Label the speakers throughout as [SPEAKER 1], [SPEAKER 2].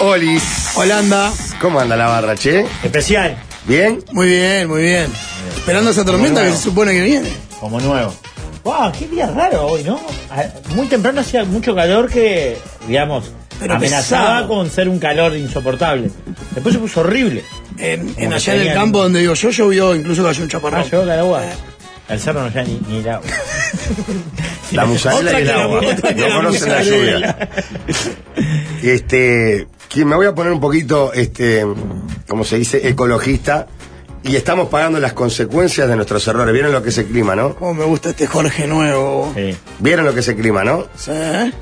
[SPEAKER 1] Olis.
[SPEAKER 2] Holanda.
[SPEAKER 1] ¿Cómo anda la barra, che?
[SPEAKER 3] Especial,
[SPEAKER 1] ¿Bien?
[SPEAKER 2] Muy bien, muy bien. Esperando esa tormenta que se supone que viene.
[SPEAKER 3] como nuevo. ¡Wow! ¡Qué día raro hoy, ¿no? A- Muy temprano hacía mucho calor que, digamos,
[SPEAKER 2] Pero
[SPEAKER 3] amenazaba
[SPEAKER 2] pesado.
[SPEAKER 3] con ser un calor insoportable. Después se puso horrible.
[SPEAKER 2] En, en
[SPEAKER 3] Como
[SPEAKER 2] allá
[SPEAKER 3] que
[SPEAKER 2] en el
[SPEAKER 3] tenían-
[SPEAKER 2] campo donde digo yo llovió, incluso cayó un
[SPEAKER 3] Ah,
[SPEAKER 2] chaparrón.
[SPEAKER 3] llegó el agua. El cerro no llega ni, ni el agua.
[SPEAKER 1] La musarela
[SPEAKER 2] Otra
[SPEAKER 1] y el
[SPEAKER 2] que la-
[SPEAKER 1] agua.
[SPEAKER 2] otra que
[SPEAKER 1] No
[SPEAKER 2] la
[SPEAKER 1] conocen la lluvia. Este, que me voy a poner un poquito, este, como se dice, ecologista. Y estamos pagando las consecuencias de nuestros errores. ¿Vieron lo que es el clima, no?
[SPEAKER 2] Cómo me gusta este Jorge nuevo.
[SPEAKER 3] Sí,
[SPEAKER 1] ¿Vieron lo que es el clima, no?
[SPEAKER 2] ¿Sí? ¿eh?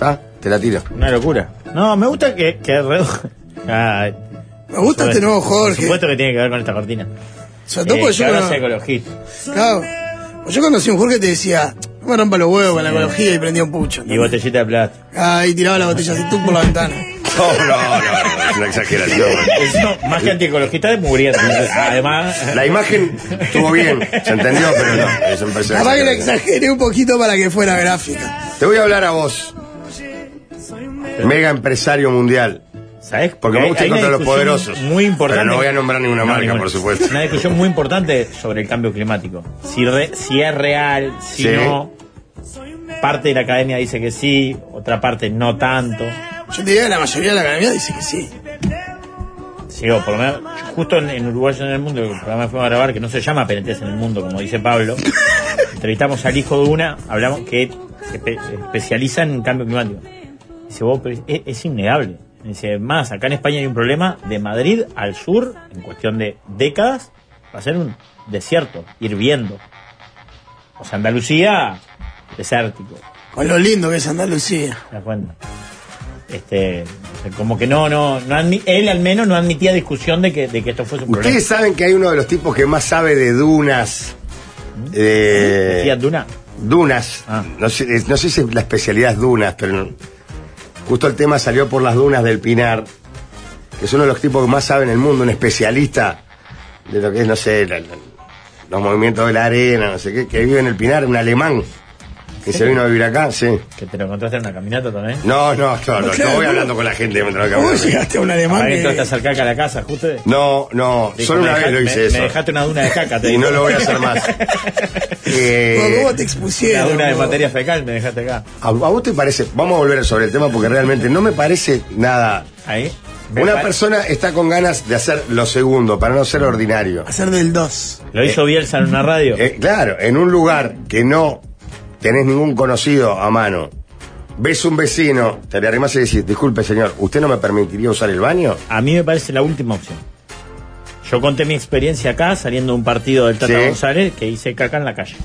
[SPEAKER 1] Ah, te la tiro.
[SPEAKER 3] una locura. No, me gusta que, que redu- Ah,
[SPEAKER 2] Me gusta
[SPEAKER 3] por
[SPEAKER 2] este nuevo
[SPEAKER 3] supuesto-
[SPEAKER 2] Jorge.
[SPEAKER 3] Por supuesto que tiene que ver con esta cortina.
[SPEAKER 2] Sobre todo
[SPEAKER 3] Eh,
[SPEAKER 2] porque
[SPEAKER 3] que
[SPEAKER 2] yo,
[SPEAKER 3] ahora
[SPEAKER 2] no-
[SPEAKER 3] sea ecologista.
[SPEAKER 2] claro, Porque yo conocí a un Jorge que te decía, no me rompa los huevos con la ecología y prendía un pucho.
[SPEAKER 3] Y botellita de plástico.
[SPEAKER 2] Ahí tiraba la botella así tú por la ventana.
[SPEAKER 1] No, no, no, no, es una exageración.
[SPEAKER 3] Encima, más que antiecologista, es mugriento. Además,
[SPEAKER 1] La imagen estuvo bien, se entendió, pero no. Eso me parece
[SPEAKER 2] Capaz que la
[SPEAKER 1] exageración.
[SPEAKER 2] exageré un poquito para que fuera gráfica.
[SPEAKER 1] Te voy a hablar a vos, mega empresario mundial.
[SPEAKER 3] ¿sabes?
[SPEAKER 1] Porque me gusta
[SPEAKER 3] Hay- hay
[SPEAKER 1] encontrar
[SPEAKER 3] una
[SPEAKER 1] los
[SPEAKER 3] discusión
[SPEAKER 1] poderosos.
[SPEAKER 3] Muy importante.
[SPEAKER 1] Pero no voy a nombrar ninguna marca,
[SPEAKER 3] ninguna.
[SPEAKER 1] por supuesto.
[SPEAKER 3] Una discusión muy importante sobre el cambio climático. Si, re- si es real, si
[SPEAKER 1] Sí.
[SPEAKER 3] no. Parte de la academia dice que sí, otra parte no tanto.
[SPEAKER 2] Yo te diría que la mayoría de la academia dice que sí.
[SPEAKER 3] Sí, o por lo menos, justo en, en Uruguay en el mundo, el programa que fuimos a grabar, que no se llama Penitencia en el mundo, como dice Pablo, entrevistamos al hijo de una, hablamos que se espe- especializa en cambio climático. Dice, vos, pero es, es innegable. Dice, más, acá en España hay un problema de Madrid al sur, en cuestión de décadas, va a ser un desierto, hirviendo. O sea, Andalucía, desértico,
[SPEAKER 2] Con lo lindo que es Andalucía.
[SPEAKER 3] ¿te das cuenta? Este, o sea, como que no, no, no admi- él al menos no admitía discusión de que, de que esto fuese un problema.
[SPEAKER 1] Ustedes saben que hay uno de los tipos que más sabe de dunas. eh,
[SPEAKER 3] Decía Duna.
[SPEAKER 1] dunas.
[SPEAKER 3] Ah.
[SPEAKER 1] No, sé, eh, no sé si la especialidad es dunas, pero no- justo el tema salió por las dunas del Pinar, que es uno de los tipos que más sabe en el mundo, un especialista de lo que es, no sé, la- la- los movimientos de la arena, no sé qué, que vive en el Pinar, un alemán, que se vino a vivir acá, sí.
[SPEAKER 3] Que te lo encontraste en una caminata también.
[SPEAKER 1] No, no, no, no,
[SPEAKER 2] No, claro,
[SPEAKER 1] no voy
[SPEAKER 2] no.
[SPEAKER 1] hablando con la gente mientras
[SPEAKER 2] ¿Cómo
[SPEAKER 1] camino.
[SPEAKER 2] llegaste a un alemán?
[SPEAKER 3] Ahora que
[SPEAKER 2] que-
[SPEAKER 3] entraste cerca acá a la casa, justo.
[SPEAKER 1] Ah, No, no,
[SPEAKER 3] Dijo,
[SPEAKER 1] solo
[SPEAKER 3] me
[SPEAKER 1] una vez
[SPEAKER 3] dejaste-
[SPEAKER 1] lo hice
[SPEAKER 3] me,
[SPEAKER 1] eso.
[SPEAKER 3] Me dejaste una duna de caca, te
[SPEAKER 1] Y
[SPEAKER 3] digo.
[SPEAKER 1] no lo voy a hacer más.
[SPEAKER 2] Bueno,
[SPEAKER 1] Eh,
[SPEAKER 2] ¿Cómo te
[SPEAKER 3] Una
[SPEAKER 2] expusieron?
[SPEAKER 3] duna de
[SPEAKER 2] boludo?
[SPEAKER 3] materia fecal me dejaste acá.
[SPEAKER 1] ¿A a vos te parece? Vamos a volver sobre el tema porque realmente no me parece nada.
[SPEAKER 3] Ahí. Me
[SPEAKER 1] Una
[SPEAKER 3] pa-
[SPEAKER 1] persona está con ganas de hacer lo segundo, para no ser ordinario.
[SPEAKER 2] Hacer del 2.
[SPEAKER 3] Lo hizo Bielsa en una radio.
[SPEAKER 1] Eh, claro, en un lugar que no tenés ningún conocido a mano, ves un vecino, te le arrimas y decís, disculpe señor, ¿usted no me permitiría usar el baño?
[SPEAKER 3] A mí me parece la última opción. Yo conté mi experiencia acá, saliendo de un partido del Tata
[SPEAKER 1] Sí.
[SPEAKER 3] González, que hice caca en la calle.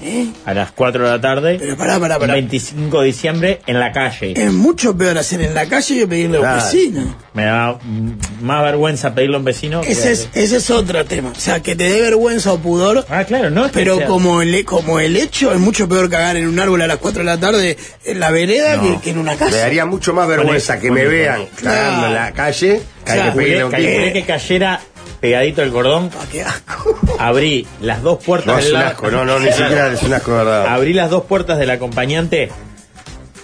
[SPEAKER 2] ¿Eh?
[SPEAKER 3] A las 4 de la tarde,
[SPEAKER 2] Pero pará, pará, pará.
[SPEAKER 3] 25 de diciembre, en la calle.
[SPEAKER 2] Es mucho peor hacer en la calle que pedirle a un
[SPEAKER 1] Claro.
[SPEAKER 2] vecino.
[SPEAKER 3] Me da mm, más vergüenza pedirle a un vecino. que-
[SPEAKER 2] Ese es, ese es otro tema. O sea, que te dé vergüenza o pudor.
[SPEAKER 3] Ah, claro, no es que
[SPEAKER 2] Pero
[SPEAKER 3] sea-
[SPEAKER 2] como el, como el hecho, es mucho peor cagar en un árbol a las 4 de la tarde en la vereda
[SPEAKER 3] No.
[SPEAKER 2] que, que en una
[SPEAKER 1] Me
[SPEAKER 2] casa.
[SPEAKER 1] daría mucho más vergüenza que me vean cagando en la calle que hay
[SPEAKER 2] Claro.
[SPEAKER 1] que pedirle a un tipo.
[SPEAKER 3] Calculé que cayera pegadito al cordón
[SPEAKER 2] Ah, qué asco.
[SPEAKER 3] abrí las dos puertas
[SPEAKER 1] No,
[SPEAKER 3] del
[SPEAKER 1] es un
[SPEAKER 3] lado-
[SPEAKER 1] asco, no, no, ni
[SPEAKER 3] Claro.
[SPEAKER 1] siquiera es un asco, de verdad.
[SPEAKER 3] abrí las dos puertas del acompañante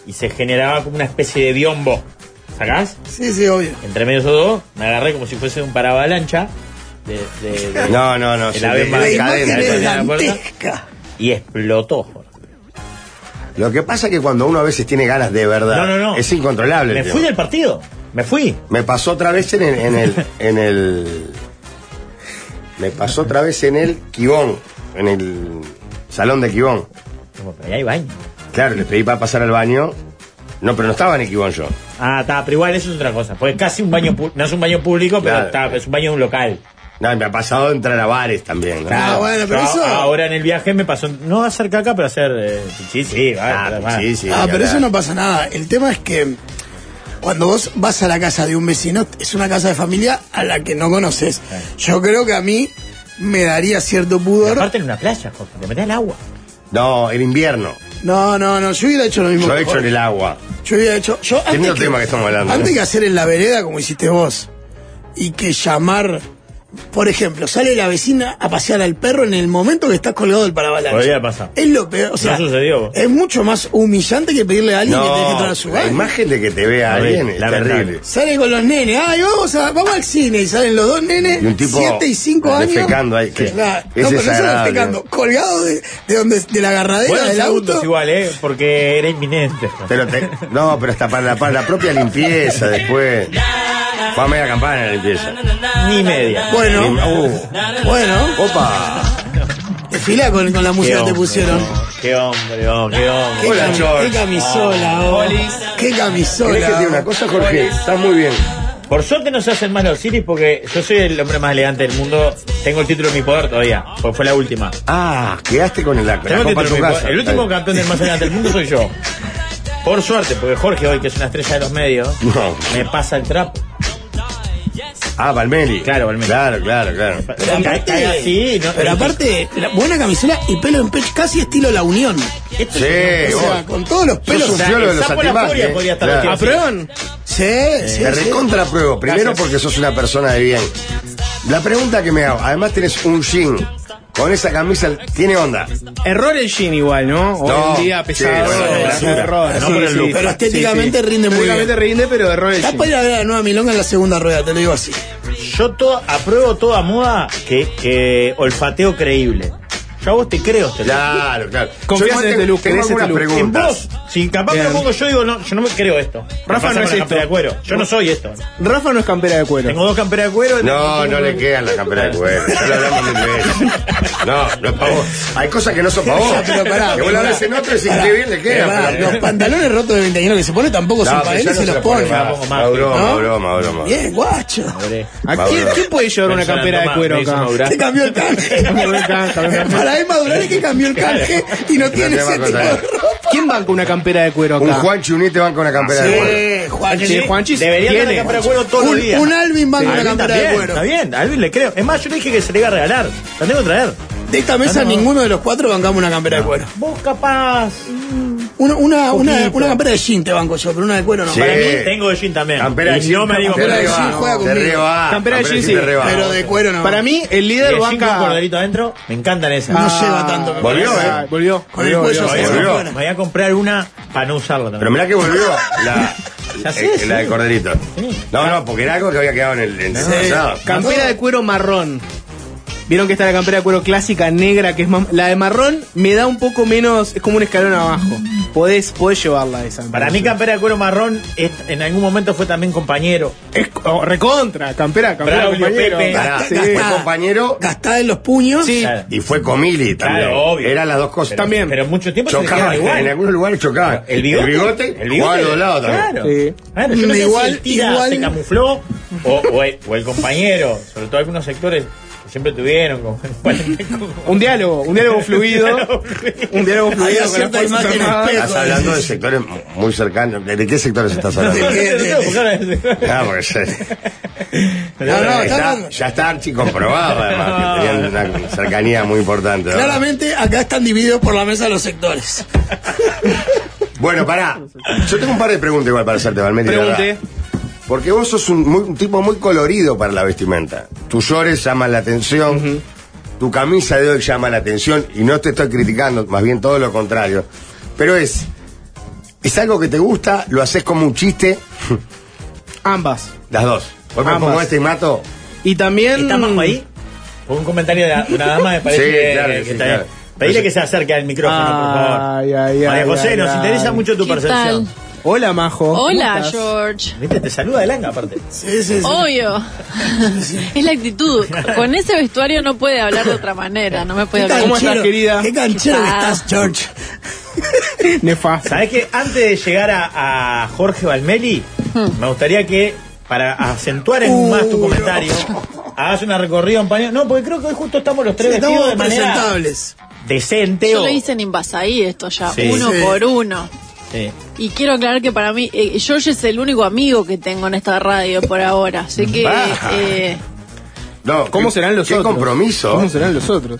[SPEAKER 3] y se generaba como una especie de biombo ¿sacás?
[SPEAKER 2] Sí, sí, obvio.
[SPEAKER 3] entre medio de esos dos me agarré como si fuese un paravalancha de, de- de-
[SPEAKER 1] No, no, no.
[SPEAKER 3] El
[SPEAKER 1] se
[SPEAKER 3] ave
[SPEAKER 1] te-
[SPEAKER 3] más
[SPEAKER 2] La
[SPEAKER 3] cadena,
[SPEAKER 2] imagen
[SPEAKER 3] ¿eh?
[SPEAKER 2] es
[SPEAKER 3] Cadena de puerta.
[SPEAKER 2] dantesca.
[SPEAKER 3] y explotó Jorge.
[SPEAKER 1] Lo que pasa es que cuando uno a veces tiene ganas de verdad,
[SPEAKER 3] no, no, no
[SPEAKER 1] es incontrolable. el
[SPEAKER 3] me
[SPEAKER 1] tema.
[SPEAKER 3] fui del partido me fui
[SPEAKER 1] Me pasó otra vez en el, en el, en el- Me pasó otra vez en el Quibón, en el salón de Quibón.
[SPEAKER 3] Como, pero ahí hay baño
[SPEAKER 1] Claro, les pedí para pasar al baño. No, pero no estaba en el Quibón yo.
[SPEAKER 3] ah está pero igual eso es otra cosa porque es casi un baño pu- no es un baño público pero
[SPEAKER 1] Claro.
[SPEAKER 3] está, es un baño de un local
[SPEAKER 1] No, me ha pasado entrar a bares también. ¿no?
[SPEAKER 2] Ah, bueno, pero
[SPEAKER 3] Yo
[SPEAKER 2] eso-
[SPEAKER 3] ahora en el viaje me pasó no hacer caca pero hacer eh, sí sí va,
[SPEAKER 1] Ah,
[SPEAKER 3] va.
[SPEAKER 1] sí, sí,
[SPEAKER 2] ah,
[SPEAKER 1] ni
[SPEAKER 2] pero eso
[SPEAKER 1] hablar.
[SPEAKER 2] no pasa nada. El tema es que cuando vos vas a la casa de un vecino, es una casa de familia a la que no conoces. Yo creo que a mí me daría cierto pudor.
[SPEAKER 3] Aparte en una playa, Jorge, te metes al agua.
[SPEAKER 1] No, en invierno.
[SPEAKER 2] No, no, no, yo hubiera hecho lo mismo.
[SPEAKER 1] Yo
[SPEAKER 2] que
[SPEAKER 1] he hecho
[SPEAKER 2] vos.
[SPEAKER 1] en el agua.
[SPEAKER 2] Yo hubiera hecho. Yo antes
[SPEAKER 1] mismo tema que estamos hablando,
[SPEAKER 2] Antes
[SPEAKER 1] ¿no?
[SPEAKER 2] que hacer en la vereda como hiciste vos y que llamar Por ejemplo, sale la vecina a pasear al perro en el momento que estás colgado del paravalancha.
[SPEAKER 3] Podría pasar.
[SPEAKER 2] Es lo peor. O sea,
[SPEAKER 3] sucedió.
[SPEAKER 2] es mucho más humillante que pedirle a alguien que te deje entrar a su
[SPEAKER 1] la
[SPEAKER 2] baño.
[SPEAKER 1] imagen de que te vea
[SPEAKER 3] Horrible,
[SPEAKER 1] alguien es
[SPEAKER 3] lamentable.
[SPEAKER 1] terrible.
[SPEAKER 2] Sale con los nenes. Ay, vamos, a- vamos al cine. Y salen los dos nenes,
[SPEAKER 1] Y un tipo
[SPEAKER 2] 7 y 5 años.
[SPEAKER 1] defecando ahí, que
[SPEAKER 2] Claro.
[SPEAKER 1] es
[SPEAKER 2] no, pero no solo
[SPEAKER 1] desagradable.
[SPEAKER 2] defecando, colgado de, de donde, de la agarradera
[SPEAKER 3] Fueron
[SPEAKER 2] del
[SPEAKER 3] segundos
[SPEAKER 2] auto.
[SPEAKER 3] igual, ¿eh? Porque era inminente.
[SPEAKER 1] Pero te- no, pero hasta para la, para la propia limpieza después. Fue a media campana la limpieza.
[SPEAKER 3] Ni media.
[SPEAKER 2] Bueno,
[SPEAKER 1] Uh.
[SPEAKER 2] bueno,
[SPEAKER 1] Opa,
[SPEAKER 2] desfila con, con la
[SPEAKER 3] Qué
[SPEAKER 2] música que
[SPEAKER 3] hombre,
[SPEAKER 2] te pusieron.
[SPEAKER 3] Qué hombre, oh, qué hombre. Ah,
[SPEAKER 2] Qué,
[SPEAKER 1] Hola,
[SPEAKER 2] cami-
[SPEAKER 1] George.
[SPEAKER 2] qué camisola, oh.
[SPEAKER 4] Polis.
[SPEAKER 2] Qué
[SPEAKER 1] ¿crees que
[SPEAKER 2] camisola. oh.
[SPEAKER 1] tiene una cosa, Jorge? Está muy bien.
[SPEAKER 3] Por suerte no se hacen más los Siris porque yo soy el hombre más elegante del mundo. Tengo el título en mi poder todavía, porque fue la última.
[SPEAKER 1] Ah, quedaste con el la, la
[SPEAKER 3] Tengo el
[SPEAKER 1] copa en
[SPEAKER 3] título
[SPEAKER 1] tu
[SPEAKER 3] en mi
[SPEAKER 1] casa.
[SPEAKER 3] poder. El último
[SPEAKER 1] Está
[SPEAKER 3] campeón del más elegante del mundo soy yo. Por suerte, porque Jorge hoy, que es una estrella de los medios,
[SPEAKER 1] bien. No.
[SPEAKER 3] me pasa el trapo.
[SPEAKER 1] Ah, Balmeli.
[SPEAKER 3] Claro, Balmeli.
[SPEAKER 1] Claro, claro, claro.
[SPEAKER 2] Pero
[SPEAKER 3] Cae- cae
[SPEAKER 2] aparte,
[SPEAKER 3] así, no-
[SPEAKER 2] pero aparte, la- buena camisola y pelo en pecho, casi estilo La Unión.
[SPEAKER 3] Esto
[SPEAKER 1] Sí,
[SPEAKER 2] o
[SPEAKER 1] vos.
[SPEAKER 2] sea, con todos los pelos.
[SPEAKER 1] un
[SPEAKER 3] o sea,
[SPEAKER 1] fiolo de
[SPEAKER 3] el
[SPEAKER 1] los
[SPEAKER 3] sapo de la
[SPEAKER 1] Antimagia,
[SPEAKER 3] furia
[SPEAKER 1] eh.
[SPEAKER 3] podría estar
[SPEAKER 1] Claro. Eh,
[SPEAKER 3] vestido así.
[SPEAKER 2] Aprón. Sí, sí,
[SPEAKER 1] Te
[SPEAKER 2] sí.
[SPEAKER 1] recontrapruebo. Primero
[SPEAKER 3] Gracias.
[SPEAKER 1] porque sos una persona de bien. La pregunta que me hago, además tenés un jean. Con esa camisa tiene onda.
[SPEAKER 4] Error el jean igual, ¿no? Hoy
[SPEAKER 1] No,
[SPEAKER 4] en día pesado.
[SPEAKER 1] sí, bueno,
[SPEAKER 4] es un
[SPEAKER 1] basura.
[SPEAKER 4] error.
[SPEAKER 2] No
[SPEAKER 4] Sí,
[SPEAKER 2] por el
[SPEAKER 4] sí,
[SPEAKER 2] look.
[SPEAKER 4] sí.
[SPEAKER 2] Pero estéticamente rinde muy
[SPEAKER 4] Estéticamente rinde, pero error el
[SPEAKER 2] Está
[SPEAKER 4] jean.
[SPEAKER 2] para ir a ver a la nueva Milonga en la segunda rueda, te lo digo así.
[SPEAKER 3] Yo to- apruebo toda moda que, que olfateo creíble. Yo a vos te creo, te
[SPEAKER 1] Claro, claro.
[SPEAKER 4] Confianza
[SPEAKER 1] Yo
[SPEAKER 4] en este
[SPEAKER 1] tengo-
[SPEAKER 4] look,
[SPEAKER 1] tengo
[SPEAKER 4] confianza en
[SPEAKER 1] algunas
[SPEAKER 4] este look.
[SPEAKER 3] En
[SPEAKER 1] preguntas.
[SPEAKER 3] vos, si capaz me
[SPEAKER 4] Bien.
[SPEAKER 3] lo pongo yo, digo, no, yo no me creo esto.
[SPEAKER 4] Rafa
[SPEAKER 3] Me pasa
[SPEAKER 4] no es
[SPEAKER 3] con la
[SPEAKER 4] esto.
[SPEAKER 3] campera de cuero. Yo no soy esto.
[SPEAKER 4] Rafa no es campera de cuero.
[SPEAKER 3] Tengo dos camperas de cuero. y
[SPEAKER 1] No,
[SPEAKER 3] tengo-
[SPEAKER 1] no le quedan las camperas de cuero. Ya lo hablamos mil veces. No, no es para vos. Hay cosas que no son para vos.
[SPEAKER 2] Pero pará,
[SPEAKER 1] que vos la
[SPEAKER 2] pará.
[SPEAKER 1] ves en otro y decís
[SPEAKER 2] Pará,
[SPEAKER 1] qué bien le quedan.
[SPEAKER 2] pará,
[SPEAKER 1] pero-
[SPEAKER 2] Los pantalones rotos de 21 que se pone tampoco son
[SPEAKER 1] No,
[SPEAKER 2] para
[SPEAKER 1] pero
[SPEAKER 2] él
[SPEAKER 1] ya
[SPEAKER 2] y
[SPEAKER 1] no
[SPEAKER 2] se los
[SPEAKER 1] la
[SPEAKER 2] pone.
[SPEAKER 1] más.
[SPEAKER 3] pongo más,
[SPEAKER 1] Ah, broma,
[SPEAKER 2] ¿no?
[SPEAKER 1] broma, broma.
[SPEAKER 2] Bien, guacho.
[SPEAKER 3] Pobre.
[SPEAKER 4] ¿A
[SPEAKER 1] Maduro.
[SPEAKER 4] quién, quién puede llevar una
[SPEAKER 3] Pensando
[SPEAKER 4] campera de
[SPEAKER 3] más,
[SPEAKER 4] cuero
[SPEAKER 3] me hizo
[SPEAKER 4] acá?
[SPEAKER 3] madurar.
[SPEAKER 2] Se cambió el
[SPEAKER 4] Cambió el canje, cambió el
[SPEAKER 2] canje.
[SPEAKER 4] canje.
[SPEAKER 2] Para Emma Durán es que cambió el canje y no tiene
[SPEAKER 1] tiene
[SPEAKER 2] ese
[SPEAKER 1] más
[SPEAKER 2] tipo
[SPEAKER 1] cosa.
[SPEAKER 2] de ropa.
[SPEAKER 4] ¿Quién banca una campera de cuero acá?
[SPEAKER 1] Un Juan Chuní te van con la campera de cuero.
[SPEAKER 2] Eh, Juanchi.
[SPEAKER 4] Sí, Juanchi
[SPEAKER 3] Debería tener
[SPEAKER 4] tiene.
[SPEAKER 3] campera de cuero todos los
[SPEAKER 2] Un,
[SPEAKER 3] días.
[SPEAKER 2] un Alvin va con una
[SPEAKER 3] Alvin
[SPEAKER 2] campera
[SPEAKER 3] también,
[SPEAKER 2] de cuero.
[SPEAKER 3] Está bien, a Alvin le creo. Es más, yo le dije que se le iba a regalar. La tengo que traer.
[SPEAKER 2] De esta mesa
[SPEAKER 3] Ah, no.
[SPEAKER 2] ninguno de los cuatro bancamos una campera de cuero.
[SPEAKER 3] Vos capaz.
[SPEAKER 2] Una, una, una,
[SPEAKER 3] Poquito.
[SPEAKER 2] una campera de jean te banco yo, pero una de cuero no.
[SPEAKER 1] Sí.
[SPEAKER 3] Para mí
[SPEAKER 1] Eh,
[SPEAKER 3] tengo de jean también.
[SPEAKER 1] Campera de
[SPEAKER 3] Y
[SPEAKER 1] jean,
[SPEAKER 3] no me digo
[SPEAKER 2] por
[SPEAKER 1] campera de
[SPEAKER 2] ahí.
[SPEAKER 1] jean,
[SPEAKER 2] Sí, juega
[SPEAKER 1] te
[SPEAKER 2] conmigo.
[SPEAKER 1] reba,
[SPEAKER 4] Campera de jean,
[SPEAKER 1] te
[SPEAKER 4] sí.
[SPEAKER 1] reba.
[SPEAKER 2] Pero de cuero no.
[SPEAKER 4] Para mí, el
[SPEAKER 3] Y
[SPEAKER 4] líder
[SPEAKER 3] el jean con
[SPEAKER 4] banca.
[SPEAKER 3] corderito adentro, me encantan esas.
[SPEAKER 2] No lleva tanto. me
[SPEAKER 1] Volvió,
[SPEAKER 2] parece.
[SPEAKER 1] eh.
[SPEAKER 4] Volvió.
[SPEAKER 2] Con el
[SPEAKER 4] volvió,
[SPEAKER 2] cuello
[SPEAKER 3] Voy
[SPEAKER 1] se
[SPEAKER 3] a-
[SPEAKER 1] volvió.
[SPEAKER 3] Me voy a comprar una para no usarla también.
[SPEAKER 1] Pero mirá que volvió la,
[SPEAKER 3] Ya sé,
[SPEAKER 1] eh,
[SPEAKER 3] sí.
[SPEAKER 1] la de Corderito.
[SPEAKER 3] Sí.
[SPEAKER 1] No, no, porque era algo que había quedado en el. en- no.
[SPEAKER 4] Campera de cuero marrón. Vieron que está la campera de cuero clásica negra, que es más- la de marrón, me da un poco menos, es como un escalón abajo. Podés, podés llevarla esa.
[SPEAKER 3] Para mí, campera de cuero marrón es- en algún momento fue también compañero.
[SPEAKER 4] es oh, recontra, campera, campera
[SPEAKER 3] Braulio,
[SPEAKER 4] compañero.
[SPEAKER 3] Pepe.
[SPEAKER 1] Pará,
[SPEAKER 4] Sí.
[SPEAKER 1] fue compañero
[SPEAKER 2] Gastada en los puños.
[SPEAKER 4] Sí.
[SPEAKER 3] Claro.
[SPEAKER 1] y fue Comili también.
[SPEAKER 3] Claro, obvio.
[SPEAKER 1] Eran las dos cosas.
[SPEAKER 4] También. Bien.
[SPEAKER 3] Pero mucho tiempo se le
[SPEAKER 1] Chocaban,
[SPEAKER 3] quedaba igual.
[SPEAKER 1] en algunos lugares chocaban.
[SPEAKER 3] El bigote.
[SPEAKER 1] El bigote.
[SPEAKER 3] El bigote.
[SPEAKER 1] jugaba al lado también.
[SPEAKER 3] Claro.
[SPEAKER 4] Sí.
[SPEAKER 3] Ah, pero yo no sé
[SPEAKER 2] Igual-
[SPEAKER 3] si el tira
[SPEAKER 2] igual-
[SPEAKER 3] se camufló o, o el, o el compañero. Sobre todo algunos sectores que siempre tuvieron. Como,
[SPEAKER 4] Un diálogo, un diálogo fluido. un diálogo fluido. con
[SPEAKER 2] Había
[SPEAKER 4] las
[SPEAKER 2] cierta
[SPEAKER 4] Fuerzas
[SPEAKER 2] imagen
[SPEAKER 4] Armadas.
[SPEAKER 2] espejo.
[SPEAKER 1] Estás hablando de sectores muy cercanos. ¿De de qué sectores estás hablando? Ah, porque se-
[SPEAKER 2] No, no, está
[SPEAKER 1] está,
[SPEAKER 2] hablando-
[SPEAKER 1] ya está archi comprobado, además, que tenían una cercanía muy importante. ¿no?
[SPEAKER 2] Claramente acá están divididos por la mesa los sectores.
[SPEAKER 1] Bueno, pará. Yo tengo un par de preguntas igual para hacerte, Valmetti. la verdad.
[SPEAKER 4] Pregunte.
[SPEAKER 1] Porque vos sos un, muy- un tipo muy colorido para la vestimenta. Tus llores llaman la atención, tu camisa de hoy llama la atención, y no te estoy criticando, más bien todo lo contrario. Pero es, es algo que te gusta, lo haces como un chiste,
[SPEAKER 4] Ambas.
[SPEAKER 1] las dos. Vos me
[SPEAKER 4] Ambas.
[SPEAKER 1] pongo este y mato.
[SPEAKER 4] Y también.
[SPEAKER 3] ¿Está Majo ahí? Por un comentario de la- una dama me parece
[SPEAKER 1] Sí,
[SPEAKER 3] que,
[SPEAKER 1] claro,
[SPEAKER 3] que
[SPEAKER 1] sí,
[SPEAKER 3] está
[SPEAKER 1] claro. Pues
[SPEAKER 3] bien. Pedile que se acerque al micrófono,
[SPEAKER 4] Ay,
[SPEAKER 3] por favor.
[SPEAKER 4] ay, ay,
[SPEAKER 3] María José,
[SPEAKER 4] ay,
[SPEAKER 3] nos
[SPEAKER 4] ay.
[SPEAKER 3] interesa mucho tu
[SPEAKER 5] ¿Qué
[SPEAKER 3] percepción.
[SPEAKER 5] tal?
[SPEAKER 4] Hola, Majo. ¿Cómo
[SPEAKER 5] Hola,
[SPEAKER 4] estás?
[SPEAKER 5] George.
[SPEAKER 3] ¿Viste? Te saluda de langa, aparte.
[SPEAKER 2] Sí, sí, sí.
[SPEAKER 5] Obvio. es la actitud. Con ese vestuario no puede hablar de otra manera. No me puede hablar.
[SPEAKER 4] ¿Cómo estás, querida?
[SPEAKER 2] Qué canchero que
[SPEAKER 5] Ah.
[SPEAKER 2] estás, George.
[SPEAKER 4] Nefasta.
[SPEAKER 3] ¿Sabés que antes de llegar a, a Jorge Valmeli,
[SPEAKER 5] Hmm.
[SPEAKER 3] me gustaría que, para acentuar en
[SPEAKER 2] Uh,
[SPEAKER 3] más tu
[SPEAKER 2] no.
[SPEAKER 3] comentario, hagas una recorrida en paño. No, porque creo que hoy justo estamos los tres vestidos
[SPEAKER 2] Estamos
[SPEAKER 3] de manera
[SPEAKER 2] presentables.
[SPEAKER 3] decente.
[SPEAKER 5] Yo
[SPEAKER 3] o-
[SPEAKER 5] lo hice en Invasaí esto ya,
[SPEAKER 3] Sí.
[SPEAKER 5] uno
[SPEAKER 2] Sí.
[SPEAKER 5] por uno.
[SPEAKER 3] Sí.
[SPEAKER 5] Y quiero aclarar que para mí, eh, George es el único amigo que tengo en esta radio por ahora. Así que
[SPEAKER 1] Bah.
[SPEAKER 5] eh,
[SPEAKER 1] No,
[SPEAKER 4] ¿Cómo
[SPEAKER 1] qué-
[SPEAKER 4] serán los
[SPEAKER 1] qué
[SPEAKER 4] otros?
[SPEAKER 1] compromiso.
[SPEAKER 4] ¿Cómo serán los otros?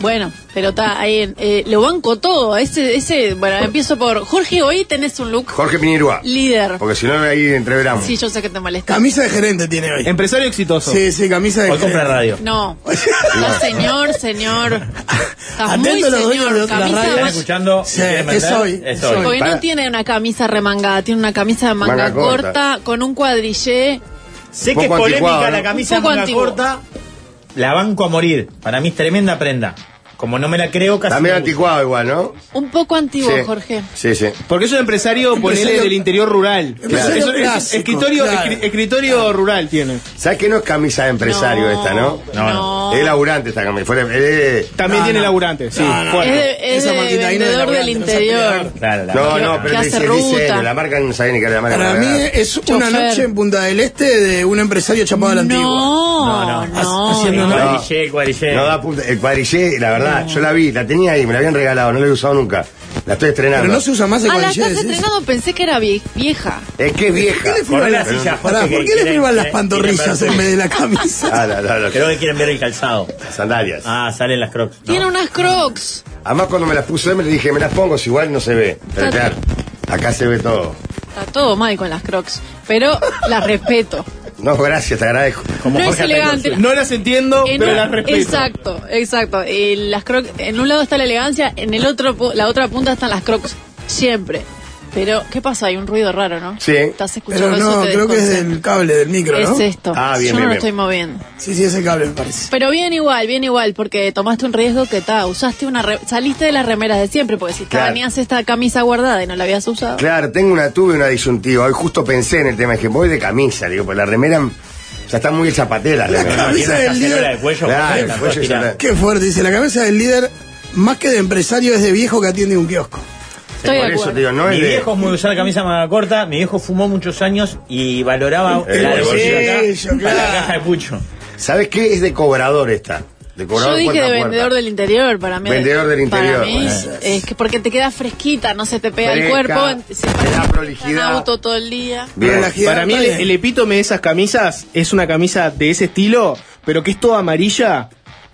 [SPEAKER 5] Bueno, pero está ahí. en- eh, lo banco todo. Ese, ese, bueno, empiezo por Jorge. Hoy tenés un look
[SPEAKER 1] Jorge Pinirúa.
[SPEAKER 5] líder.
[SPEAKER 1] Porque si no, ahí entreveramos.
[SPEAKER 5] Sí, yo sé que te molesta.
[SPEAKER 2] Camisa de gerente tiene hoy.
[SPEAKER 4] Empresario exitoso.
[SPEAKER 2] Sí, sí, camisa de
[SPEAKER 3] Hoy compré
[SPEAKER 2] gerente.
[SPEAKER 3] radio.
[SPEAKER 5] No. Está señor, señor. Está muy
[SPEAKER 2] Atento a los dueños de
[SPEAKER 5] señor.
[SPEAKER 2] otras
[SPEAKER 5] Camisa
[SPEAKER 2] radios.
[SPEAKER 3] ¿Están
[SPEAKER 5] más-
[SPEAKER 3] escuchando?
[SPEAKER 2] Sí,
[SPEAKER 3] ¿Se quieren meter?
[SPEAKER 2] es hoy,
[SPEAKER 3] Es
[SPEAKER 2] es
[SPEAKER 3] hoy.
[SPEAKER 5] Porque
[SPEAKER 1] Para.
[SPEAKER 5] no tiene una camisa remangada, tiene una camisa de manga,
[SPEAKER 1] Manga corta.
[SPEAKER 5] corta, con un cuadrillé.
[SPEAKER 3] Sé
[SPEAKER 1] Un
[SPEAKER 3] que es
[SPEAKER 1] poco
[SPEAKER 3] polémica
[SPEAKER 1] anticuado,
[SPEAKER 3] la
[SPEAKER 1] ¿no?
[SPEAKER 3] camisa
[SPEAKER 5] Un poco
[SPEAKER 3] manga
[SPEAKER 5] antiguo.
[SPEAKER 3] corta. La banco a morir. Para mí es tremenda prenda. Como no me la creo, casi.
[SPEAKER 1] También
[SPEAKER 3] me gusta.
[SPEAKER 1] anticuado igual, ¿no?
[SPEAKER 5] Un poco antiguo,
[SPEAKER 1] Sí.
[SPEAKER 5] Jorge.
[SPEAKER 1] Sí, sí.
[SPEAKER 4] Porque es un empresario, ponele,
[SPEAKER 2] Empresario-
[SPEAKER 4] del interior rural. Eso-
[SPEAKER 2] Empresario
[SPEAKER 4] eso- es-
[SPEAKER 2] clásico,
[SPEAKER 4] escritorio,
[SPEAKER 2] claro.
[SPEAKER 4] escri- escritorio rural tiene.
[SPEAKER 1] ¿Sabes que no es camisa de empresario
[SPEAKER 5] No,
[SPEAKER 1] esta, no?
[SPEAKER 5] No, no.
[SPEAKER 1] Es laburante esta camisa. Fuera- eh,
[SPEAKER 4] También
[SPEAKER 2] No,
[SPEAKER 4] tiene
[SPEAKER 2] no.
[SPEAKER 4] laburantes, sí.
[SPEAKER 2] No, no,
[SPEAKER 5] Es
[SPEAKER 4] fuerte.
[SPEAKER 5] de, es
[SPEAKER 2] Esa
[SPEAKER 5] de
[SPEAKER 2] marquita ahí no es
[SPEAKER 5] vendedor del
[SPEAKER 2] laburante, no es
[SPEAKER 5] interior.
[SPEAKER 2] empleador.
[SPEAKER 3] Claro, la
[SPEAKER 1] no,
[SPEAKER 3] banco.
[SPEAKER 1] no, pero
[SPEAKER 5] Que
[SPEAKER 1] dice
[SPEAKER 5] hace
[SPEAKER 1] el
[SPEAKER 5] ruta.
[SPEAKER 1] diseño. La marca no sabía ni qué era la marca.
[SPEAKER 2] Para
[SPEAKER 1] la
[SPEAKER 2] mí
[SPEAKER 1] verdad.
[SPEAKER 2] es una
[SPEAKER 5] Chofer.
[SPEAKER 2] noche en Punta del Este de un empresario chapado a la antigua.
[SPEAKER 5] No,
[SPEAKER 2] no.
[SPEAKER 5] no, no.
[SPEAKER 2] Haciendo
[SPEAKER 3] El
[SPEAKER 2] no.
[SPEAKER 1] Ah,
[SPEAKER 3] cuadrillé, el cuadrillé.
[SPEAKER 1] No da punta. El cuadrillé, la verdad, yo la vi, la tenía ahí, me la habían regalado, no la he usado nunca. La estoy estrenando.
[SPEAKER 2] Pero no se usa más el
[SPEAKER 5] A Ah, la
[SPEAKER 2] cuadrillé,
[SPEAKER 5] casa
[SPEAKER 2] decís.
[SPEAKER 5] estrenado pensé que era vie- vieja.
[SPEAKER 1] Es que es vieja.
[SPEAKER 2] ¿Qué le
[SPEAKER 3] Corre
[SPEAKER 2] firman
[SPEAKER 3] la
[SPEAKER 2] las-
[SPEAKER 3] silla, Jorge,
[SPEAKER 2] Pará,
[SPEAKER 3] que
[SPEAKER 2] ¿Por qué le
[SPEAKER 3] quieren-
[SPEAKER 2] firman las
[SPEAKER 3] quieren-
[SPEAKER 2] pantorrillas
[SPEAKER 3] quieren
[SPEAKER 2] en
[SPEAKER 3] ver
[SPEAKER 2] vez de la camisa?
[SPEAKER 1] Ah, no, no, no,
[SPEAKER 3] Creo que quieren ver el calzado.
[SPEAKER 1] las sandalias.
[SPEAKER 3] Ah, salen las crocs. ¿no?
[SPEAKER 5] Tiene unas crocs.
[SPEAKER 1] Además, cuando me las puso él, me le dije, me las pongo, si igual no se ve. Pero claro, acá se ve todo.
[SPEAKER 5] Está todo mal con las crocs. Pero las respeto.
[SPEAKER 1] No, gracias, te agradezco.
[SPEAKER 3] Como
[SPEAKER 5] No es
[SPEAKER 3] Jorge
[SPEAKER 5] elegante.
[SPEAKER 3] Atenco.
[SPEAKER 4] No las entiendo,
[SPEAKER 5] En
[SPEAKER 4] pero
[SPEAKER 5] un-
[SPEAKER 4] las respeto.
[SPEAKER 5] Exacto, exacto. Eh, las crocs, en un lado está la elegancia, en el otro, pu- la otra punta están las crocs. Siempre. Pero, ¿qué pasa? Hay un ruido raro, ¿no?
[SPEAKER 1] Sí.
[SPEAKER 5] Estás escuchando
[SPEAKER 2] Pero
[SPEAKER 5] eso.
[SPEAKER 2] no,
[SPEAKER 5] te
[SPEAKER 2] creo que es
[SPEAKER 5] desconcentra.
[SPEAKER 2] del cable, del micro, ¿no?
[SPEAKER 5] Es esto.
[SPEAKER 1] Ah, bien, bien,
[SPEAKER 5] Yo no lo
[SPEAKER 1] bien.
[SPEAKER 5] estoy moviendo.
[SPEAKER 2] Sí, sí, es el cable, me parece.
[SPEAKER 5] Pero bien igual, bien igual, porque tomaste un riesgo que ta, usaste una re- saliste de las remeras de siempre, porque si ta,
[SPEAKER 1] Claro.
[SPEAKER 5] tenías esta camisa guardada y no la habías usado.
[SPEAKER 1] Claro, tengo una, tuve una disyuntiva. Hoy justo pensé en el tema, dije, voy de camisa, digo, pues la remera ya está muy chapatera. La
[SPEAKER 3] Me
[SPEAKER 1] remera.
[SPEAKER 2] camisa
[SPEAKER 3] imagino
[SPEAKER 2] del
[SPEAKER 3] esa
[SPEAKER 2] líder.
[SPEAKER 3] célula de cuello.
[SPEAKER 1] Claro,
[SPEAKER 3] Jorge,
[SPEAKER 1] el
[SPEAKER 3] la
[SPEAKER 1] cuello
[SPEAKER 3] tira.
[SPEAKER 1] es una-
[SPEAKER 2] Qué fuerte, dice, la cabeza del líder, más que de empresario, es de viejo que atiende un kiosco.
[SPEAKER 5] Estoy
[SPEAKER 1] Por
[SPEAKER 5] de
[SPEAKER 1] eso,
[SPEAKER 5] acuerdo.
[SPEAKER 1] te digo, no
[SPEAKER 3] mi
[SPEAKER 1] es de-
[SPEAKER 3] viejo es muy de usar camisa manga corta, mi viejo fumó muchos años y valoraba
[SPEAKER 1] El
[SPEAKER 3] la de
[SPEAKER 2] bolsillo,
[SPEAKER 3] bolsillo acá, para
[SPEAKER 2] claro.
[SPEAKER 3] la caja de pucho. Ah,
[SPEAKER 1] ¿Sabes qué? Es de cobrador esta. De cobrador
[SPEAKER 5] Yo dije
[SPEAKER 1] puerta a
[SPEAKER 5] de
[SPEAKER 1] puerta.
[SPEAKER 5] vendedor del interior, para mí.
[SPEAKER 1] Vendedor del interior,
[SPEAKER 5] Para mí,
[SPEAKER 1] bueno.
[SPEAKER 5] es que porque te queda fresquita, no se te pega
[SPEAKER 1] Fresca,
[SPEAKER 5] el cuerpo. se
[SPEAKER 1] te
[SPEAKER 5] pasa
[SPEAKER 1] da
[SPEAKER 5] en
[SPEAKER 1] prolijidad.
[SPEAKER 5] auto todo el día.
[SPEAKER 1] Bien.
[SPEAKER 2] Pero la gi-
[SPEAKER 4] Para mí el, el epítome de esas camisas es una camisa de ese estilo, pero que es toda amarilla,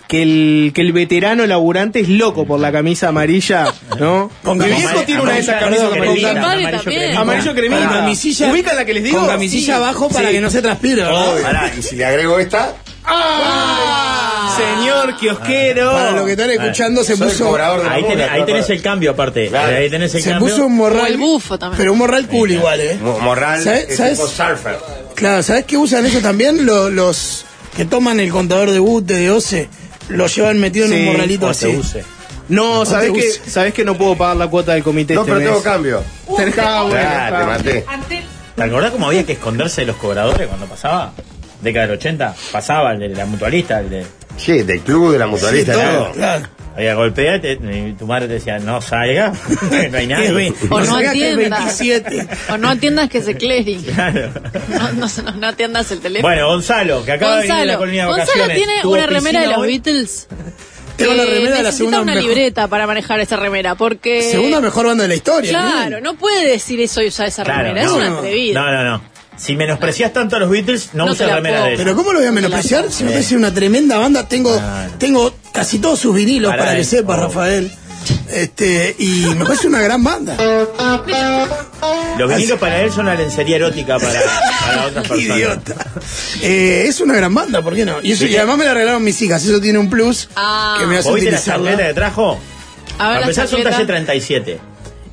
[SPEAKER 4] que el, que el veterano laburante es loco por la camisa amarilla, ¿no?
[SPEAKER 2] Con
[SPEAKER 4] Mi
[SPEAKER 2] camisa-
[SPEAKER 4] viejo tiene una de esas
[SPEAKER 3] Amarillo
[SPEAKER 4] camisas
[SPEAKER 3] cremita,
[SPEAKER 5] Mi
[SPEAKER 4] amarillas.
[SPEAKER 5] padre
[SPEAKER 3] amarillo
[SPEAKER 5] también.
[SPEAKER 3] cremita.
[SPEAKER 4] Amarillo cremita.
[SPEAKER 2] Con camisilla-
[SPEAKER 4] ¿Ubican la que les digo?
[SPEAKER 2] Con camisilla abajo para que no se transpire, ¿verdad?
[SPEAKER 1] Obvio. Pará, y si le agrego esta,
[SPEAKER 4] Ah. Señor kiosquero.
[SPEAKER 2] Para los que están escuchando, se
[SPEAKER 1] soy
[SPEAKER 2] puso...
[SPEAKER 1] cobrador de la
[SPEAKER 3] Ahí
[SPEAKER 1] mula,
[SPEAKER 3] tenés, ahí
[SPEAKER 1] claro.
[SPEAKER 3] tenés el cambio aparte.
[SPEAKER 1] Claro.
[SPEAKER 3] Ahí tenés el
[SPEAKER 2] Se
[SPEAKER 3] cambio.
[SPEAKER 2] puso un morral.
[SPEAKER 5] O el bufo también.
[SPEAKER 2] Pero un morral cool igual, ¿eh?
[SPEAKER 1] Mo- Morral
[SPEAKER 2] ¿Sabes-
[SPEAKER 1] es
[SPEAKER 2] sabes?
[SPEAKER 1] tipo surfer.
[SPEAKER 2] Claro, ¿sabes qué usan ellos también? Lo- los que toman el contador de bute de OCE, lo llevan metido en
[SPEAKER 4] Sí,
[SPEAKER 2] un morralito
[SPEAKER 3] O
[SPEAKER 2] así.
[SPEAKER 3] se use.
[SPEAKER 4] No, sabes
[SPEAKER 2] te
[SPEAKER 4] que,
[SPEAKER 2] uses.
[SPEAKER 4] sabés que no puedo pagar la cuota del comité.
[SPEAKER 1] No,
[SPEAKER 4] este
[SPEAKER 1] pero
[SPEAKER 4] mes.
[SPEAKER 1] tengo cambio.
[SPEAKER 3] Ah,
[SPEAKER 4] Está bueno,
[SPEAKER 1] Claro,
[SPEAKER 4] está.
[SPEAKER 1] te maté.
[SPEAKER 3] ¿Te acordás cómo había que esconderse de los cobradores cuando pasaba? Década del 80, pasaba el de la mutualista, el de...
[SPEAKER 1] Sí, del club, de la mutualista,
[SPEAKER 2] Sí,
[SPEAKER 1] todo.
[SPEAKER 2] todo, claro.
[SPEAKER 3] Había golpeado y tu madre te decía, no salga, no hay
[SPEAKER 2] Que
[SPEAKER 3] nadie.
[SPEAKER 2] ve-
[SPEAKER 5] O no
[SPEAKER 2] sacaste
[SPEAKER 5] atiendas.
[SPEAKER 2] 27.
[SPEAKER 5] O no atiendas que se clearing.
[SPEAKER 3] Claro.
[SPEAKER 5] No, no, no, no atiendas el teléfono.
[SPEAKER 3] Bueno, Gonzalo, que acaba de venir de la
[SPEAKER 5] Gonzalo,
[SPEAKER 3] colonia de
[SPEAKER 5] Gonzalo
[SPEAKER 3] vacaciones.
[SPEAKER 5] tiene
[SPEAKER 3] tuvo
[SPEAKER 5] una remera de
[SPEAKER 3] piscina
[SPEAKER 5] los
[SPEAKER 3] hoy.
[SPEAKER 5] Beatles.
[SPEAKER 2] Tengo la
[SPEAKER 5] Eh,
[SPEAKER 2] remera de la
[SPEAKER 5] necesita
[SPEAKER 2] segunda
[SPEAKER 5] una
[SPEAKER 2] mejor-
[SPEAKER 5] libreta para manejar esa remera, porque...
[SPEAKER 2] Segunda mejor banda de la historia.
[SPEAKER 5] Claro, no puede decir eso y usar esa
[SPEAKER 3] Claro,
[SPEAKER 5] remera, es
[SPEAKER 3] no,
[SPEAKER 5] una
[SPEAKER 2] no.
[SPEAKER 5] atrevida.
[SPEAKER 3] No, no, no. Si menosprecias tanto a los Beatles, no,
[SPEAKER 5] No
[SPEAKER 3] usas
[SPEAKER 5] te la
[SPEAKER 3] remera
[SPEAKER 5] puedo-
[SPEAKER 3] de ellos.
[SPEAKER 2] Pero ¿cómo lo voy a menospreciar? Si me parece una tremenda banda, tengo, tengo casi todos sus vinilos
[SPEAKER 3] Pará,
[SPEAKER 2] para que
[SPEAKER 3] eh.
[SPEAKER 2] sepas,
[SPEAKER 3] Oh.
[SPEAKER 2] Rafael. Este, y me parece una gran banda.
[SPEAKER 3] Los vinilos para él son una lencería erótica para, para otras personas.
[SPEAKER 2] Idiota. Eh, es una gran banda, ¿por qué no? Y, eso, y además me la regalaron mis hijas, eso tiene un plus
[SPEAKER 5] Ah.
[SPEAKER 2] que me hace
[SPEAKER 3] ¿Vos viste la chancleta
[SPEAKER 2] utilizarla.
[SPEAKER 3] que trajo?
[SPEAKER 5] A ver,
[SPEAKER 3] Para
[SPEAKER 5] la
[SPEAKER 3] empezar, son
[SPEAKER 5] chancleta.
[SPEAKER 3] talle 37.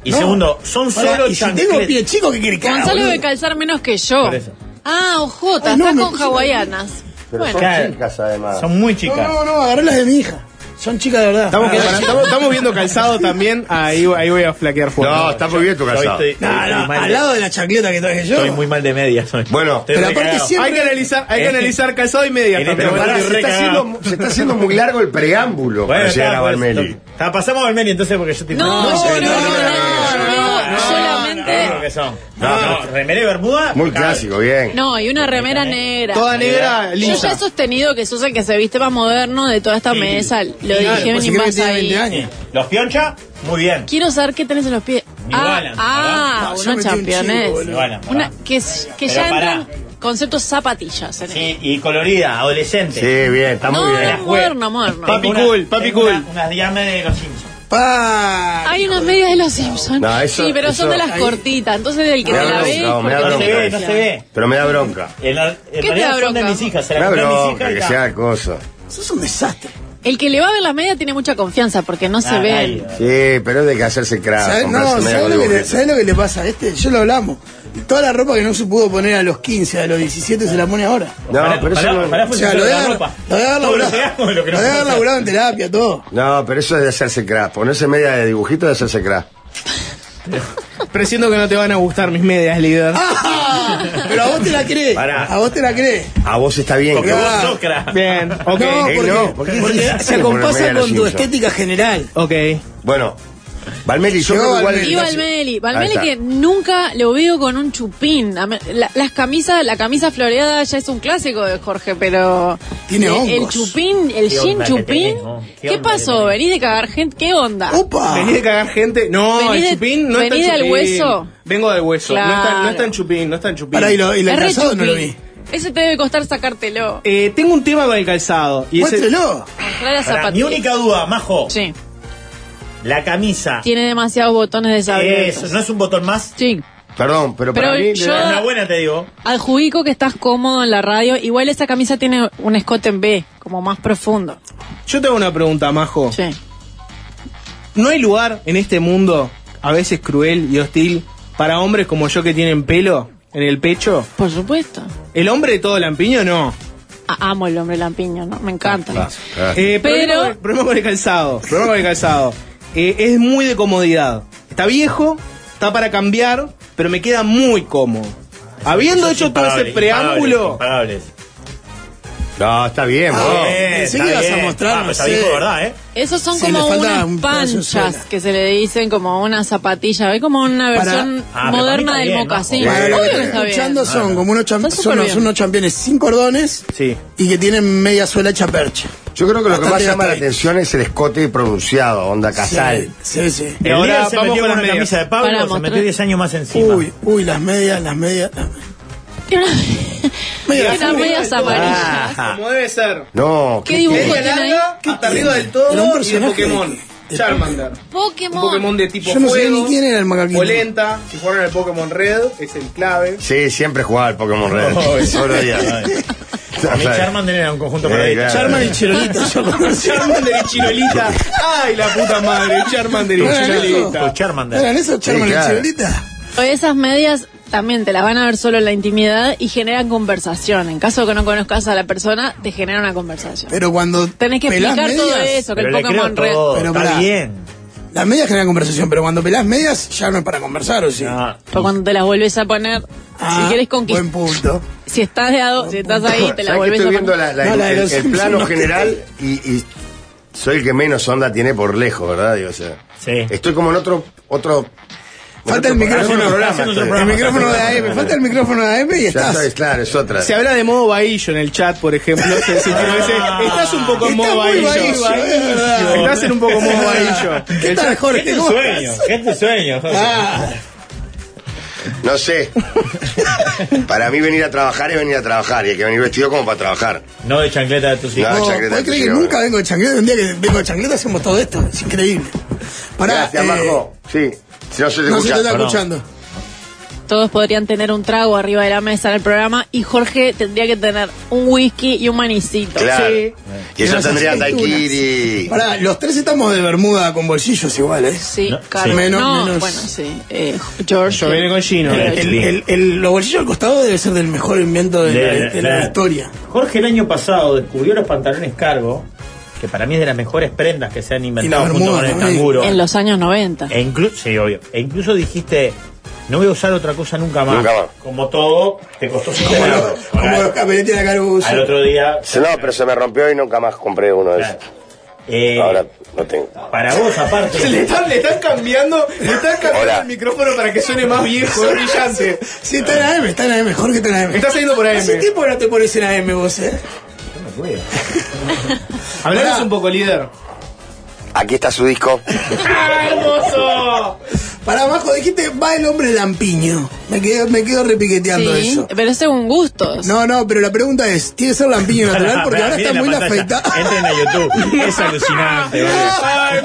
[SPEAKER 3] Y
[SPEAKER 2] No.
[SPEAKER 3] segundo, son
[SPEAKER 2] Pará,
[SPEAKER 3] solo
[SPEAKER 2] y si tengo pie
[SPEAKER 3] chancletas.
[SPEAKER 2] chico, ¿qué quiere que haga,
[SPEAKER 5] Gonzalo
[SPEAKER 2] boludo?
[SPEAKER 5] debe calzar menos que yo.
[SPEAKER 3] Por eso.
[SPEAKER 5] Ah, ojota,
[SPEAKER 2] Ay, no,
[SPEAKER 5] está
[SPEAKER 2] me
[SPEAKER 5] con
[SPEAKER 2] puse-
[SPEAKER 5] hawaianas.
[SPEAKER 1] Pero
[SPEAKER 5] Bueno,
[SPEAKER 1] son chicas, además.
[SPEAKER 3] Son muy
[SPEAKER 2] No,
[SPEAKER 3] chicas.
[SPEAKER 2] no, no, agarré las de mi hija. Son chicas de verdad.
[SPEAKER 4] Estamos, que- estamos- estamos viendo calzado también. Ahí, ahí voy a flaquear fuerte.
[SPEAKER 1] No, está muy bien tu
[SPEAKER 3] Yo
[SPEAKER 1] casado.
[SPEAKER 3] estoy-
[SPEAKER 2] No,
[SPEAKER 3] estoy
[SPEAKER 2] no,
[SPEAKER 3] mal
[SPEAKER 2] al
[SPEAKER 3] de-
[SPEAKER 2] lado de la chancleta que traje yo.
[SPEAKER 3] Estoy muy mal de medias hoy.
[SPEAKER 1] Bueno,
[SPEAKER 3] Estoy
[SPEAKER 2] pero
[SPEAKER 3] re
[SPEAKER 2] aparte
[SPEAKER 3] cagado.
[SPEAKER 2] siempre-
[SPEAKER 4] Hay que analizar, hay que analizar calzado y media.
[SPEAKER 3] En este
[SPEAKER 4] también.
[SPEAKER 1] Pero pará,
[SPEAKER 3] Estoy
[SPEAKER 1] se,
[SPEAKER 3] re
[SPEAKER 1] está
[SPEAKER 3] cagado.
[SPEAKER 1] haciendo, se está haciendo muy largo el preámbulo
[SPEAKER 3] Bueno,
[SPEAKER 1] para
[SPEAKER 3] está,
[SPEAKER 1] llegar a
[SPEAKER 3] pues,
[SPEAKER 1] Valmeli.
[SPEAKER 3] está, pasamos a Valmeli entonces porque yo te
[SPEAKER 5] No,
[SPEAKER 3] no,
[SPEAKER 5] no,
[SPEAKER 1] no, no,
[SPEAKER 5] no, no, no, Ah, yo solamente-
[SPEAKER 3] no, que son. No, no, remera y bermuda.
[SPEAKER 1] Muy
[SPEAKER 3] cabe.
[SPEAKER 1] clásico, bien.
[SPEAKER 5] No, y una remera negra.
[SPEAKER 4] Toda negra,
[SPEAKER 5] Yo ya
[SPEAKER 4] lisa.
[SPEAKER 5] he sostenido que se usa el que se viste más moderno de toda esta mesa. Lo
[SPEAKER 2] Claro,
[SPEAKER 5] dije
[SPEAKER 2] pues, si
[SPEAKER 5] ni
[SPEAKER 2] creo que
[SPEAKER 5] más
[SPEAKER 2] tiene
[SPEAKER 5] ahí.
[SPEAKER 2] 20 años.
[SPEAKER 3] Sí. Los pioncha, muy bien.
[SPEAKER 5] Quiero saber qué tenés en los pies.
[SPEAKER 3] New
[SPEAKER 5] Ah,
[SPEAKER 3] Balance,
[SPEAKER 5] ah,
[SPEAKER 2] ¿verdad? Ah, yo
[SPEAKER 5] una
[SPEAKER 2] metí un chivo,
[SPEAKER 5] championés.
[SPEAKER 2] boludo.
[SPEAKER 3] New Balance,
[SPEAKER 5] Una
[SPEAKER 3] pará.
[SPEAKER 5] que, que
[SPEAKER 3] Pero
[SPEAKER 5] ya
[SPEAKER 3] pará.
[SPEAKER 5] entran concepto zapatillas. en
[SPEAKER 3] Sí, y colorida, adolescente.
[SPEAKER 1] Sí, bien, está
[SPEAKER 5] No,
[SPEAKER 1] muy bien.
[SPEAKER 5] no, moderno, moderno.
[SPEAKER 4] Papi
[SPEAKER 3] Tengo
[SPEAKER 4] cool, papi
[SPEAKER 3] tengo
[SPEAKER 4] cool.
[SPEAKER 3] una- unas diames de los Simpsons.
[SPEAKER 2] Pa.
[SPEAKER 5] Hay unas medias de los Simpsons.
[SPEAKER 1] No, eso-
[SPEAKER 5] sí, pero son
[SPEAKER 1] eso-
[SPEAKER 5] de las
[SPEAKER 1] ahí-
[SPEAKER 5] cortitas. Entonces, el que
[SPEAKER 1] Me
[SPEAKER 5] te
[SPEAKER 1] da
[SPEAKER 5] la ve.
[SPEAKER 1] bronca,
[SPEAKER 5] es
[SPEAKER 1] me da
[SPEAKER 5] porque
[SPEAKER 3] No
[SPEAKER 5] te
[SPEAKER 3] se
[SPEAKER 1] bronca.
[SPEAKER 3] ve,
[SPEAKER 5] aprecia.
[SPEAKER 3] no se ve.
[SPEAKER 1] Pero me da bronca.
[SPEAKER 3] En, la, en
[SPEAKER 5] te
[SPEAKER 3] realidad
[SPEAKER 5] da
[SPEAKER 3] son de
[SPEAKER 5] bronca?
[SPEAKER 3] mis hijas, se
[SPEAKER 1] Me
[SPEAKER 3] la
[SPEAKER 1] da
[SPEAKER 3] compré a mis
[SPEAKER 1] bronca
[SPEAKER 3] hijas y
[SPEAKER 1] que
[SPEAKER 3] la-
[SPEAKER 1] sea cosa.
[SPEAKER 2] Sos un desastre.
[SPEAKER 5] El que le va a ver las medias tiene mucha confianza porque no se
[SPEAKER 3] Ah,
[SPEAKER 5] ven.
[SPEAKER 3] ahí,
[SPEAKER 1] Sí, pero es de que hacerse
[SPEAKER 3] Ah,
[SPEAKER 1] crack.
[SPEAKER 2] ¿Sabes? No,
[SPEAKER 1] comprarse media
[SPEAKER 2] ¿sabes lo, que le,
[SPEAKER 1] colibrí.
[SPEAKER 2] sabés lo que le pasa a este? Yo lo hablamos. Toda la ropa que no se pudo poner a los 15, a los 17, se la pone ahora.
[SPEAKER 1] No,
[SPEAKER 3] Ojalá-
[SPEAKER 1] pero eso
[SPEAKER 3] ojalá-
[SPEAKER 1] no-
[SPEAKER 3] ojalá
[SPEAKER 2] O sea,
[SPEAKER 3] funcione
[SPEAKER 2] lo
[SPEAKER 3] lo
[SPEAKER 2] debe
[SPEAKER 3] de la
[SPEAKER 2] haber
[SPEAKER 3] ropa.
[SPEAKER 2] lo debe haber
[SPEAKER 3] Todo lo
[SPEAKER 2] laburado-
[SPEAKER 3] que hagamos, lo
[SPEAKER 2] lo
[SPEAKER 3] que nos
[SPEAKER 2] debe haber
[SPEAKER 3] pasa.
[SPEAKER 2] laburado en terapia, todo.
[SPEAKER 1] No, pero eso es de hacerse crack. Ponerse media de dibujito es de hacerse crack.
[SPEAKER 4] Presiento que no te van a gustar mis medias, líder.
[SPEAKER 2] ¡Ah! Pero a vos te la crees.
[SPEAKER 1] Pará.
[SPEAKER 2] A vos te la crees.
[SPEAKER 1] A vos está bien.
[SPEAKER 3] Porque
[SPEAKER 1] que
[SPEAKER 3] vos
[SPEAKER 1] vos-
[SPEAKER 3] sos crack.
[SPEAKER 4] Bien, ok.
[SPEAKER 1] Eh, no, ¿por qué
[SPEAKER 2] Porque
[SPEAKER 1] se- se
[SPEAKER 2] se
[SPEAKER 1] le pone media
[SPEAKER 2] compasa
[SPEAKER 1] a los
[SPEAKER 2] con tu
[SPEAKER 1] Simpsons?
[SPEAKER 2] estética general.
[SPEAKER 4] Ok.
[SPEAKER 1] Bueno, Valmeli, yo
[SPEAKER 2] Yo,
[SPEAKER 1] creo que igual...
[SPEAKER 2] Valmeli.
[SPEAKER 5] Y
[SPEAKER 2] Iba
[SPEAKER 5] Valmeli,
[SPEAKER 1] Ahí
[SPEAKER 5] Valmeli
[SPEAKER 1] está.
[SPEAKER 5] que nunca lo veo con un chupín. A me- la- las camisas, la camisa floreada ya es un clásico de Jorge, pero
[SPEAKER 2] Tiene
[SPEAKER 5] el, el
[SPEAKER 2] hongos.
[SPEAKER 5] chupín, el
[SPEAKER 3] ¿Qué
[SPEAKER 5] jean
[SPEAKER 3] onda que
[SPEAKER 5] chupín,
[SPEAKER 3] tenés, no? ¿Qué onda
[SPEAKER 5] ¿qué,
[SPEAKER 3] que
[SPEAKER 5] pasó?
[SPEAKER 3] tenés?
[SPEAKER 5] ¿Venís de cagar gente? ¿Qué onda?
[SPEAKER 2] ¡Opa!
[SPEAKER 4] Vení de cagar gente. No,
[SPEAKER 5] Vení de-
[SPEAKER 4] el chupín no
[SPEAKER 5] vení
[SPEAKER 4] está en
[SPEAKER 5] del
[SPEAKER 4] chupín.
[SPEAKER 5] hueso.
[SPEAKER 4] Vengo del hueso. No, está, no
[SPEAKER 5] Claro.
[SPEAKER 4] está en chupín, no está en chupín.
[SPEAKER 2] Pará, y lo, y lo
[SPEAKER 5] Es re
[SPEAKER 2] engrasado no lo vi.
[SPEAKER 5] chupín. Ese te debe costar sacártelo.
[SPEAKER 4] Eh, tengo un tema con el calzado. Y ese-
[SPEAKER 2] Muéstrelo.
[SPEAKER 5] Mostrar las
[SPEAKER 3] Pará, mi
[SPEAKER 5] zapatillas.
[SPEAKER 3] única duda, Majo,
[SPEAKER 5] Sí,
[SPEAKER 3] la camisa.
[SPEAKER 5] tiene demasiados botones
[SPEAKER 3] Eso,
[SPEAKER 5] desabiertos.
[SPEAKER 3] ¿no es un botón más?
[SPEAKER 5] Sí,
[SPEAKER 1] Perdón, pero para
[SPEAKER 5] Pero
[SPEAKER 1] mí...
[SPEAKER 5] yo-
[SPEAKER 3] Una buena te digo.
[SPEAKER 5] adjudico que estás cómodo en la radio. Igual esa camisa tiene un escote en B, como más profundo.
[SPEAKER 4] Yo tengo una pregunta, Majo.
[SPEAKER 5] Sí.
[SPEAKER 4] ¿No hay lugar en este mundo, a veces cruel y hostil, para hombres como yo que tienen pelo en el pecho?
[SPEAKER 5] Por supuesto.
[SPEAKER 4] ¿El hombre de todo lampiño? No.
[SPEAKER 5] A- amo el hombre lampiño, ¿no? Me encanta.
[SPEAKER 1] Ah.
[SPEAKER 4] Eh, problema,
[SPEAKER 5] Pero-
[SPEAKER 4] con, problema con el calzado. Problema con el calzado. Eh, es muy de comodidad. Está viejo, está para cambiar, pero me queda muy cómodo. Habiendo
[SPEAKER 3] Sos
[SPEAKER 4] hecho todo
[SPEAKER 3] impagable,
[SPEAKER 4] ese preámbulo,
[SPEAKER 3] impagable, impagables.
[SPEAKER 1] No, está bien,
[SPEAKER 2] Ah,
[SPEAKER 1] vos.
[SPEAKER 2] bien. Pensé
[SPEAKER 3] está
[SPEAKER 2] que ibas a
[SPEAKER 3] bien.
[SPEAKER 2] mostrar,
[SPEAKER 3] Ah,
[SPEAKER 2] no
[SPEAKER 3] pues
[SPEAKER 2] sé.
[SPEAKER 3] está viejo, ¿verdad, eh?
[SPEAKER 5] Esos son
[SPEAKER 2] Sí,
[SPEAKER 5] como
[SPEAKER 2] le falta
[SPEAKER 5] unas
[SPEAKER 2] un
[SPEAKER 5] panchas
[SPEAKER 2] pasozuela.
[SPEAKER 5] que se le dicen como una zapatilla. Hay como una
[SPEAKER 2] Para-
[SPEAKER 5] versión
[SPEAKER 3] Ah, pero para mí
[SPEAKER 5] moderna
[SPEAKER 3] está
[SPEAKER 5] del
[SPEAKER 3] bien, ¿no?
[SPEAKER 5] mocasín.
[SPEAKER 1] Para
[SPEAKER 2] Para
[SPEAKER 1] lo
[SPEAKER 5] Obvio
[SPEAKER 2] los
[SPEAKER 1] que
[SPEAKER 5] que
[SPEAKER 2] que
[SPEAKER 5] está
[SPEAKER 2] están
[SPEAKER 5] bien.
[SPEAKER 2] escuchando son como unos, champ-
[SPEAKER 5] Está súper
[SPEAKER 2] son unos,
[SPEAKER 5] bien.
[SPEAKER 2] unos championes sin cordones
[SPEAKER 4] Sí.
[SPEAKER 2] y que tienen media suela hecha percha.
[SPEAKER 1] Yo creo que lo que más
[SPEAKER 2] Bastante
[SPEAKER 1] llama la
[SPEAKER 2] gastadito.
[SPEAKER 1] atención es el escote pronunciado, onda casal. Eh,
[SPEAKER 2] Sí, sí.
[SPEAKER 4] Y
[SPEAKER 3] El
[SPEAKER 4] ahora
[SPEAKER 3] líder se
[SPEAKER 4] vamos con las
[SPEAKER 3] metió con una
[SPEAKER 4] medias.
[SPEAKER 3] camisa de
[SPEAKER 5] Para
[SPEAKER 3] Pablo, se
[SPEAKER 5] mostrar.
[SPEAKER 3] metió 10 años más encima.
[SPEAKER 2] Uy, uy, las medias, las medias. las medias.
[SPEAKER 5] Tiene una-
[SPEAKER 2] Media
[SPEAKER 5] tiene unas
[SPEAKER 2] fuga,
[SPEAKER 5] medias
[SPEAKER 4] todo.
[SPEAKER 5] amarillas.
[SPEAKER 1] Ah.
[SPEAKER 4] como debe ser.
[SPEAKER 1] No,
[SPEAKER 5] ¿Qué dibujo
[SPEAKER 4] Media
[SPEAKER 5] tiene ahí?
[SPEAKER 4] larga, hasta arriba del
[SPEAKER 2] Era un
[SPEAKER 4] todo y de
[SPEAKER 2] personaje
[SPEAKER 4] Pokémon.
[SPEAKER 2] de-
[SPEAKER 4] Charmander. Un
[SPEAKER 5] Pokémon.
[SPEAKER 4] Pokémon de tipo
[SPEAKER 2] Yo no sé
[SPEAKER 4] fuego.
[SPEAKER 2] ni quién era el macaquito.
[SPEAKER 4] Polenta. Si fueron el Pokémon Red, es el clave.
[SPEAKER 1] Sí, siempre jugaba al Pokémon
[SPEAKER 2] Oh,
[SPEAKER 1] Red. Todos los días.
[SPEAKER 3] A mí
[SPEAKER 1] O sea,
[SPEAKER 3] Charmander era un conjunto
[SPEAKER 1] Eh,
[SPEAKER 3] para
[SPEAKER 1] claro.
[SPEAKER 2] Charman y Chirolita, yo lo conocí.
[SPEAKER 4] Charmander y Chirolita. Ay, la puta madre. Charmander y
[SPEAKER 2] ¿No eran
[SPEAKER 4] Chirolita.
[SPEAKER 3] Con Charmander.
[SPEAKER 2] ¿Eran esos Charman
[SPEAKER 1] Sí, claro.
[SPEAKER 2] y Chirolita?
[SPEAKER 5] Esas medias también te las van a ver solo en la intimidad y generan conversación. En caso de que no conozcas a la persona, te genera una conversación.
[SPEAKER 2] Pero cuando
[SPEAKER 5] Tenés que
[SPEAKER 2] pelás
[SPEAKER 5] explicar todo
[SPEAKER 2] medias-
[SPEAKER 5] eso, que
[SPEAKER 3] Pero
[SPEAKER 5] el
[SPEAKER 3] le creo
[SPEAKER 5] Pokémon Red.
[SPEAKER 3] todo,
[SPEAKER 2] Pero
[SPEAKER 3] está
[SPEAKER 2] pará.
[SPEAKER 3] bien.
[SPEAKER 2] Las medias generan conversación, pero cuando pelás medias ya no es para conversar, ¿o sí?
[SPEAKER 3] Ah,
[SPEAKER 5] Pero cuando te las volvés a poner,
[SPEAKER 2] Ah,
[SPEAKER 5] si querés
[SPEAKER 2] Buen
[SPEAKER 5] conquistar,
[SPEAKER 2] punto.
[SPEAKER 5] si estás de a dos, si estás ahí, te
[SPEAKER 1] ¿Sabes que
[SPEAKER 5] las volvés a
[SPEAKER 1] estoy
[SPEAKER 5] poner.
[SPEAKER 1] viendo la- la-
[SPEAKER 2] No, la de
[SPEAKER 1] el,
[SPEAKER 2] los
[SPEAKER 1] el
[SPEAKER 2] Simpsons,
[SPEAKER 1] plano
[SPEAKER 2] no, que-
[SPEAKER 1] general y, y soy el que menos onda tiene por lejos, ¿verdad? Digo, o sea,
[SPEAKER 3] Sí.
[SPEAKER 1] Estoy como en otro... otro
[SPEAKER 2] Falta el
[SPEAKER 1] otro-
[SPEAKER 2] micrófono.
[SPEAKER 1] otro programa
[SPEAKER 3] Haciendo otro
[SPEAKER 1] estoy.
[SPEAKER 2] El
[SPEAKER 3] programa.
[SPEAKER 2] micrófono de AM, falta el micrófono de AM y
[SPEAKER 1] Ya sabes,
[SPEAKER 2] estás.
[SPEAKER 1] claro, es otra. Ah.
[SPEAKER 4] Se habla de modo bahillo en el chat, por ejemplo. Se- se- se- se- estás un poco en
[SPEAKER 2] Estás
[SPEAKER 4] modo
[SPEAKER 2] muy eh.
[SPEAKER 4] bahillo.
[SPEAKER 2] bahillo, es verdad.
[SPEAKER 4] Estás en un poco modo bahillo.
[SPEAKER 2] ¿Qué tal,
[SPEAKER 3] ¿Qué
[SPEAKER 2] Jorge?
[SPEAKER 3] es tu
[SPEAKER 2] ¿Cómo
[SPEAKER 3] sueño?
[SPEAKER 2] estás?
[SPEAKER 3] ¿Qué es tu sueño? Jorge?
[SPEAKER 2] Ah,
[SPEAKER 1] No sé. para mí venir a trabajar es venir a trabajar y hay que venir vestido como para trabajar.
[SPEAKER 3] No de chancleta de tus hijos.
[SPEAKER 1] No,
[SPEAKER 2] no,
[SPEAKER 1] chancleta,
[SPEAKER 2] ¿podés creer que
[SPEAKER 1] sí,
[SPEAKER 2] nunca
[SPEAKER 1] bueno.
[SPEAKER 2] vengo de chancleta? Un día que vengo de chancleta hacemos todo esto. Es increíble. Pará,
[SPEAKER 1] Gracias,
[SPEAKER 2] eh,
[SPEAKER 1] Marco. Sí. Si no se te
[SPEAKER 2] No se
[SPEAKER 1] escucha.
[SPEAKER 2] te está
[SPEAKER 1] Perdón.
[SPEAKER 2] escuchando.
[SPEAKER 5] Todos podrían tener un trago arriba de la mesa en el programa y Jorge tendría que tener un whisky y un manicito.
[SPEAKER 1] Claro.
[SPEAKER 4] Sí.
[SPEAKER 1] Y eso
[SPEAKER 2] Las
[SPEAKER 1] tendría
[SPEAKER 2] aceitunas.
[SPEAKER 1] Taikiri.
[SPEAKER 2] Pará, los tres estamos de bermuda con bolsillos igual, ¿eh?
[SPEAKER 5] Sí,
[SPEAKER 3] No,
[SPEAKER 5] Carlos.
[SPEAKER 2] sí. Menos-
[SPEAKER 5] no,
[SPEAKER 2] menos-
[SPEAKER 5] bueno, sí. Eh, George.
[SPEAKER 4] Yo viene con Gino.
[SPEAKER 5] Eh,
[SPEAKER 2] El, el- el- los bolsillos al costado debe ser del mejor invento de, la, de la historia.
[SPEAKER 3] Jorge el año pasado descubrió los pantalones cargo, que para mí es de las mejores prendas que se han
[SPEAKER 2] Y
[SPEAKER 3] inventado
[SPEAKER 2] la
[SPEAKER 3] junto
[SPEAKER 2] bermuda
[SPEAKER 3] con el
[SPEAKER 2] también.
[SPEAKER 3] canguro.
[SPEAKER 5] En los años 90.
[SPEAKER 3] E incluso, sí, obvio. E incluso dijiste, no voy a usar otra cosa nunca más.
[SPEAKER 1] Nunca más.
[SPEAKER 3] Como todo, te costó cinco
[SPEAKER 2] Como
[SPEAKER 3] euros.
[SPEAKER 2] los, como los camionetes de acá Argus.
[SPEAKER 3] Al otro día.
[SPEAKER 1] Se- No, pero se me rompió y nunca más compré uno de esos.
[SPEAKER 3] eh,
[SPEAKER 1] Ahora no tengo.
[SPEAKER 3] Para vos, aparte.
[SPEAKER 4] Le están, le están cambiando, le están cambiando
[SPEAKER 1] Hola.
[SPEAKER 4] el micrófono para que suene más viejo, eh. es brillante.
[SPEAKER 2] Sí, está en AM, está en AM, mejor que está en AM.
[SPEAKER 4] Está saliendo por AM.
[SPEAKER 2] Hace tiempo no te pones en AM vos, ¿eh?
[SPEAKER 4] Hablaros
[SPEAKER 2] Pará.
[SPEAKER 4] un poco, líder.
[SPEAKER 1] Aquí está su disco.
[SPEAKER 4] ¡Ah, hermoso!
[SPEAKER 2] Para abajo dijiste, va el hombre lampiño. Me quedo, me quedo repiqueteando
[SPEAKER 5] Sí,
[SPEAKER 2] eso.
[SPEAKER 5] pero es según gustos.
[SPEAKER 2] No, no, pero la pregunta es, ¿tiene que ser lampiño natural? Porque ahora
[SPEAKER 3] Miren
[SPEAKER 2] está
[SPEAKER 3] la
[SPEAKER 2] muy
[SPEAKER 3] pantalla.
[SPEAKER 2] afeitado.
[SPEAKER 3] Entren a YouTube. Es alucinante, vale.
[SPEAKER 4] ¡Ay,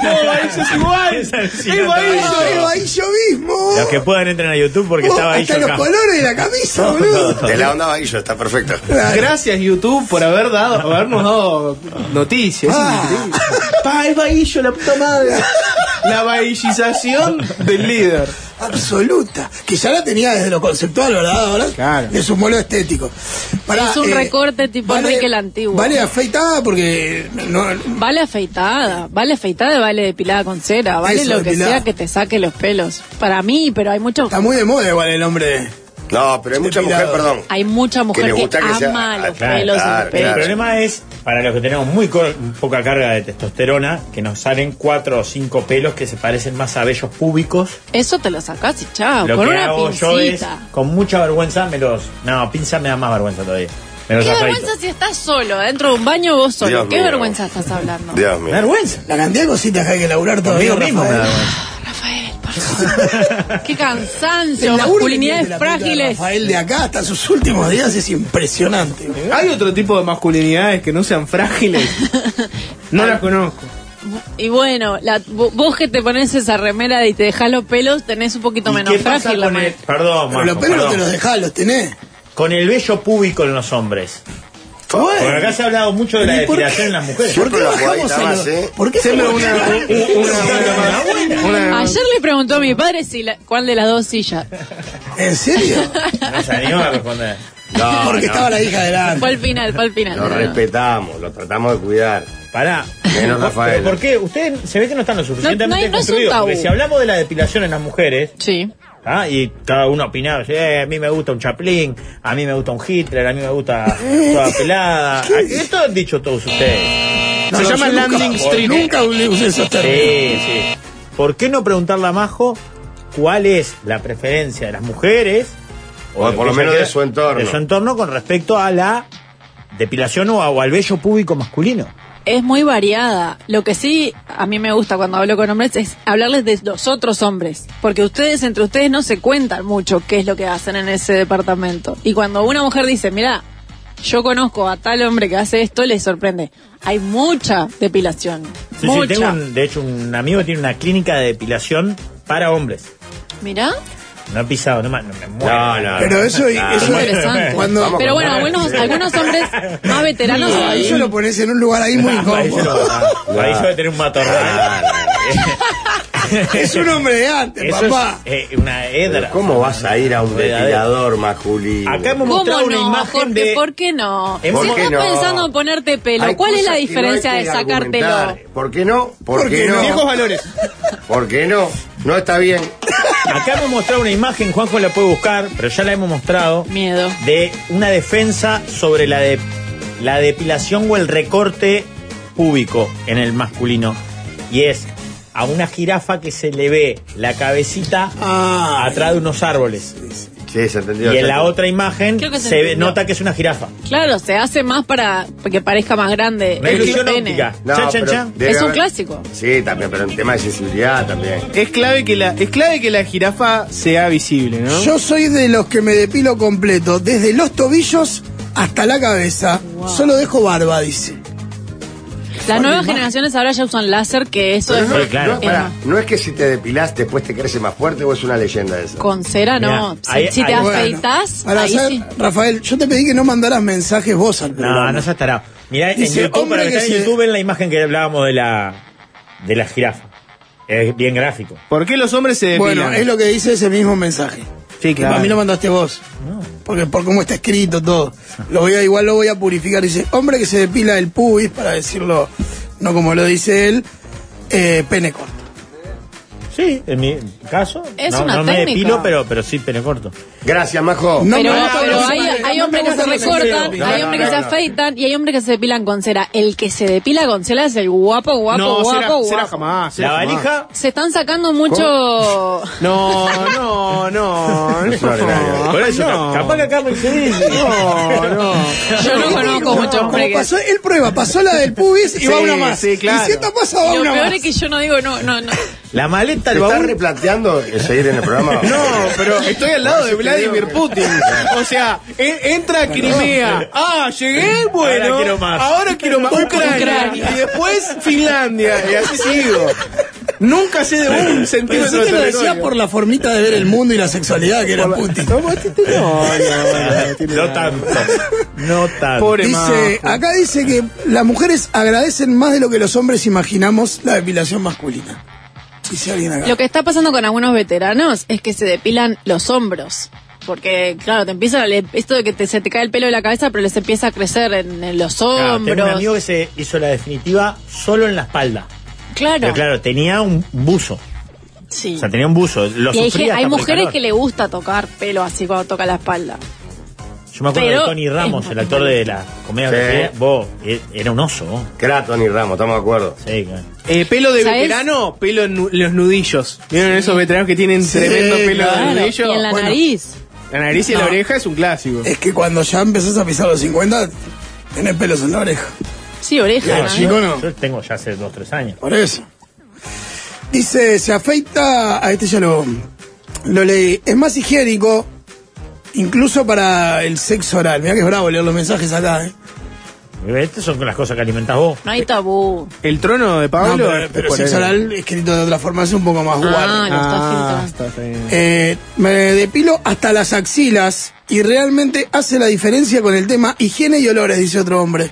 [SPEAKER 4] eso es igual!
[SPEAKER 3] Es
[SPEAKER 4] ¡Es
[SPEAKER 3] alucinante.
[SPEAKER 4] guaíso!
[SPEAKER 2] ¡Ah, ahí yo mismo!
[SPEAKER 3] Los que puedan entren a YouTube porque
[SPEAKER 2] Oh,
[SPEAKER 3] estaba ahí
[SPEAKER 2] hasta los colores de la camisa, boludo.
[SPEAKER 1] De la onda vaguillo, está perfecto.
[SPEAKER 4] Gracias YouTube por haber dado, habernos dado noticias.
[SPEAKER 2] Ah.
[SPEAKER 4] Pa, es vaillo, la puta madre. La vaillización del líder.
[SPEAKER 2] Absoluta. Que ya la tenía desde lo conceptual, ¿verdad? Ahora
[SPEAKER 4] Claro.
[SPEAKER 2] le sumó lo estético. Pará, eh,
[SPEAKER 5] Es un recorte tipo Enrique el Antiguo.
[SPEAKER 2] Vale afeitada porque no,
[SPEAKER 5] Vale afeitada, vale afeitada y vale depilada con cera, vale
[SPEAKER 2] Eso,
[SPEAKER 5] lo que
[SPEAKER 2] depilada.
[SPEAKER 5] sea que te saque los pelos. Para mí, pero hay muchos
[SPEAKER 2] está muy de moda igual el hombre.
[SPEAKER 1] No, pero hay mucha mujer,
[SPEAKER 2] Depilado.
[SPEAKER 1] perdón.
[SPEAKER 5] hay mucha mujer
[SPEAKER 1] le
[SPEAKER 5] que,
[SPEAKER 1] gusta que
[SPEAKER 5] ama
[SPEAKER 1] sea- ah,
[SPEAKER 5] los
[SPEAKER 1] claro,
[SPEAKER 5] pelos en
[SPEAKER 1] claro,
[SPEAKER 5] el pecho.
[SPEAKER 3] El problema es, para los que tenemos muy co- poca carga de testosterona, que nos salen cuatro o cinco pelos que se parecen más a vellos púbicos.
[SPEAKER 5] Eso te lo sacás y chao,
[SPEAKER 3] Lo
[SPEAKER 5] Ah, con
[SPEAKER 3] que
[SPEAKER 5] una
[SPEAKER 3] hago yo es,
[SPEAKER 5] pincita.
[SPEAKER 3] con mucha vergüenza, me los... No, pinza me da más vergüenza todavía. Me los
[SPEAKER 5] Qué
[SPEAKER 3] afeito.
[SPEAKER 5] vergüenza si estás solo, dentro de un baño vos solo.
[SPEAKER 1] Dios
[SPEAKER 5] Qué
[SPEAKER 1] mío.
[SPEAKER 5] vergüenza estás hablando.
[SPEAKER 1] Dios
[SPEAKER 3] Me
[SPEAKER 1] mío.
[SPEAKER 3] da vergüenza.
[SPEAKER 2] La cantidad de cositas que hay que laburar todavía.
[SPEAKER 3] Conmigo mismo me da
[SPEAKER 2] Rafael.
[SPEAKER 3] vergüenza.
[SPEAKER 5] Rafael, por favor. Qué cansancio,
[SPEAKER 2] El laburo que tiene
[SPEAKER 5] masculinidades
[SPEAKER 2] la puta de
[SPEAKER 5] frágiles.
[SPEAKER 2] Rafael de acá hasta sus últimos días es impresionante.
[SPEAKER 4] Hay otro tipo de masculinidades que no sean frágiles. No las conozco.
[SPEAKER 5] Y bueno, la- vo- vos que te pones esa remera y te dejás los pelos, tenés un poquito
[SPEAKER 3] ¿Y
[SPEAKER 5] menos
[SPEAKER 3] qué pasa
[SPEAKER 5] frágil la
[SPEAKER 3] con el...
[SPEAKER 5] mano.
[SPEAKER 2] Pero
[SPEAKER 3] Perdón, Marco,
[SPEAKER 2] los pelos no
[SPEAKER 3] perdón.
[SPEAKER 2] te los dejás, los tenés.
[SPEAKER 3] Con el vello púbico en los hombres. Porque acá se ha hablado mucho de la
[SPEAKER 2] ¿Y por qué?
[SPEAKER 3] depilación en las mujeres.
[SPEAKER 2] ¿Por qué
[SPEAKER 1] Siempre la
[SPEAKER 2] bajamos
[SPEAKER 1] jugadita
[SPEAKER 2] a
[SPEAKER 1] más,
[SPEAKER 2] los-
[SPEAKER 1] ¿eh?
[SPEAKER 2] ¿Por qué se
[SPEAKER 4] Siempre
[SPEAKER 2] lo-
[SPEAKER 4] una, una, una, una-
[SPEAKER 5] Ayer le preguntó a mi padre si la- cuál de las dos sillas.
[SPEAKER 2] ¿En serio?
[SPEAKER 3] No se anima a responder.
[SPEAKER 1] No,
[SPEAKER 2] Porque
[SPEAKER 1] no.
[SPEAKER 2] estaba la hija delante.
[SPEAKER 5] Fue al final, fue al final.
[SPEAKER 1] Lo respetamos, lo tratamos de cuidar.
[SPEAKER 3] Pará.
[SPEAKER 1] Menos Rafael.
[SPEAKER 3] Pero ¿Por qué? Ustedes se ve que no están lo
[SPEAKER 5] No, no
[SPEAKER 3] suficientemente
[SPEAKER 5] hay- no es un
[SPEAKER 3] construidos.
[SPEAKER 5] tabú.
[SPEAKER 3] Porque si hablamos de la depilación en las mujeres,
[SPEAKER 5] Sí.
[SPEAKER 3] ¿ah? y cada uno opinaba, "Eh, a mí me gusta un Chaplin, a mí me gusta un Hitler, a mí me gusta toda pelada. Esto han dicho todos ustedes.
[SPEAKER 2] No,
[SPEAKER 4] Se
[SPEAKER 2] no,
[SPEAKER 4] llama
[SPEAKER 2] yo nunca-
[SPEAKER 4] Landing Street.
[SPEAKER 2] Nunca usé esos términos.
[SPEAKER 3] Sí, sí. ¿Por qué no preguntarle a Majo cuál es la preferencia de las mujeres?
[SPEAKER 1] O por lo
[SPEAKER 3] que
[SPEAKER 1] menos
[SPEAKER 3] ella
[SPEAKER 1] de su entorno.
[SPEAKER 3] De su entorno con respecto a la depilación o, a- o al vello púbico masculino.
[SPEAKER 5] Es muy variada. Lo que sí a mí me gusta cuando hablo con hombres es hablarles de los otros hombres. Porque ustedes, entre ustedes, no se cuentan mucho qué es lo que hacen en ese departamento. Y cuando una mujer dice, mira, yo conozco a tal hombre que hace esto, les sorprende. Hay mucha depilación.
[SPEAKER 3] Sí, sí,
[SPEAKER 5] mucha.
[SPEAKER 3] tengo un- de hecho un amigo que tiene una clínica de depilación para hombres.
[SPEAKER 5] Mirá,
[SPEAKER 3] No he pisado, no, ma- no me muero.
[SPEAKER 1] No, no.
[SPEAKER 2] Pero eso,
[SPEAKER 1] Ah,
[SPEAKER 2] eso
[SPEAKER 1] bueno,
[SPEAKER 5] interesante.
[SPEAKER 2] Cuando,
[SPEAKER 1] Vamos
[SPEAKER 5] Pero
[SPEAKER 1] con
[SPEAKER 5] bueno,
[SPEAKER 1] Mara.
[SPEAKER 5] algunos, algunos hombres más veteranos.
[SPEAKER 2] Ah, ahí se lo pones en un lugar ahí muy
[SPEAKER 3] Ahí se
[SPEAKER 2] incómodo.
[SPEAKER 3] lo- ah, ahí se va a tener un matorral.
[SPEAKER 2] Es un hombre de antes,
[SPEAKER 3] Eso
[SPEAKER 2] papá.
[SPEAKER 3] es eh, una
[SPEAKER 1] Pero
[SPEAKER 3] hedra.
[SPEAKER 1] ¿Cómo vas a ir a un depilador masculino?
[SPEAKER 3] Acá hemos
[SPEAKER 5] ¿Cómo
[SPEAKER 3] mostrado una
[SPEAKER 5] no,
[SPEAKER 3] imagen
[SPEAKER 5] Jorge?
[SPEAKER 3] de...
[SPEAKER 5] ¿Por qué no?
[SPEAKER 3] ¿Por
[SPEAKER 5] si
[SPEAKER 3] qué
[SPEAKER 5] estás
[SPEAKER 1] no?
[SPEAKER 5] pensando en ponerte pelo,
[SPEAKER 1] Hay
[SPEAKER 5] ¿cuál
[SPEAKER 1] cosas
[SPEAKER 5] es la
[SPEAKER 1] que no hay
[SPEAKER 5] diferencia
[SPEAKER 1] que
[SPEAKER 5] de sacártelo?
[SPEAKER 1] argumentar. ¿Por qué no? ¿Por
[SPEAKER 2] ¿Por
[SPEAKER 1] qué
[SPEAKER 2] qué no?
[SPEAKER 1] no?
[SPEAKER 4] Viejos valores.
[SPEAKER 1] ¿Por qué no? No está bien.
[SPEAKER 3] Acá hemos mostrado una imagen, Juanjo la puede buscar, pero ya la hemos mostrado.
[SPEAKER 5] Miedo.
[SPEAKER 3] De una defensa sobre la, de, la depilación o el recorte púbico en el masculino. Y es a una jirafa que se le ve la cabecita
[SPEAKER 2] Ah,
[SPEAKER 3] atrás de unos árboles.
[SPEAKER 1] Sí, se entendió.
[SPEAKER 3] Y en
[SPEAKER 1] se
[SPEAKER 3] la
[SPEAKER 1] entendió.
[SPEAKER 3] otra imagen
[SPEAKER 5] Creo que se
[SPEAKER 3] se ve-
[SPEAKER 5] entendió.
[SPEAKER 3] nota que es una jirafa.
[SPEAKER 5] Claro, se hace más para que parezca más grande.
[SPEAKER 3] Una
[SPEAKER 5] el
[SPEAKER 3] ilusión
[SPEAKER 5] pene.
[SPEAKER 3] óptica.
[SPEAKER 1] No,
[SPEAKER 3] Chan, chan,
[SPEAKER 1] pero
[SPEAKER 3] chan.
[SPEAKER 1] debe
[SPEAKER 5] Es un
[SPEAKER 1] haber-
[SPEAKER 5] clásico.
[SPEAKER 1] Sí, también, pero en tema de sensibilidad también.
[SPEAKER 4] Es clave que la, es clave que la jirafa sea visible, ¿no?
[SPEAKER 2] Yo soy de los que me depilo completo, desde los tobillos hasta la cabeza. Solo dejo barba, dice.
[SPEAKER 5] Las nuevas generaciones ahora ya usan láser, que eso
[SPEAKER 1] Pero
[SPEAKER 5] es
[SPEAKER 1] no,
[SPEAKER 3] Sí, claro.
[SPEAKER 1] no, pará, no es que si te depilás después te crece más fuerte o es una leyenda esa.
[SPEAKER 5] con cera, no.
[SPEAKER 3] Mirá,
[SPEAKER 5] Si-
[SPEAKER 3] ahí-
[SPEAKER 5] si te
[SPEAKER 3] ahí-
[SPEAKER 5] afeitas,
[SPEAKER 2] Ahora,
[SPEAKER 5] ahí
[SPEAKER 2] ¿sabes?
[SPEAKER 5] sí.
[SPEAKER 2] Rafael, yo te pedí que no mandaras mensajes vos al
[SPEAKER 3] No,
[SPEAKER 2] programa.
[SPEAKER 3] no se estará. Mirá, en
[SPEAKER 2] Dice,
[SPEAKER 3] YouTube, para
[SPEAKER 2] hombre
[SPEAKER 3] que
[SPEAKER 2] que
[SPEAKER 3] está en
[SPEAKER 2] se-
[SPEAKER 3] YouTube, en la imagen que hablábamos de la, de la jirafa. Es bien gráfico.
[SPEAKER 4] ¿Por qué los hombres se depilan?
[SPEAKER 2] Bueno, es lo que dice ese mismo mensaje.
[SPEAKER 4] Sí, claro.
[SPEAKER 2] A mí lo mandaste vos. Porque por cómo está escrito todo. Lo voy a, igual lo voy a purificar. Dice, hombre que se depila el pubis, para decirlo, no como lo dice él, eh, pene corto.
[SPEAKER 3] Sí, en mi caso.
[SPEAKER 5] Es
[SPEAKER 3] no,
[SPEAKER 5] una
[SPEAKER 3] no me
[SPEAKER 5] técnica.
[SPEAKER 3] depilo, pero, pero sí pene corto.
[SPEAKER 1] Gracias, Majo.
[SPEAKER 2] No
[SPEAKER 5] pero
[SPEAKER 2] me gusta
[SPEAKER 5] pero
[SPEAKER 2] los
[SPEAKER 5] hay,
[SPEAKER 2] hombres,
[SPEAKER 5] hay
[SPEAKER 2] no
[SPEAKER 5] hombres
[SPEAKER 2] me
[SPEAKER 5] que se
[SPEAKER 2] gustan los
[SPEAKER 5] recortan,
[SPEAKER 2] hombres.
[SPEAKER 1] No,
[SPEAKER 5] hay
[SPEAKER 1] no,
[SPEAKER 5] hombres que
[SPEAKER 1] no,
[SPEAKER 5] se
[SPEAKER 1] no.
[SPEAKER 5] afeitan y hay hombres que se depilan con cera. El que se depila con cera es el guapo, guapo,
[SPEAKER 4] no,
[SPEAKER 5] guapo,
[SPEAKER 4] será,
[SPEAKER 5] guapo.
[SPEAKER 4] será jamás. será
[SPEAKER 3] La
[SPEAKER 4] jamás.
[SPEAKER 3] valija.
[SPEAKER 5] Se están sacando mucho...
[SPEAKER 4] No, no, no.
[SPEAKER 1] Es un ordinario.
[SPEAKER 4] no.
[SPEAKER 3] Por eso,
[SPEAKER 4] no.
[SPEAKER 3] capaz que acá me
[SPEAKER 4] No, no.
[SPEAKER 5] Yo no conozco mucho
[SPEAKER 2] Como
[SPEAKER 5] hombre que...
[SPEAKER 2] pasó, él prueba, pasó la del pubis y
[SPEAKER 4] Sí,
[SPEAKER 2] va una más.
[SPEAKER 4] sí, claro.
[SPEAKER 2] Y si esta pasa,
[SPEAKER 5] Y
[SPEAKER 2] va
[SPEAKER 5] Lo
[SPEAKER 2] una
[SPEAKER 5] peor
[SPEAKER 2] más.
[SPEAKER 5] es que yo no digo, no, no, no.
[SPEAKER 3] La maleta,
[SPEAKER 1] ¿Te
[SPEAKER 3] el
[SPEAKER 1] estás
[SPEAKER 3] baúl.
[SPEAKER 1] replanteando el seguir en el programa?
[SPEAKER 4] No, pero estoy al lado de
[SPEAKER 1] Por eso te digo
[SPEAKER 4] Vladimir
[SPEAKER 1] que-
[SPEAKER 4] Putin. O sea, en- entra a Crimea. Ah, llegué, bueno.
[SPEAKER 3] Ahora quiero más.
[SPEAKER 4] Ahora quiero más. Ucrania.
[SPEAKER 5] Ucrania.
[SPEAKER 4] Y después Finlandia. Y así sigo. Nunca sé de un centímetro
[SPEAKER 2] Pensé
[SPEAKER 4] de
[SPEAKER 2] que lo
[SPEAKER 4] territorio.
[SPEAKER 2] decías por la formita de ver el mundo y la sexualidad que era Putin.
[SPEAKER 4] No, este no, no, no, tiene
[SPEAKER 3] No
[SPEAKER 4] nada.
[SPEAKER 3] tanto. No tanto.
[SPEAKER 4] Pobre
[SPEAKER 2] Dice,
[SPEAKER 4] majo.
[SPEAKER 2] acá dice que las mujeres agradecen más de lo que los hombres imaginamos la depilación masculina. Dice alguien acá.
[SPEAKER 5] Lo que está pasando con algunos veteranos es que se depilan los hombros. Porque, claro, te empieza le- esto de que te- se te cae el pelo de la cabeza, pero les empieza a crecer en, en
[SPEAKER 3] Ah,
[SPEAKER 5] los
[SPEAKER 3] tengo un
[SPEAKER 5] hombros.
[SPEAKER 3] amigo que se hizo la definitiva solo en la espalda.
[SPEAKER 5] claro,
[SPEAKER 3] Pero claro, tenía un buzo.
[SPEAKER 5] sí.
[SPEAKER 3] O sea, tenía un buzo. Lo
[SPEAKER 5] y hay,
[SPEAKER 3] sufría hasta
[SPEAKER 5] gen- hay
[SPEAKER 3] por el
[SPEAKER 5] mujeres
[SPEAKER 3] calor.
[SPEAKER 5] que le gusta tocar pelo así cuando toca la espalda.
[SPEAKER 3] Yo me acuerdo
[SPEAKER 5] pero-
[SPEAKER 3] de Tony Ramos,
[SPEAKER 5] es
[SPEAKER 3] el actor de la comedia
[SPEAKER 1] Sí.
[SPEAKER 3] brasileña. Vos, eh, era un oso. vos.
[SPEAKER 1] Kraton y Ramos, estamos de acuerdo.
[SPEAKER 3] Sí, claro.
[SPEAKER 4] Eh, pelo de
[SPEAKER 5] ¿Sabes?
[SPEAKER 4] veterano, pelo en nu- los nudillos. ¿Vieron esos veteranos que tienen tremendo pelo de
[SPEAKER 2] claro.
[SPEAKER 5] Claro, y
[SPEAKER 4] nudillo?
[SPEAKER 5] en la
[SPEAKER 4] Bueno,
[SPEAKER 5] nariz.
[SPEAKER 4] La nariz y la
[SPEAKER 2] No.
[SPEAKER 4] oreja es un clásico.
[SPEAKER 2] Es que cuando ya empezás a pisar los 50, tenés pelos en la oreja.
[SPEAKER 5] Sí, oreja.
[SPEAKER 2] Claro,
[SPEAKER 5] ¿no?
[SPEAKER 2] chico, no.
[SPEAKER 3] Yo tengo ya hace dos, tres años.
[SPEAKER 2] Por eso. Dice, se afeita. A este ya lo, lo leí. Es más higiénico, incluso para el sexo oral. Mirá que es bravo leer los mensajes acá, ¿eh?
[SPEAKER 3] Estas son las cosas que alimentás vos.
[SPEAKER 5] No hay tabú.
[SPEAKER 4] El trono de
[SPEAKER 2] No,
[SPEAKER 4] Pablo.
[SPEAKER 2] pero, pero
[SPEAKER 4] por
[SPEAKER 2] sexo
[SPEAKER 4] ahí.
[SPEAKER 2] oral escrito de otra forma es un poco más guarro.
[SPEAKER 5] Ah, lo
[SPEAKER 4] Ah,
[SPEAKER 5] estás filtrando.
[SPEAKER 4] está, está bien.
[SPEAKER 2] Eh, me depilo hasta las axilas y realmente hace la diferencia con el tema higiene y olores, dice otro hombre.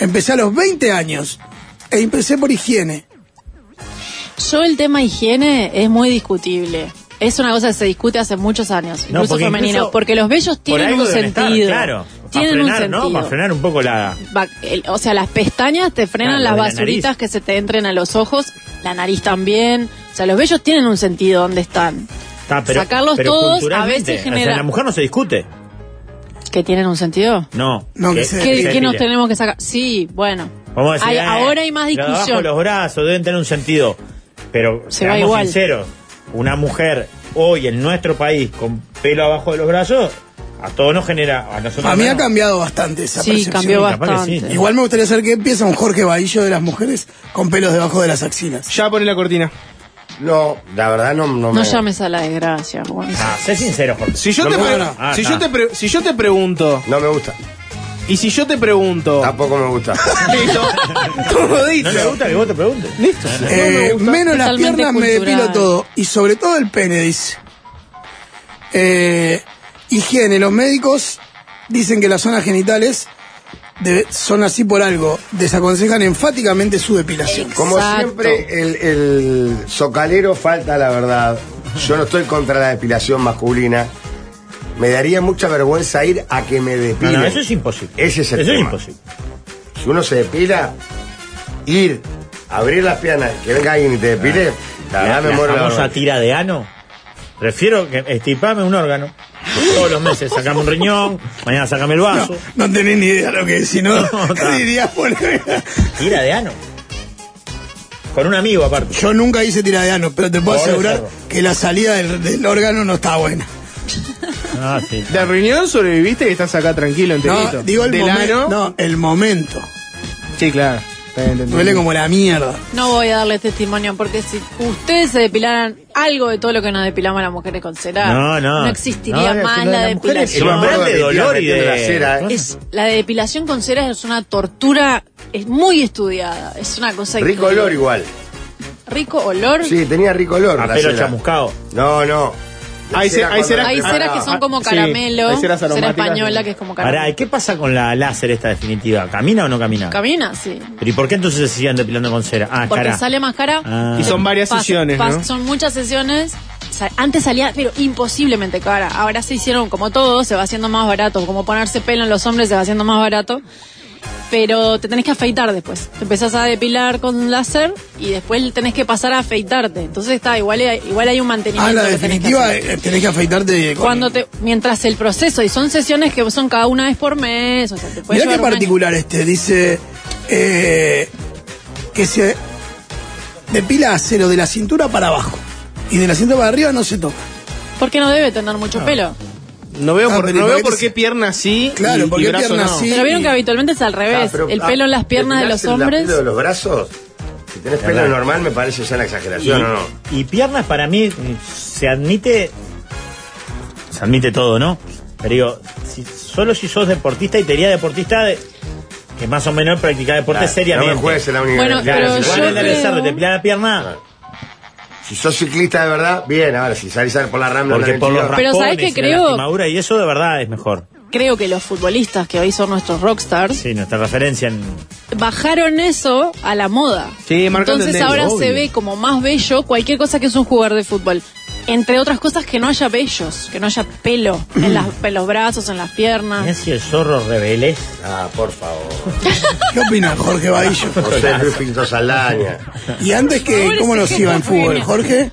[SPEAKER 2] Empecé a los 20 años e empecé por higiene.
[SPEAKER 5] Yo el tema higiene es muy discutible. Es una cosa que se discute hace muchos años,
[SPEAKER 3] No,
[SPEAKER 5] incluso
[SPEAKER 3] porque
[SPEAKER 5] femenino,
[SPEAKER 3] incluso
[SPEAKER 5] porque los vellos tienen
[SPEAKER 3] algo
[SPEAKER 5] un
[SPEAKER 3] deben estar,
[SPEAKER 5] sentido.
[SPEAKER 3] claro. Para
[SPEAKER 5] Tienen
[SPEAKER 3] frenar,
[SPEAKER 5] un sentido.
[SPEAKER 3] ¿no? Para frenar un poco la.
[SPEAKER 5] Va- el- o sea, las pestañas te frenan
[SPEAKER 3] Claro,
[SPEAKER 5] las
[SPEAKER 3] de la
[SPEAKER 5] basuritas
[SPEAKER 3] nariz.
[SPEAKER 5] que se te entren a los ojos, la nariz también. O sea, los vellos tienen un sentido donde están,
[SPEAKER 3] Está, Ah, pero-
[SPEAKER 5] Sacarlos
[SPEAKER 3] pero
[SPEAKER 5] todos a
[SPEAKER 3] culturalmente,
[SPEAKER 5] veces
[SPEAKER 3] o sea,
[SPEAKER 5] genera-
[SPEAKER 3] la mujer no se discute.
[SPEAKER 5] que tienen un sentido.
[SPEAKER 3] No.
[SPEAKER 2] No, que se-
[SPEAKER 3] se
[SPEAKER 5] ¿Qué, qué nos
[SPEAKER 3] depile.
[SPEAKER 5] tenemos que sacar? Sí, bueno.
[SPEAKER 3] Vamos a decir,
[SPEAKER 5] Hay-
[SPEAKER 3] eh,
[SPEAKER 5] ahora hay más
[SPEAKER 3] lo de abajo,
[SPEAKER 5] discusión.
[SPEAKER 3] los brazos deben tener un sentido. Pero
[SPEAKER 5] Se va
[SPEAKER 3] seamos
[SPEAKER 5] igual.
[SPEAKER 3] sinceros, una mujer hoy en nuestro país con pelo abajo de los brazos, a todos nos genera. A nosotros
[SPEAKER 2] A mí
[SPEAKER 3] no.
[SPEAKER 2] ha cambiado bastante esa
[SPEAKER 5] Sí,
[SPEAKER 2] percepción.
[SPEAKER 5] cambió
[SPEAKER 3] capaz que sí.
[SPEAKER 5] bastante.
[SPEAKER 2] Igual me gustaría saber qué piensa un Jorge Bahillo de las mujeres con pelos debajo de las axilas.
[SPEAKER 4] Ya pone la cortina.
[SPEAKER 1] No, la verdad no, no me.
[SPEAKER 5] No llames a la desgracia, Juan.
[SPEAKER 3] Ah, sé sincero, Jorge.
[SPEAKER 4] Si yo,
[SPEAKER 1] No
[SPEAKER 4] te,
[SPEAKER 1] me
[SPEAKER 4] pre-
[SPEAKER 1] gusta.
[SPEAKER 4] Ah, si,
[SPEAKER 3] está.
[SPEAKER 4] yo te pre- si yo te pregunto,
[SPEAKER 1] No me gusta.
[SPEAKER 4] y si yo te pregunto,
[SPEAKER 1] Tampoco me gusta.
[SPEAKER 4] listo, todo dicho.
[SPEAKER 3] No me gusta que vos te preguntes.
[SPEAKER 4] Listo.
[SPEAKER 2] Eh, menos las
[SPEAKER 5] Totalmente
[SPEAKER 2] piernas me
[SPEAKER 5] cultural.
[SPEAKER 2] depilo todo. Y sobre todo el pene, dice. Eh, higiene. Los médicos dicen que las zonas genitales debe- son así por algo. Desaconsejan enfáticamente su depilación.
[SPEAKER 1] Como
[SPEAKER 5] Exacto.
[SPEAKER 1] siempre, el, el socalero falta la verdad. Yo no estoy contra la depilación masculina. Me daría mucha vergüenza ir a que me
[SPEAKER 3] No,
[SPEAKER 1] depilen.
[SPEAKER 3] no, eso es imposible.
[SPEAKER 1] Ese es el
[SPEAKER 3] Eso
[SPEAKER 1] tema.
[SPEAKER 3] es imposible.
[SPEAKER 1] Si uno se depila, ir, abrir las piernas, que venga alguien y te depile,
[SPEAKER 3] Ah.
[SPEAKER 1] la
[SPEAKER 3] La,
[SPEAKER 1] verdad me
[SPEAKER 3] la
[SPEAKER 1] muero la
[SPEAKER 3] famosa
[SPEAKER 1] vergüenza.
[SPEAKER 3] tira de ano. Eh, Prefiero que estipame un órgano. Todos los meses sacame un riñón, mañana sacame el vaso.
[SPEAKER 2] No tenés ni idea lo que es, si no,
[SPEAKER 3] está.
[SPEAKER 2] dirías, poneme-
[SPEAKER 3] Tira de ano. Con un amigo aparte.
[SPEAKER 2] Yo nunca hice tira de ano, pero te puedo
[SPEAKER 3] Pobre
[SPEAKER 2] asegurar
[SPEAKER 3] cerdo.
[SPEAKER 2] que la salida del, del órgano no está buena.
[SPEAKER 3] Ah, sí.
[SPEAKER 4] De reunión sobreviviste y estás acá tranquilo, enterito.
[SPEAKER 2] No, digo el
[SPEAKER 4] Del
[SPEAKER 2] momento.
[SPEAKER 4] ano-
[SPEAKER 2] No, el momento.
[SPEAKER 4] Sí, claro. Está bien, entendí.
[SPEAKER 2] Duele como la mierda.
[SPEAKER 5] No voy a darle testimonio porque si ustedes se depilaran algo de todo lo que nos depilamos las mujeres con cera,
[SPEAKER 3] No, no.
[SPEAKER 5] No existiría
[SPEAKER 3] No, es
[SPEAKER 5] más
[SPEAKER 3] que lo de
[SPEAKER 5] la
[SPEAKER 3] las mujeres
[SPEAKER 5] depilación.
[SPEAKER 1] Yo me
[SPEAKER 3] El umbral
[SPEAKER 1] acuerdo
[SPEAKER 3] de
[SPEAKER 1] que me
[SPEAKER 3] dolor y
[SPEAKER 1] metiendo
[SPEAKER 3] de-
[SPEAKER 1] la cera, ¿eh?
[SPEAKER 5] Es, la depilación con cera es una tortura, es muy estudiada, es una cosa
[SPEAKER 1] Rico
[SPEAKER 5] increíble.
[SPEAKER 1] olor igual.
[SPEAKER 5] Rico olor.
[SPEAKER 1] Sí, tenía rico olor.
[SPEAKER 3] A
[SPEAKER 1] la
[SPEAKER 3] pelo
[SPEAKER 1] cera.
[SPEAKER 3] chamuscado.
[SPEAKER 1] No, no. La
[SPEAKER 4] Hay ce- hay
[SPEAKER 1] cuando
[SPEAKER 4] cera-
[SPEAKER 1] la
[SPEAKER 5] Hay
[SPEAKER 4] Ah,
[SPEAKER 5] ceras que son como
[SPEAKER 4] sí,
[SPEAKER 5] caramelo,
[SPEAKER 4] hay ceras
[SPEAKER 5] cera
[SPEAKER 4] aromáticas.
[SPEAKER 5] española que es como caramelo.
[SPEAKER 3] Pará, ¿y qué pasa con la láser esta definitiva? ¿Camina o no camina?
[SPEAKER 5] Camina, sí.
[SPEAKER 3] ¿Pero y por qué entonces se siguen depilando con cera? Ah,
[SPEAKER 5] Porque
[SPEAKER 3] cara.
[SPEAKER 5] sale más cara.
[SPEAKER 3] Ah.
[SPEAKER 4] Y son varias
[SPEAKER 5] Pas-
[SPEAKER 4] sesiones,
[SPEAKER 5] pas-
[SPEAKER 4] ¿no?
[SPEAKER 5] Son muchas sesiones. Sa- Antes salía, pero imposiblemente cara. Ahora se hicieron como todo, se va haciendo más barato. Como ponerse pelo en los hombres se va haciendo más barato. Pero te tenés que afeitar después. Te empezás a depilar con láser y después tenés que pasar a afeitarte. Entonces está, igual, hay- igual hay un mantenimiento.
[SPEAKER 2] Ah, la
[SPEAKER 5] que tenés que
[SPEAKER 2] definitiva
[SPEAKER 5] hacer.
[SPEAKER 2] eh, tenés que afeitarte. con-
[SPEAKER 5] Cuando te, mientras el proceso, y son sesiones que son cada una vez por mes, o sea, te puede
[SPEAKER 2] Mirá qué
[SPEAKER 5] llevar un año.
[SPEAKER 2] particular este. Dice eh, que se depila a cero de la cintura para abajo. Y de la cintura para arriba no se toca.
[SPEAKER 5] Porque no debe tener mucho pelo.
[SPEAKER 4] No veo,
[SPEAKER 2] Ah,
[SPEAKER 4] por,
[SPEAKER 2] pero
[SPEAKER 4] no
[SPEAKER 2] ¿por
[SPEAKER 4] veo
[SPEAKER 2] qué
[SPEAKER 4] por
[SPEAKER 2] te-
[SPEAKER 4] qué pierna sí
[SPEAKER 2] Claro,
[SPEAKER 4] y,
[SPEAKER 2] ¿por
[SPEAKER 4] y
[SPEAKER 2] qué
[SPEAKER 4] brazo
[SPEAKER 2] pierna
[SPEAKER 4] no.
[SPEAKER 2] sí?
[SPEAKER 5] Pero vieron que habitualmente es al
[SPEAKER 1] Ah,
[SPEAKER 5] revés.
[SPEAKER 1] pero,
[SPEAKER 5] el
[SPEAKER 1] ah,
[SPEAKER 5] pelo en las piernas de los
[SPEAKER 1] depilarse la
[SPEAKER 5] hombres.
[SPEAKER 1] piel de los brazos? tenés
[SPEAKER 3] La
[SPEAKER 1] pelo
[SPEAKER 3] verdad.
[SPEAKER 1] normal me parece ya una
[SPEAKER 3] Y,
[SPEAKER 1] exageración, ¿o no?
[SPEAKER 3] y piernas para mí mm, se admite. Se admite todo, ¿no? Pero digo, si- solo si sos deportista y te diría deportista de- que más o menos practica deporte
[SPEAKER 1] Claro,
[SPEAKER 3] seriamente.
[SPEAKER 1] No me juegues en la única.
[SPEAKER 5] Bueno,
[SPEAKER 1] Claro,
[SPEAKER 5] pero
[SPEAKER 1] si,
[SPEAKER 5] yo
[SPEAKER 3] Igual el
[SPEAKER 5] creo-
[SPEAKER 3] Alessandro te pila la pierna.
[SPEAKER 1] si sos ciclista de verdad, bien, ahora si salís a- por la rambla
[SPEAKER 3] Porque
[SPEAKER 1] andar en
[SPEAKER 3] por los
[SPEAKER 1] chileo.
[SPEAKER 5] Pero ¿sabés
[SPEAKER 3] raspones
[SPEAKER 5] qué
[SPEAKER 3] y la
[SPEAKER 5] creo?
[SPEAKER 3] lastimadura, y eso de verdad es mejor.
[SPEAKER 5] Creo que los futbolistas que hoy son nuestros rockstars
[SPEAKER 3] Sí, nuestra referencia en...
[SPEAKER 5] bajaron eso a la moda.
[SPEAKER 4] Sí, marcó
[SPEAKER 5] Entonces
[SPEAKER 4] tendencia,
[SPEAKER 5] ahora se
[SPEAKER 4] obvio.
[SPEAKER 3] Eh,
[SPEAKER 5] ve como más bello cualquier cosa que es un jugador de fútbol. Entre otras cosas que no haya vellos, que no haya pelo en, las, en los brazos, en las
[SPEAKER 3] Mirá
[SPEAKER 5] piernas.
[SPEAKER 3] si el zorro rebelde.
[SPEAKER 1] Ah, por favor.
[SPEAKER 2] ¿Qué opina Jorge Bahillo?
[SPEAKER 1] José Luis Pinto Saldaña.
[SPEAKER 2] Y antes que,
[SPEAKER 5] Pobre
[SPEAKER 2] ¿cómo nos
[SPEAKER 5] sujeto,
[SPEAKER 2] iba en fútbol,
[SPEAKER 5] Jorge.
[SPEAKER 2] Jorge?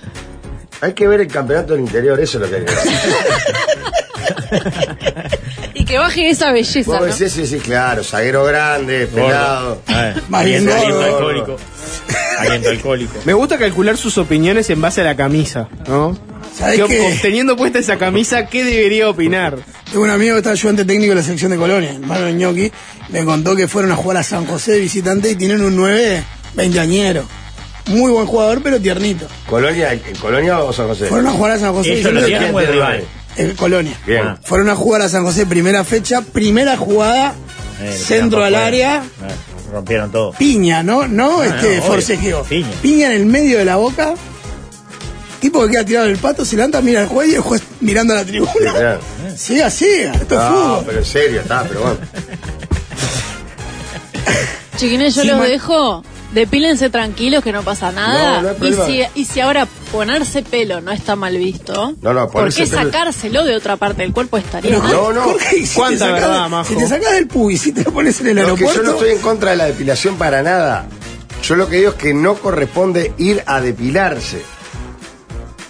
[SPEAKER 1] Hay que ver el campeonato del interior, eso es lo que hay que ver.
[SPEAKER 5] Y que baje esa belleza,
[SPEAKER 1] Vos
[SPEAKER 5] ¿no?
[SPEAKER 1] decís, sí, sí, claro, zaguero grande,
[SPEAKER 3] Gordo.
[SPEAKER 1] pelado.
[SPEAKER 3] A ver,
[SPEAKER 2] Más bien
[SPEAKER 3] aliento
[SPEAKER 2] gordo.
[SPEAKER 3] alcohólico. Aliento alcohólico.
[SPEAKER 4] Me gusta calcular sus opiniones en base a la camisa, ¿no?
[SPEAKER 2] ¿Sabés
[SPEAKER 4] Yo,
[SPEAKER 2] qué?
[SPEAKER 4] Teniendo puesta esa camisa, ¿qué debería opinar?
[SPEAKER 2] Tengo un amigo que está ayudante técnico de la selección de Colonia, hermano Ñoqui, me contó que fueron a jugar a San José de visitante y tienen un 9 veinteañero. Muy buen jugador, pero tiernito.
[SPEAKER 1] Colonia, ¿en ¿Colonia o San José?
[SPEAKER 2] Fueron a jugar a San José
[SPEAKER 3] Ellos lo
[SPEAKER 2] visitante.
[SPEAKER 3] tienen buen rival.
[SPEAKER 2] Eh, Colonia.
[SPEAKER 1] Bien.
[SPEAKER 3] Ah.
[SPEAKER 2] Fueron a jugar a San José, primera fecha, primera jugada,
[SPEAKER 3] Eh,
[SPEAKER 2] centro al
[SPEAKER 3] fuera.
[SPEAKER 2] área,
[SPEAKER 3] Eh, Rompieron todo.
[SPEAKER 2] piña, ¿no? No, este
[SPEAKER 3] no, Ah, obvio,
[SPEAKER 2] forcejeo.
[SPEAKER 3] piña.
[SPEAKER 2] en el medio de la boca. Tipo que queda tirado en el pato, se levanta, mira el juez y el juez mirando a la
[SPEAKER 1] Sí,
[SPEAKER 2] tribuna.
[SPEAKER 1] claro.
[SPEAKER 2] Siga, siga, esto es
[SPEAKER 1] No,
[SPEAKER 2] fútbol.
[SPEAKER 1] pero en serio, está, pero bueno.
[SPEAKER 5] Chiquines, yo
[SPEAKER 2] Sí,
[SPEAKER 5] los
[SPEAKER 2] ma-
[SPEAKER 5] dejo. Depílense tranquilos que no pasa
[SPEAKER 1] No,
[SPEAKER 5] nada.
[SPEAKER 1] no hay
[SPEAKER 5] y,
[SPEAKER 1] problema.
[SPEAKER 5] si, y si ahora ponerse pelo no está mal visto,
[SPEAKER 1] No, no,
[SPEAKER 5] ¿por
[SPEAKER 1] ponerse
[SPEAKER 5] qué
[SPEAKER 1] pelo-
[SPEAKER 5] sacárselo de otra parte del cuerpo estaría
[SPEAKER 2] Pero,
[SPEAKER 5] mal?
[SPEAKER 1] No, no.
[SPEAKER 2] Jorge, y si
[SPEAKER 4] ¿Cuánta
[SPEAKER 2] te sacás-
[SPEAKER 4] verdad, Majo?
[SPEAKER 2] Si te sacas del pub y si te lo pones en el
[SPEAKER 1] Lo que
[SPEAKER 2] aeropuerto.
[SPEAKER 1] yo no estoy en contra de la depilación para nada. Yo lo que digo es que no corresponde ir a depilarse.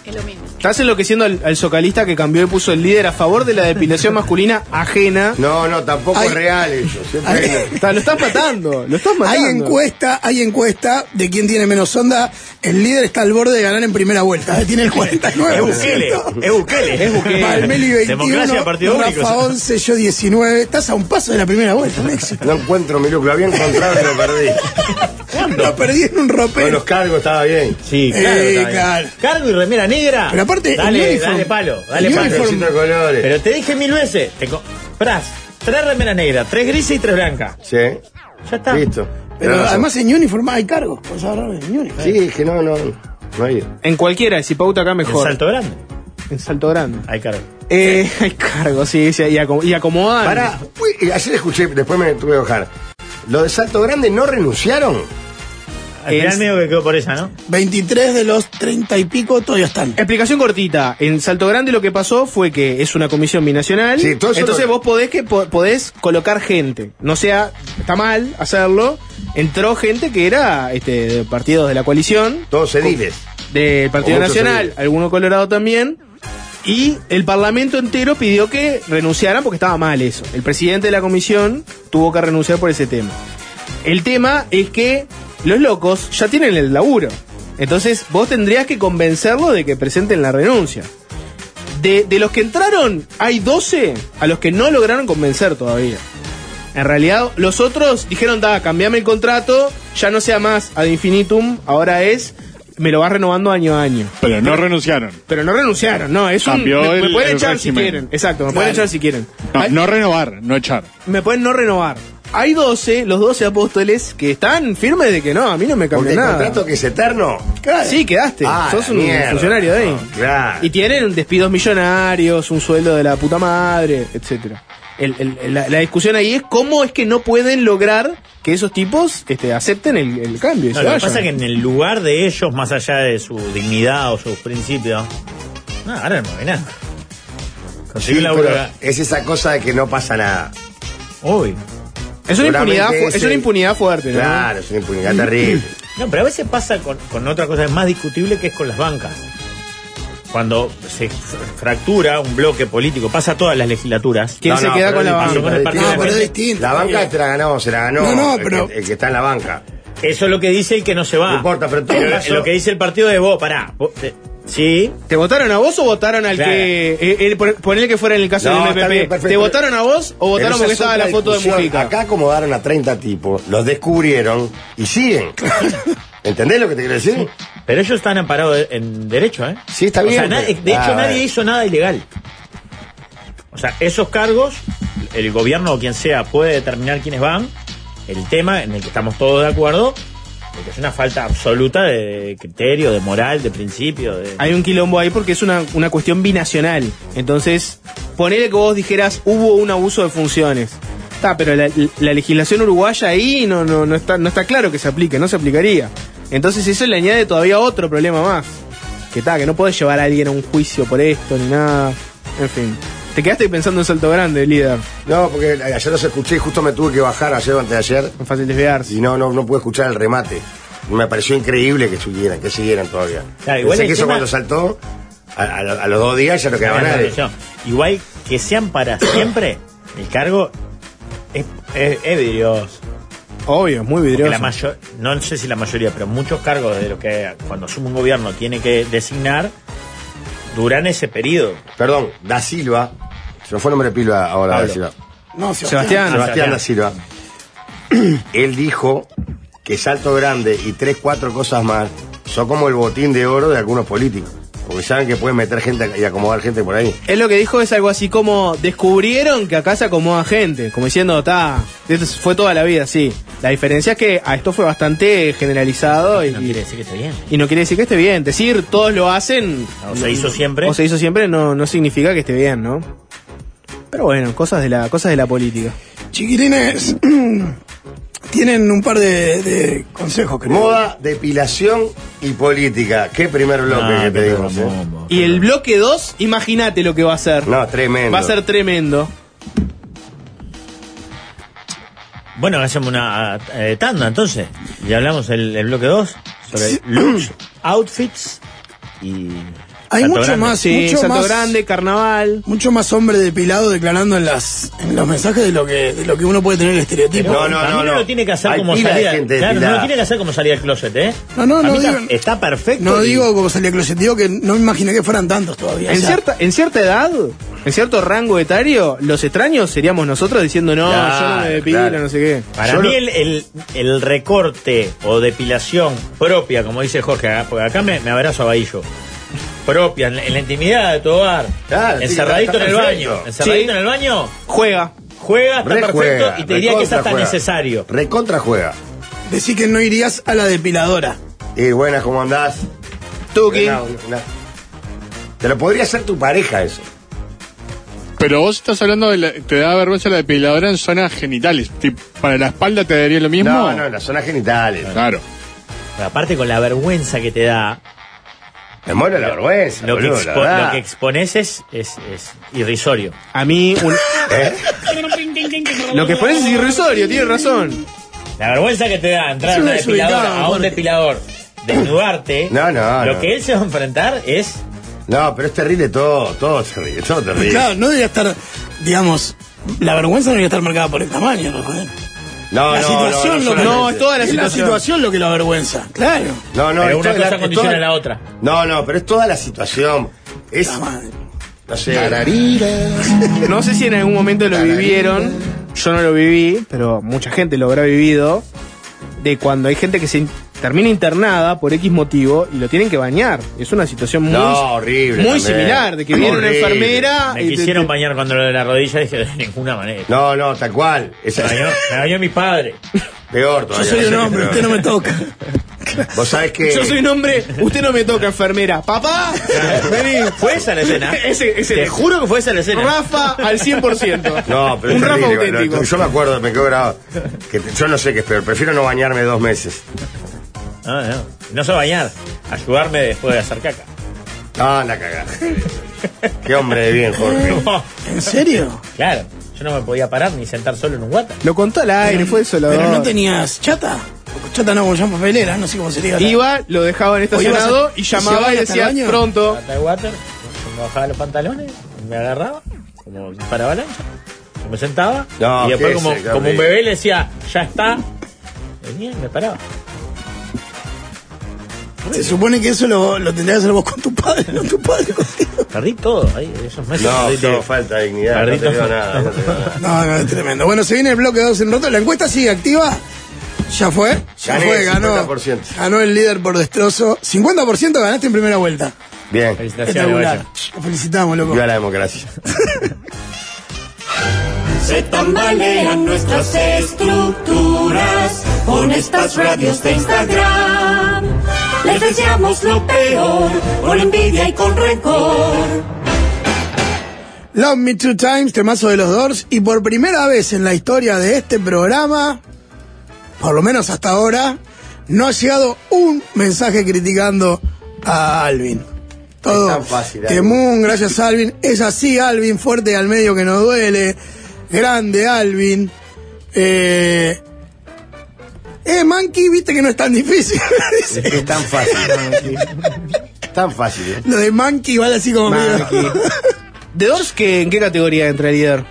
[SPEAKER 5] Es lo mismo.
[SPEAKER 4] Estás enloqueciendo al, al socalista que cambió y puso el líder a favor de la depilación masculina ajena.
[SPEAKER 1] No, no, tampoco
[SPEAKER 2] Ay.
[SPEAKER 1] es real eso.
[SPEAKER 4] ¿eh?
[SPEAKER 1] Siempre
[SPEAKER 2] Ay.
[SPEAKER 1] digo.
[SPEAKER 4] Está- lo estás matando, lo estás
[SPEAKER 2] Hay
[SPEAKER 4] matando.
[SPEAKER 2] encuesta, hay encuesta de quién tiene menos onda. El líder está al borde de ganar en primera vuelta. Tiene el 49%.
[SPEAKER 3] Es Bukele, es Bukele. Es Bukele.
[SPEAKER 2] Palmeli 21,
[SPEAKER 3] Democracia, partido único.
[SPEAKER 2] Rafa 11, yo 19. Estás a un paso de la primera vuelta, un éxito.
[SPEAKER 1] No encuentro mi look, lo había encontrado y lo perdí.
[SPEAKER 2] Lo perdí en un
[SPEAKER 1] Con
[SPEAKER 2] ropero.
[SPEAKER 1] los cargos estaba bien.
[SPEAKER 3] Sí, claro,
[SPEAKER 2] Eh,
[SPEAKER 3] está bien.
[SPEAKER 2] claro.
[SPEAKER 3] Cargo y remera negra.
[SPEAKER 2] Pero aparte, el
[SPEAKER 3] dale,
[SPEAKER 2] uniform-
[SPEAKER 3] dale palo, dale
[SPEAKER 2] el
[SPEAKER 3] palo.
[SPEAKER 2] uniform-
[SPEAKER 1] Necesito colores.
[SPEAKER 3] Pero te dije mil veces, te compras tres remeras negras, tres grises y tres blancas.
[SPEAKER 1] Sí.
[SPEAKER 3] Ya está.
[SPEAKER 1] Listo.
[SPEAKER 2] Pero
[SPEAKER 1] Tenés razón.
[SPEAKER 2] además en uniform hay cargo. Puedes agarrar en uniform.
[SPEAKER 1] Sí, es que no, no. No hay.
[SPEAKER 4] En cualquiera, y si pauta acá
[SPEAKER 3] El
[SPEAKER 4] mejor.
[SPEAKER 3] salto grande.
[SPEAKER 4] En salto grande.
[SPEAKER 3] Ahí cargo.
[SPEAKER 4] Eh, hay cargo, sí, sí, y, acom- y acomodan.
[SPEAKER 1] Para, ayer escuché, después me tuve que bajar. ¿Lo de Salto Grande no renunciaron?
[SPEAKER 3] Al final
[SPEAKER 4] Es-
[SPEAKER 3] medio que quedó por esa, ¿no?
[SPEAKER 2] 23 de los 30 y pico todavía están.
[SPEAKER 4] Explicación cortita. En Salto Grande lo que pasó fue que es una comisión binacional.
[SPEAKER 1] Sí, todo eso
[SPEAKER 4] entonces
[SPEAKER 1] lo-
[SPEAKER 4] vos podés que po- podés colocar gente. No sea, está mal hacerlo. Entró gente que era este, de partidos de la coalición,
[SPEAKER 1] Todos ediles.
[SPEAKER 4] del Partido
[SPEAKER 1] muchos
[SPEAKER 4] Nacional,
[SPEAKER 1] seguidores.
[SPEAKER 4] alguno colorado también. Y el Parlamento entero pidió que renunciaran porque estaba mal eso. El presidente de la comisión tuvo que renunciar por ese tema. El tema es que los locos ya tienen el laburo. Entonces vos tendrías que convencerlo de que presenten la renuncia. De, de los que entraron, hay 12 a los que no lograron convencer todavía. En realidad, los otros dijeron, da, cambiame el contrato, ya no sea más ad infinitum, ahora es, me lo vas renovando año a año.
[SPEAKER 6] Pero no renunciaron.
[SPEAKER 4] Pero no renunciaron, no, es un-
[SPEAKER 6] Cambió
[SPEAKER 4] me, me
[SPEAKER 6] el-
[SPEAKER 4] pueden
[SPEAKER 6] el
[SPEAKER 4] echar si
[SPEAKER 6] régimen.
[SPEAKER 4] quieren, exacto, me pueden
[SPEAKER 2] Claro.
[SPEAKER 4] echar si quieren.
[SPEAKER 6] No,
[SPEAKER 4] Hay-
[SPEAKER 6] no renovar, no echar.
[SPEAKER 4] Me pueden no renovar. Hay 12, los 12 apóstoles, que están firmes de que no, a mí no me
[SPEAKER 1] Porque
[SPEAKER 4] cambió
[SPEAKER 1] el
[SPEAKER 4] nada.
[SPEAKER 1] contrato que es eterno.
[SPEAKER 4] Sí, quedaste,
[SPEAKER 1] Ah,
[SPEAKER 4] sos
[SPEAKER 1] la
[SPEAKER 4] un
[SPEAKER 1] mierda. Ah,
[SPEAKER 4] funcionario de ahí.
[SPEAKER 1] Claro.
[SPEAKER 4] Y tienen despidos millonarios, un sueldo de la puta madre, etcétera. El- el- el- la, la discusión ahí es cómo es que no pueden lograr que esos tipos este, acepten el, el cambio. y
[SPEAKER 3] No,
[SPEAKER 4] se
[SPEAKER 3] lo que
[SPEAKER 4] vayan.
[SPEAKER 3] pasa es que en el lugar de ellos, más allá de su dignidad o sus principios, no, ahora no hay nada. Conseguí
[SPEAKER 1] Sí,
[SPEAKER 3] la
[SPEAKER 1] pero
[SPEAKER 3] obra.
[SPEAKER 1] es esa cosa de que no pasa nada.
[SPEAKER 3] Uy.
[SPEAKER 4] es, una impunidad,
[SPEAKER 1] Seguramente
[SPEAKER 4] fu-
[SPEAKER 1] ese-
[SPEAKER 4] es una impunidad fuerte, ¿no?
[SPEAKER 1] Claro, es una impunidad terrible.
[SPEAKER 3] No, pero a veces pasa con, con otra cosa más discutible que es con las bancas. Cuando se fr- fractura un bloque político, pasa a todas las legislaturas.
[SPEAKER 4] ¿Quién se queda
[SPEAKER 1] pero
[SPEAKER 4] con la
[SPEAKER 1] es
[SPEAKER 4] banca?
[SPEAKER 1] distinto,
[SPEAKER 3] Con el partido de
[SPEAKER 1] es
[SPEAKER 3] la
[SPEAKER 1] distinto.
[SPEAKER 2] gente. distinto.
[SPEAKER 1] La banca te la ganó, se la ganó.
[SPEAKER 2] No, no,
[SPEAKER 1] el que-
[SPEAKER 2] pero-
[SPEAKER 1] El que, está en la banca.
[SPEAKER 3] Eso es lo que dice el que no se va.
[SPEAKER 1] No importa, pero en todo
[SPEAKER 3] Pero
[SPEAKER 1] caso-
[SPEAKER 3] Lo que dice el partido de vos, pará. vos- eh, Sí,
[SPEAKER 4] ¿Te votaron a vos o votaron al
[SPEAKER 3] Claro.
[SPEAKER 4] que. eh, eh, por- ponele que fuera en el caso
[SPEAKER 1] No,
[SPEAKER 4] del
[SPEAKER 1] está bien,
[SPEAKER 4] MPP. ¿Te
[SPEAKER 1] perfecto, pero-
[SPEAKER 4] votaron a vos o
[SPEAKER 1] Pero
[SPEAKER 4] votaron
[SPEAKER 1] esa
[SPEAKER 4] porque
[SPEAKER 1] es
[SPEAKER 4] estaba
[SPEAKER 1] otra
[SPEAKER 4] la foto de
[SPEAKER 1] discusión.
[SPEAKER 4] Mujica?
[SPEAKER 1] Acá acomodaron a 30 tipos, los descubrieron y siguen. ¿Entendés lo que te quiero decir?
[SPEAKER 3] Pero ellos están amparados de- en derecho, ¿eh?
[SPEAKER 1] Sí, está
[SPEAKER 3] O
[SPEAKER 1] bien,
[SPEAKER 3] sea, na-
[SPEAKER 1] pero-
[SPEAKER 3] de hecho,
[SPEAKER 1] Ah,
[SPEAKER 3] nadie
[SPEAKER 1] bueno.
[SPEAKER 3] hizo nada ilegal. O sea, esos cargos, el gobierno o quien sea puede determinar quiénes van. El tema en el que estamos todos de acuerdo, porque es una falta absoluta de criterio, de moral, de principio. De...
[SPEAKER 4] Hay un quilombo ahí porque es una, una cuestión binacional. Entonces, ponele que vos dijeras hubo un abuso de funciones. Está, pero la, la legislación uruguaya ahí no, no, no, está, no está claro que se aplique, no se aplicaría. Entonces eso le añade todavía otro problema más. Que está, que no podés llevar a alguien a un juicio por esto ni nada. En fin. Te quedaste pensando en Salto Grande, líder.
[SPEAKER 1] No, porque eh, ayer los escuché y justo me tuve que bajar ayer o antes de ayer.
[SPEAKER 4] No es fácil desviarse.
[SPEAKER 1] Y no, no, no pude escuchar el remate. Me pareció increíble que siguieran, que siguieran todavía.
[SPEAKER 3] Claro, igual
[SPEAKER 1] Pensé
[SPEAKER 3] el
[SPEAKER 1] que eso
[SPEAKER 3] tema-
[SPEAKER 1] cuando saltó, a, a lo- a los dos días ya no quedaba
[SPEAKER 3] Llama la
[SPEAKER 1] nadie.
[SPEAKER 3] atención. Igual que sean para siempre, el cargo es, es, es vidrioso.
[SPEAKER 4] Obvio, muy
[SPEAKER 3] Porque
[SPEAKER 4] vidrioso.
[SPEAKER 3] la mayor, no sé si la mayoría, pero muchos cargos de lo que cuando asume un gobierno tiene que designar duran ese periodo.
[SPEAKER 1] Perdón, Da Silva. Se nos fue el nombre de pila ahora,
[SPEAKER 3] Pablo.
[SPEAKER 1] Da Silva.
[SPEAKER 2] No,
[SPEAKER 4] Sebastián.
[SPEAKER 1] Sebastián Da Silva. Él dijo que Salto Grande y tres, cuatro cosas más son como el botín de oro de algunos políticos. Porque saben que pueden meter gente y acomodar gente por ahí.
[SPEAKER 4] Él lo que dijo es algo así como descubrieron que acá se acomoda gente, como diciendo, ta, esto fue toda la vida, sí. La diferencia es que a esto fue bastante generalizado y,
[SPEAKER 3] No quiere decir que esté bien.
[SPEAKER 4] y no quiere decir que esté bien. Decir todos lo hacen
[SPEAKER 3] O se hizo siempre.
[SPEAKER 4] o se hizo siempre no, no significa que esté bien, ¿no? Pero bueno, cosas de la, cosas de la política.
[SPEAKER 2] Chiquirines, tienen un par de, de consejos, creo.
[SPEAKER 1] Moda, depilación y política. Qué primer bloque
[SPEAKER 3] Ah,
[SPEAKER 1] que te
[SPEAKER 3] qué
[SPEAKER 1] digo. ¿sí?
[SPEAKER 3] quilombo.
[SPEAKER 4] Y el bloque 2, imagínate lo que va a ser.
[SPEAKER 1] No, tremendo.
[SPEAKER 4] va a ser tremendo.
[SPEAKER 3] Bueno, hacemos una eh, tanda entonces. Y hablamos el, el bloque 2 sobre looks, outfits y.
[SPEAKER 2] Hay
[SPEAKER 3] Salto
[SPEAKER 2] mucho
[SPEAKER 3] Grande.
[SPEAKER 2] más.
[SPEAKER 4] Sí,
[SPEAKER 2] Mucho
[SPEAKER 4] Salto
[SPEAKER 2] más-
[SPEAKER 4] Grande, Carnaval.
[SPEAKER 2] Mucho más hombre depilado declarando en, las, en los mensajes de lo, que, de lo que uno puede tener el estereotipo.
[SPEAKER 1] No, no,
[SPEAKER 3] Para mí
[SPEAKER 1] no,
[SPEAKER 3] no,
[SPEAKER 1] no.
[SPEAKER 3] lo tiene que hacer
[SPEAKER 1] Hay
[SPEAKER 3] como
[SPEAKER 1] pila de
[SPEAKER 3] salida.
[SPEAKER 1] gente
[SPEAKER 3] claro, no lo
[SPEAKER 1] depilada.
[SPEAKER 3] tiene que hacer como salida del closet, ¿eh?
[SPEAKER 2] No, no,
[SPEAKER 3] Para
[SPEAKER 2] no
[SPEAKER 3] mí está,
[SPEAKER 2] digo-
[SPEAKER 3] está perfecto.
[SPEAKER 2] No
[SPEAKER 3] y-
[SPEAKER 2] digo como salía closet, digo que no me imaginé que fueran tantos todavía.
[SPEAKER 4] En,
[SPEAKER 2] O sea,
[SPEAKER 4] cierta, en cierta edad, en cierto rango etario, los extraños seríamos nosotros diciendo, no,
[SPEAKER 3] Claro,
[SPEAKER 4] yo no me depilo,
[SPEAKER 1] claro.
[SPEAKER 4] no sé qué.
[SPEAKER 3] Para
[SPEAKER 1] Yo
[SPEAKER 3] mí
[SPEAKER 1] lo-
[SPEAKER 3] el, el- el recorte o depilación propia, como dice Jorge, acá- porque acá me, me abrazo a Bahillo. Propia, en, la- en la intimidad de tu hogar.
[SPEAKER 1] Claro, sí,
[SPEAKER 3] encerradito
[SPEAKER 1] está
[SPEAKER 3] en el
[SPEAKER 1] perfecto.
[SPEAKER 3] baño. Encerradito
[SPEAKER 4] Sí.
[SPEAKER 3] en el baño,
[SPEAKER 4] Juega.
[SPEAKER 3] juega, está
[SPEAKER 1] Rejuega,
[SPEAKER 3] perfecto y te diría que es
[SPEAKER 1] recontra
[SPEAKER 3] hasta
[SPEAKER 1] juega.
[SPEAKER 3] necesario.
[SPEAKER 1] Recontra juega.
[SPEAKER 2] Decí que no irías a la depiladora.
[SPEAKER 1] Y buenas, ¿cómo andás?
[SPEAKER 4] Tuki.
[SPEAKER 1] No, no, no. Te lo podría hacer tu pareja eso.
[SPEAKER 6] Pero vos estás hablando de la- te da vergüenza la depiladora en zonas genitales. Tip- para la espalda te daría lo mismo.
[SPEAKER 1] No, no, en las zonas genitales.
[SPEAKER 6] Claro.
[SPEAKER 3] Pero aparte con la vergüenza que te da,
[SPEAKER 1] Me muero la vergüenza.
[SPEAKER 3] lo, que,
[SPEAKER 1] boludo,
[SPEAKER 3] expo-
[SPEAKER 1] la verdad.
[SPEAKER 3] lo que expones es, es, es irrisorio.
[SPEAKER 4] A mí, un-
[SPEAKER 1] ¿Eh?
[SPEAKER 4] lo que pones es irrisorio, tiene razón.
[SPEAKER 3] La vergüenza que te da entrar
[SPEAKER 2] Es
[SPEAKER 3] a una
[SPEAKER 2] un desubicado,
[SPEAKER 3] depiladora, a un
[SPEAKER 2] Jorge.
[SPEAKER 3] depilador, desnudarte.
[SPEAKER 1] No, no,
[SPEAKER 3] Lo
[SPEAKER 1] no.
[SPEAKER 3] que él se va a enfrentar es
[SPEAKER 1] No, pero es terrible todo, todo es terrible, todo es terrible.
[SPEAKER 2] Claro, no debería estar, digamos, la vergüenza no debería estar marcada por el tamaño, Rafael.
[SPEAKER 1] No,
[SPEAKER 2] la
[SPEAKER 1] no,
[SPEAKER 2] situación
[SPEAKER 1] no,
[SPEAKER 2] lo que
[SPEAKER 1] solamente.
[SPEAKER 4] no, es toda la
[SPEAKER 2] es
[SPEAKER 4] situación.
[SPEAKER 2] lo que la vergüenza. Claro.
[SPEAKER 1] No, no,
[SPEAKER 3] Pero
[SPEAKER 1] es
[SPEAKER 3] una
[SPEAKER 1] toda
[SPEAKER 3] cosa
[SPEAKER 1] es toda-
[SPEAKER 3] condiciona la otra.
[SPEAKER 1] No, no, pero es toda la situación. Es,
[SPEAKER 2] La madre.
[SPEAKER 1] no sé,
[SPEAKER 4] No sé si en algún momento lo vivieron, yo no lo viví, pero mucha gente lo habrá vivido, de cuando hay gente que se in- termina internada por X motivo y lo tienen que bañar. Es una situación muy,
[SPEAKER 1] No, horrible
[SPEAKER 4] muy
[SPEAKER 1] también.
[SPEAKER 4] similar, de que viene una
[SPEAKER 1] Horrible.
[SPEAKER 4] enfermera...
[SPEAKER 3] Me
[SPEAKER 4] y te-
[SPEAKER 3] quisieron
[SPEAKER 4] te-
[SPEAKER 3] bañar cuando lo de la rodilla dije de ninguna manera.
[SPEAKER 1] No, no, tal cual. Esa-
[SPEAKER 3] Me bañó, me bañó mi padre.
[SPEAKER 1] peor
[SPEAKER 2] Yo
[SPEAKER 1] todavía.
[SPEAKER 2] soy un
[SPEAKER 1] Peor.
[SPEAKER 2] hombre, usted no me toca.
[SPEAKER 1] Vos sabés que...
[SPEAKER 4] Yo soy un hombre, usted no me toca, enfermera. Papá, vení.
[SPEAKER 3] Fue esa la escena.
[SPEAKER 4] Ese- ese-
[SPEAKER 3] Te juro que fue esa la escena.
[SPEAKER 4] Rafa al 100%.
[SPEAKER 1] No, pero
[SPEAKER 4] un
[SPEAKER 1] es
[SPEAKER 4] Rafa
[SPEAKER 1] terrible, bueno,
[SPEAKER 4] auténtico.
[SPEAKER 1] Yo me acuerdo, me quedo grabado. Que yo no sé qué es peor, prefiero no bañarme dos meses.
[SPEAKER 3] No, no. No sé bañar. Ayudarme después de hacer caca.
[SPEAKER 1] Ah, la cagada. Qué hombre de bien, Jorge.
[SPEAKER 2] ¿En serio?
[SPEAKER 3] claro. Yo no me podía parar ni sentar solo en un guata.
[SPEAKER 4] Lo contó al aire, fue desolador.
[SPEAKER 2] Pero no tenías chata. Chata no, como llama papelera, no sé cómo sería. la-
[SPEAKER 4] Iba, lo dejaban
[SPEAKER 2] O
[SPEAKER 4] estacionado
[SPEAKER 2] ibas a-
[SPEAKER 4] y
[SPEAKER 2] ¿se
[SPEAKER 4] llamaba
[SPEAKER 2] van
[SPEAKER 4] y
[SPEAKER 2] hasta el
[SPEAKER 4] decía
[SPEAKER 2] baño?
[SPEAKER 4] pronto.
[SPEAKER 3] Guata de water. Me bajaba los pantalones. Me agarraba. Como para avalancha. Me sentaba.
[SPEAKER 1] No,
[SPEAKER 3] y después
[SPEAKER 1] qué
[SPEAKER 3] como,
[SPEAKER 1] sé, qué
[SPEAKER 3] como un
[SPEAKER 1] horrible.
[SPEAKER 3] bebé le decía, ya está. Venía y me paraba.
[SPEAKER 2] Se supone que eso lo, lo tendrías que hacer vos con tu padre, no tu padre contigo.
[SPEAKER 3] Perdí todo ahí. Esos meses
[SPEAKER 1] No,
[SPEAKER 3] perdí
[SPEAKER 1] no,
[SPEAKER 3] todo.
[SPEAKER 1] falta de dignidad. No
[SPEAKER 3] Perdí
[SPEAKER 1] te veo
[SPEAKER 3] todo.
[SPEAKER 1] nada, no te veo nada.
[SPEAKER 2] No, no, es tremendo. Bueno, se viene el bloque 2 en roto. La encuesta sigue activa. Ya fue, ya
[SPEAKER 1] Gané
[SPEAKER 2] fue,
[SPEAKER 1] el
[SPEAKER 2] ganó.
[SPEAKER 1] 50%.
[SPEAKER 2] Ganó el líder por destrozo. 50% ganaste en primera vuelta.
[SPEAKER 1] Bien,
[SPEAKER 3] Felicitaciones,
[SPEAKER 2] Espectacular.
[SPEAKER 3] Goya.
[SPEAKER 2] Lo felicitamos, loco.
[SPEAKER 1] viva la democracia.
[SPEAKER 7] Se tambalean nuestras estructuras con estas radios de Instagram. Les deseamos lo peor, con envidia y con rencor.
[SPEAKER 2] Love Me Two Times, temazo de los Doors. Y por primera vez en la historia de este programa, por lo menos hasta ahora, no ha llegado un mensaje criticando a Alvin.
[SPEAKER 1] Es
[SPEAKER 2] Todo.
[SPEAKER 1] tan fácil, Alvin.
[SPEAKER 2] Temun, gracias Alvin. Es así, Alvin, fuerte al medio que nos duele. Grande Alvin. Eh. Eh, Monkey, viste que no es tan difícil. Dice.
[SPEAKER 1] Es tan fácil. tan fácil, ¿eh?
[SPEAKER 2] Lo de Monkey vale así como medio-
[SPEAKER 4] Monkey. ¿De dos que, en qué categoría entra el líder?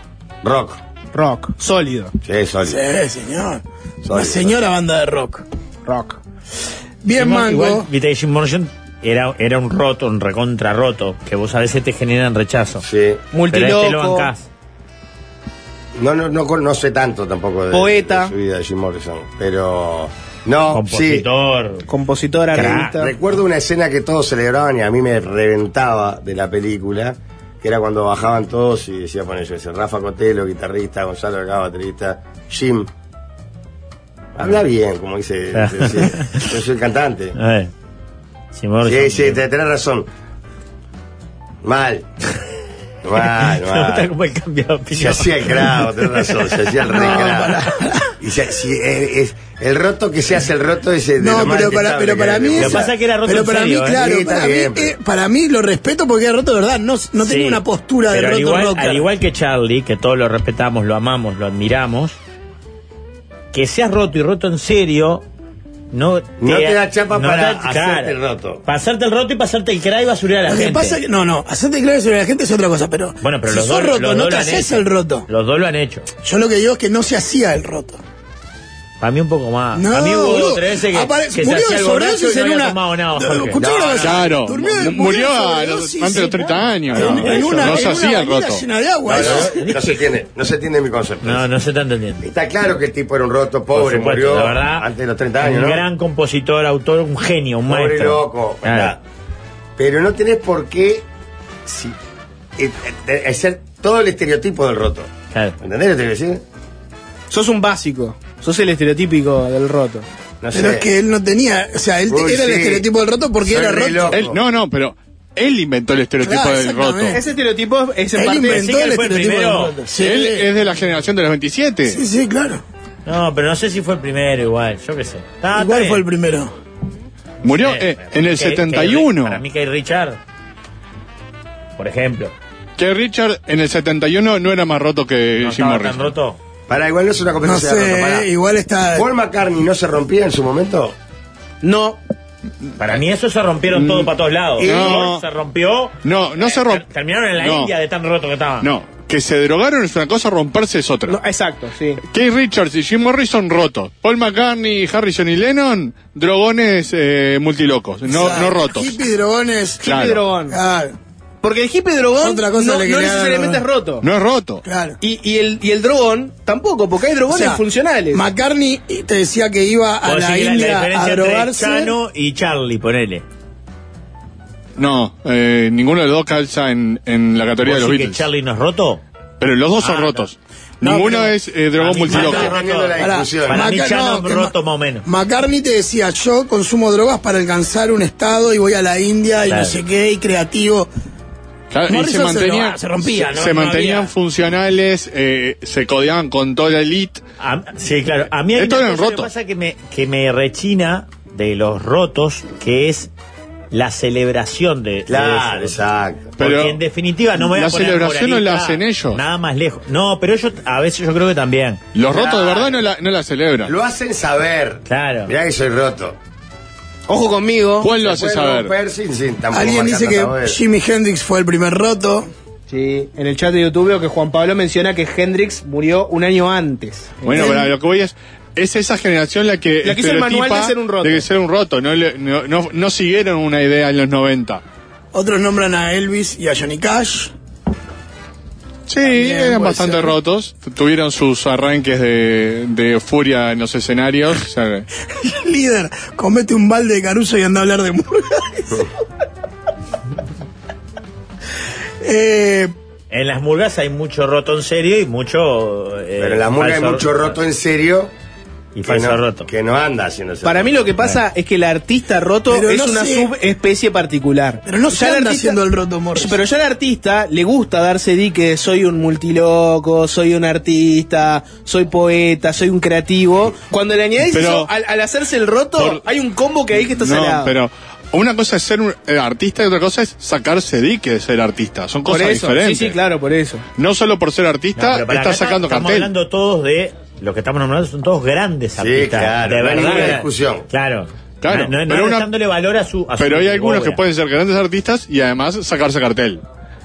[SPEAKER 1] Rock.
[SPEAKER 4] Rock. Sólido.
[SPEAKER 1] Sí, sólido.
[SPEAKER 2] Sí, señor. Una
[SPEAKER 1] Sólido.
[SPEAKER 2] señora banda de rock.
[SPEAKER 4] Rock.
[SPEAKER 2] Bien,
[SPEAKER 3] Igual-
[SPEAKER 2] Mango.
[SPEAKER 3] Igual, viste que Jim Morrison era, era un roto, un recontra roto, que vos a veces te generan rechazo.
[SPEAKER 1] Sí.
[SPEAKER 3] Pero a este lo
[SPEAKER 4] Multiloco.
[SPEAKER 3] bancás.
[SPEAKER 1] No, no, no, con- no sé tanto tampoco de,
[SPEAKER 4] Poeta.
[SPEAKER 1] de su vida de Jim Morrison, pero... No, sí.
[SPEAKER 3] Compositor.
[SPEAKER 4] Compositora,
[SPEAKER 3] Crack.
[SPEAKER 4] artista.
[SPEAKER 1] Recuerdo una escena que todos celebraban y a mí me reventaba de la película, que era cuando bajaban todos y decía, bueno, yo decía, Rafa Cotelo, guitarrista, Gonzalo Alcá, baterista, Jim. Habla bien, como dice. dice- yo soy cantante.
[SPEAKER 3] A ver. Jim Morrison.
[SPEAKER 1] Sí, sí, te- tenés razón. Mal. Mal,
[SPEAKER 3] Se nota
[SPEAKER 1] mal.
[SPEAKER 3] como el cambiado de
[SPEAKER 1] Se
[SPEAKER 3] opinión.
[SPEAKER 1] hacía el grado, tenés razón, se hacía el re grado. Y se- si- es- es- el roto que se hace el roto es de
[SPEAKER 2] No,
[SPEAKER 1] lo más
[SPEAKER 2] pero para,
[SPEAKER 1] detestable
[SPEAKER 2] pero
[SPEAKER 1] que
[SPEAKER 2] para
[SPEAKER 1] hay.
[SPEAKER 2] mí
[SPEAKER 1] Lo
[SPEAKER 2] esa-
[SPEAKER 3] pasa que era roto
[SPEAKER 2] pero
[SPEAKER 3] en
[SPEAKER 2] para
[SPEAKER 3] serio,
[SPEAKER 2] mí,
[SPEAKER 3] ¿eh?
[SPEAKER 2] claro,
[SPEAKER 1] Sí, está
[SPEAKER 2] para, mí,
[SPEAKER 1] bien, pero-
[SPEAKER 2] eh, para mí lo respeto porque era roto de verdad, no, no tenía
[SPEAKER 3] Sí.
[SPEAKER 2] una postura
[SPEAKER 3] Pero
[SPEAKER 2] de
[SPEAKER 3] al
[SPEAKER 2] roto
[SPEAKER 3] igual,
[SPEAKER 2] rocker.
[SPEAKER 3] al igual que Charlie, que todos lo respetamos, lo amamos, lo admiramos, que seas roto y roto en serio, no te,
[SPEAKER 1] No te da chapa para hacerte
[SPEAKER 3] claro.
[SPEAKER 1] el roto.
[SPEAKER 3] Para hacerte el roto y pasarte el cray y basurear a la
[SPEAKER 2] Lo que
[SPEAKER 3] gente.
[SPEAKER 2] pasa que, no, no, hacerte claro sobre la gente es otra cosa, pero,
[SPEAKER 3] Bueno, pero
[SPEAKER 2] si
[SPEAKER 3] los
[SPEAKER 2] sos
[SPEAKER 3] dos,
[SPEAKER 2] roto,
[SPEAKER 3] los
[SPEAKER 2] no
[SPEAKER 3] dos
[SPEAKER 2] te
[SPEAKER 3] lo han
[SPEAKER 2] haces
[SPEAKER 3] hecho.
[SPEAKER 2] el roto.
[SPEAKER 3] Los dos lo han hecho.
[SPEAKER 2] Yo lo que digo es que no se hacía el roto.
[SPEAKER 3] Para mí un poco más.
[SPEAKER 2] No,
[SPEAKER 3] a mí hubo
[SPEAKER 2] boludo.
[SPEAKER 3] dos, tres veces que,
[SPEAKER 2] Apare-
[SPEAKER 3] que se
[SPEAKER 2] murió
[SPEAKER 3] hacía
[SPEAKER 2] de
[SPEAKER 3] el borracho
[SPEAKER 2] sobredosis
[SPEAKER 3] y no
[SPEAKER 2] en
[SPEAKER 3] había
[SPEAKER 2] una-
[SPEAKER 3] tomado nada,
[SPEAKER 2] No,
[SPEAKER 3] Jorge.
[SPEAKER 2] escuchá una cosa.
[SPEAKER 6] Claro,
[SPEAKER 2] Durmió de-
[SPEAKER 6] mu- murió
[SPEAKER 2] de
[SPEAKER 6] a los-
[SPEAKER 2] sobredosis,
[SPEAKER 6] antes de los 30 años.
[SPEAKER 2] En,
[SPEAKER 1] No,
[SPEAKER 2] en
[SPEAKER 1] eso
[SPEAKER 2] una,
[SPEAKER 6] no
[SPEAKER 2] en
[SPEAKER 6] se
[SPEAKER 2] una
[SPEAKER 6] hacía el
[SPEAKER 2] bañera
[SPEAKER 6] roto.
[SPEAKER 2] llena de agua.
[SPEAKER 1] No,
[SPEAKER 2] eso-
[SPEAKER 1] no, no, no se tiene, no se tiene mi concepto.
[SPEAKER 3] No, no se está entendiendo.
[SPEAKER 1] Está claro que el tipo era un roto,
[SPEAKER 3] Por
[SPEAKER 1] pobre,
[SPEAKER 3] supuesto,
[SPEAKER 1] murió
[SPEAKER 3] la verdad,
[SPEAKER 1] antes de los 30 años,
[SPEAKER 3] un
[SPEAKER 1] ¿no?
[SPEAKER 3] gran compositor, autor, un genio, un
[SPEAKER 1] pobre
[SPEAKER 3] maestro.
[SPEAKER 1] loco.
[SPEAKER 3] Claro.
[SPEAKER 1] ¿verdad? Pero no tenés por qué si, eh, eh, hacer todo el estereotipo del roto.
[SPEAKER 3] Claro.
[SPEAKER 1] ¿Entendés lo que te quiero decir?
[SPEAKER 4] Sos un básico. Sos el estereotípico del roto.
[SPEAKER 1] No
[SPEAKER 2] Pero es que él no tenía, o sea, él te-
[SPEAKER 1] Uy,
[SPEAKER 2] era el
[SPEAKER 1] sí.
[SPEAKER 2] estereotipo del roto porque
[SPEAKER 1] Soy
[SPEAKER 2] era
[SPEAKER 1] re
[SPEAKER 2] roto.
[SPEAKER 1] loco.
[SPEAKER 6] Él, no, no, pero él inventó el estereotipo
[SPEAKER 2] Claro,
[SPEAKER 6] del roto.
[SPEAKER 2] exactamente.
[SPEAKER 4] Ese estereotipo es en
[SPEAKER 2] Él
[SPEAKER 4] parte...
[SPEAKER 3] inventó-
[SPEAKER 2] inventó
[SPEAKER 3] que
[SPEAKER 2] el
[SPEAKER 3] él fue el
[SPEAKER 2] estereotipo del
[SPEAKER 3] primero.
[SPEAKER 2] roto. Sí,
[SPEAKER 6] Él es de la generación de los 27.
[SPEAKER 2] sí, sí, claro.
[SPEAKER 3] No, pero no sé si fue el primero igual, yo qué sé. Ah, Está-
[SPEAKER 2] Igual
[SPEAKER 3] está
[SPEAKER 2] fue el
[SPEAKER 3] bien.
[SPEAKER 2] primero.
[SPEAKER 6] Murió
[SPEAKER 3] Eh,
[SPEAKER 6] eh, en el
[SPEAKER 3] que- que-
[SPEAKER 6] 71.
[SPEAKER 3] para mí que Richard, por ejemplo,
[SPEAKER 6] Que Richard en el 71 no era más roto que
[SPEAKER 3] no
[SPEAKER 6] Jim
[SPEAKER 3] estaba tan
[SPEAKER 6] Morrison.
[SPEAKER 3] roto.
[SPEAKER 1] Para, igual no es una
[SPEAKER 2] No
[SPEAKER 1] competencia de roto. pará.
[SPEAKER 2] sé, eh, igual está.
[SPEAKER 1] ¿Paul McCartney no se rompía en su momento?
[SPEAKER 4] No.
[SPEAKER 3] Para mí eso se rompieron todo para todos lados.
[SPEAKER 6] Mm. Eh, No.
[SPEAKER 3] Paul Se rompió.
[SPEAKER 6] No, no se romp-
[SPEAKER 3] ter- Terminaron en la
[SPEAKER 6] No.
[SPEAKER 3] India de tan roto que estaban.
[SPEAKER 6] No, que se drogaron es una cosa, romperse es otra.
[SPEAKER 4] No, Exacto, sí.
[SPEAKER 6] Keith Richards y Jim Morrison rotos. Paul McCartney, Harrison y Lennon, drogones eh, multilocos, no,
[SPEAKER 2] Ah,
[SPEAKER 6] no rotos.
[SPEAKER 2] Hippie drogones.
[SPEAKER 6] Claro.
[SPEAKER 4] Hippie drogón.
[SPEAKER 2] Claro,
[SPEAKER 4] Porque el hippie drogón
[SPEAKER 2] Otra cosa
[SPEAKER 4] no,
[SPEAKER 2] le
[SPEAKER 4] no
[SPEAKER 2] quería dar,
[SPEAKER 4] necesariamente
[SPEAKER 2] ¿no?
[SPEAKER 4] es roto.
[SPEAKER 6] No es roto.
[SPEAKER 2] claro.
[SPEAKER 4] Y, y el, y el drogón tampoco, porque hay drogones
[SPEAKER 2] O sea,
[SPEAKER 4] funcionales.
[SPEAKER 2] McCartney eh, te decía que iba a
[SPEAKER 3] Puedo
[SPEAKER 2] la
[SPEAKER 3] decir que
[SPEAKER 2] India
[SPEAKER 3] diferencia
[SPEAKER 2] a
[SPEAKER 3] entre
[SPEAKER 2] drogarse.
[SPEAKER 3] Chano y Charlie, ponele.
[SPEAKER 6] No, eh, ninguno de los dos calza en, en la categoría de
[SPEAKER 3] ¿Puedo
[SPEAKER 6] los
[SPEAKER 3] decir que
[SPEAKER 6] Beatles.
[SPEAKER 3] Charlie no es roto?
[SPEAKER 6] Pero los dos son
[SPEAKER 3] Ah, no.
[SPEAKER 6] rotos.
[SPEAKER 2] No,
[SPEAKER 6] Ninguno
[SPEAKER 2] pero-
[SPEAKER 6] es eh, drogón
[SPEAKER 3] mí
[SPEAKER 2] Ah,
[SPEAKER 6] multiloco.
[SPEAKER 3] Maca-
[SPEAKER 1] Teniendo la
[SPEAKER 2] Pará,
[SPEAKER 1] discusión.
[SPEAKER 3] Para mí
[SPEAKER 2] Maca-
[SPEAKER 3] Chano
[SPEAKER 2] no,
[SPEAKER 3] es
[SPEAKER 2] que
[SPEAKER 3] roto
[SPEAKER 2] Ma-
[SPEAKER 3] más o menos.
[SPEAKER 2] McCartney te decía, yo consumo drogas para alcanzar un estado y voy a la India y
[SPEAKER 3] Claro.
[SPEAKER 2] no sé qué, y creativo.
[SPEAKER 6] Claro, y
[SPEAKER 2] Morrison
[SPEAKER 6] se
[SPEAKER 2] se
[SPEAKER 6] mantenían,
[SPEAKER 2] droga- se rompía, no-
[SPEAKER 6] se
[SPEAKER 2] no
[SPEAKER 6] mantenían
[SPEAKER 2] había-
[SPEAKER 6] funcionales, eh, se codeaban con toda la elite.
[SPEAKER 3] A- sí, claro. A mí hay
[SPEAKER 6] Esto
[SPEAKER 3] una
[SPEAKER 6] eran
[SPEAKER 3] cosa que
[SPEAKER 6] rotos.
[SPEAKER 3] pasa que me, que me rechina de los rotos, que es la celebración de, de
[SPEAKER 1] Claro,
[SPEAKER 3] eso.
[SPEAKER 1] exacto.
[SPEAKER 3] Porque
[SPEAKER 6] Pero
[SPEAKER 3] en definitiva no me voy a
[SPEAKER 6] la
[SPEAKER 3] poner
[SPEAKER 6] celebración no la
[SPEAKER 3] moralista,
[SPEAKER 6] hacen ellos.
[SPEAKER 3] Nada más lejos. No, pero ellos a veces yo creo que también.
[SPEAKER 6] Los rotos de
[SPEAKER 1] Claro.
[SPEAKER 6] verdad no la, no la celebran.
[SPEAKER 1] Lo hacen saber.
[SPEAKER 3] Claro.
[SPEAKER 1] Mirá que soy roto.
[SPEAKER 4] Ojo conmigo.
[SPEAKER 6] ¿Cuál lo hace
[SPEAKER 1] Puede
[SPEAKER 6] saber?
[SPEAKER 1] romper sin- sin tampoco
[SPEAKER 2] Alguien
[SPEAKER 1] marcar
[SPEAKER 2] dice que
[SPEAKER 1] tanto, a ver.
[SPEAKER 2] Jimi Hendrix fue el primer roto.
[SPEAKER 4] Sí, en el chat de YouTube veo que Juan Pablo menciona que Hendrix murió un año antes.
[SPEAKER 6] Bueno,
[SPEAKER 2] Él-
[SPEAKER 6] pero lo que voy es. Es esa generación la que.
[SPEAKER 4] La que hizo el
[SPEAKER 6] estereotipa
[SPEAKER 4] manual de ser un roto.
[SPEAKER 6] de ser un roto. No, le- no, no- no siguieron una idea en los 90.
[SPEAKER 2] Otros nombran a Elvis y a Johnny Cash.
[SPEAKER 6] Sí,
[SPEAKER 2] También
[SPEAKER 6] eran
[SPEAKER 2] puede
[SPEAKER 6] bastante
[SPEAKER 2] ser.
[SPEAKER 6] rotos. Tuvieron sus arranques de, de furia en los escenarios. O sea,
[SPEAKER 2] Líder, comete un balde de Caruso y anda a hablar de murga. eh,
[SPEAKER 3] En las murgas hay mucho roto en serio y mucho. eh,
[SPEAKER 1] Pero en la murga hay
[SPEAKER 3] falso-
[SPEAKER 1] mucho roto en serio.
[SPEAKER 3] Y
[SPEAKER 1] que
[SPEAKER 3] falso
[SPEAKER 1] no-
[SPEAKER 3] roto.
[SPEAKER 1] Que no anda haciéndose.
[SPEAKER 4] Para
[SPEAKER 1] roto.
[SPEAKER 4] mí lo que pasa es que el artista roto
[SPEAKER 2] Pero
[SPEAKER 4] es
[SPEAKER 2] no
[SPEAKER 4] una
[SPEAKER 2] sé.
[SPEAKER 4] subespecie particular.
[SPEAKER 2] pero no se
[SPEAKER 4] Ya el
[SPEAKER 2] anda
[SPEAKER 4] artista-
[SPEAKER 2] haciendo el roto Morris.
[SPEAKER 4] Pero ya al artista le gusta darse dique de soy un multiloco, soy un artista, soy poeta, soy un creativo. Cuando le añadís
[SPEAKER 6] Pero-
[SPEAKER 4] eso, al, al hacerse el roto,
[SPEAKER 6] Por-
[SPEAKER 4] hay un combo que ahí que está
[SPEAKER 6] No,
[SPEAKER 4] salado.
[SPEAKER 6] pero una cosa es ser un eh, artista y otra cosa es sacarse dique de ser artista. Son
[SPEAKER 4] por
[SPEAKER 6] cosas
[SPEAKER 4] eso,
[SPEAKER 6] diferentes.
[SPEAKER 4] sí, sí, claro, por eso.
[SPEAKER 6] No solo por ser
[SPEAKER 3] No,
[SPEAKER 6] artista,
[SPEAKER 3] pero para
[SPEAKER 6] está
[SPEAKER 3] acá
[SPEAKER 6] sacando
[SPEAKER 3] estamos
[SPEAKER 6] cartel.
[SPEAKER 3] hablando todos de. Los que estamos nombrando son todos grandes
[SPEAKER 1] Sí,
[SPEAKER 3] artistas.
[SPEAKER 1] claro,
[SPEAKER 3] de
[SPEAKER 1] no hay
[SPEAKER 3] verdad.
[SPEAKER 1] ninguna discusión.
[SPEAKER 3] Claro.
[SPEAKER 6] Claro,
[SPEAKER 3] No, no- no
[SPEAKER 6] pero una-
[SPEAKER 3] dándole valor a su. a su
[SPEAKER 6] Pero hay algunos
[SPEAKER 3] obra.
[SPEAKER 6] que pueden ser grandes artistas y además sacarse cartel.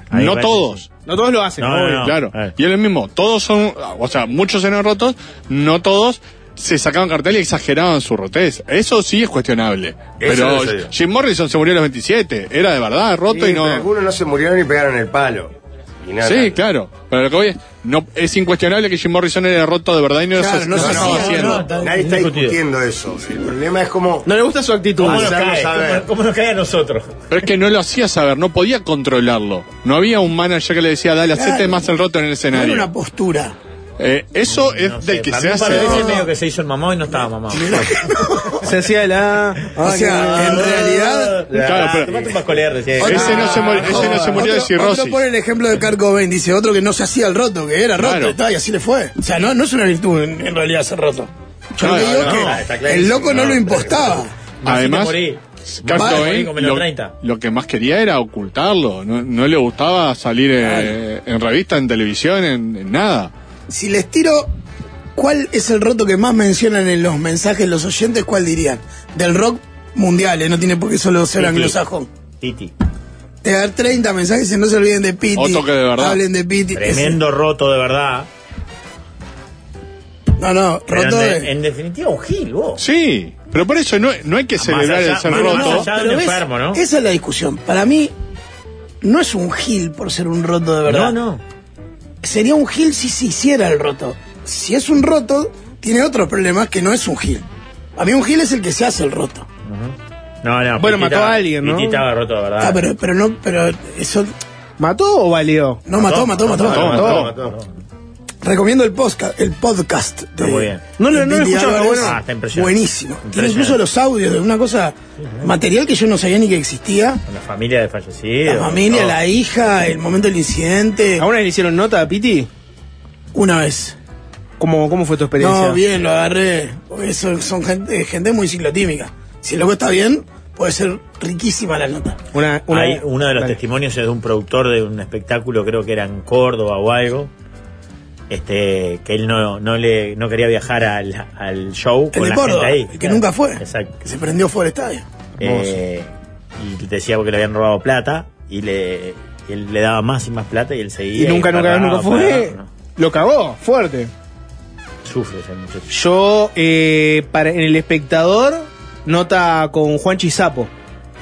[SPEAKER 3] Ahí
[SPEAKER 6] no
[SPEAKER 3] va,
[SPEAKER 6] todos.
[SPEAKER 4] No todos lo hacen.
[SPEAKER 3] No,
[SPEAKER 4] obvio.
[SPEAKER 3] no, no.
[SPEAKER 6] Claro.
[SPEAKER 3] Claro.
[SPEAKER 6] Y es lo mismo. Todos son, o sea, muchos eran rotos, no todos se sacaban cartel y exageraban su rotez. Eso sí es cuestionable. Pero
[SPEAKER 1] no sé yo.
[SPEAKER 6] Jim Morrison se murió a los 27. Era de verdad,
[SPEAKER 1] Sí,
[SPEAKER 6] roto y
[SPEAKER 1] pero
[SPEAKER 6] no.
[SPEAKER 1] Algunos no se murieron ni pegaron el palo. Y nada.
[SPEAKER 6] Sí, claro. Pero lo que voy es, no, es incuestionable que Jim Morrison era roto de verdad y no,
[SPEAKER 2] Claro,
[SPEAKER 6] se,
[SPEAKER 2] no
[SPEAKER 6] no se
[SPEAKER 2] se
[SPEAKER 6] estaba
[SPEAKER 2] hacía,
[SPEAKER 6] haciendo.
[SPEAKER 3] no,
[SPEAKER 1] Nadie está
[SPEAKER 3] Discutido.
[SPEAKER 1] discutiendo eso. El problema es como.
[SPEAKER 4] No le gusta su actitud.
[SPEAKER 3] ¿Cómo nos
[SPEAKER 1] Hacerlo
[SPEAKER 3] cae?
[SPEAKER 1] saber.
[SPEAKER 3] ¿Cómo- ¿Cómo nos cae a nosotros?
[SPEAKER 6] Pero es que no lo hacía saber, no podía controlarlo. No había un manager que le decía, dale, hacete más el roto en el
[SPEAKER 2] No era
[SPEAKER 6] escenario.
[SPEAKER 2] una postura.
[SPEAKER 6] Eh, eso es
[SPEAKER 3] No sé,
[SPEAKER 6] del que
[SPEAKER 3] para
[SPEAKER 6] se
[SPEAKER 3] mí un par de
[SPEAKER 6] hace.
[SPEAKER 3] veces medio que se hizo el mamá y no estaba mamá.
[SPEAKER 4] Se hacía la...
[SPEAKER 2] O sea, Ah, en realidad.
[SPEAKER 6] Claro, pero-
[SPEAKER 3] Tomate un pascoler, decía.
[SPEAKER 6] Ese Este no se murió, ese no se murió de
[SPEAKER 2] otro, otro
[SPEAKER 6] cirrosis.
[SPEAKER 2] pone el ejemplo de Kurt Cobain, dice otro que no se hacía el roto, que era roto
[SPEAKER 6] Claro.
[SPEAKER 2] y, tal, y así le fue. O sea, no, no es una virtud en, en realidad ser roto. Yo
[SPEAKER 6] Claro,
[SPEAKER 2] lo que digo
[SPEAKER 6] no, Ah,
[SPEAKER 2] es que
[SPEAKER 1] no, está
[SPEAKER 2] el
[SPEAKER 1] clarísimo,
[SPEAKER 2] loco no,
[SPEAKER 1] no,
[SPEAKER 2] lo
[SPEAKER 1] pero-
[SPEAKER 2] impostaba.
[SPEAKER 6] Además,
[SPEAKER 3] morí.
[SPEAKER 6] Kurt
[SPEAKER 3] Vas a morir
[SPEAKER 6] Cobain
[SPEAKER 3] con menos
[SPEAKER 6] lo,
[SPEAKER 3] 30.
[SPEAKER 6] lo que más quería era ocultarlo. No, no le gustaba salir eh, en revista, en televisión, en, en nada.
[SPEAKER 2] Si les tiro, ¿cuál es el roto que más mencionan en los mensajes los oyentes? ¿Cuál dirían? Del rock mundial, eh, no tiene por qué solo ser
[SPEAKER 6] Sí, sí.
[SPEAKER 2] anglosajón.
[SPEAKER 3] Titi.
[SPEAKER 2] Te dar 30 mensajes y no se olviden de Piti.
[SPEAKER 6] Otro que de verdad.
[SPEAKER 2] Hablen de Piti.
[SPEAKER 3] Tremendo roto de verdad.
[SPEAKER 2] Ese- No, no,
[SPEAKER 3] Pero en,
[SPEAKER 2] roto
[SPEAKER 3] de-
[SPEAKER 2] de-
[SPEAKER 3] en definitiva, un gil, vos.
[SPEAKER 6] Sí, pero por eso no, no hay que celebrar
[SPEAKER 3] allá-
[SPEAKER 6] el ser
[SPEAKER 3] más
[SPEAKER 6] roto.
[SPEAKER 3] allá- Ya un enfermo, ¿no?
[SPEAKER 2] Esa es la discusión. Para mí, no es un gil por ser un roto de verdad.
[SPEAKER 3] No, no.
[SPEAKER 2] Sería un gil si se hiciera el roto. Si es un roto, tiene otros problemas que no es un gil. A mí un gil es el que se hace el roto.
[SPEAKER 3] No, no.
[SPEAKER 4] Bueno,
[SPEAKER 3] Piti
[SPEAKER 4] mató
[SPEAKER 3] estaba-
[SPEAKER 4] a alguien, ¿no?
[SPEAKER 3] Piti estaba roto de verdad.
[SPEAKER 2] Ah, pero, pero no, pero eso...
[SPEAKER 4] ¿Mató o valió?
[SPEAKER 2] No, mató, mató, mató.
[SPEAKER 6] mató, mató.
[SPEAKER 2] Recomiendo el podcast, el podcast de,
[SPEAKER 3] Está muy bien.
[SPEAKER 4] No lo- no lo he
[SPEAKER 2] de
[SPEAKER 4] escuchado,
[SPEAKER 2] Diablo,
[SPEAKER 4] pero bueno.
[SPEAKER 3] Ah, está impresionante.
[SPEAKER 2] Buenísimo. Tiene
[SPEAKER 3] Impresionante.
[SPEAKER 2] incluso los audios de una cosa, material que yo no sabía ni que existía.
[SPEAKER 3] Con La familia de fallecidos.
[SPEAKER 2] La familia,
[SPEAKER 3] todo.
[SPEAKER 2] la hija, el momento del incidente.
[SPEAKER 4] ¿Alguna vez le hicieron nota a Piti?
[SPEAKER 2] Una
[SPEAKER 4] Pues,
[SPEAKER 2] vez.
[SPEAKER 4] ¿Cómo, cómo fue tu experiencia?
[SPEAKER 2] No, bien, lo agarré. Porque son, son gente, gente muy ciclotímica. Si el loco está bien, puede ser riquísima la nota.
[SPEAKER 4] Una, una-
[SPEAKER 3] Hay, uno de los
[SPEAKER 4] Dale.
[SPEAKER 3] testimonios es de un productor de un espectáculo, creo que era en Córdoba o algo. Este, que él no, no le no quería viajar al, al show
[SPEAKER 2] El
[SPEAKER 3] con
[SPEAKER 2] de
[SPEAKER 3] la
[SPEAKER 2] Córdoba,
[SPEAKER 3] gente ahí.
[SPEAKER 2] el que
[SPEAKER 3] Claro.
[SPEAKER 2] nunca fue.
[SPEAKER 3] Exacto.
[SPEAKER 2] Que se prendió fuera del estadio.
[SPEAKER 3] Eh, y decía porque le habían robado plata y le y él le daba más y más plata y él seguía.
[SPEAKER 4] Y nunca, nunca,
[SPEAKER 3] paraba,
[SPEAKER 4] nunca fue.
[SPEAKER 3] paraba, no.
[SPEAKER 4] Lo cagó, fuerte.
[SPEAKER 3] Sufre ese muchacho.
[SPEAKER 4] Yo, eh, para, en el espectador, nota con Juan Chisapo.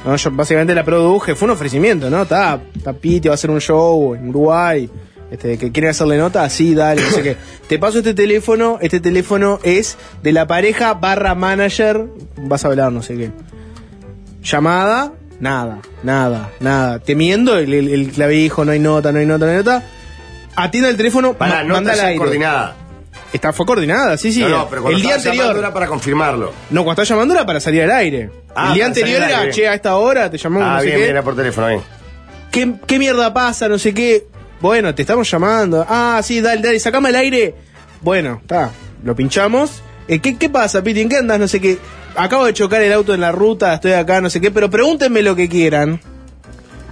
[SPEAKER 4] No, yo básicamente la produje, fue un ofrecimiento, ¿no? Está, está Piti, va a hacer un show en Uruguay, este, que quieren hacerle nota, así, dale, no sé qué. Te paso este teléfono, este teléfono es de la pareja barra manager, vas a hablar, no sé qué. Llamada, nada, nada, nada. Temiendo el, el- el clavijo, no hay nota, no hay nota, no hay nota. Atiende el teléfono,
[SPEAKER 1] Para,
[SPEAKER 4] ma-
[SPEAKER 1] no
[SPEAKER 4] manda
[SPEAKER 1] está
[SPEAKER 4] al
[SPEAKER 1] esa
[SPEAKER 4] aire.
[SPEAKER 1] coordinada.
[SPEAKER 4] Está, fue coordinada, sí, sí.
[SPEAKER 1] No, no, pero cuando
[SPEAKER 4] el día
[SPEAKER 1] estaba llamando
[SPEAKER 4] anterior.
[SPEAKER 1] era para confirmarlo.
[SPEAKER 4] No, cuando estaba llamando era para salir al aire.
[SPEAKER 1] Ah,
[SPEAKER 4] el día
[SPEAKER 1] para
[SPEAKER 4] anterior
[SPEAKER 1] salir al
[SPEAKER 4] era,
[SPEAKER 1] aire.
[SPEAKER 4] che, a esta hora te llamamos,
[SPEAKER 1] Ah,
[SPEAKER 4] no sé
[SPEAKER 1] bien,
[SPEAKER 4] qué.
[SPEAKER 1] bien, era por teléfono, bien.
[SPEAKER 4] qué. qué mierda pasa? No sé qué. Bueno, te estamos llamando. Ah, sí, dale, dale, sacame al aire. Bueno, está, lo pinchamos. Eh, ¿qué, ¿Qué pasa, Piti? ¿En qué andas? No sé qué. Acabo de chocar el auto en la ruta, estoy acá, no sé qué, pero pregúntenme lo que quieran.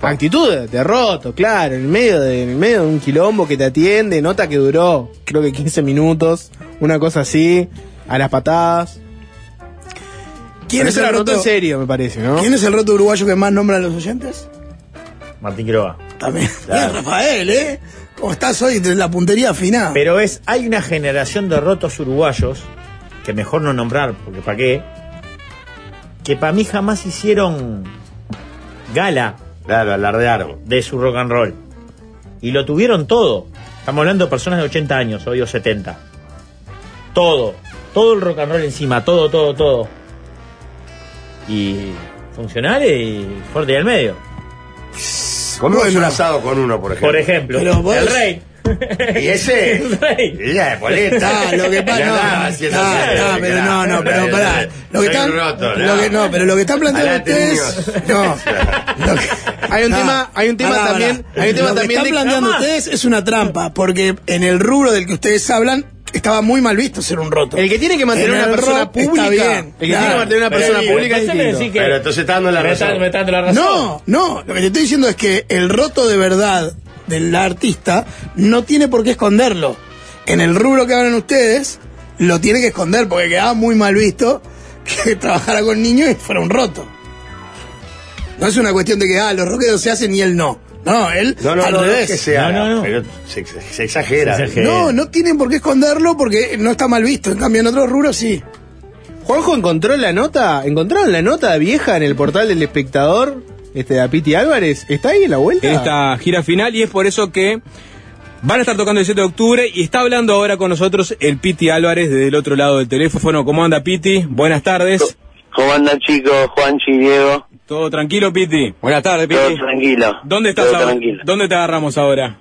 [SPEAKER 4] Actitud de- de roto, claro, en el medio de, en el medio de un quilombo que te atiende, nota que duró, creo que 15 minutos, una cosa así, a las patadas.
[SPEAKER 2] ¿Quién
[SPEAKER 4] Pero
[SPEAKER 2] es,
[SPEAKER 4] eso
[SPEAKER 2] el
[SPEAKER 4] era roto
[SPEAKER 2] roto,
[SPEAKER 4] en serio, me parece, ¿no?
[SPEAKER 2] ¿Quién es el roto uruguayo que más nombra a los oyentes?
[SPEAKER 3] Martín Quiroga.
[SPEAKER 2] También.
[SPEAKER 3] Claro.
[SPEAKER 2] Bien, Rafael, ¿eh? ¿Cómo estás hoy? Tenés La puntería afinada.
[SPEAKER 3] Pero es, hay una generación de rotos uruguayos, que mejor no nombrar, porque para qué, que para mí jamás hicieron gala
[SPEAKER 1] Claro, alardearon.
[SPEAKER 3] de su rock and roll. Y lo tuvieron todo. Estamos hablando de personas de 80 años, hoy o 70. Todo, todo el rock and roll encima, todo, todo, todo. Y funcionales y fuerte y al medio.
[SPEAKER 1] Comimos
[SPEAKER 2] Bueno.
[SPEAKER 1] un asado con uno, por ejemplo.
[SPEAKER 3] Por ejemplo,
[SPEAKER 2] Pero vos-
[SPEAKER 3] el rey.
[SPEAKER 1] Y ese.
[SPEAKER 3] El rey.
[SPEAKER 1] y
[SPEAKER 7] eh,
[SPEAKER 1] la de Poleta.
[SPEAKER 2] Ah, lo que
[SPEAKER 1] Ya andaba
[SPEAKER 2] pasa. No,
[SPEAKER 1] haciendo
[SPEAKER 2] no,
[SPEAKER 1] serio,
[SPEAKER 2] no, pero
[SPEAKER 1] claro.
[SPEAKER 2] no, no, pero
[SPEAKER 1] Soy
[SPEAKER 2] pará. Lo que
[SPEAKER 1] un
[SPEAKER 2] están.
[SPEAKER 1] roto,
[SPEAKER 2] lo que- no, pero lo que están planteando
[SPEAKER 1] Adelante,
[SPEAKER 2] ustedes.
[SPEAKER 1] niños.
[SPEAKER 2] No. Lo que-
[SPEAKER 4] Hay un
[SPEAKER 2] no,
[SPEAKER 4] tema- hay un tema
[SPEAKER 2] pará,
[SPEAKER 4] también-
[SPEAKER 2] pará.
[SPEAKER 4] hay un tema
[SPEAKER 2] Lo que
[SPEAKER 4] también de-
[SPEAKER 2] están planteando
[SPEAKER 4] Jamás.
[SPEAKER 2] ustedes es una trampa, porque en el rubro del que ustedes hablan estaba muy mal visto ser un roto.
[SPEAKER 4] El que tiene que mantener
[SPEAKER 2] En
[SPEAKER 4] una
[SPEAKER 2] el
[SPEAKER 4] persona
[SPEAKER 2] rock está
[SPEAKER 4] pública.
[SPEAKER 2] bien,
[SPEAKER 4] el que tiene
[SPEAKER 2] claro.
[SPEAKER 4] que mantener una
[SPEAKER 3] Pero
[SPEAKER 4] persona
[SPEAKER 3] digo,
[SPEAKER 4] pública es
[SPEAKER 3] empezame a
[SPEAKER 4] distinto.
[SPEAKER 3] decir que-
[SPEAKER 1] Pero entonces está dando la
[SPEAKER 3] me está-
[SPEAKER 1] razón.
[SPEAKER 3] me está dando la razón.
[SPEAKER 2] No, no, lo que te estoy diciendo es que el roto de verdad del artista no tiene por qué esconderlo. En el rubro que hablan ustedes, lo tiene que esconder porque quedaba muy mal visto que trabajara con niños y fuera un roto. No es una cuestión de que, ah, los roqueros se hacen y él no. No, él
[SPEAKER 1] No, no,
[SPEAKER 2] al
[SPEAKER 1] no, no es
[SPEAKER 2] revés.
[SPEAKER 1] que se
[SPEAKER 3] No,
[SPEAKER 1] haga,
[SPEAKER 3] no, no.
[SPEAKER 1] pero se, se exagera.
[SPEAKER 3] Se exagera.
[SPEAKER 2] no, no tienen por qué esconderlo porque no está mal visto. En cambio, en otros rubros sí.
[SPEAKER 4] Juanjo encontró la nota, encontraron la nota vieja en el portal del espectador, este de Apiti Álvarez, está ahí en la vuelta.
[SPEAKER 8] en esta gira final y es por eso que van a estar tocando el 7 de octubre y está hablando ahora con nosotros el Piti Álvarez desde el otro lado del teléfono. ¿Cómo anda Piti? Buenas tardes.
[SPEAKER 9] ¿Cómo andan chicos? Juanchi, Diego,
[SPEAKER 8] ¿Todo tranquilo Piti? Buenas tardes
[SPEAKER 9] todo
[SPEAKER 8] Piti.
[SPEAKER 9] tranquilo.
[SPEAKER 8] ¿Dónde estás
[SPEAKER 9] Todo
[SPEAKER 8] ahora?
[SPEAKER 9] tranquilo.
[SPEAKER 8] ¿Dónde te agarramos ahora?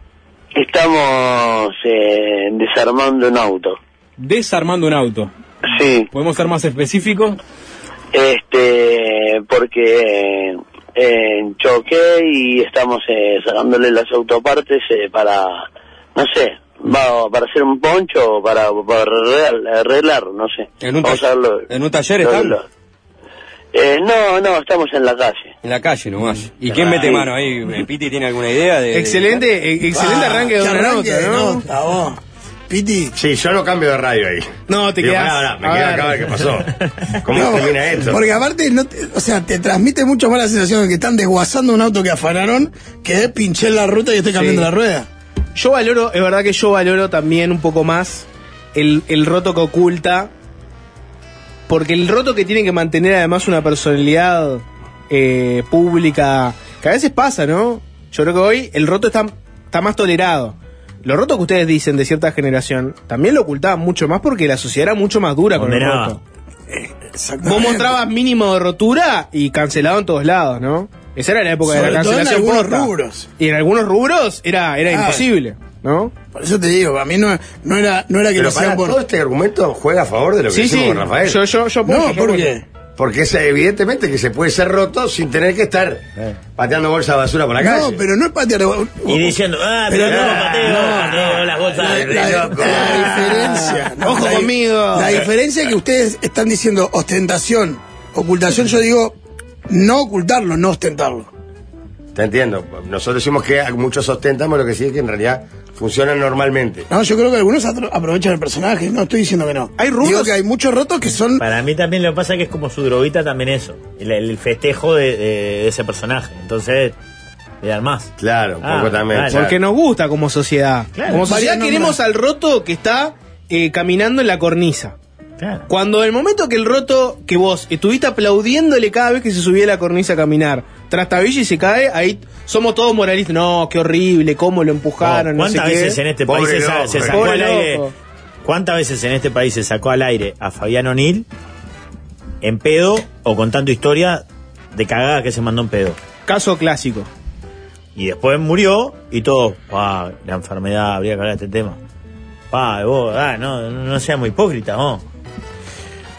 [SPEAKER 9] Estamos eh, desarmando un auto.
[SPEAKER 8] Desarmando un auto.
[SPEAKER 9] Sí,
[SPEAKER 8] ¿Podemos ser más específicos?
[SPEAKER 9] este, porque eh, choqué y estamos eh, sacándole las autopartes eh, para, no sé, va- para hacer un poncho o para, para arreglar, arreglar, no sé.
[SPEAKER 8] ¿En un,
[SPEAKER 9] Vamos
[SPEAKER 8] ta-
[SPEAKER 9] a verlo.
[SPEAKER 8] en un taller
[SPEAKER 9] Lo-
[SPEAKER 8] están?
[SPEAKER 9] lo- eh, no, no, estamos en la calle.
[SPEAKER 8] En la calle nomás. ¿Y quién mete mano ahí? ¿El Piti tiene alguna idea de...? de-
[SPEAKER 4] Excelente, e- excelente
[SPEAKER 2] Ah,
[SPEAKER 4] arranque de
[SPEAKER 2] que
[SPEAKER 4] una
[SPEAKER 2] arranque
[SPEAKER 4] nota,
[SPEAKER 2] de
[SPEAKER 4] ¿no?
[SPEAKER 2] nota, vos. Piti,
[SPEAKER 1] Sí, yo no cambio de radio ahí.
[SPEAKER 4] No, te
[SPEAKER 1] Digo,
[SPEAKER 4] quedás. A
[SPEAKER 1] pará, pará, me quedo
[SPEAKER 4] ver.
[SPEAKER 1] acá a ver qué pasó. ¿Cómo
[SPEAKER 2] No,
[SPEAKER 1] termina esto?
[SPEAKER 2] Porque aparte, no te- o sea, te transmite mucho más la sensación de que están desguazando un auto que afanaron que de pinché en la ruta y estoy cambiando
[SPEAKER 4] Sí.
[SPEAKER 2] la rueda.
[SPEAKER 4] Yo valoro, es verdad que yo valoro también un poco más el, el roto que oculta. Porque el roto que tiene que mantener además una personalidad eh, pública, que a veces pasa, ¿no? Yo creo que hoy el roto está, está más tolerado. Los rotos que ustedes dicen de cierta generación también lo ocultaban mucho más porque la sociedad era mucho más dura con el
[SPEAKER 3] Condenaba.
[SPEAKER 4] roto.
[SPEAKER 2] Eh,
[SPEAKER 4] Vos mostrabas mínimo de rotura y cancelado en todos lados, ¿no? Esa era la época de
[SPEAKER 2] Sobre
[SPEAKER 4] la
[SPEAKER 2] todo en
[SPEAKER 4] cancelación.
[SPEAKER 2] algunos
[SPEAKER 4] posta.
[SPEAKER 2] rubros.
[SPEAKER 4] Y en algunos rubros era, era
[SPEAKER 2] Ah.
[SPEAKER 4] imposible, ¿no?
[SPEAKER 2] Por eso te digo, a mí no, no era, no era que
[SPEAKER 1] Pero
[SPEAKER 2] lo hacían
[SPEAKER 1] para,
[SPEAKER 2] por.
[SPEAKER 1] todo este argumento juega a favor de lo que
[SPEAKER 4] Sí,
[SPEAKER 1] hicimos
[SPEAKER 4] sí.
[SPEAKER 1] con Rafael.
[SPEAKER 4] Yo, yo, yo apoyo,
[SPEAKER 2] No,
[SPEAKER 4] yo
[SPEAKER 2] ¿por
[SPEAKER 4] apoyo.
[SPEAKER 2] qué?
[SPEAKER 1] Porque es evidentemente que se puede ser roto sin tener que estar pateando bolsa de basura por la calle.
[SPEAKER 2] No, pero no es patear.
[SPEAKER 3] Y diciendo, ah,
[SPEAKER 2] Pero
[SPEAKER 3] pero,
[SPEAKER 2] no,
[SPEAKER 3] no, Mateo,
[SPEAKER 2] no,
[SPEAKER 3] Mateo, las bolsas.
[SPEAKER 2] La, la- la
[SPEAKER 1] loco.
[SPEAKER 2] diferencia. no,
[SPEAKER 4] Ojo
[SPEAKER 2] la di-
[SPEAKER 4] conmigo.
[SPEAKER 2] La diferencia que ustedes están diciendo ostentación, ocultación, yo digo no ocultarlo, no ostentarlo.
[SPEAKER 1] Te entiendo. Nosotros decimos que muchos ostentamos lo que sí es que en realidad funcionan normalmente.
[SPEAKER 2] No, yo creo que algunos atro- aprovechan el personaje, no estoy diciendo que no.
[SPEAKER 4] Hay rubros-
[SPEAKER 2] Digo que hay muchos rotos que son
[SPEAKER 3] Para mí también lo que pasa es que es como su droguita también eso. El, el festejo de, de- de ese personaje. Entonces, le dan más.
[SPEAKER 1] Claro, un
[SPEAKER 3] Ah,
[SPEAKER 1] poco también.
[SPEAKER 3] vale.
[SPEAKER 1] claro.
[SPEAKER 4] Porque nos gusta como sociedad.
[SPEAKER 3] Claro.
[SPEAKER 4] como sociedad
[SPEAKER 2] Varias
[SPEAKER 4] queremos al roto que está eh, caminando en la cornisa.
[SPEAKER 3] Claro.
[SPEAKER 4] Cuando el momento que el roto que vos estuviste aplaudiéndole cada vez que se subía a la cornisa a caminar, trastabilla y se cae, ahí somos todos moralistas. No, qué horrible, cómo lo empujaron, no, sé
[SPEAKER 3] ¿Cuántas
[SPEAKER 4] qué.
[SPEAKER 3] veces en este
[SPEAKER 1] Pobre
[SPEAKER 3] país se, sa-
[SPEAKER 1] loco,
[SPEAKER 3] se
[SPEAKER 1] eh.
[SPEAKER 3] sacó
[SPEAKER 4] Pobre
[SPEAKER 3] al aire?
[SPEAKER 4] loco.
[SPEAKER 3] ¿Cuántas veces en este país se sacó al aire a Fabián O'Neill en pedo o contando historia de cagada que se mandó en pedo?
[SPEAKER 4] Caso clásico.
[SPEAKER 3] Y después murió y todo, pa, la enfermedad, habría que hablar de este tema. Pa, vos, ah, no, no seas muy hipócrita, ¿no?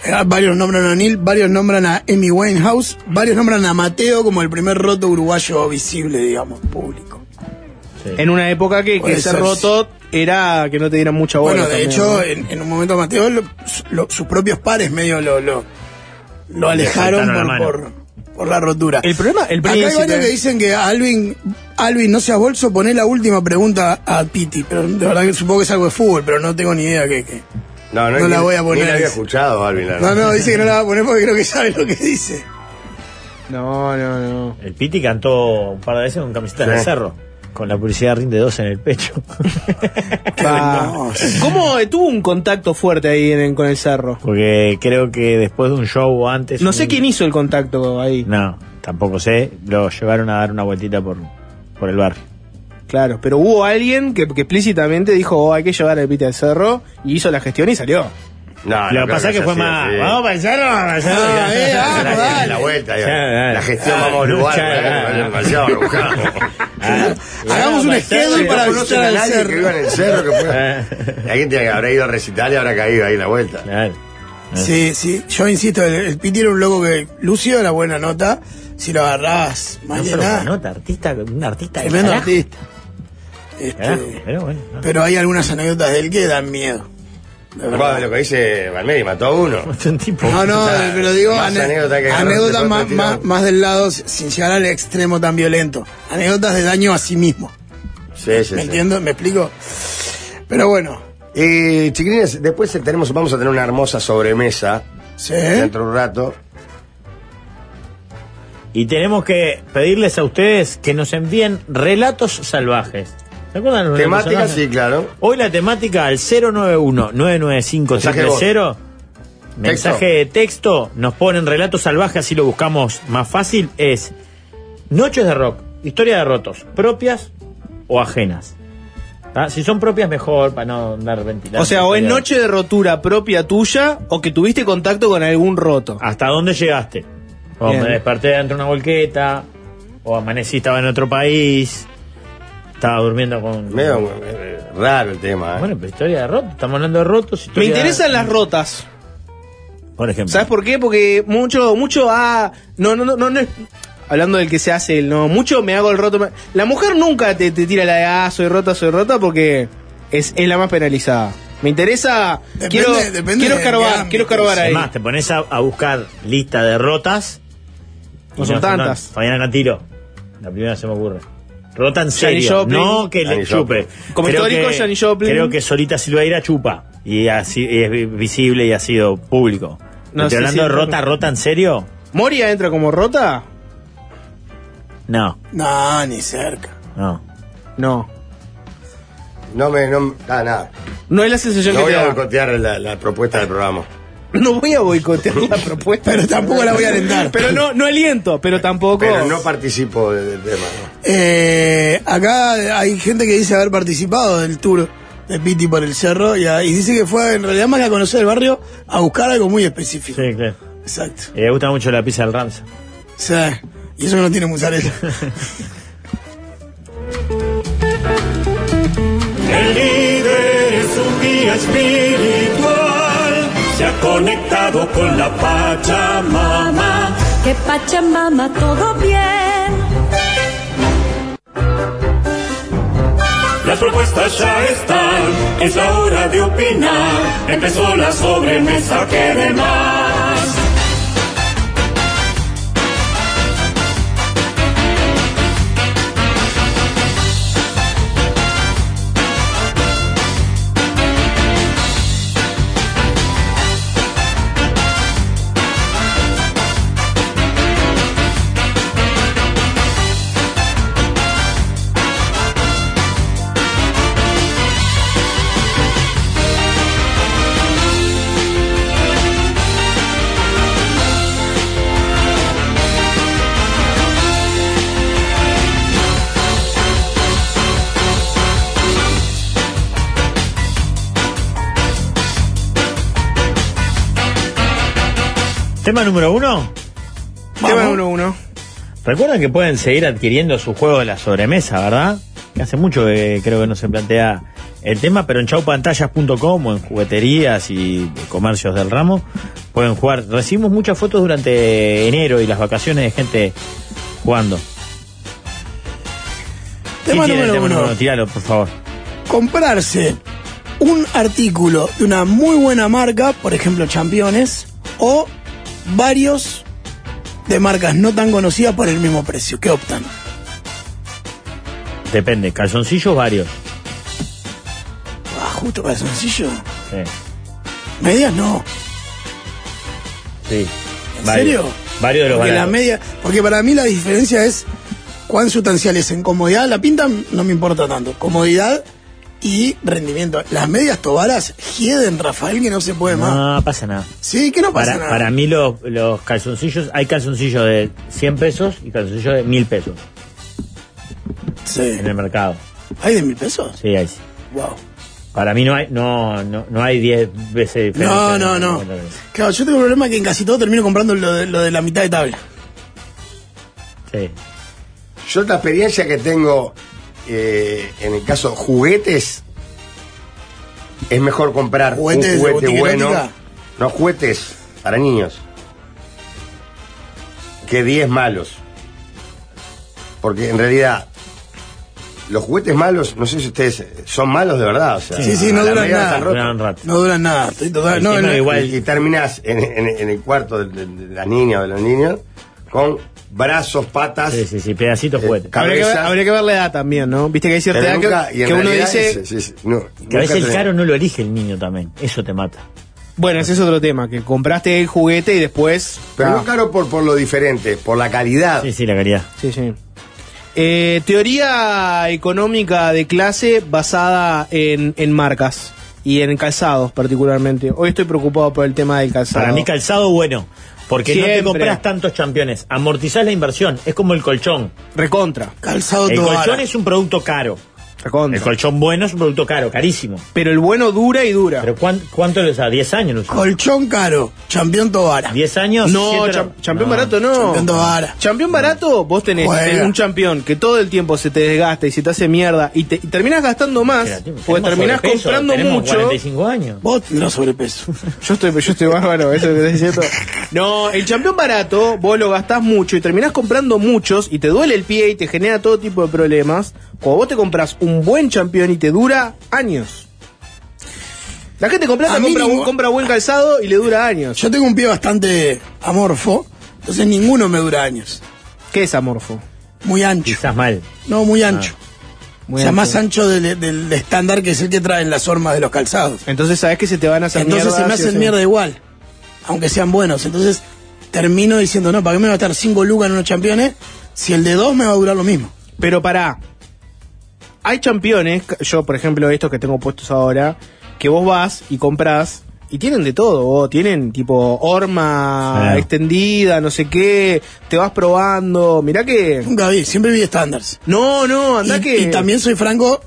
[SPEAKER 2] Eh, Varios nombran a Neil, varios nombran a Amy Winehouse, varios nombran a Mateo como el primer roto uruguayo visible, digamos, público.
[SPEAKER 3] Sí.
[SPEAKER 4] En una época que, que
[SPEAKER 2] Puede
[SPEAKER 4] ese
[SPEAKER 2] ser.
[SPEAKER 4] roto era que no te dieran mucha bola.
[SPEAKER 2] Bueno, de
[SPEAKER 4] también,
[SPEAKER 2] hecho,
[SPEAKER 4] ¿no?
[SPEAKER 2] en, en un momento Mateo, lo- su- lo- sus propios pares medio lo, lo, lo alejaron
[SPEAKER 3] saltaron la
[SPEAKER 2] por, por, por la rotura.
[SPEAKER 4] El problema- el
[SPEAKER 2] Acá hay
[SPEAKER 4] príncipe.
[SPEAKER 2] varios que dicen que Alvin, Alvin, no seas bolso, poné la última pregunta a Piti, pero de verdad que supongo que es algo de fútbol, pero no tengo ni idea que... que-
[SPEAKER 1] No,
[SPEAKER 2] No la
[SPEAKER 1] ni-
[SPEAKER 2] voy a poner.
[SPEAKER 1] Ni la había escuchado, Alvin. la
[SPEAKER 2] No,
[SPEAKER 1] verdad.
[SPEAKER 2] no, dice que no la va a poner porque creo que sabe lo que dice.
[SPEAKER 3] Eh.
[SPEAKER 4] No, no, no.
[SPEAKER 3] El Piti cantó un par de veces con camiseta de
[SPEAKER 1] Sí.
[SPEAKER 3] cerro, con la publicidad de Rinde 2 en el pecho.
[SPEAKER 4] Pa. Ah. ¿Cómo tuvo un contacto fuerte ahí en- con el cerro?
[SPEAKER 3] Porque creo que después de un show o antes.
[SPEAKER 4] No sé
[SPEAKER 3] un-
[SPEAKER 4] quién hizo el contacto ahí.
[SPEAKER 3] No, tampoco sé. Lo llevaron a dar una vueltita por, por el barrio.
[SPEAKER 4] Claro, pero hubo alguien que, que explícitamente dijo, "Oh, hay que llevar el pite al cerro, y hizo la gestión y salió.
[SPEAKER 1] No,
[SPEAKER 3] Ah, Lo
[SPEAKER 1] no creo
[SPEAKER 3] que pasa es que
[SPEAKER 1] sea
[SPEAKER 3] fue
[SPEAKER 1] así,
[SPEAKER 3] más.
[SPEAKER 1] sí.
[SPEAKER 3] Vamos para el cerro, vamos para el cerro.
[SPEAKER 2] Ah, eh,
[SPEAKER 1] Se la-
[SPEAKER 2] vamos,
[SPEAKER 1] la-
[SPEAKER 2] dale.
[SPEAKER 1] La vuelta,
[SPEAKER 3] Ya,
[SPEAKER 1] digamos.
[SPEAKER 3] dale.
[SPEAKER 1] la gestión
[SPEAKER 3] Ah,
[SPEAKER 1] vamos a lugar,
[SPEAKER 3] lucha,
[SPEAKER 1] ¿verdad?
[SPEAKER 3] ah.
[SPEAKER 1] demasiado rebuscado.
[SPEAKER 3] Ah,
[SPEAKER 2] Hagamos un
[SPEAKER 3] vamos para el
[SPEAKER 2] schedule
[SPEAKER 3] cerro.
[SPEAKER 2] para
[SPEAKER 1] No conocen
[SPEAKER 2] visitar
[SPEAKER 1] a
[SPEAKER 2] al
[SPEAKER 1] nadie que
[SPEAKER 2] cerro.
[SPEAKER 1] viva en el cerro que pueda.
[SPEAKER 3] Ah,
[SPEAKER 1] Alguien tiene que habrá ido a recitar y habrá caído ahí en la vuelta.
[SPEAKER 3] claro.
[SPEAKER 2] Sí, sí, yo insisto, el, el Piti era un loco que Lucio era buena nota, si lo agarrabas
[SPEAKER 3] No, pero una
[SPEAKER 2] mañana,
[SPEAKER 3] nota, artista, un artista de
[SPEAKER 2] tremendo
[SPEAKER 3] carajo.
[SPEAKER 2] artista. Este,
[SPEAKER 3] Carajo, pero bueno. no.
[SPEAKER 2] pero hay algunas anécdotas de él que dan miedo. de verdad.
[SPEAKER 1] Bueno, lo que dice Valmeri, mató a uno.
[SPEAKER 3] Es un tipo.
[SPEAKER 2] No, no,
[SPEAKER 1] O sea,
[SPEAKER 2] pero digo
[SPEAKER 1] más
[SPEAKER 2] ane-
[SPEAKER 1] anécdota que agarró,
[SPEAKER 2] anécdotas
[SPEAKER 1] te
[SPEAKER 2] más,
[SPEAKER 1] puede tirar.
[SPEAKER 2] más- más del lado, sin llegar al extremo tan violento. Anécdotas de daño a sí mismo.
[SPEAKER 1] Sí, sí,
[SPEAKER 2] ¿Me
[SPEAKER 1] sí.
[SPEAKER 2] entiendo? ¿Me explico? Pero bueno,
[SPEAKER 1] Y chiquilines, después tenemos, vamos a tener una hermosa sobremesa
[SPEAKER 2] sí.
[SPEAKER 1] dentro de un rato.
[SPEAKER 3] Y tenemos que pedirles a ustedes que nos envíen relatos salvajes. ¿Se acuerdan de los relatos
[SPEAKER 1] Temática,
[SPEAKER 3] salvajes?
[SPEAKER 1] sí, claro.
[SPEAKER 3] Hoy la temática al 091-995-330. Mensaje de texto, nos ponen relatos salvajes, así lo buscamos más fácil. Es Noches de Rock, historia de rotos, propias o ajenas. ¿Ah? Si son propias, mejor, para no andar ventilando.
[SPEAKER 4] O sea, o es
[SPEAKER 3] Historia.
[SPEAKER 4] noche de rotura propia tuya, o que tuviste contacto con algún roto.
[SPEAKER 3] ¿Hasta dónde llegaste? O
[SPEAKER 4] Bien.
[SPEAKER 3] me desperté dentro de una volqueta, o amanecí, estaba en otro país, estaba durmiendo con...
[SPEAKER 1] Medio eh, raro el tema. ¿eh?
[SPEAKER 3] Bueno, pero historia de rotos, estamos hablando de rotos.
[SPEAKER 4] Me
[SPEAKER 3] historia-
[SPEAKER 4] interesan las rotas.
[SPEAKER 3] Por ejemplo.
[SPEAKER 4] ¿Sabes por qué? Porque mucho, mucho, ah, no, no, no, no, no es- Hablando del que se hace el no, mucho me hago el roto. me- La mujer nunca te, te tira la de, ah, soy rota, soy rota, porque es, es la más penalizada. Me interesa,
[SPEAKER 2] Depende-
[SPEAKER 4] quiero,
[SPEAKER 2] depende
[SPEAKER 4] quiero
[SPEAKER 2] del
[SPEAKER 4] escarbar,
[SPEAKER 2] ámbito,
[SPEAKER 4] quiero escarbar ahí.
[SPEAKER 3] Además, te pones a, a buscar lista de rotas. y
[SPEAKER 4] No son tantas.
[SPEAKER 3] Fabiana Cantilo. La primera se me ocurre. Rota en
[SPEAKER 4] Janis
[SPEAKER 3] serio,
[SPEAKER 4] Joplin.
[SPEAKER 3] no que le
[SPEAKER 1] Janis
[SPEAKER 3] chupe.
[SPEAKER 4] Como histórico,
[SPEAKER 3] que-
[SPEAKER 4] Janis Joplin.
[SPEAKER 3] Creo que Solita Silveira chupa. Y así y es vi- visible y ha sido público.
[SPEAKER 4] No sé
[SPEAKER 3] Estoy hablando
[SPEAKER 4] si-
[SPEAKER 3] de rota, rota en serio.
[SPEAKER 4] ¿Moria entra como rota?
[SPEAKER 3] No,
[SPEAKER 2] No, ni cerca.
[SPEAKER 3] no.
[SPEAKER 4] No.
[SPEAKER 1] No me. No, nada, nada.
[SPEAKER 4] No es la sensación
[SPEAKER 1] ¿eh? No
[SPEAKER 4] que
[SPEAKER 1] voy
[SPEAKER 4] te
[SPEAKER 1] a
[SPEAKER 4] da.
[SPEAKER 1] boicotear la, la propuesta del programa.
[SPEAKER 4] No voy a boicotear la propuesta.
[SPEAKER 2] Pero tampoco la voy a alentar.
[SPEAKER 4] Pero no, no aliento, pero tampoco.
[SPEAKER 1] Pero no participo de- del tema. ¿no?
[SPEAKER 2] Eh, acá hay gente que dice haber participado del tour de Piti por el cerro y, y dice que fue en realidad más que a conocer el barrio a buscar algo muy específico.
[SPEAKER 3] Sí, claro.
[SPEAKER 2] Exacto.
[SPEAKER 3] Eh, Me gusta mucho la pizza del Ramsa.
[SPEAKER 2] Sí. Y eso que no tiene mozzarella.
[SPEAKER 7] El líder es un guía espiritual, se ha conectado con la Pachamama.
[SPEAKER 10] Que Pachamama todo bien.
[SPEAKER 7] Las propuestas ya están, es la hora de opinar. Empezó la sobremesa que de más.
[SPEAKER 3] Tema número uno.
[SPEAKER 4] Tema 1-1.
[SPEAKER 3] Recuerden que pueden seguir adquiriendo su juego de la sobremesa, ¿verdad? Que hace mucho que creo que no se plantea el tema, pero en chaupantallas.com o en jugueterías y comercios del ramo pueden jugar. Recibimos muchas fotos durante enero y las vacaciones de gente jugando. ¿Quién
[SPEAKER 2] Tema
[SPEAKER 3] tiene el
[SPEAKER 2] número
[SPEAKER 3] tema
[SPEAKER 2] uno.
[SPEAKER 3] número uno? Tíralo, por favor.
[SPEAKER 2] comprarse un artículo de una muy buena marca, por ejemplo Championes, o varios de marcas no tan conocidas por el mismo precio. ¿Qué optan?
[SPEAKER 3] Depende, calzoncillos varios.
[SPEAKER 2] Ah, justo para sencillo.
[SPEAKER 3] Sí.
[SPEAKER 2] Medias no.
[SPEAKER 3] sí.
[SPEAKER 2] ¿En
[SPEAKER 3] Varios.
[SPEAKER 2] serio?
[SPEAKER 3] Varios de los
[SPEAKER 2] porque la
[SPEAKER 3] varios.
[SPEAKER 2] media, porque para mí la diferencia es cuán sustancial es en comodidad. La pinta no me importa tanto. Comodidad y rendimiento. Las medias tobaras hieden, Rafael, que no se puede más.
[SPEAKER 3] No pasa nada.
[SPEAKER 2] Sí, que no pasa
[SPEAKER 3] Para,
[SPEAKER 2] nada.
[SPEAKER 3] para mí los, los calzoncillos, hay calzoncillos de 100 pesos y calzoncillos de 1000 pesos
[SPEAKER 2] Sí.
[SPEAKER 3] en el mercado.
[SPEAKER 2] ¿Hay de mil pesos?
[SPEAKER 3] Sí, ahí sí.
[SPEAKER 2] Wow.
[SPEAKER 3] Para mí no hay no, no, no hay 10 veces diferencia.
[SPEAKER 2] No, no, no. Claro, yo tengo un problema que en casi todo termino comprando lo de, lo de la mitad de tabla.
[SPEAKER 3] Sí.
[SPEAKER 1] Yo la experiencia que tengo eh, en el caso juguetes es mejor comprar
[SPEAKER 2] ¿Juguetes de
[SPEAKER 1] un juguete
[SPEAKER 2] botica
[SPEAKER 1] bueno.
[SPEAKER 2] erótica?
[SPEAKER 1] No, juguetes para niños. Que 10 malos. Porque en realidad los juguetes malos, no sé si ustedes son malos de verdad, o sea,
[SPEAKER 2] Sí, sí, no
[SPEAKER 1] a la
[SPEAKER 2] duran
[SPEAKER 1] media
[SPEAKER 2] nada.
[SPEAKER 1] están rotos.
[SPEAKER 3] Duran un rato.
[SPEAKER 2] No duran nada. Estoy total-
[SPEAKER 3] El
[SPEAKER 2] no,
[SPEAKER 3] tema
[SPEAKER 2] no,
[SPEAKER 3] de igual-
[SPEAKER 1] Y, y terminás en, en- en el cuarto de, de- de la niña o de los niños con brazos, patas,
[SPEAKER 3] Sí, sí, sí, pedacitos
[SPEAKER 1] Eh,
[SPEAKER 3] juguetes.
[SPEAKER 1] ca-
[SPEAKER 4] Habría que, ver,
[SPEAKER 1] Cabeza.
[SPEAKER 4] habría que ver la edad también, ¿no? Viste que hay cierta
[SPEAKER 1] pero
[SPEAKER 4] edad
[SPEAKER 1] nunca-
[SPEAKER 4] que,
[SPEAKER 1] y en
[SPEAKER 4] que uno
[SPEAKER 1] realidad
[SPEAKER 4] dice.
[SPEAKER 1] ese, sí, sí, no,
[SPEAKER 3] Que a
[SPEAKER 1] nunca
[SPEAKER 3] veces el
[SPEAKER 1] tenés-
[SPEAKER 3] caro no lo elige el niño también. Eso te mata.
[SPEAKER 4] Bueno, ese es otro tema, que compraste el juguete y después.
[SPEAKER 1] Pero
[SPEAKER 4] Ah.
[SPEAKER 1] no caro por, por lo diferente, por la calidad.
[SPEAKER 3] Sí, sí, la calidad.
[SPEAKER 4] Sí, sí. Eh, teoría económica de clase basada en, en marcas y en calzados particularmente. Hoy estoy preocupado por el tema del calzado.
[SPEAKER 3] Para mí calzado bueno. Porque no te
[SPEAKER 4] Siempre.
[SPEAKER 3] compras tantos campeones. Amortizás la inversión. Es como el colchón.
[SPEAKER 4] Recontra,
[SPEAKER 2] Calzado
[SPEAKER 3] El
[SPEAKER 2] todo
[SPEAKER 3] colchón
[SPEAKER 2] ara.
[SPEAKER 3] es un producto caro.
[SPEAKER 4] recontra.
[SPEAKER 3] El colchón bueno es un producto caro, carísimo.
[SPEAKER 4] Pero el bueno dura y dura.
[SPEAKER 3] Pero ¿cuán- ¿cuánto les da? ¿10 años? Lucio?
[SPEAKER 2] Colchón caro, champión Tobara.
[SPEAKER 3] ¿10 años?
[SPEAKER 4] no,
[SPEAKER 3] Siete-
[SPEAKER 4] cham- campeón
[SPEAKER 3] No.
[SPEAKER 4] barato no.
[SPEAKER 2] Champión Tobara.
[SPEAKER 4] Champión barato, vos tenés
[SPEAKER 2] Juega.
[SPEAKER 4] un champión que todo el tiempo se te desgasta y se te hace mierda y, te, y terminás gastando más
[SPEAKER 3] Espera, tenemos
[SPEAKER 4] porque Pues terminás
[SPEAKER 3] sobrepeso,
[SPEAKER 4] comprando
[SPEAKER 3] tenemos
[SPEAKER 4] mucho.
[SPEAKER 3] 45 años.
[SPEAKER 2] Vos tendrás sobrepeso.
[SPEAKER 4] Yo estoy, yo estoy bárbaro, eso que estás diciendo. No, el champión barato, vos lo gastás mucho y terminás comprando muchos y te duele el pie y te genera todo tipo de problemas. Cuando vos te compras un buen champión y te dura años. La gente con plata
[SPEAKER 2] A mí
[SPEAKER 4] compra,
[SPEAKER 2] ningún-
[SPEAKER 4] bu- compra buen calzado y le dura años.
[SPEAKER 2] Yo tengo un pie bastante amorfo, entonces ninguno me dura años.
[SPEAKER 4] ¿Qué es amorfo?
[SPEAKER 2] Muy ancho.
[SPEAKER 3] Quizás mal. Ah.
[SPEAKER 2] No, muy ancho. o sea,
[SPEAKER 4] ancho.
[SPEAKER 2] más ancho del, del estándar que es el que traen las hormas de los calzados.
[SPEAKER 4] Entonces sabés que se te van a hacer
[SPEAKER 2] Entonces se me
[SPEAKER 4] mierdas y
[SPEAKER 2] hacen mierda igual, aunque sean buenos. Entonces termino diciendo, no, ¿para qué me va a estar cinco lucas en unos campeones si el de dos me va a durar lo mismo?
[SPEAKER 4] Pero pará. Hay campeones, yo por ejemplo estos que tengo puestos ahora, que vos vas y compras y tienen de todo, vos. tienen tipo horma
[SPEAKER 3] Sí.
[SPEAKER 4] extendida, no sé qué, te vas probando, mirá que...
[SPEAKER 2] Nunca vi, siempre vi estándares.
[SPEAKER 4] No, no, andá
[SPEAKER 2] Y,
[SPEAKER 4] que...
[SPEAKER 2] y también soy franco,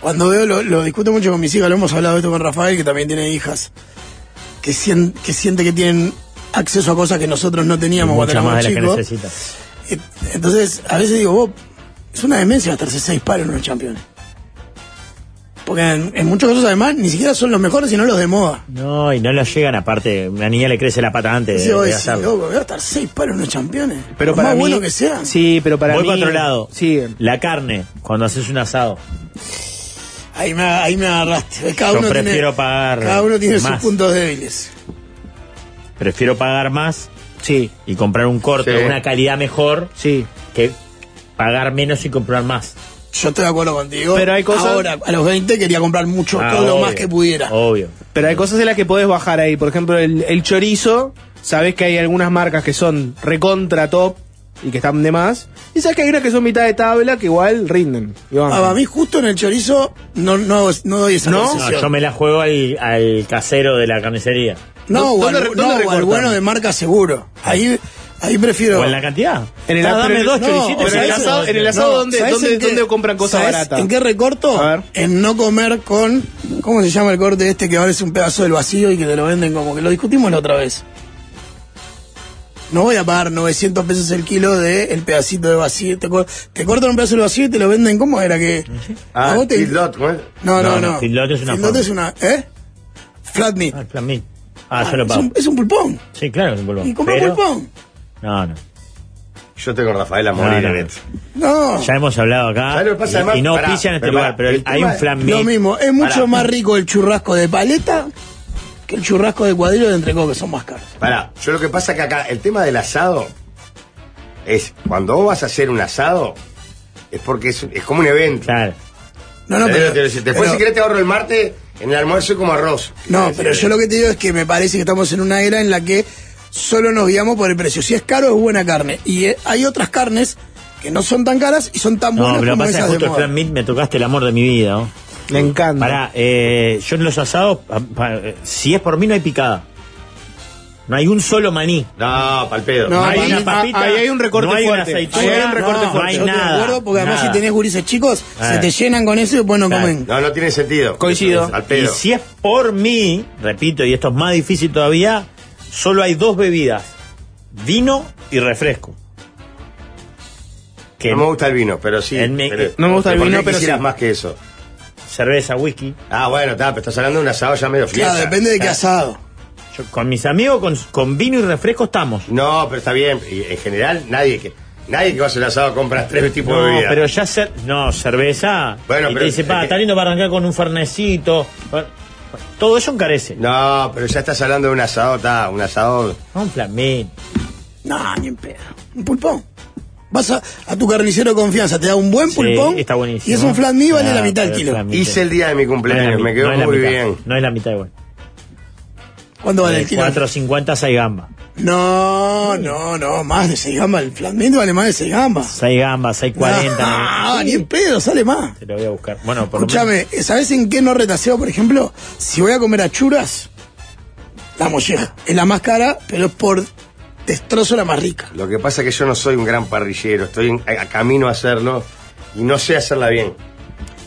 [SPEAKER 2] cuando veo, lo, lo discuto mucho con mis hijas, lo hemos hablado de esto con Rafael, que también tiene hijas, que, sien- que siente que tienen acceso a cosas que nosotros no teníamos cuando
[SPEAKER 3] Mucha
[SPEAKER 2] éramos
[SPEAKER 3] más de la que
[SPEAKER 2] chicos.
[SPEAKER 3] necesitas.
[SPEAKER 2] Eh, Entonces, a veces digo, vos, es una demencia gastarse seis palos en unos campeones. Porque en, en muchos casos, además, ni siquiera son los mejores, sino los de moda.
[SPEAKER 3] No, y no lo llegan aparte. Una niña le crece la pata antes
[SPEAKER 2] Sí,
[SPEAKER 3] de,
[SPEAKER 2] hoy
[SPEAKER 3] Eh, de
[SPEAKER 2] sí,
[SPEAKER 3] hacerlo.
[SPEAKER 2] loco, voy a gastar seis palos en unos campeones.
[SPEAKER 4] Pero
[SPEAKER 2] Por
[SPEAKER 4] para
[SPEAKER 2] más
[SPEAKER 4] mí...
[SPEAKER 2] bueno que sea.
[SPEAKER 4] Sí, pero para
[SPEAKER 3] Voy
[SPEAKER 4] mí...
[SPEAKER 3] para otro lado.
[SPEAKER 4] Sí.
[SPEAKER 3] La carne, cuando haces un asado.
[SPEAKER 2] Ahí me, ahí me agarraste. Cada
[SPEAKER 3] Yo
[SPEAKER 2] uno tiene-
[SPEAKER 3] prefiero pagar
[SPEAKER 2] Cada uno tiene sus
[SPEAKER 3] más.
[SPEAKER 2] puntos débiles.
[SPEAKER 3] Prefiero pagar más
[SPEAKER 4] Sí,
[SPEAKER 3] y comprar un corte
[SPEAKER 1] Sí.
[SPEAKER 3] de una calidad mejor
[SPEAKER 4] sí.
[SPEAKER 3] que pagar menos y comprar más.
[SPEAKER 2] Yo estoy de acuerdo contigo.
[SPEAKER 4] Pero hay cosas-
[SPEAKER 2] Ahora, a los 20 quería comprar mucho,
[SPEAKER 3] Ah,
[SPEAKER 2] todo lo
[SPEAKER 3] obvio,
[SPEAKER 2] más que pudiera.
[SPEAKER 3] Obvio.
[SPEAKER 4] Pero hay cosas en las que podés bajar ahí. Por ejemplo, el, el chorizo. Sabés que hay algunas marcas que son recontra top y que están de más. Y sabés que hay unas que son mitad de tabla que igual rinden. y
[SPEAKER 2] Ah,
[SPEAKER 4] bancan.
[SPEAKER 2] para mí, justo en el chorizo, no, no, no doy esa
[SPEAKER 4] No,
[SPEAKER 3] No,
[SPEAKER 2] concesión.
[SPEAKER 3] yo me la juego al, al casero de la carnicería.
[SPEAKER 2] No, o
[SPEAKER 4] ¿Dónde
[SPEAKER 2] al-
[SPEAKER 4] re-
[SPEAKER 2] no,
[SPEAKER 4] dónde
[SPEAKER 2] o al
[SPEAKER 4] recortan?
[SPEAKER 2] bueno de marca seguro. Ahí, ahí prefiero.
[SPEAKER 3] ¿O en la cantidad?
[SPEAKER 4] En el-
[SPEAKER 3] Ah, dame
[SPEAKER 4] pero-
[SPEAKER 3] dos
[SPEAKER 4] no,
[SPEAKER 3] choricitos.
[SPEAKER 4] pero
[SPEAKER 3] y
[SPEAKER 4] en el
[SPEAKER 3] hago-
[SPEAKER 4] asado- en el asado, ¿dónde-
[SPEAKER 2] ¿sabés
[SPEAKER 4] dónde-
[SPEAKER 2] en qué-
[SPEAKER 4] dónde compran cosas
[SPEAKER 2] ¿sabés
[SPEAKER 4] baratas?
[SPEAKER 2] ¿En qué recorto?
[SPEAKER 4] A ver.
[SPEAKER 2] En no comer con. ¿Cómo se llama el corte este que ahora es un pedazo del vacío y que te lo venden como que lo discutimos la otra vez? No voy a pagar 900 pesos el kilo de el pedacito de vacío. Te, co- te cortan un pedazo del vacío y te lo venden. ¿Cómo era que.?
[SPEAKER 1] Ah,
[SPEAKER 2] a vos te-
[SPEAKER 1] feedlot, ¿cómo es?
[SPEAKER 2] No, no,
[SPEAKER 3] No, no,
[SPEAKER 2] no.
[SPEAKER 3] filot es una
[SPEAKER 2] Filot
[SPEAKER 3] forma.
[SPEAKER 2] es una- ¿Eh? Flat meat.
[SPEAKER 3] Ah, el plan mil. Ah,
[SPEAKER 2] Ah,
[SPEAKER 3] yo lo
[SPEAKER 2] es,
[SPEAKER 3] pago.
[SPEAKER 2] un, es un pulpón.
[SPEAKER 3] Sí, claro que es un pulmón.
[SPEAKER 2] Y compra
[SPEAKER 3] Pero-
[SPEAKER 2] pulpón.
[SPEAKER 3] No, no.
[SPEAKER 1] Yo tengo a Rafael Amorín
[SPEAKER 3] No, Ah. no.
[SPEAKER 1] en esto.
[SPEAKER 2] No.
[SPEAKER 3] Ya hemos hablado acá.
[SPEAKER 1] ¿Sabes lo que pasa?
[SPEAKER 3] y-
[SPEAKER 1] Además,
[SPEAKER 3] y, no
[SPEAKER 1] pará,
[SPEAKER 3] pisan en este
[SPEAKER 1] pero
[SPEAKER 3] lugar, pero
[SPEAKER 1] pará, el
[SPEAKER 3] hay
[SPEAKER 1] tema
[SPEAKER 3] un flan
[SPEAKER 2] Lo
[SPEAKER 3] meat.
[SPEAKER 2] mismo, es mucho
[SPEAKER 1] Pará.
[SPEAKER 2] más rico el churrasco de paleta que el churrasco de cuadrillo de entrecó, que son más caros.
[SPEAKER 1] Pará, yo lo que pasa que acá el tema del asado es cuando vos vas a hacer un asado es porque es, es como un evento.
[SPEAKER 3] Claro.
[SPEAKER 2] No, no,
[SPEAKER 1] Te
[SPEAKER 2] pero,
[SPEAKER 1] digo, te digo, si- Después
[SPEAKER 2] pero-
[SPEAKER 1] si querés te ahorro el martes en el almuerzo como arroz.
[SPEAKER 2] no, pero yo lo que te digo es que me parece que estamos en una era en la que solo nos guiamos por el precio. Si es caro, es buena carne. Y eh, hay otras carnes que no son tan caras y son tan
[SPEAKER 3] No,
[SPEAKER 2] buenas
[SPEAKER 3] pero
[SPEAKER 2] como
[SPEAKER 3] pasa que
[SPEAKER 2] esas de
[SPEAKER 3] justo el
[SPEAKER 2] moda.
[SPEAKER 3] flan meat me tocaste el amor de mi vida. ¿no?
[SPEAKER 4] Me encanta.
[SPEAKER 3] Pará, eh, yo en los asados, pa- pa- eh, si es por mí no hay picada. No hay un solo maní.
[SPEAKER 1] No, pal pedo.
[SPEAKER 3] No, hay
[SPEAKER 2] para
[SPEAKER 3] una
[SPEAKER 2] mí-
[SPEAKER 3] papita.
[SPEAKER 4] ahí hay un recorte
[SPEAKER 3] no hay
[SPEAKER 4] fuerte.
[SPEAKER 3] Una aceituna,
[SPEAKER 4] Ahí hay un recorte
[SPEAKER 3] no,
[SPEAKER 4] fuerte.
[SPEAKER 3] hay
[SPEAKER 2] yo te
[SPEAKER 3] nada.
[SPEAKER 2] acuerdo porque además
[SPEAKER 3] nada.
[SPEAKER 2] si tenés gurises chicos,
[SPEAKER 3] Ah.
[SPEAKER 2] se te llenan con eso y después no
[SPEAKER 3] Claro.
[SPEAKER 2] comen.
[SPEAKER 1] No, no tiene sentido.
[SPEAKER 4] Coincido.
[SPEAKER 1] Al pedo.
[SPEAKER 3] Y si es por mí, repito, y esto es más difícil todavía, solo hay dos bebidas: vino y refresco. Que
[SPEAKER 1] No me gusta el vino, pero sí.
[SPEAKER 3] En mi-
[SPEAKER 1] pero-
[SPEAKER 4] No me gusta el
[SPEAKER 1] ¿por qué
[SPEAKER 4] vino, pero
[SPEAKER 1] quisieras
[SPEAKER 4] sí.
[SPEAKER 1] más que eso.
[SPEAKER 3] cerveza, whisky.
[SPEAKER 1] Ah, bueno, está, pero estás hablando de un asado ya medio fiesta.
[SPEAKER 2] Claro, depende de qué asado.
[SPEAKER 3] Yo con mis amigos, con, con vino y refresco estamos.
[SPEAKER 1] No, pero está bien. Y en general, nadie que nadie que va a hacer asado compra tres tipos
[SPEAKER 3] No,
[SPEAKER 1] de bebida.
[SPEAKER 3] pero ya cer- no, cerveza.
[SPEAKER 1] Bueno,
[SPEAKER 3] y
[SPEAKER 1] pero-
[SPEAKER 3] te dice, pa, está lindo para arrancar con un fernecito. Todo eso encarece. No,
[SPEAKER 1] No, pero ya estás hablando de un asado, está, un asado.
[SPEAKER 3] un flamín.
[SPEAKER 2] No, ni en pedo. Un pulpón. Vas a, a tu carnicero de confianza, te da un buen
[SPEAKER 3] Sí,
[SPEAKER 2] pulpón.
[SPEAKER 3] está buenísimo.
[SPEAKER 2] Y es un flan mío, vale
[SPEAKER 3] Ah,
[SPEAKER 2] la mitad del
[SPEAKER 3] pero
[SPEAKER 2] kilo.
[SPEAKER 3] flan.
[SPEAKER 1] Hice el día de mi
[SPEAKER 3] No es la
[SPEAKER 1] cumpleaños,
[SPEAKER 3] mi-
[SPEAKER 1] me quedó
[SPEAKER 3] no es la
[SPEAKER 1] muy
[SPEAKER 3] mitad,
[SPEAKER 1] bien.
[SPEAKER 3] No es la mitad igual.
[SPEAKER 2] ¿Cuánto vale el
[SPEAKER 3] Eh,
[SPEAKER 2] kilo?
[SPEAKER 3] 4.50, 6 gambas.
[SPEAKER 2] No, no, no, más de 6 gambas. El flan mío vale más de 6 gambas.
[SPEAKER 3] 6 gambas, 6.40.
[SPEAKER 2] No,
[SPEAKER 3] eh.
[SPEAKER 2] ni en pedo, sale más.
[SPEAKER 3] Te lo voy a buscar. Bueno, por lo menos.
[SPEAKER 2] Escúchame, ¿sabes en qué no retaseo, por ejemplo? Si voy a comer achuras, la molleja. Es la más cara, pero es por destrozo la más rica.
[SPEAKER 1] Lo que pasa es que yo no soy un gran parrillero, estoy en- a, a camino a hacerlo y no sé hacerla bien.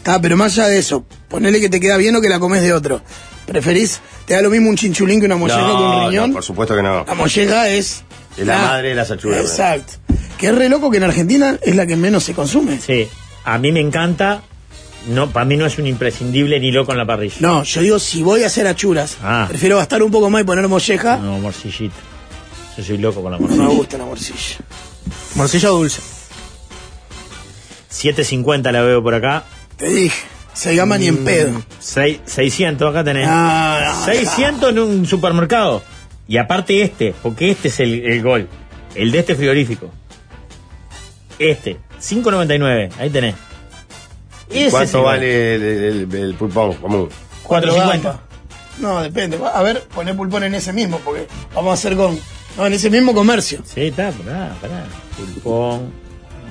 [SPEAKER 2] Ah, pero más allá de eso, ponele que te queda bien o que la comes de otro. ¿Preferís? ¿Te da lo mismo un chinchulín que una molleja con un riñón?
[SPEAKER 1] no, por supuesto que no.
[SPEAKER 2] La molleja es.
[SPEAKER 1] Es la madre de las achuras,
[SPEAKER 2] Exacto. Que es re loco que en Argentina es la que menos se consume.
[SPEAKER 3] Sí, a mí me encanta. No, para mí no es un imprescindible ni loco en la parrilla.
[SPEAKER 2] No, yo digo, si voy a hacer achuras,
[SPEAKER 3] Ah.
[SPEAKER 2] prefiero gastar un poco más y poner molleja. No,
[SPEAKER 3] No, morcillita. Yo soy loco con la
[SPEAKER 2] me
[SPEAKER 3] morcilla.
[SPEAKER 2] gusta la morcilla.
[SPEAKER 4] Morcilla dulce.
[SPEAKER 3] 7.50 la veo por acá. Mm,
[SPEAKER 2] Te dije, se llama ni en pedo.
[SPEAKER 3] Seis- 600, acá tenés.
[SPEAKER 2] Ah, no,
[SPEAKER 3] 600 en un supermercado. Y aparte este, porque este es el, el gol. El de este frigorífico. Este, 5.99, ahí tenés. Ese es el
[SPEAKER 1] ¿Cuánto
[SPEAKER 3] gol.
[SPEAKER 1] vale el, el- el pulpón común?
[SPEAKER 3] 4.50.
[SPEAKER 2] No, depende. Va- A ver, poné pulpón en ese mismo, porque vamos a hacer con. No, en ese mismo comercio.
[SPEAKER 3] Sí, está, pará, pará. Pulpón,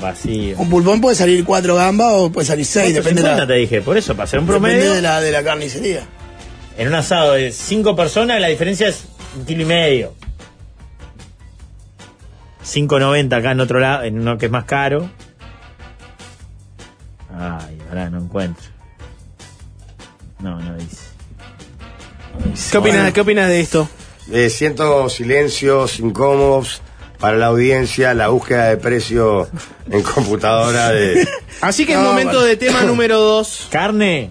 [SPEAKER 3] vacío.
[SPEAKER 2] Un pulpón puede salir cuatro gambas o puede salir seis, depende, de
[SPEAKER 3] 4.50
[SPEAKER 2] la,
[SPEAKER 3] te dije, por eso, para hacer un
[SPEAKER 2] depende
[SPEAKER 3] promedio,
[SPEAKER 2] de la de la carnicería.
[SPEAKER 3] en un asado de 5 personas, la diferencia es un kilo y medio. 5.90 acá en otro lado, en uno que es más caro. Ay, ahora no encuentro. No, no dice.
[SPEAKER 4] ¿Qué opinas, ¿Qué opinas de esto?
[SPEAKER 1] Eh, siento silencios incómodos para la audiencia, la búsqueda de precio en computadora de...
[SPEAKER 4] Así que es
[SPEAKER 2] No,
[SPEAKER 4] momento
[SPEAKER 2] vale.
[SPEAKER 4] de tema número 2.
[SPEAKER 3] Carne,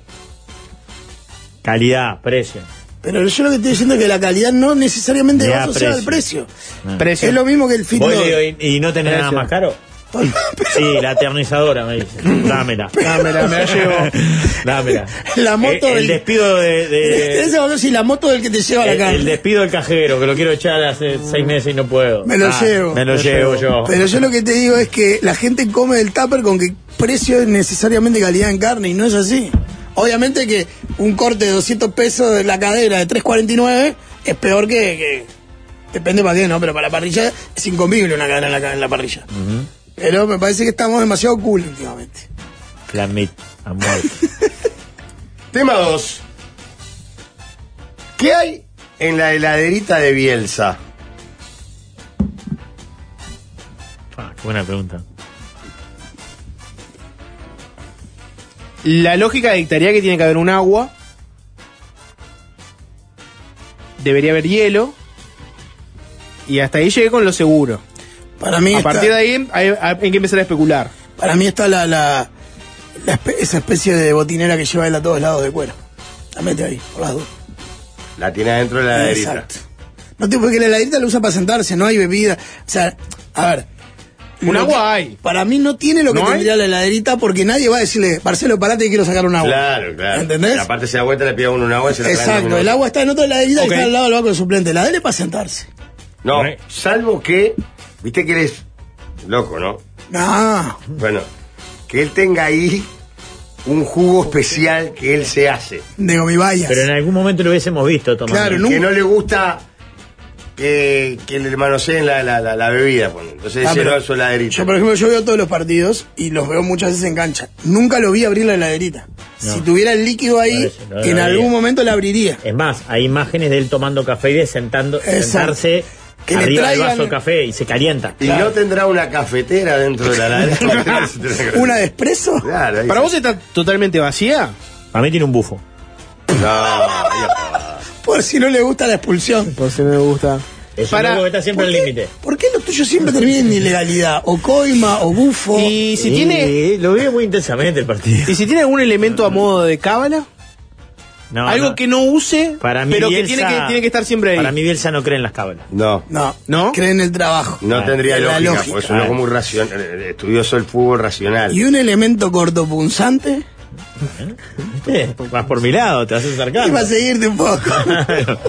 [SPEAKER 3] calidad, precio.
[SPEAKER 2] Pero yo lo que estoy diciendo es que la calidad no necesariamente
[SPEAKER 3] Le
[SPEAKER 2] va
[SPEAKER 3] da
[SPEAKER 2] asociada al
[SPEAKER 3] precio.
[SPEAKER 2] precio.
[SPEAKER 4] Precio.
[SPEAKER 2] Es lo mismo que el fit
[SPEAKER 3] Voy,
[SPEAKER 2] dog.
[SPEAKER 3] le digo, ¿y, y no tenés
[SPEAKER 4] Precio.
[SPEAKER 3] nada más caro? Sí, la eternizadora me dice. Dámela.
[SPEAKER 4] Dámela, me la llevo.
[SPEAKER 3] Eh, Dámela.
[SPEAKER 2] La moto
[SPEAKER 3] Eh, el,
[SPEAKER 2] del-
[SPEAKER 3] despido de. de-
[SPEAKER 2] Ese valor si la moto del que te lleva la
[SPEAKER 3] Eh, el, el
[SPEAKER 2] carne.
[SPEAKER 3] despido del cajero, que lo quiero echar hace seis meses y no puedo.
[SPEAKER 2] Me lo llevo.
[SPEAKER 3] Ah, Me lo
[SPEAKER 2] Me
[SPEAKER 3] llevo yo.
[SPEAKER 2] Pero yo lo que te digo es que la gente come del tupper con que precio es necesariamente calidad en carne y no es así. Obviamente que un corte de 200 pesos de la cadera de 3.49 es peor que... que- depende para qué, ¿no? Pero para la parrilla es incomible una cadena en la, ca- en la parrilla. Pero me parece que estamos demasiado cool últimamente.
[SPEAKER 3] Flamit, a muerte.
[SPEAKER 1] Tema 2. ¿Qué hay en la heladerita de Bielsa?
[SPEAKER 3] Ah, qué buena pregunta.
[SPEAKER 4] La lógica dictaría que tiene que haber un agua. Debería haber hielo. Y hasta ahí llegué con lo seguro.
[SPEAKER 2] Para mí
[SPEAKER 4] A
[SPEAKER 2] está-
[SPEAKER 4] partir de ahí hay, hay que empezar a especular.
[SPEAKER 2] Para mí está la, la, la espe- esa especie de botinera que lleva él a todos lados de cuero. La mete ahí, por las dos.
[SPEAKER 1] La tiene adentro de la heladerita.
[SPEAKER 2] No te porque la heladerita la usa para sentarse, no hay bebida. O sea, a ver.
[SPEAKER 4] Un
[SPEAKER 2] lo
[SPEAKER 4] agua
[SPEAKER 2] que-
[SPEAKER 4] hay.
[SPEAKER 2] Para mí no tiene lo que
[SPEAKER 4] ¿No hay?
[SPEAKER 2] tendría la heladerita porque nadie va a decirle, Marcelo, parate que quiero sacar un agua.
[SPEAKER 1] Claro, claro.
[SPEAKER 2] ¿Entendés?
[SPEAKER 1] Aparte se da vuelta, le pide a uno un agua y se la traen en un
[SPEAKER 2] Exacto,
[SPEAKER 1] minuto.
[SPEAKER 2] el agua está en otra heladerita
[SPEAKER 4] Ok.
[SPEAKER 2] que está al lado del banco de suplente. La dele para sentarse.
[SPEAKER 1] No, salvo que, viste que eres loco, ¿no?
[SPEAKER 2] No,
[SPEAKER 1] Bueno, que él tenga ahí un jugo especial que él se hace.
[SPEAKER 2] digo, mi vayas.
[SPEAKER 3] Pero en algún momento lo hubiésemos visto tomando.
[SPEAKER 2] Claro,
[SPEAKER 1] Que
[SPEAKER 2] nunca-
[SPEAKER 1] no le gusta que, que le manoseen la, la, la, la bebida. ponele. Entonces
[SPEAKER 2] Ah,
[SPEAKER 1] ese
[SPEAKER 2] pero
[SPEAKER 1] no es su laderita.
[SPEAKER 2] Yo, por ejemplo, yo veo todos los partidos y los veo muchas veces en cancha. Nunca lo vi abrir la heladerita.
[SPEAKER 3] No.
[SPEAKER 2] Si tuviera el líquido ahí,
[SPEAKER 3] Parece, no lo
[SPEAKER 2] en
[SPEAKER 3] abría.
[SPEAKER 2] algún momento la abriría.
[SPEAKER 3] Es más, hay imágenes de él tomando café y de sentando,
[SPEAKER 2] Exacto.
[SPEAKER 3] sentarse
[SPEAKER 2] Que le
[SPEAKER 3] arriba del
[SPEAKER 2] traigan-
[SPEAKER 3] vaso de café y se calienta.
[SPEAKER 1] Y no tendrá una cafetera dentro de la laderita.
[SPEAKER 2] ¿Una de expreso?
[SPEAKER 1] Claro, ahí
[SPEAKER 4] ¿Para
[SPEAKER 1] sí.
[SPEAKER 4] vos está totalmente vacía?
[SPEAKER 3] Para mí tiene un bufo.
[SPEAKER 1] No, Dios.
[SPEAKER 2] Por si no le gusta la expulsión.
[SPEAKER 4] Por si me gusta.
[SPEAKER 3] Es
[SPEAKER 4] Para-
[SPEAKER 3] un bufo que está siempre al límite.
[SPEAKER 2] ¿Por qué lo tuyo siempre termina en ilegalidad? O coima, o bufo.
[SPEAKER 4] Y si tiene.
[SPEAKER 3] Y Lo vive muy intensamente el partido.
[SPEAKER 4] ¿Y si tiene algún elemento a modo de cábala?
[SPEAKER 3] No,
[SPEAKER 4] Algo
[SPEAKER 3] no.
[SPEAKER 4] que no use,
[SPEAKER 3] Para mí
[SPEAKER 4] pero que
[SPEAKER 3] Bielsa-
[SPEAKER 4] tiene, que tiene que estar siempre ahí.
[SPEAKER 3] Para mí Bielsa no cree en las cábalas.
[SPEAKER 1] no.
[SPEAKER 2] No,
[SPEAKER 4] ¿No?
[SPEAKER 2] cree en el trabajo.
[SPEAKER 4] Ah.
[SPEAKER 1] No tendría
[SPEAKER 2] La
[SPEAKER 1] lógica,
[SPEAKER 2] lógica.
[SPEAKER 1] porque es un loco muy racional, eh, estudioso del fútbol racional.
[SPEAKER 2] Y un elemento cortopunzante
[SPEAKER 3] Eh, Vas por mi lado, te vas a acercar.
[SPEAKER 2] y va a seguirte un poco.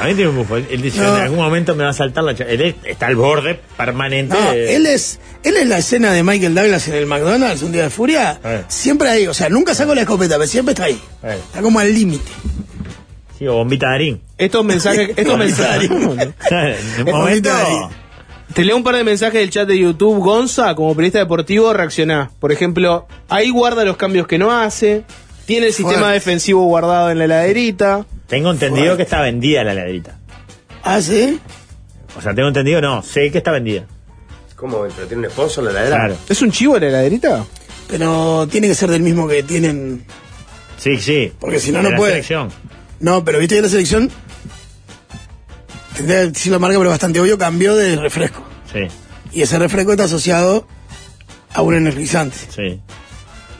[SPEAKER 3] A mí tiene un bufo. Él dice,
[SPEAKER 2] No.
[SPEAKER 3] en algún momento me va a saltar la cha- Él es- está al borde permanente.
[SPEAKER 2] No,
[SPEAKER 3] de-
[SPEAKER 2] Ah, él es, él es la escena de Michael Douglas en el McDonald's, un día de furia.
[SPEAKER 3] Eh.
[SPEAKER 2] Siempre ahí, o sea, nunca saco la escopeta, pero siempre está ahí.
[SPEAKER 3] Eh,
[SPEAKER 2] Está como al límite.
[SPEAKER 3] sí, o bombita Darín.
[SPEAKER 4] Estos mensajes. Estos mensajes.
[SPEAKER 3] en un
[SPEAKER 2] Es
[SPEAKER 3] momento...
[SPEAKER 2] bombita Darín.
[SPEAKER 4] Te leo un par de mensajes del chat de YouTube. Gonza, como periodista deportivo, reaccioná. Por ejemplo, ahí guarda los cambios que no hace. Tiene el sistema
[SPEAKER 2] Fuerte.
[SPEAKER 4] defensivo guardado en la heladerita.
[SPEAKER 3] Tengo entendido que está vendida la laderita.
[SPEAKER 2] ¿Ah, sí?
[SPEAKER 3] O sea, tengo entendido, no, sé que está vendida.
[SPEAKER 1] ¿Cómo? ¿Pero tiene un sponsor la heladera?
[SPEAKER 3] Claro.
[SPEAKER 4] ¿Es un chivo la heladerita?
[SPEAKER 2] Pero tiene que ser del mismo que tienen.
[SPEAKER 3] Sí, sí.
[SPEAKER 2] Porque si no,
[SPEAKER 3] De
[SPEAKER 2] no
[SPEAKER 3] la
[SPEAKER 2] puede.
[SPEAKER 3] selección.
[SPEAKER 2] No, pero viste que la selección. Tendría que decir la marca, pero bastante obvio, cambió de refresco.
[SPEAKER 3] Sí,
[SPEAKER 2] Y ese refresco está asociado a un energizante.
[SPEAKER 3] sí.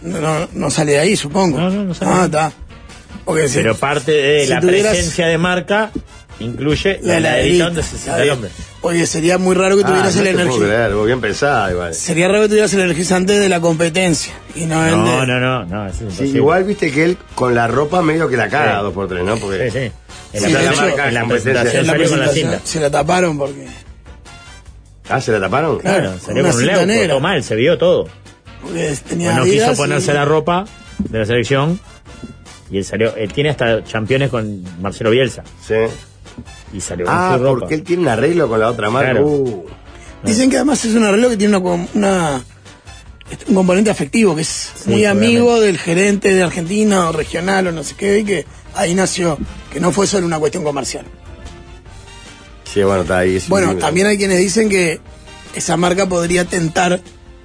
[SPEAKER 2] No, no, no sale de ahí, supongo.
[SPEAKER 3] No, no, no sale de
[SPEAKER 2] Ah,
[SPEAKER 3] ahí.
[SPEAKER 2] está. Porque si-
[SPEAKER 3] Pero parte de
[SPEAKER 2] si
[SPEAKER 3] la
[SPEAKER 2] tuvieras-
[SPEAKER 3] presencia de marca incluye
[SPEAKER 2] la
[SPEAKER 3] la
[SPEAKER 2] heladerita,
[SPEAKER 3] laderita donde se
[SPEAKER 2] está
[SPEAKER 3] sienta el
[SPEAKER 2] bien.
[SPEAKER 3] hombre.
[SPEAKER 2] Oye, sería muy raro que
[SPEAKER 1] Ah, no
[SPEAKER 2] tuvieras el
[SPEAKER 1] te puedo
[SPEAKER 2] energizante.
[SPEAKER 1] creer, vos bien pensado igual.
[SPEAKER 2] Sería raro que tuvieras el energizante de la competencia. Y no, el
[SPEAKER 3] No,
[SPEAKER 2] de-
[SPEAKER 3] no, no, no. es
[SPEAKER 1] Sí,
[SPEAKER 3] imposible.
[SPEAKER 1] igual viste que él con la ropa medio que la caga
[SPEAKER 3] Sí.
[SPEAKER 1] dos por tres, ¿no? Porque
[SPEAKER 3] Sí, sí. En
[SPEAKER 2] Sí,
[SPEAKER 3] la,
[SPEAKER 2] de
[SPEAKER 3] la
[SPEAKER 2] hecho,
[SPEAKER 3] marca, en la
[SPEAKER 1] competencia.
[SPEAKER 3] presentación
[SPEAKER 2] en la
[SPEAKER 3] salió con la
[SPEAKER 2] presentación
[SPEAKER 3] cinta.
[SPEAKER 2] se la taparon porque.
[SPEAKER 1] ah, se la taparon.
[SPEAKER 2] Claro.
[SPEAKER 3] Claro, salió
[SPEAKER 2] una
[SPEAKER 3] con un
[SPEAKER 2] cinta
[SPEAKER 3] leuco,
[SPEAKER 2] negra.
[SPEAKER 3] todo mal, se vio todo.
[SPEAKER 2] porque tenía
[SPEAKER 3] No
[SPEAKER 2] Adidas
[SPEAKER 3] quiso
[SPEAKER 2] y-
[SPEAKER 3] ponerse la ropa de la selección y él salió. Él tiene hasta campeones con Marcelo Bielsa
[SPEAKER 1] Sí.
[SPEAKER 3] y salió con
[SPEAKER 1] Ah,
[SPEAKER 3] su ropa.
[SPEAKER 1] porque él tiene un arreglo con la otra marca.
[SPEAKER 3] Claro.
[SPEAKER 1] Uh,
[SPEAKER 2] Dicen que además es un arreglo que tiene una, com- una- un componente afectivo, que es muy amigo del gerente de Argentina o regional o no sé qué, y que ahí nació, que no fue solo una cuestión comercial.
[SPEAKER 1] sí, bueno, está ahí. es
[SPEAKER 2] Bueno,
[SPEAKER 1] un-
[SPEAKER 2] también hay quienes dicen que esa marca podría tentar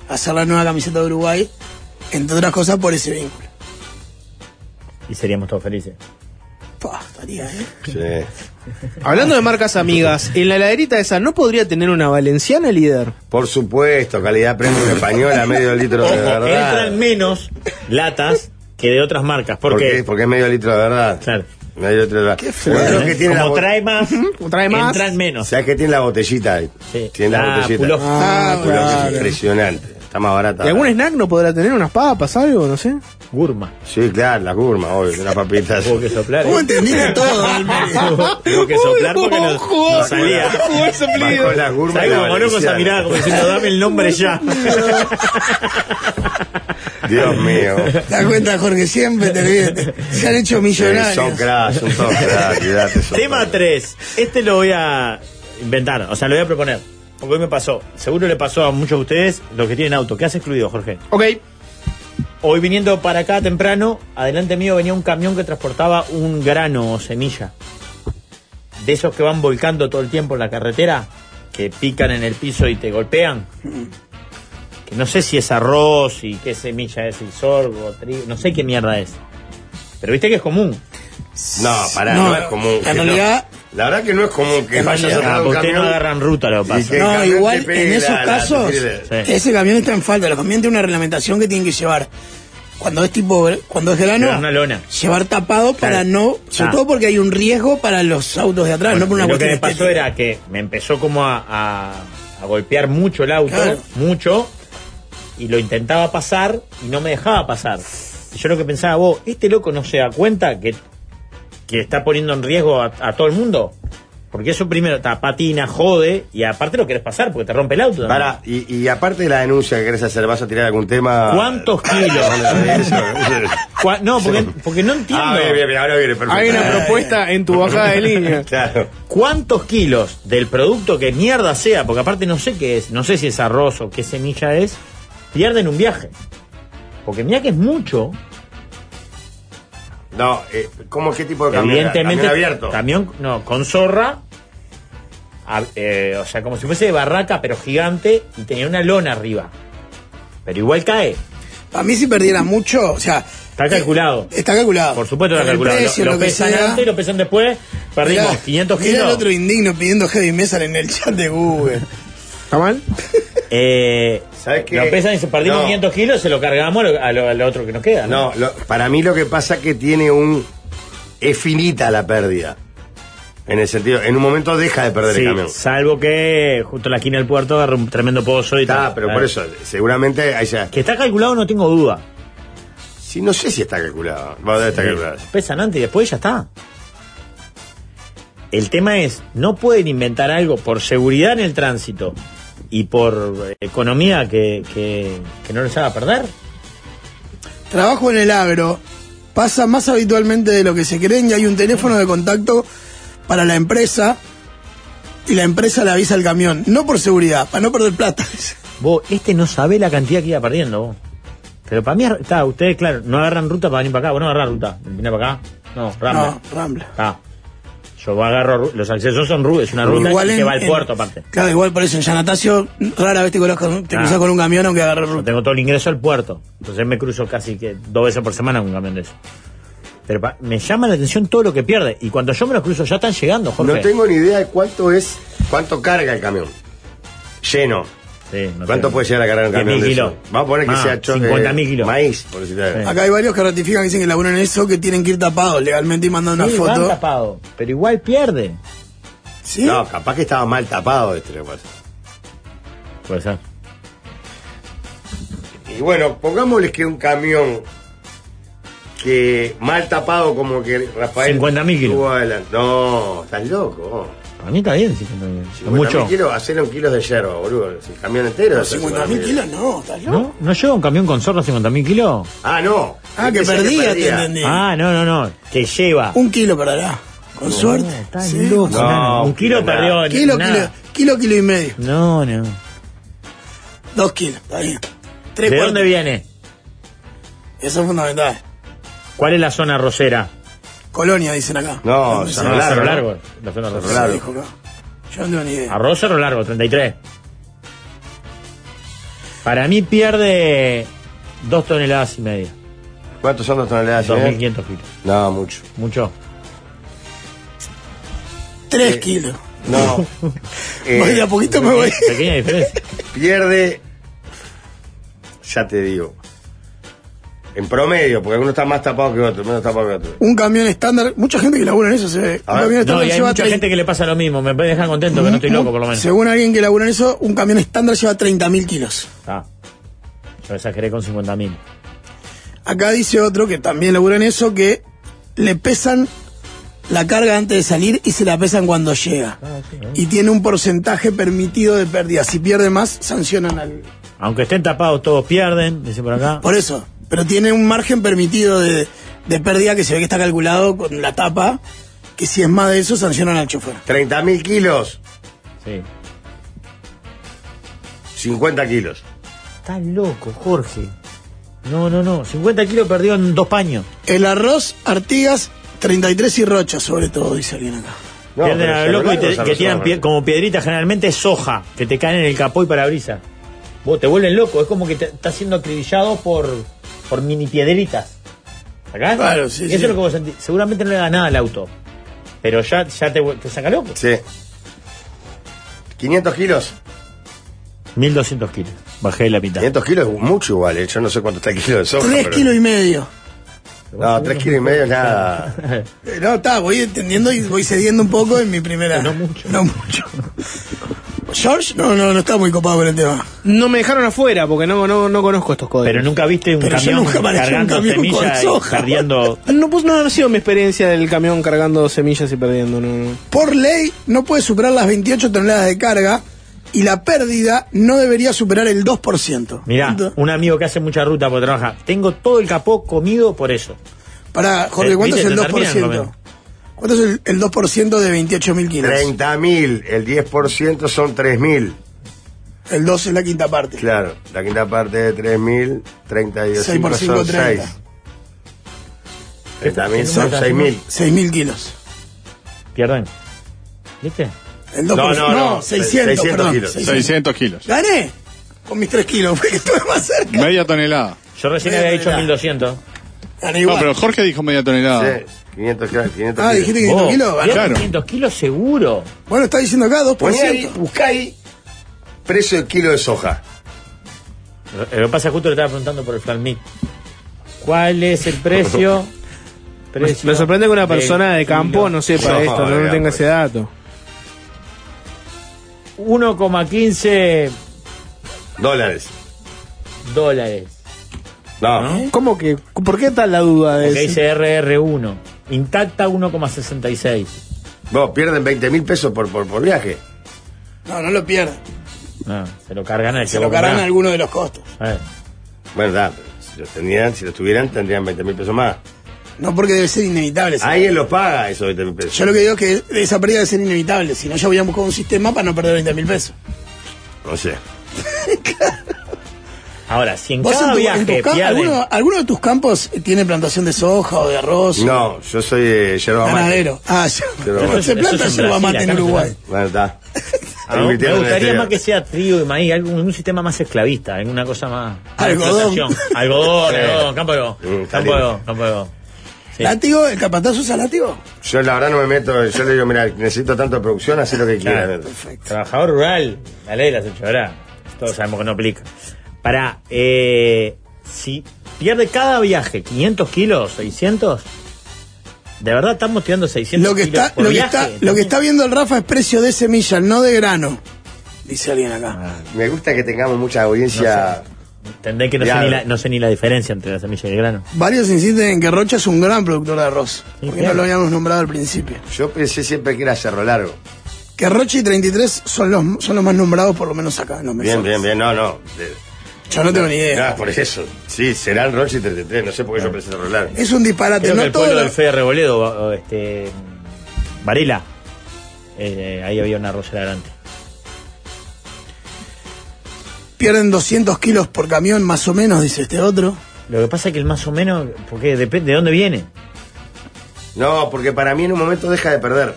[SPEAKER 2] hacer la nueva camiseta de Uruguay, entre otras cosas por ese vínculo.
[SPEAKER 3] Y seríamos todos felices.
[SPEAKER 2] Pah, estaría, ¿eh?
[SPEAKER 1] Sí.
[SPEAKER 4] Hablando de marcas amigas, en la heladerita esa no podría tener una valenciana líder.
[SPEAKER 1] Por supuesto, calidad premium española, medio litro de
[SPEAKER 3] Ojo,
[SPEAKER 1] verdad.
[SPEAKER 3] entran menos latas que de otras marcas. ¿Por,
[SPEAKER 1] ¿Por
[SPEAKER 3] qué?
[SPEAKER 1] qué? Porque es medio litro de verdad.
[SPEAKER 3] Claro.
[SPEAKER 1] Medio litro de verdad. Qué
[SPEAKER 3] Bueno,
[SPEAKER 1] que tiene la
[SPEAKER 3] como
[SPEAKER 1] bot-
[SPEAKER 3] trae más,
[SPEAKER 4] trae más.
[SPEAKER 3] entran menos.
[SPEAKER 1] ¿Sabes qué tiene la botellita ahí?
[SPEAKER 3] Sí.
[SPEAKER 1] Tiene la
[SPEAKER 3] Ah,
[SPEAKER 1] botellita.
[SPEAKER 3] puló.
[SPEAKER 2] Ah,
[SPEAKER 1] Puló, que es impresionante. Está más barata.
[SPEAKER 4] ¿Y algún snack no podrá tener? ¿Unas papas, algo? No sé.
[SPEAKER 3] Gurma.
[SPEAKER 1] Sí, claro, las gourmas, obvio, unas papitas.
[SPEAKER 3] Hubo que soplar.
[SPEAKER 2] ¿Cómo
[SPEAKER 3] ¿eh?
[SPEAKER 2] entendiste todo?
[SPEAKER 3] Hubo que soplar porque no, no salía.
[SPEAKER 1] Bajó las gourmas. y
[SPEAKER 3] ¿Sabes
[SPEAKER 1] la
[SPEAKER 3] cómo moró con esa
[SPEAKER 1] valenciana.
[SPEAKER 3] mirada? Como diciendo, dame el nombre ya.
[SPEAKER 1] Dios mío.
[SPEAKER 2] ¿Te das cuenta, Jorge? Siempre te olvides. Se han hecho
[SPEAKER 1] Eh, Son
[SPEAKER 2] millonarios.
[SPEAKER 1] crash, son todos crash, cuidate, son
[SPEAKER 3] Tema
[SPEAKER 1] todos.
[SPEAKER 3] 3. Este lo voy a inventar, o sea, lo voy a proponer. Porque hoy me pasó. Seguro le pasó a muchos de ustedes, los que tienen auto. ¿Qué has excluido, Jorge?
[SPEAKER 4] Ok.
[SPEAKER 3] Hoy viniendo para acá temprano, adelante mío venía un camión que transportaba un grano o semilla. De esos que van volcando todo el tiempo en la carretera, que pican en el piso y te golpean. Que no sé si es arroz y qué semilla es, y sorgo, trigo, no sé qué mierda es. Pero viste que es común.
[SPEAKER 1] No, pará, no,
[SPEAKER 2] No,
[SPEAKER 1] es común.
[SPEAKER 2] en
[SPEAKER 1] que no.
[SPEAKER 2] realidad-
[SPEAKER 1] La verdad que no es común que
[SPEAKER 2] En
[SPEAKER 1] vayas
[SPEAKER 2] realidad-
[SPEAKER 1] a
[SPEAKER 3] Ah,
[SPEAKER 1] un
[SPEAKER 3] porque ustedes no
[SPEAKER 1] camión.
[SPEAKER 3] agarran ruta lo que
[SPEAKER 1] y
[SPEAKER 3] pasa.
[SPEAKER 1] que el
[SPEAKER 2] No,
[SPEAKER 1] camión te
[SPEAKER 2] igual
[SPEAKER 1] pegue
[SPEAKER 2] en
[SPEAKER 1] la-
[SPEAKER 2] esos
[SPEAKER 1] la-
[SPEAKER 2] casos,
[SPEAKER 1] sí.
[SPEAKER 3] Sí.
[SPEAKER 2] ese camión está en falta. Los camiones tienen una reglamentación que tienen que llevar. Cuando es tipo, cuando es grano,
[SPEAKER 3] Llevar una lona.
[SPEAKER 2] Ah, llevar tapado para no, sobre
[SPEAKER 3] Ah.
[SPEAKER 2] todo porque hay un riesgo para los autos de atrás, no por una
[SPEAKER 3] Y lo que
[SPEAKER 2] cuestión
[SPEAKER 3] me pasó
[SPEAKER 2] estética.
[SPEAKER 3] era que me empezó como a, a- a golpear mucho el auto,
[SPEAKER 2] Claro.
[SPEAKER 3] mucho, y lo intentaba pasar y no me dejaba pasar. Y yo lo que pensaba, vos, este loco no se da cuenta que, que está poniendo en riesgo a, a todo el mundo. Porque eso primero te patina, jode y aparte lo querés pasar porque te rompe el auto. también.
[SPEAKER 1] Pará, y, y aparte de la denuncia que querés hacer, ¿vas a tirar algún tema?
[SPEAKER 3] ¿Cuántos kilos? Cua- No, porque, porque no entiendo.
[SPEAKER 1] Ah, bien, bien, bien, ahora viene, perfecto.
[SPEAKER 4] Hay una
[SPEAKER 1] Ah,
[SPEAKER 4] propuesta en tu bajada de línea.
[SPEAKER 1] Claro.
[SPEAKER 3] ¿Cuántos kilos del producto que mierda sea? Porque aparte no sé qué es, no sé si es arroz o qué semilla es, pierden un viaje. Porque mira que es mucho.
[SPEAKER 1] No, eh, ¿cómo qué tipo de camión?
[SPEAKER 3] Evidentemente.
[SPEAKER 1] Camión abierto.
[SPEAKER 3] Camión, no, con zorra. a- eh, o sea, como si fuese de barraca, pero gigante. Y tenía una lona arriba. Pero igual cae.
[SPEAKER 2] Para mí si perdieras mucho, o sea,
[SPEAKER 3] Está calculado.
[SPEAKER 2] está calculado.
[SPEAKER 3] Por supuesto
[SPEAKER 2] Con
[SPEAKER 3] está
[SPEAKER 2] el
[SPEAKER 3] calculado. Lo-
[SPEAKER 2] precio,
[SPEAKER 3] lo,
[SPEAKER 2] lo que
[SPEAKER 3] pesan
[SPEAKER 2] sea.
[SPEAKER 3] antes y lo pesan después. Perdimos
[SPEAKER 2] Mirá,
[SPEAKER 3] 500
[SPEAKER 2] mirá
[SPEAKER 3] kilos.
[SPEAKER 2] el otro indigno pidiendo heavy metal en el chat de Google.
[SPEAKER 4] ¿Está mal?
[SPEAKER 3] Eh,
[SPEAKER 1] ¿Sabes qué?
[SPEAKER 3] Lo pesan y se perdimos
[SPEAKER 1] No.
[SPEAKER 3] 500 kilos, se lo cargamos a lo- a lo, al otro que nos queda.
[SPEAKER 1] No, lo- para mí lo que pasa es que tiene un. Es finita la pérdida. En el sentido, en un momento deja de perder
[SPEAKER 3] Sí,
[SPEAKER 1] el camión.
[SPEAKER 3] salvo que justo en la esquina del puerto agarra un tremendo pozo y
[SPEAKER 1] Está,
[SPEAKER 3] tal.
[SPEAKER 1] pero
[SPEAKER 3] Claro.
[SPEAKER 1] por eso, seguramente. Ahí se-
[SPEAKER 3] Que está calculado no tengo duda.
[SPEAKER 1] sí, no sé si está calculado. Va a debe estar calculado.
[SPEAKER 3] Pesan antes y después ya está. El tema es, no pueden inventar algo por seguridad en el tránsito y por eh, economía que, que- que no les haga perder.
[SPEAKER 2] Trabajo en el agro. Pasa más habitualmente de lo que se creen y hay un teléfono de contacto para la empresa y la empresa le avisa al camión. No por seguridad, para no perder plata.
[SPEAKER 3] Vos, este no sabe la cantidad que iba perdiendo. vos. Pero para mí, está, ustedes, claro, no agarran ruta para venir para acá. Vos no agarrás ruta. Venir para acá. No, Rambla.
[SPEAKER 2] No, Rambla.
[SPEAKER 3] Está. Yo agarro, ru- los accesos son rutas, es una ruta
[SPEAKER 2] Igual
[SPEAKER 3] que
[SPEAKER 2] en-
[SPEAKER 3] va al
[SPEAKER 2] en-
[SPEAKER 3] puerto aparte.
[SPEAKER 2] Claro, igual por eso en Yanatacio rara vez te, cruzas con, te
[SPEAKER 3] Ah.
[SPEAKER 2] cruzas con un camión aunque agarre
[SPEAKER 3] Yo
[SPEAKER 2] ruta.
[SPEAKER 3] tengo todo el ingreso al puerto. Entonces me cruzo casi que dos veces por semana con un camión de eso. Pero pa- me llama la atención todo lo que pierde. Y cuando yo me los cruzo, ya están llegando, Jorge.
[SPEAKER 1] No tengo ni idea de cuánto es. ¿Cuánto carga el camión? Lleno.
[SPEAKER 3] Sí, no
[SPEAKER 1] ¿Cuánto
[SPEAKER 3] tengo.
[SPEAKER 1] puede llegar a cargar un camión?
[SPEAKER 3] 10.000
[SPEAKER 1] de
[SPEAKER 3] kilos.
[SPEAKER 1] eso? Vamos a poner que
[SPEAKER 3] Más,
[SPEAKER 1] sea choque.
[SPEAKER 3] 50.000 kilos.
[SPEAKER 1] Maíz, por
[SPEAKER 3] Ah,
[SPEAKER 1] decirte algo.
[SPEAKER 2] Acá hay varios que ratifican que dicen que laburan en eso, que tienen que ir tapados legalmente y mandan una
[SPEAKER 3] Sí, van
[SPEAKER 2] foto.
[SPEAKER 3] tapado, pero igual pierde.
[SPEAKER 2] ¿Sí?
[SPEAKER 1] No, capaz que estaba mal tapado este lo que pasa.
[SPEAKER 3] Puede ser.
[SPEAKER 1] Y bueno, pongámosles que un camión que mal tapado como que Rafael
[SPEAKER 3] 50.000 kilos.
[SPEAKER 1] tuvo adelante. No, estás loco.
[SPEAKER 3] Para mí está bien, sí. que está bien. Es
[SPEAKER 1] 50.000
[SPEAKER 3] mucho.
[SPEAKER 1] kilos, hacer un kilo de yerba, boludo. Si el camión entero.
[SPEAKER 2] No,
[SPEAKER 1] hacer
[SPEAKER 2] 50.000
[SPEAKER 1] 50.000
[SPEAKER 2] Ah, kilos no, ¿estás loco?
[SPEAKER 3] ¿No? ¿No lleva un camión con zorra 50.000 kilos?
[SPEAKER 1] Ah, no.
[SPEAKER 2] Ah, que
[SPEAKER 1] Pensé
[SPEAKER 2] perdía, te entendí.
[SPEAKER 3] Ah, no, no, no. Que lleva.
[SPEAKER 2] Un kilo perderá. Con suerte.
[SPEAKER 3] Ah, está
[SPEAKER 2] Sí.
[SPEAKER 3] loco,
[SPEAKER 1] No,
[SPEAKER 3] nano. un kilo
[SPEAKER 1] nada.
[SPEAKER 3] perdió.
[SPEAKER 2] Kilo, kilo,
[SPEAKER 3] nada.
[SPEAKER 2] kilo, kilo y medio.
[SPEAKER 3] No, no.
[SPEAKER 2] Dos kilos. Está bien. Tres
[SPEAKER 3] ¿De
[SPEAKER 2] cuartos.
[SPEAKER 3] dónde viene?
[SPEAKER 2] Eso es fundamental.
[SPEAKER 3] ¿Cuál es la zona rosera?
[SPEAKER 2] Colonia, dicen acá.
[SPEAKER 1] No,
[SPEAKER 2] Dicen
[SPEAKER 1] Cerro
[SPEAKER 2] acá.
[SPEAKER 1] Largo.
[SPEAKER 3] Cerro Largo. La zona
[SPEAKER 1] Cerro
[SPEAKER 3] rosera.
[SPEAKER 2] Se
[SPEAKER 1] Largo.
[SPEAKER 2] dijo acá. Yo no tengo ni idea.
[SPEAKER 3] Arroz Cerro Largo, 33. Para mí pierde dos toneladas y media.
[SPEAKER 1] ¿Cuántos son dos toneladas? eh?
[SPEAKER 3] 2.500 kilos.
[SPEAKER 1] No, mucho.
[SPEAKER 3] Mucho. Ah, eh,
[SPEAKER 2] Tres kilos.
[SPEAKER 1] No. Eh,
[SPEAKER 2] Voy de a poquito me voy.
[SPEAKER 3] Pequeña diferencia.
[SPEAKER 1] pierde, ya te digo, en promedio, porque alguno está más tapado que otro, menos tapado que otro.
[SPEAKER 2] Un camión estándar. Mucha gente que labura en eso se ve. Un
[SPEAKER 1] A ver,
[SPEAKER 2] camión estándar
[SPEAKER 3] No, y hay
[SPEAKER 2] lleva
[SPEAKER 3] mucha
[SPEAKER 2] trein-
[SPEAKER 3] gente que le pasa lo mismo. Me dejan contento que no estoy loco, por lo menos.
[SPEAKER 2] Según alguien que labura en eso, un camión estándar lleva 30.000 kilos.
[SPEAKER 3] Ah, yo exageré con 50.000.
[SPEAKER 2] Acá dice otro que también labura en eso que le pesan la carga antes de salir y se la pesan cuando llega.
[SPEAKER 3] Ah,
[SPEAKER 2] Y tiene un porcentaje permitido de pérdida. Si pierde más, sancionan al.
[SPEAKER 3] Aunque estén tapados, todos pierden, dice por acá.
[SPEAKER 2] Por eso. Pero tiene un margen permitido de, de pérdida que se ve que está calculado con la tapa. Que si es más de eso, sancionan al chofer.
[SPEAKER 1] 30.000 kilos,
[SPEAKER 3] Sí.
[SPEAKER 1] 50 kilos.
[SPEAKER 3] Estás loco, Jorge. No, no, no. 50 kilos perdió en dos paños.
[SPEAKER 2] El arroz, Artigas, 33 y Rocha, sobre todo, dice alguien acá.
[SPEAKER 1] No,
[SPEAKER 3] Pierden
[SPEAKER 1] pero
[SPEAKER 3] a
[SPEAKER 1] Cerro
[SPEAKER 3] lo loco y
[SPEAKER 1] Largo,
[SPEAKER 3] te-
[SPEAKER 1] Cerro
[SPEAKER 3] que tiran
[SPEAKER 1] Largo.
[SPEAKER 3] pie- como piedrita generalmente es soja, que te caen en el capó y parabrisas. Vos te vuelven loco, es como que te- estás siendo acribillado por, por mini piedritas. ¿Acá?
[SPEAKER 2] Claro, sí,
[SPEAKER 3] Eso
[SPEAKER 2] sí.
[SPEAKER 3] es lo que vos sentís. Seguramente no le da nada al auto. Pero ya, ya te, vu- te saca loco.
[SPEAKER 1] Sí. 500 kilos.
[SPEAKER 3] 1200 kilos. Bajé la mitad.
[SPEAKER 1] 500 kilos es mucho igual, eh. yo no sé cuánto está el kilo de soja.
[SPEAKER 2] 3
[SPEAKER 1] pero-
[SPEAKER 2] kilos y medio.
[SPEAKER 1] No, 3 kilos y medio es nada.
[SPEAKER 2] Eh, No, está, voy entendiendo y voy cediendo un poco en mi primera. No mucho. No mucho. George no, no, no está muy copado con el tema.
[SPEAKER 4] No me dejaron afuera porque no, no, no conozco estos códigos.
[SPEAKER 3] Pero nunca viste un
[SPEAKER 2] Pero yo
[SPEAKER 3] camión
[SPEAKER 2] nunca manejé un
[SPEAKER 3] cargando
[SPEAKER 2] camión con
[SPEAKER 3] semillas y
[SPEAKER 2] soja,
[SPEAKER 3] perdiendo.
[SPEAKER 4] No, pues no ha sido mi experiencia del camión cargando semillas y perdiendo, no, no.
[SPEAKER 2] Por ley no puede superar las 28 toneladas de carga y la pérdida no debería superar el 2%.
[SPEAKER 3] Mirá, un amigo que hace mucha ruta por trabajar. Tengo todo el capó comido por eso.
[SPEAKER 2] Para, Ah, Jorge,
[SPEAKER 3] Eh,
[SPEAKER 2] ¿cuánto es
[SPEAKER 3] viste,
[SPEAKER 2] el
[SPEAKER 3] te terminan
[SPEAKER 2] 2%?
[SPEAKER 3] comiendo.
[SPEAKER 2] ¿Cuánto es el, el 2% de 28.000 kilos?
[SPEAKER 1] 30.000, el 10% son 3.000.
[SPEAKER 2] El 2 es la quinta parte.
[SPEAKER 1] Claro, la quinta parte de 3.000, 32
[SPEAKER 2] Seis por cinco,
[SPEAKER 1] son
[SPEAKER 2] treinta.
[SPEAKER 1] 6. 30.000 son
[SPEAKER 3] Son-
[SPEAKER 1] 6.000.
[SPEAKER 2] 6.000 kilos.
[SPEAKER 3] Pierden. ¿Viste?
[SPEAKER 2] El 2%, no,
[SPEAKER 1] No, no, no,
[SPEAKER 2] 600,
[SPEAKER 1] 600
[SPEAKER 2] perdón.
[SPEAKER 1] kilos.
[SPEAKER 6] 600 kilos.
[SPEAKER 2] Gané Ah, con mis 3 kilos, porque estuve más cerca.
[SPEAKER 6] Media tonelada.
[SPEAKER 3] Yo recién
[SPEAKER 2] Eh,
[SPEAKER 3] había dicho
[SPEAKER 2] mirá.
[SPEAKER 3] 1200.
[SPEAKER 2] Gané
[SPEAKER 6] No,
[SPEAKER 2] igual.
[SPEAKER 6] pero Jorge dijo media tonelada.
[SPEAKER 1] Sí, 500 kilos. 500
[SPEAKER 2] ah,
[SPEAKER 1] kilos.
[SPEAKER 2] dijiste que 500 kilos.
[SPEAKER 3] Vos,
[SPEAKER 2] gané.
[SPEAKER 6] claro.
[SPEAKER 3] 1200 kilos seguro.
[SPEAKER 2] Bueno, está diciendo acá 2%.
[SPEAKER 1] Poné ahí, buscá ahí precio de kilo de soja.
[SPEAKER 3] Lo lo que pasa es que justo le estaba preguntando por el plan Meat. ¿Cuál es el precio?
[SPEAKER 4] Me,
[SPEAKER 3] Precio
[SPEAKER 4] me sorprende que una
[SPEAKER 3] del
[SPEAKER 4] persona de campo
[SPEAKER 3] kilo.
[SPEAKER 4] no sepa
[SPEAKER 1] No,
[SPEAKER 4] esto, no,
[SPEAKER 1] digamos.
[SPEAKER 4] tenga ese dato.
[SPEAKER 3] 1,15
[SPEAKER 1] Dólares.
[SPEAKER 3] dólares.
[SPEAKER 1] No.
[SPEAKER 4] ¿Cómo que? ¿Por qué tal la duda de
[SPEAKER 3] Porque
[SPEAKER 4] eso?
[SPEAKER 3] dice RR1. Intacta 1,66.
[SPEAKER 1] Vos pierden 20 mil pesos por, por, por viaje.
[SPEAKER 2] No, no lo pierdas.
[SPEAKER 3] Ah, se lo cargan al que
[SPEAKER 2] Se lo
[SPEAKER 3] vos
[SPEAKER 2] cargan
[SPEAKER 3] comprás.
[SPEAKER 2] alguno de los costos.
[SPEAKER 3] A ver.
[SPEAKER 1] Eh. Bueno, da, pero si los tendrían, si los tuvieran, tendrían 20 mil pesos más.
[SPEAKER 2] No porque debe ser inevitable. ese
[SPEAKER 1] Alguien los paga esos 20 mil pesos.
[SPEAKER 2] Yo lo que digo es que esa pérdida debe ser inevitable, si no ya habían buscado un sistema para no perder 20 mil pesos.
[SPEAKER 1] No sé.
[SPEAKER 3] Ahora, si en
[SPEAKER 2] ¿Vos en
[SPEAKER 3] cada
[SPEAKER 2] tu- en
[SPEAKER 3] viaje
[SPEAKER 2] tus cam-
[SPEAKER 3] pierden...
[SPEAKER 2] alguno, alguno de tus campos tiene plantación de soja o de arroz?
[SPEAKER 1] No, yo soy eh, yerba mate.
[SPEAKER 2] Ganadero. Ah, ya.
[SPEAKER 1] Yerba
[SPEAKER 2] No
[SPEAKER 1] mate.
[SPEAKER 2] se planta
[SPEAKER 3] Eso es en
[SPEAKER 2] yerba
[SPEAKER 3] Brasil,
[SPEAKER 2] mate en
[SPEAKER 3] acá no se
[SPEAKER 2] Uruguay.
[SPEAKER 1] Bueno, está. este-
[SPEAKER 3] Ah, me gustaría más que sea trigo y maíz, algún, un sistema más esclavista, alguna cosa más.
[SPEAKER 2] Algodón.
[SPEAKER 3] explotación. Algodón,
[SPEAKER 1] Sí.
[SPEAKER 3] algodón, campo de go.
[SPEAKER 1] Mm, está
[SPEAKER 3] Campo de
[SPEAKER 1] lindo.
[SPEAKER 3] go, campo de go. Sí.
[SPEAKER 2] ¿Látigo? ¿El capataz usa látigo?
[SPEAKER 1] Yo la verdad no me meto, yo le digo, mira, necesito tanto de producción, haz lo que
[SPEAKER 3] Claro.
[SPEAKER 1] quieras.
[SPEAKER 3] Trabajador rural, la ley de las ocho horas. Todos sabemos que no aplica. Para, eh, si pierde cada viaje 500 kilos, 600, de verdad estamos tirando 600
[SPEAKER 2] Lo que,
[SPEAKER 3] kilos
[SPEAKER 2] está,
[SPEAKER 3] por
[SPEAKER 2] lo, que
[SPEAKER 3] viaje.
[SPEAKER 2] está, lo que está viendo el Rafa es precio de semilla, no de grano. Dice alguien acá.
[SPEAKER 1] Me gusta que tengamos mucha audiencia.
[SPEAKER 3] Ah. Entendé que no sé,
[SPEAKER 1] Claro.
[SPEAKER 3] ni la, no sé ni la diferencia entre la semilla y el grano.
[SPEAKER 2] Varios insisten en que Rocha es un gran productor de arroz.
[SPEAKER 3] Sí,
[SPEAKER 2] Porque no
[SPEAKER 3] claro.
[SPEAKER 2] lo habíamos nombrado al principio.
[SPEAKER 1] Yo pensé siempre que era cerro largo.
[SPEAKER 2] Que Rocha y 33 son los, son los más nombrados, por lo menos acá. en los
[SPEAKER 1] Bien,
[SPEAKER 2] mensajes.
[SPEAKER 1] bien, bien, no, no. De-
[SPEAKER 2] Yo no tengo ni idea.
[SPEAKER 1] Ah, por eso. Sí, serán Roche y 33, no sé por qué yo pensé cerro largo.
[SPEAKER 2] Es un disparate.
[SPEAKER 3] Creo
[SPEAKER 2] no
[SPEAKER 3] que el
[SPEAKER 2] todo
[SPEAKER 3] pueblo
[SPEAKER 2] lo-
[SPEAKER 3] del Fede Reboledo, o- o este, Varela, eh, ahí había una arrocera grande.
[SPEAKER 2] pierden 200 kilos por camión, más o menos, dice este otro.
[SPEAKER 3] Lo que pasa es que el más o menos, porque depende de dónde viene.
[SPEAKER 1] No, porque para mí en un momento deja de perder.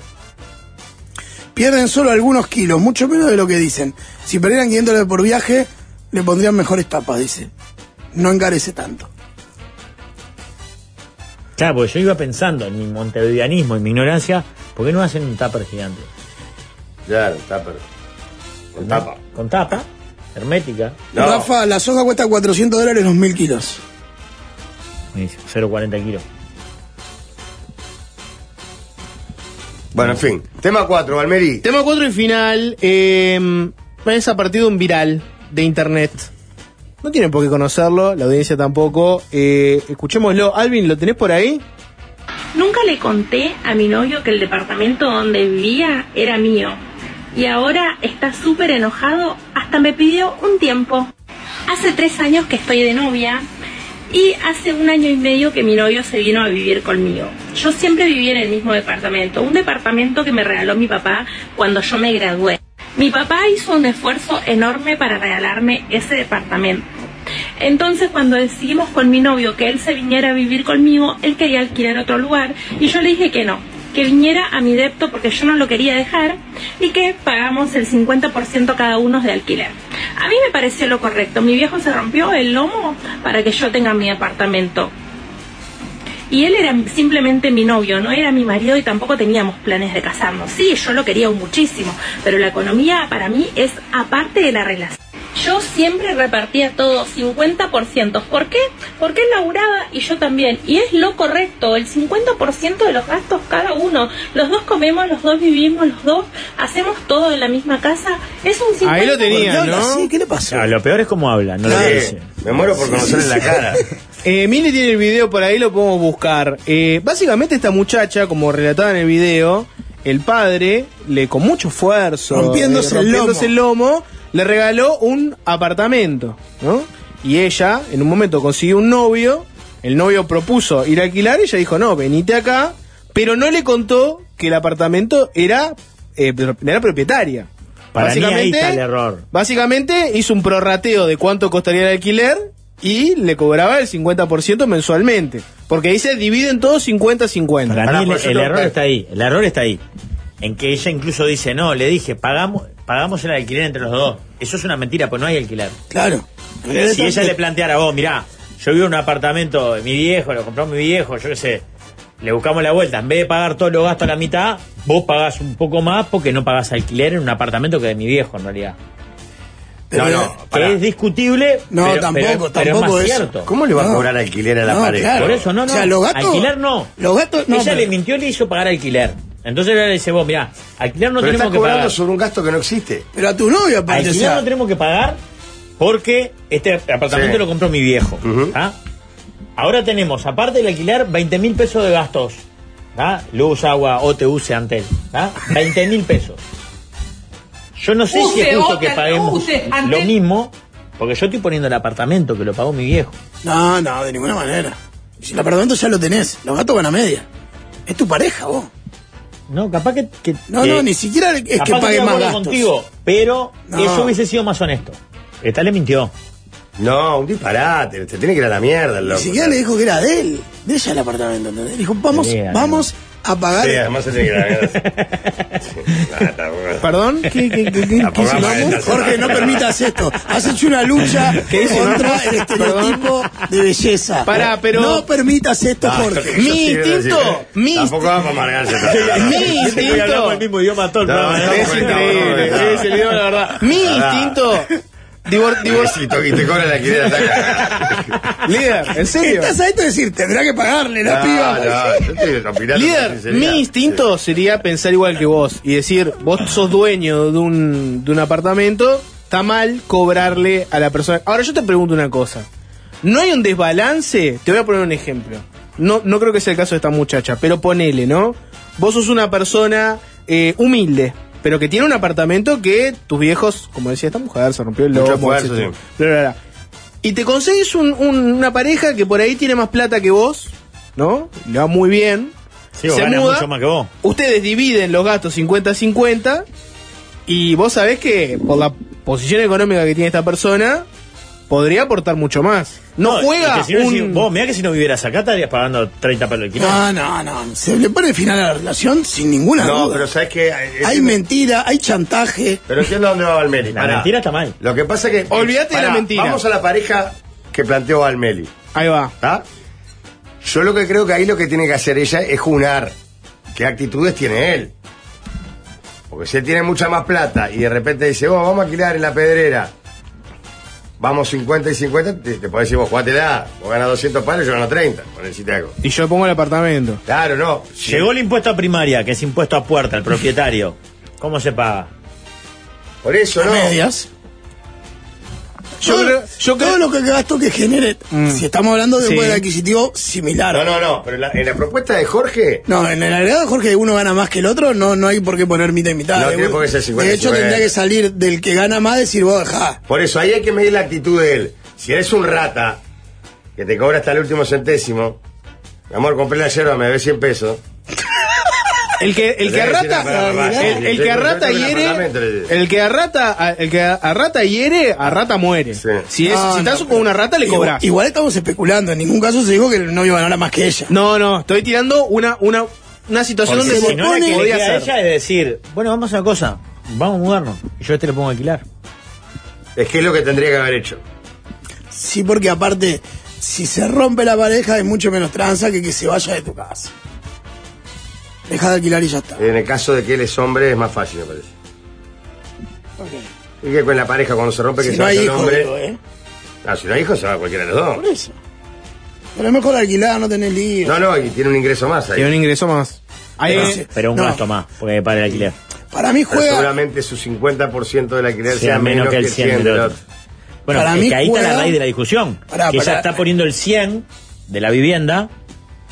[SPEAKER 2] Pierden solo algunos kilos, mucho menos de lo que dicen. Si perdieran 500 dólares por viaje, le pondrían mejores tapas, dice. No encarece tanto.
[SPEAKER 3] Claro, porque yo iba pensando en mi montevideanismo, en mi ignorancia, ¿por qué no hacen un tupper gigante?
[SPEAKER 1] Claro, tapa. Con tapa.
[SPEAKER 3] Con tapa, hermética,
[SPEAKER 1] No.
[SPEAKER 2] Rafa, la soja cuesta 400 dólares los 1000 kilos.
[SPEAKER 3] buenísimo, 0,40 kilos.
[SPEAKER 1] Bueno, en fin. Tema 4, Valmeri.
[SPEAKER 4] Tema 4 y final. eh, es a partir de un viral de internet. No tienen por qué conocerlo, la audiencia tampoco. eh, escuchémoslo. Alvin, ¿lo tenés por ahí?
[SPEAKER 11] Nunca le conté a mi novio que el departamento donde vivía era mío. Y ahora está súper enojado, hasta me pidió un tiempo. Hace tres años que estoy de novia y hace un año y medio que mi novio se vino a vivir conmigo. Yo siempre viví en el mismo departamento, un departamento que me regaló mi papá cuando yo me gradué. Mi papá hizo un esfuerzo enorme para regalarme ese departamento. Entonces cuando decidimos con mi novio que él se viniera a vivir conmigo, él quería alquilar otro lugar y yo le dije que no, que viniera a mi depto porque yo no lo quería dejar y que pagamos el 50% cada uno de alquiler. A mí me pareció lo correcto, mi viejo se rompió el lomo para que yo tenga mi apartamento. Y él era simplemente mi novio, no era mi marido y tampoco teníamos planes de casarnos. Sí, yo lo quería muchísimo, pero la economía para mí es aparte de la relación. Yo siempre repartía todo, 50%. ¿Por qué? Porque él laburaba y yo también. Y es lo correcto, el 50% de los gastos cada uno. Los dos comemos, los dos vivimos, los dos hacemos todo en la misma casa, es un simple...
[SPEAKER 3] Ahí lo tenía,
[SPEAKER 11] tenían,
[SPEAKER 3] ¿no?
[SPEAKER 2] ¿Qué le pasó?
[SPEAKER 3] lo peor es cómo habla, no lo
[SPEAKER 4] Claro.
[SPEAKER 3] que dice.
[SPEAKER 1] Me muero por conocerle la cara.
[SPEAKER 4] Eh, Mile tiene el video por ahí, lo podemos buscar. Eh, básicamente esta muchacha, como relatada en el video, el padre, le con mucho esfuerzo, eh,
[SPEAKER 2] Rompiéndose el
[SPEAKER 4] rompiéndose lomo, le regaló un apartamento, ¿no? Y ella, en un momento, consiguió un novio, el novio propuso ir a alquilar, ella dijo, no, venite acá, pero no le contó que el apartamento era, eh, pro- era propietaria.
[SPEAKER 3] Para mí ahí está el error.
[SPEAKER 4] Básicamente hizo un prorrateo de cuánto costaría el alquiler y le cobraba el 50% mensualmente. Porque dice dividen todo 50-50.
[SPEAKER 3] Para mí el, el error está ahí, el error está ahí. En que ella incluso dice, no, le dije, pagamos, pagamos el alquiler entre los dos. Eso es una mentira, pues no hay alquiler.
[SPEAKER 2] Claro.
[SPEAKER 3] Si ella le planteara, vos, mirá, yo vivo en un apartamento de mi viejo, lo compró mi viejo, yo qué sé, le buscamos la vuelta, en vez de pagar todos los gastos a la mitad, vos pagás un poco más porque no pagás alquiler en un apartamento que de mi viejo en realidad.
[SPEAKER 1] No, no, pará.
[SPEAKER 3] Que es discutible,
[SPEAKER 2] No,
[SPEAKER 3] pero,
[SPEAKER 2] tampoco,
[SPEAKER 3] pero- pero es
[SPEAKER 2] tampoco
[SPEAKER 3] más
[SPEAKER 2] es-
[SPEAKER 3] cierto.
[SPEAKER 1] ¿Cómo le va a
[SPEAKER 2] No.
[SPEAKER 1] cobrar alquiler a la
[SPEAKER 2] No,
[SPEAKER 1] pared?
[SPEAKER 2] claro.
[SPEAKER 3] Por eso, no, no.
[SPEAKER 2] O sea, los gatos-
[SPEAKER 3] alquiler no.
[SPEAKER 2] Los gatos no.
[SPEAKER 3] Ella
[SPEAKER 2] pero-
[SPEAKER 3] le mintió y le hizo pagar alquiler. Entonces ella le dice, vos, mirá, alquiler no
[SPEAKER 1] Pero estás
[SPEAKER 3] tenemos que
[SPEAKER 1] cobrando
[SPEAKER 3] pagar.
[SPEAKER 1] sobre un gasto que no existe.
[SPEAKER 2] Pero a tu novia, aparte. o
[SPEAKER 3] Alquiler
[SPEAKER 2] sea,
[SPEAKER 3] no tenemos que pagar porque este apartamento
[SPEAKER 1] Sí.
[SPEAKER 3] lo compró mi viejo.
[SPEAKER 1] Ujú.
[SPEAKER 3] ¿ah? Ahora tenemos, aparte del alquiler, 20 mil pesos de gastos. ¿ah? Luz, agua, OTU, Antel. ¿ah? 20 mil pesos. Yo no sé si
[SPEAKER 11] Use,
[SPEAKER 3] es justo
[SPEAKER 11] Otel,
[SPEAKER 3] que paguemos
[SPEAKER 11] use, Antel.
[SPEAKER 3] lo mismo, porque yo estoy poniendo el apartamento que lo pagó mi viejo.
[SPEAKER 2] No, no, de ninguna manera. Si el apartamento ya lo tenés, los gatos van a media. Es tu pareja, vos.
[SPEAKER 3] No, capaz que... que-
[SPEAKER 2] No,
[SPEAKER 3] que-
[SPEAKER 2] no, ni siquiera es que
[SPEAKER 3] capaz estoy
[SPEAKER 2] pague
[SPEAKER 3] de
[SPEAKER 2] más
[SPEAKER 3] acuerdo
[SPEAKER 2] gastos.
[SPEAKER 3] contigo, pero
[SPEAKER 2] No.
[SPEAKER 3] eso hubiese sido más honesto. Esta le mintió.
[SPEAKER 1] No, un disparate. Te tiene que ir a la mierda, el
[SPEAKER 2] Ni
[SPEAKER 1] loco.
[SPEAKER 2] siquiera le dijo que era de él, de ella el apartamento, ¿entendés? Le Dijo, vamos,
[SPEAKER 3] Sí, amigo.
[SPEAKER 2] vamos a pagar.
[SPEAKER 1] Sí, además se tiene que ir a la mierda. Sí. Ah, está bueno.
[SPEAKER 4] ¿Perdón? ¿Qué, qué, qué, qué- qué
[SPEAKER 1] Tampoco
[SPEAKER 4] hicimos?
[SPEAKER 1] vamos a-
[SPEAKER 2] Jorge, no permitas esto. Has hecho una lucha contra el estereotipo de belleza.
[SPEAKER 4] Pará, pero-
[SPEAKER 2] No permitas esto,
[SPEAKER 1] Ah,
[SPEAKER 2] Jorge.
[SPEAKER 1] yo sí iba a decir,
[SPEAKER 4] instinto,
[SPEAKER 1] ¿eh?
[SPEAKER 4] mi
[SPEAKER 1] Tampoco vamos a amargarse. tanto.
[SPEAKER 4] Mi
[SPEAKER 3] Hoy hablamos el
[SPEAKER 4] instinto.
[SPEAKER 3] mismo idioma todo el
[SPEAKER 1] No,
[SPEAKER 3] programa,
[SPEAKER 1] no,
[SPEAKER 4] Es
[SPEAKER 1] no,
[SPEAKER 4] increíble.
[SPEAKER 1] no, no, no.
[SPEAKER 4] sí, se le dio la verdad. Mi
[SPEAKER 1] Pará.
[SPEAKER 4] instinto. Divor, divor-
[SPEAKER 1] Y to- y te cobra la quiniela hasta acá.
[SPEAKER 4] líder, en serio.
[SPEAKER 2] Estás a esto de decir, tendrá que pagarle la piba.
[SPEAKER 1] No, no, yo estoy opinando con
[SPEAKER 4] Líder,
[SPEAKER 1] sinceridad.
[SPEAKER 4] mi instinto sería pensar igual que vos y decir, vos sos dueño de un, de un apartamento, está mal cobrarle a la persona. Ahora yo te pregunto una cosa, ¿no hay un desbalance? Te voy a poner un ejemplo. No, no creo que sea el caso de esta muchacha, pero ponele, ¿no? Vos sos una persona eh, humilde, pero que tiene un apartamento que tus viejos, como decía esta mujer, se rompió el
[SPEAKER 1] Mucho
[SPEAKER 4] lomo,
[SPEAKER 1] esfuerzo,
[SPEAKER 4] etcétera.
[SPEAKER 1] sí.
[SPEAKER 4] Bla, bla, bla. Y te conseguís un- un- una pareja que por ahí tiene más plata que vos, ¿no? Le va muy bien.
[SPEAKER 3] Sí, vos
[SPEAKER 4] Se
[SPEAKER 3] ganas
[SPEAKER 4] muda.
[SPEAKER 3] mucho más que vos.
[SPEAKER 4] Ustedes dividen los gastos 50-50 y vos sabés que por la posición económica que tiene esta persona podría aportar mucho más. No,
[SPEAKER 3] y
[SPEAKER 4] juega
[SPEAKER 3] que si no,
[SPEAKER 4] un...
[SPEAKER 3] si- vos, mirá que si no vivieras acá estarías pagando 30 palos de alquiler.
[SPEAKER 2] No, no, no. Se le pone final a la relación sin ninguna
[SPEAKER 1] No,
[SPEAKER 2] duda.
[SPEAKER 1] pero sabes que.
[SPEAKER 2] hay mentira, hay chantaje.
[SPEAKER 1] Pero entiendo dónde va Valmeli.
[SPEAKER 3] La
[SPEAKER 1] Pará.
[SPEAKER 3] mentira está mal.
[SPEAKER 1] Lo que pasa es que.
[SPEAKER 4] Olvídate de la
[SPEAKER 1] Pará,
[SPEAKER 4] mentira.
[SPEAKER 1] Vamos a la pareja que planteó Valmeli.
[SPEAKER 4] Ahí va.
[SPEAKER 1] ¿Está? Yo lo que creo que ahí lo que tiene que hacer ella es junar qué actitudes tiene él. Porque si él tiene mucha más plata y de repente dice, vos vamos a alquilar en la pedrera, vamos 50 y 50, te, te podés decir, vos jugátela, vos ganas 200 palos, yo gano 30, por decirte algo.
[SPEAKER 4] Y yo pongo el apartamento.
[SPEAKER 1] Claro, no.
[SPEAKER 3] Sí. Llegó el impuesto a primaria, que es impuesto a puerta, al propietario. ¿Cómo se paga?
[SPEAKER 1] Por eso,
[SPEAKER 2] A
[SPEAKER 1] ¿no?
[SPEAKER 2] medias.
[SPEAKER 4] Yo
[SPEAKER 2] Todo-
[SPEAKER 4] creo- yo creo- Mm.
[SPEAKER 2] todo lo que gasto que genere, si estamos hablando de un
[SPEAKER 4] Sí.
[SPEAKER 2] poder adquisitivo similar.
[SPEAKER 1] No, no, no. Pero en la, en la propuesta de Jorge,
[SPEAKER 2] No, en el agregado, Jorge, uno gana más que el otro, no, no hay por qué poner mitad y mitad.
[SPEAKER 1] No
[SPEAKER 2] Eh,
[SPEAKER 1] tiene por qué ser
[SPEAKER 2] De hecho,
[SPEAKER 1] 50.
[SPEAKER 2] tendría que salir del que gana más decir, vos dejá.
[SPEAKER 1] por eso ahí hay que medir la actitud de él. Si eres un rata, que te cobra hasta el último centésimo, mi amor, compré la yerba, me debes 100 pesos.
[SPEAKER 4] El que, el que
[SPEAKER 1] Pero debe ser una
[SPEAKER 4] arrata,
[SPEAKER 1] barbaridad.
[SPEAKER 4] el, el que arrata
[SPEAKER 1] Sí, sí, sí, sí, sí,
[SPEAKER 4] hiere,
[SPEAKER 1] sí, sí.
[SPEAKER 4] el que arrata, a- el que arrata hiere, a rata muere.
[SPEAKER 1] Sí.
[SPEAKER 4] Si, es, si
[SPEAKER 2] No, Ah, no,
[SPEAKER 4] estás con
[SPEAKER 2] pero-
[SPEAKER 4] una rata le
[SPEAKER 2] Igual-
[SPEAKER 4] cobras.
[SPEAKER 2] Igual, estamos especulando, en ningún caso se dijo que el novio ganara más que ella.
[SPEAKER 4] No, no, estoy tirando una, una, una situación
[SPEAKER 3] Porque
[SPEAKER 4] donde
[SPEAKER 3] si
[SPEAKER 4] se
[SPEAKER 3] no, la
[SPEAKER 4] pone
[SPEAKER 3] que le
[SPEAKER 4] podía
[SPEAKER 3] queda a
[SPEAKER 4] ser.
[SPEAKER 3] ella es decir, bueno, vamos a una cosa, vamos a mudarnos. Y yo este lo pongo a alquilar.
[SPEAKER 1] Es que es lo que tendría que haber hecho.
[SPEAKER 2] Sí, porque aparte, si se rompe la pareja es mucho menos tranza que que se vaya de tu casa. Deja de alquilar y ya está.
[SPEAKER 1] En el caso de que él es hombre, es más fácil, me parece. Y que con la pareja, cuando se rompe, que
[SPEAKER 2] Si
[SPEAKER 1] se
[SPEAKER 2] no hay
[SPEAKER 1] vaya el
[SPEAKER 2] hijo,
[SPEAKER 1] hombre.
[SPEAKER 2] digo, ¿eh?
[SPEAKER 1] No, si no hay hijos, se va cualquiera de los
[SPEAKER 2] Por
[SPEAKER 1] dos.
[SPEAKER 2] eso. Pero es mejor alquilar, no tener lío.
[SPEAKER 1] No, no, y tiene un ingreso más ahí.
[SPEAKER 4] Tiene un ingreso más. Ahí,
[SPEAKER 2] Pero sí.
[SPEAKER 3] Pero un
[SPEAKER 2] No.
[SPEAKER 3] gasto más, porque para el alquiler.
[SPEAKER 2] Para mí
[SPEAKER 1] Pero
[SPEAKER 2] juega-
[SPEAKER 1] Seguramente su 50% del alquiler sea,
[SPEAKER 3] Sea menos que el 100 del otro. Bueno,
[SPEAKER 2] Para
[SPEAKER 3] es
[SPEAKER 2] mí
[SPEAKER 3] que ahí está
[SPEAKER 2] juega-
[SPEAKER 3] la raíz de la discusión.
[SPEAKER 2] Pará,
[SPEAKER 3] que
[SPEAKER 2] pará.
[SPEAKER 3] ella está poniendo el 100 de la vivienda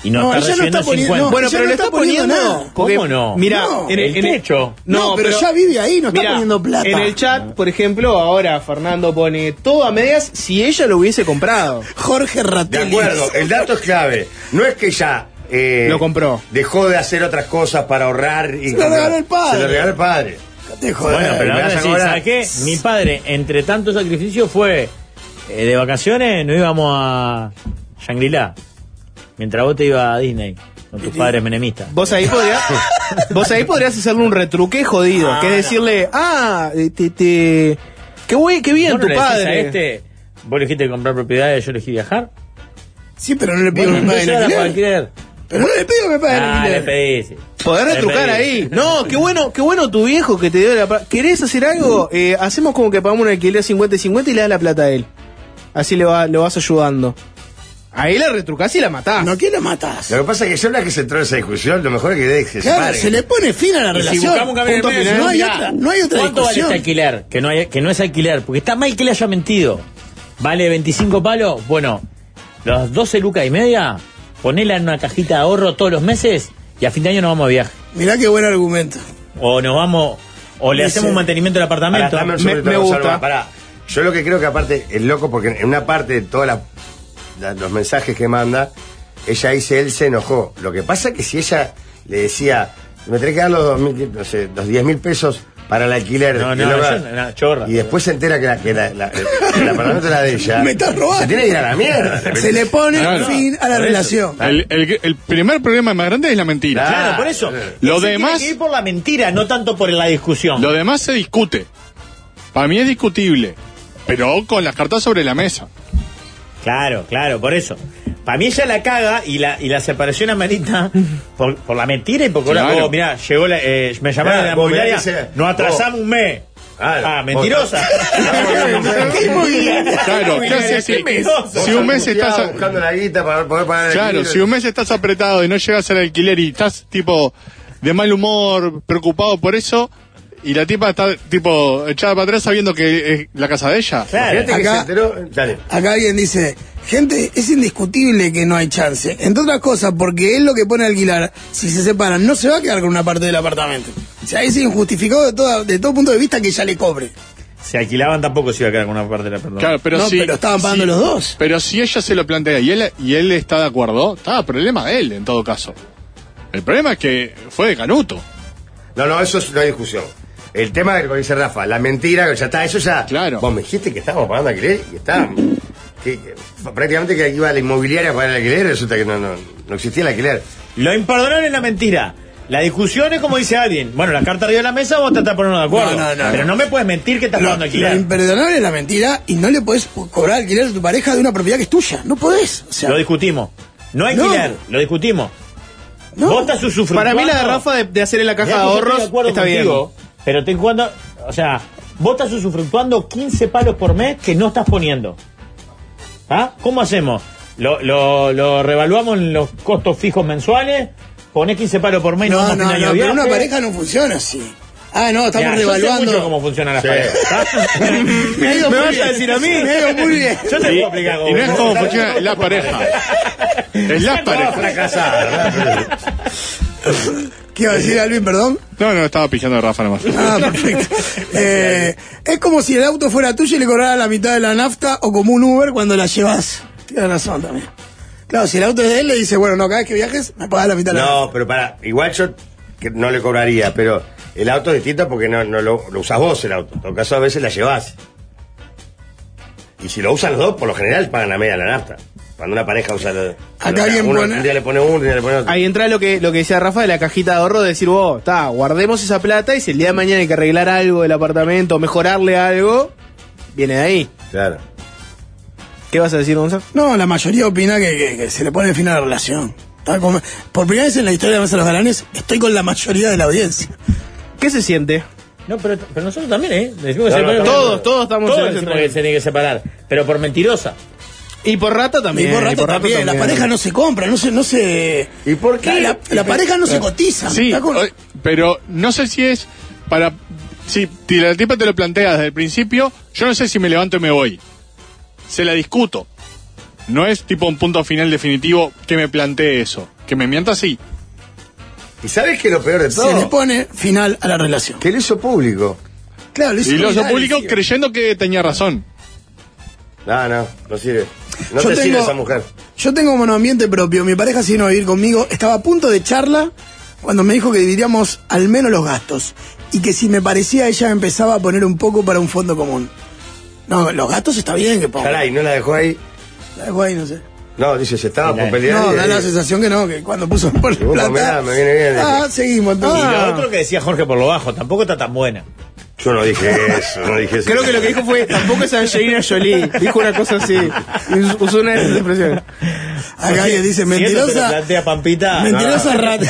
[SPEAKER 3] y no,
[SPEAKER 2] No,
[SPEAKER 3] está
[SPEAKER 2] ella no
[SPEAKER 3] recibiendo
[SPEAKER 2] está
[SPEAKER 3] el
[SPEAKER 2] poniendo-
[SPEAKER 3] 50.
[SPEAKER 2] no,
[SPEAKER 4] Bueno,
[SPEAKER 2] ella
[SPEAKER 4] pero
[SPEAKER 2] no
[SPEAKER 4] lo
[SPEAKER 2] está
[SPEAKER 4] está poniendo
[SPEAKER 2] poniendo
[SPEAKER 4] no.
[SPEAKER 2] nada.
[SPEAKER 4] porque-
[SPEAKER 3] ¿Cómo no?
[SPEAKER 4] Mira,
[SPEAKER 2] No.
[SPEAKER 4] en el,
[SPEAKER 3] El
[SPEAKER 4] en el-
[SPEAKER 3] techo.
[SPEAKER 2] No, pero ya vive ahí, no está poniendo plata.
[SPEAKER 4] En el chat, por ejemplo, ahora Fernando pone todo a medias si ella lo hubiese comprado.
[SPEAKER 2] Jorge
[SPEAKER 1] De
[SPEAKER 2] Ratelli.
[SPEAKER 1] acuerdo, el dato es clave. No es que ya. eh,
[SPEAKER 4] Lo compró.
[SPEAKER 1] Dejó de hacer otras cosas para ahorrar y.
[SPEAKER 2] Se lo regaló el padre.
[SPEAKER 1] Se lo regaló el padre.
[SPEAKER 2] Te joder.
[SPEAKER 3] Bueno, pero
[SPEAKER 1] me
[SPEAKER 3] ahora
[SPEAKER 1] vas a
[SPEAKER 3] sí,
[SPEAKER 1] cobrar.
[SPEAKER 3] ¿sabes qué? Mi padre, entre tanto sacrificio, fue eh, de vacaciones, nos íbamos a Shangri-La. Mientras vos te ibas a Disney con tus padres menemistas.
[SPEAKER 4] Vos ahí podrías, vos ahí podrías hacerle un retruque jodido, que es decirle, ah, eh, te, te- qué, buen- qué bien
[SPEAKER 3] Vos no
[SPEAKER 4] tu
[SPEAKER 3] le decís
[SPEAKER 4] padre.
[SPEAKER 3] a este, vos elegiste comprar propiedades, yo elegí viajar.
[SPEAKER 2] Sí, pero no le pido
[SPEAKER 3] Bueno,
[SPEAKER 2] que me
[SPEAKER 3] entonces
[SPEAKER 2] paguen
[SPEAKER 3] ahora para
[SPEAKER 2] alquiler.
[SPEAKER 3] alquiler.
[SPEAKER 2] Pero no le pido que me paguen
[SPEAKER 3] Ah, le
[SPEAKER 2] alquiler.
[SPEAKER 3] pedís. sí.
[SPEAKER 4] Poder
[SPEAKER 3] Le
[SPEAKER 4] retrucar
[SPEAKER 3] pedís.
[SPEAKER 4] ahí. No, qué bueno, qué bueno tu viejo que te dio la plata. ¿Querés hacer algo? Eh, hacemos como que pagamos un alquiler 50 y 50 y le das la plata a él. Así le va, lo vas ayudando. Ahí la retrucás y la matás.
[SPEAKER 2] ¿No qué lo matás?
[SPEAKER 1] Lo que pasa es que yo la que se entró en esa discusión, lo mejor es que deje que se
[SPEAKER 2] Claro,
[SPEAKER 1] separen.
[SPEAKER 2] se le pone fin a la
[SPEAKER 3] Y si
[SPEAKER 2] relación.
[SPEAKER 3] buscamos un cambio en el
[SPEAKER 2] Punto
[SPEAKER 3] medio,
[SPEAKER 2] final. no, hay
[SPEAKER 3] decimos,
[SPEAKER 2] otra,
[SPEAKER 3] mirá,
[SPEAKER 2] no hay otra
[SPEAKER 3] ¿Cuánto
[SPEAKER 2] discusión.
[SPEAKER 3] vale este alquiler? Que no, hay- que no es alquiler, porque está mal que le haya mentido. ¿Vale 25 palos? Bueno, los 12 lucas y media, ponela en una cajita de ahorro todos los meses y a fin de año nos vamos de viaje.
[SPEAKER 2] Mirá qué buen argumento.
[SPEAKER 3] O nos vamos, o le
[SPEAKER 2] Dice-
[SPEAKER 3] hacemos un mantenimiento al
[SPEAKER 1] Pará,
[SPEAKER 3] apartamento.
[SPEAKER 1] dame un
[SPEAKER 4] Me-
[SPEAKER 1] segundito,
[SPEAKER 4] me
[SPEAKER 1] Gonzalo,
[SPEAKER 4] gusta.
[SPEAKER 1] pará. Yo lo que creo que aparte es loco porque en una parte de todos los mensajes que manda, ella dice, él se enojó. Lo que pasa es que si ella le decía, me tenés que dar los, 2000, no sé, los 10 mil pesos para el alquiler.
[SPEAKER 3] No,
[SPEAKER 1] del
[SPEAKER 3] no,
[SPEAKER 1] hogar".
[SPEAKER 3] eso es una chorra.
[SPEAKER 1] Y después se entera que, la- que la- la- el apartamento era de ella.
[SPEAKER 2] Me estás robando.
[SPEAKER 1] Se tiene que ir a la mierda.
[SPEAKER 2] Se le pone
[SPEAKER 6] Claro.
[SPEAKER 2] fin a la relación.
[SPEAKER 6] El, el- el primer problema más grande es la mentira.
[SPEAKER 3] Claro, por eso.
[SPEAKER 1] Eh.
[SPEAKER 6] Lo
[SPEAKER 3] Se
[SPEAKER 6] demás-
[SPEAKER 3] Tiene que ir por la mentira, no tanto por la discusión.
[SPEAKER 6] Lo demás se discute. Para mí es discutible, pero con las cartas sobre la mesa.
[SPEAKER 3] Claro, claro, por eso. Para mí ella la caga y la, y la separación amarita por, por la mentira y porque ahora,
[SPEAKER 6] Claro.
[SPEAKER 3] vos, mirá, llegó la, eh, me llamaron
[SPEAKER 1] Claro,
[SPEAKER 3] de la
[SPEAKER 1] vos
[SPEAKER 3] mobiliaria,
[SPEAKER 1] mirá que se-
[SPEAKER 3] nos atrasamos un mes.
[SPEAKER 1] Claro.
[SPEAKER 3] ah, mentirosa.
[SPEAKER 6] Claro, ¿qué haces si, si un mes estás...
[SPEAKER 1] Estaba buscando la guita para poder pagar el
[SPEAKER 6] Claro,
[SPEAKER 1] alquiler.
[SPEAKER 6] si un mes estás apretado y no llegas al alquiler y estás tipo de mal humor, preocupado por eso, y la tipa está tipo echada para atrás sabiendo que es la casa de ella.
[SPEAKER 3] Claro.
[SPEAKER 1] Fíjate que
[SPEAKER 2] Acá-
[SPEAKER 1] se enteró. Dale.
[SPEAKER 2] Acá alguien dice, gente, es indiscutible que no hay chance. Entre otras cosas, porque él lo que pone a alquilar, si se separan, no se va a quedar con una parte del apartamento. O sea, es injustificado de, toda- de todo punto de vista que ya le cobre.
[SPEAKER 3] Se alquilaban tampoco se iba a quedar con una parte de la perdón.
[SPEAKER 6] Claro, pero
[SPEAKER 2] no,
[SPEAKER 6] si,
[SPEAKER 2] pero estaban pagando
[SPEAKER 6] si-
[SPEAKER 2] los dos.
[SPEAKER 6] Pero si ella se lo plantea y él, y él está de acuerdo, está problema de él en todo caso. El problema es que fue de Canuto.
[SPEAKER 1] No, no, eso es una discusión. El tema que dice Rafa, la mentira, que ya está, eso ya.
[SPEAKER 6] Claro.
[SPEAKER 1] Vos me dijiste que estábamos pagando alquiler y está. Que, que prácticamente que iba a la inmobiliaria a pagar el alquiler, resulta que no, no, no existía el alquiler.
[SPEAKER 3] Lo imperdonable es la mentira. La discusión es como dice alguien. Bueno, la carta arriba de la mesa vos te estás poniendo de acuerdo.
[SPEAKER 2] No, no, no,
[SPEAKER 3] pero
[SPEAKER 2] no.
[SPEAKER 3] no. me puedes mentir que estás
[SPEAKER 2] Lo,
[SPEAKER 3] pagando alquiler.
[SPEAKER 2] lo imperdonable es la mentira y no le podés cobrar alquiler a tu pareja de una propiedad que es tuya. No podés. O sea,
[SPEAKER 3] Lo discutimos. No hay
[SPEAKER 2] No.
[SPEAKER 3] alquiler, lo discutimos.
[SPEAKER 2] no.
[SPEAKER 3] Vos estás usufructuando.
[SPEAKER 4] Para mí la de Rafa de, de hacerle la caja
[SPEAKER 3] Mirá
[SPEAKER 4] de
[SPEAKER 3] que yo estoy
[SPEAKER 4] ahorros
[SPEAKER 3] de acuerdo
[SPEAKER 4] está
[SPEAKER 3] contigo, Pero estoy jugando, o sea, vos estás usufructuando 15 palos por mes que no estás poniendo. ¿Ah? ¿Cómo hacemos? Lo, lo, lo revaluamos en los costos fijos mensuales, ponés 15 palos por mes y
[SPEAKER 2] No,
[SPEAKER 3] nos
[SPEAKER 2] no,
[SPEAKER 3] vamos a fin de
[SPEAKER 2] no,
[SPEAKER 3] año de
[SPEAKER 2] pero una
[SPEAKER 3] viaje.
[SPEAKER 2] pareja no funciona así. Ah, no, estamos
[SPEAKER 3] Mirá, yo sé mucho
[SPEAKER 2] revaluando.
[SPEAKER 3] cómo funcionan las
[SPEAKER 1] Sí.
[SPEAKER 3] parejas. ¿ah?
[SPEAKER 2] Me ha ido
[SPEAKER 4] ¿Me
[SPEAKER 2] muy
[SPEAKER 4] vas a
[SPEAKER 2] bien.
[SPEAKER 4] decir a mí?
[SPEAKER 2] Me ha ido muy bien.
[SPEAKER 3] Yo te puedo explicar cómo
[SPEAKER 6] Y no es como
[SPEAKER 3] funciona.
[SPEAKER 6] funciona la pareja. Es la
[SPEAKER 3] Ya no va a
[SPEAKER 6] pareja.
[SPEAKER 3] fracasar, ¿verdad?
[SPEAKER 2] ¿Qué iba a decir, Alvin, perdón?
[SPEAKER 6] No, no, estaba pillando a Rafa nomás.
[SPEAKER 2] Ah, perfecto. Eh, es como si el auto fuera tuyo y le cobrara la mitad de la nafta o como un Uber cuando la llevas. Tienes razón también. Claro, si el auto es de él, le dice, bueno, no, cada vez que viajes, me pagas la mitad de la nafta.
[SPEAKER 1] No, pero para, igual yo que no le cobraría, pero el auto es distinto porque no, no lo, lo usás vos el auto. En todo caso, a veces la llevás. Y si lo usan los dos, por lo general pagan la media de la nafta. Cuando una pareja usa los
[SPEAKER 2] Acá alguien
[SPEAKER 1] uno,
[SPEAKER 2] pone-
[SPEAKER 1] un día le pone uno, un día le pone otro.
[SPEAKER 4] Ahí entra lo que, lo que decía Rafa de la cajita de ahorro, de decir, vos, está, guardemos esa plata y si el día de mañana hay que arreglar algo del apartamento, mejorarle algo, viene de ahí.
[SPEAKER 1] Claro.
[SPEAKER 4] ¿Qué vas a decir, Gonzalo?
[SPEAKER 2] No, la mayoría opina que, que- que se le pone fin a la relación. Está como- Por primera vez en la historia de Mesa de los Galanes, estoy con la mayoría de la audiencia.
[SPEAKER 4] ¿Qué se siente?
[SPEAKER 3] No, pero, pero nosotros también, ¿eh? Decimos
[SPEAKER 1] No,
[SPEAKER 3] que
[SPEAKER 1] no,
[SPEAKER 3] separemos.
[SPEAKER 4] todos, todos estamos en
[SPEAKER 3] todos
[SPEAKER 4] ese
[SPEAKER 3] decimos
[SPEAKER 4] tren.
[SPEAKER 3] que se tiene que separar, pero por mentirosa.
[SPEAKER 4] Y por rata también.
[SPEAKER 2] y por rato también, la pareja no se compra, no se... No se
[SPEAKER 1] ¿Y por qué?
[SPEAKER 2] La, la- la pareja no se cotiza.
[SPEAKER 6] Sí,
[SPEAKER 2] Está con-
[SPEAKER 6] o- pero no sé si es para. Si ti- la tipa te lo plantea desde el principio, yo no sé si me levanto y me voy. Se la discuto. No es tipo un punto final definitivo que me plantee eso. Que me mienta, sí.
[SPEAKER 1] ¿Y sabes qué es lo peor de todo?
[SPEAKER 2] Se le pone final a la relación.
[SPEAKER 1] Que lo hizo público.
[SPEAKER 2] Claro, lo hizo
[SPEAKER 6] Y lo hizo
[SPEAKER 2] viral,
[SPEAKER 6] público
[SPEAKER 2] tío.
[SPEAKER 6] creyendo que tenía razón.
[SPEAKER 1] No, no, no sirve. No
[SPEAKER 2] Yo
[SPEAKER 1] te sirve
[SPEAKER 2] tengo-
[SPEAKER 1] esa mujer.
[SPEAKER 2] Yo tengo monoambiente propio. Mi pareja se vino a vivir conmigo. Estaba a punto de charla cuando me dijo que dividiríamos al menos los gastos. Y que si me parecía, ella empezaba a poner un poco para un fondo común. No, los gastos está bien que ponga. Eh,
[SPEAKER 1] Caray, no la dejó ahí.
[SPEAKER 2] La dejo ahí, no sé.
[SPEAKER 1] No, dice, se estaba por pelear.
[SPEAKER 2] No,
[SPEAKER 1] y-
[SPEAKER 2] da la sensación que no, que cuando puso por
[SPEAKER 1] Y vos
[SPEAKER 2] plata...
[SPEAKER 1] comerá, me viene bien.
[SPEAKER 2] Ah, seguimos
[SPEAKER 3] Y
[SPEAKER 2] entonces.
[SPEAKER 3] lo otro que decía Jorge por lo bajo, tampoco está tan buena.
[SPEAKER 1] Yo no dije eso, no dije eso.
[SPEAKER 4] Creo que lo que dijo fue, tampoco es Angelina Jolie. Dijo una cosa así. Y us- Usó una de esas expresiones.
[SPEAKER 2] Acá alguien dice,
[SPEAKER 3] Si Pues eso te lo
[SPEAKER 2] mentirosa...
[SPEAKER 3] plantea Pampita.
[SPEAKER 2] Mentirosa
[SPEAKER 1] no.
[SPEAKER 2] rata.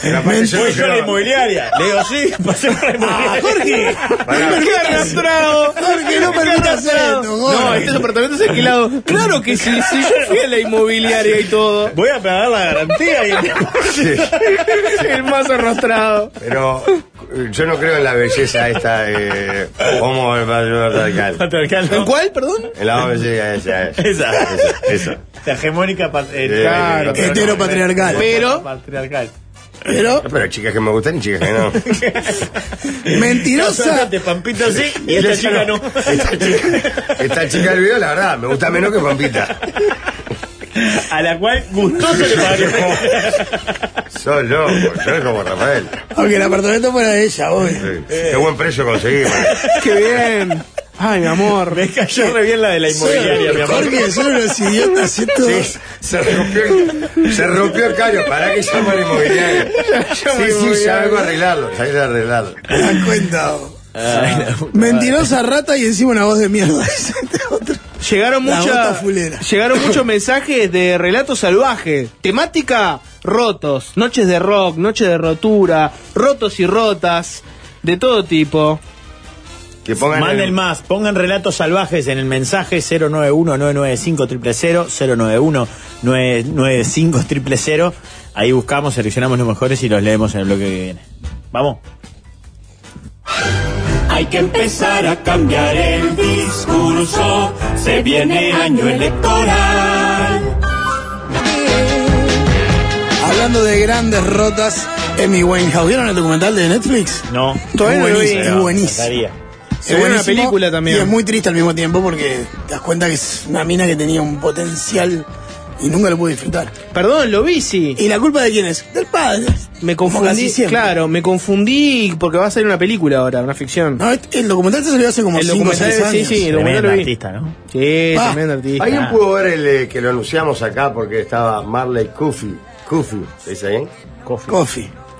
[SPEAKER 1] Pero aparte yo-
[SPEAKER 3] Voy yo a la inmobiliaria. Le digo, sí, pasé por la
[SPEAKER 2] ¡Ah,
[SPEAKER 3] inmobiliaria.
[SPEAKER 2] Jorge!
[SPEAKER 1] Pará.
[SPEAKER 2] ¡No permitas!
[SPEAKER 4] arrastrado!
[SPEAKER 2] Jorge, no permitas hacer esto, Jorge.
[SPEAKER 4] No, este apartamento es alquilado. Claro que sí, sí, yo fui a la inmobiliaria y todo.
[SPEAKER 3] Voy a pagar la garantía y
[SPEAKER 1] Sí,
[SPEAKER 4] El más arrastrado.
[SPEAKER 1] pero eh, yo no creo en la belleza esta eh, homo patriarcal.
[SPEAKER 3] patriarcal.
[SPEAKER 4] ¿En cuál, perdón?
[SPEAKER 1] En la belleza esa, esa.
[SPEAKER 3] Esa.
[SPEAKER 1] Esa, esa.
[SPEAKER 3] La hegemónica pat- eh,
[SPEAKER 1] Claro.
[SPEAKER 3] eh,
[SPEAKER 2] Heteropatriarcal.
[SPEAKER 4] Pero-
[SPEAKER 3] Patriarcal.
[SPEAKER 2] Pero,
[SPEAKER 1] No, Pero chicas que me gustan y chicas que no.
[SPEAKER 2] mentirosa...
[SPEAKER 3] de Pampita sí y esta chica no.
[SPEAKER 1] Esta chica, esta chica del video, la verdad, me gusta menos que Pampita.
[SPEAKER 3] A la cual gustoso le pagaría.
[SPEAKER 1] Sos loco, yo es como Rafael.
[SPEAKER 2] Aunque el apartamento fuera de ella, obvio.
[SPEAKER 1] Sí. Qué buen precio conseguimos.
[SPEAKER 4] ¡Qué bien! ¡Ay, mi amor!
[SPEAKER 3] Me cayó re bien la de la inmobiliaria, mi amor.
[SPEAKER 2] Jorge, son unos idiotas estos.
[SPEAKER 1] Sí, se rompió, el- se rompió el callo. Pará que llamo al inmobiliario. Sí, sí, ya vengo a arreglarlo. Ya vengo a arreglarlo.
[SPEAKER 2] ¿Te das cuenta? vos?
[SPEAKER 1] Ah.
[SPEAKER 2] Mentirosa rata y encima una voz de mierda. dice este otro.
[SPEAKER 4] Llegaron
[SPEAKER 2] La bota
[SPEAKER 4] muchas
[SPEAKER 2] fulera.
[SPEAKER 4] llegaron muchos mensajes de relatos salvajes. Temática rotos, noches de rock, noches de rotura, rotos y rotas, de todo tipo.
[SPEAKER 1] Que pongan el-
[SPEAKER 3] Manden más, pongan relatos salvajes en el mensaje 091-995-000, 091-995-000. Ahí buscamos, seleccionamos los mejores y los leemos en el bloque que viene. Vamos.
[SPEAKER 7] Hay que empezar a cambiar el discurso. Se viene año electoral.
[SPEAKER 2] Hablando de grandes rotas, Amy Winehouse. ¿Vieron el documental de Netflix?
[SPEAKER 3] No.
[SPEAKER 4] Todavía no lo vi.
[SPEAKER 2] Buenísimo,
[SPEAKER 3] Pero
[SPEAKER 2] buenísimo.
[SPEAKER 3] estaría.
[SPEAKER 4] Se ve una
[SPEAKER 2] Buenísimo,
[SPEAKER 4] película también.
[SPEAKER 2] Y es muy triste al mismo tiempo porque te das cuenta que es una mina que tenía un potencial y nunca lo pudo disfrutar.
[SPEAKER 4] Perdón, lo vi, sí.
[SPEAKER 2] ¿Y la culpa de quién es? Del padre.
[SPEAKER 4] Me
[SPEAKER 2] Como casi
[SPEAKER 4] confundí,
[SPEAKER 2] siempre.
[SPEAKER 4] claro, me confundí porque va a salir una película ahora, una ficción.
[SPEAKER 2] No, este- el documental se salió hace como
[SPEAKER 4] El
[SPEAKER 2] 5 o
[SPEAKER 4] documental,
[SPEAKER 2] 6 años.
[SPEAKER 4] sí, sí, el documental
[SPEAKER 3] Tremendo
[SPEAKER 4] lo vi.
[SPEAKER 3] artista, ¿no?
[SPEAKER 4] Sí,
[SPEAKER 2] Ah,
[SPEAKER 4] tremendo artista.
[SPEAKER 1] ¿Alguien pudo ver el eh, que lo anunciamos acá porque estaba Marley Cuffy? Cuffy, ¿se dice bien?
[SPEAKER 2] Coffee.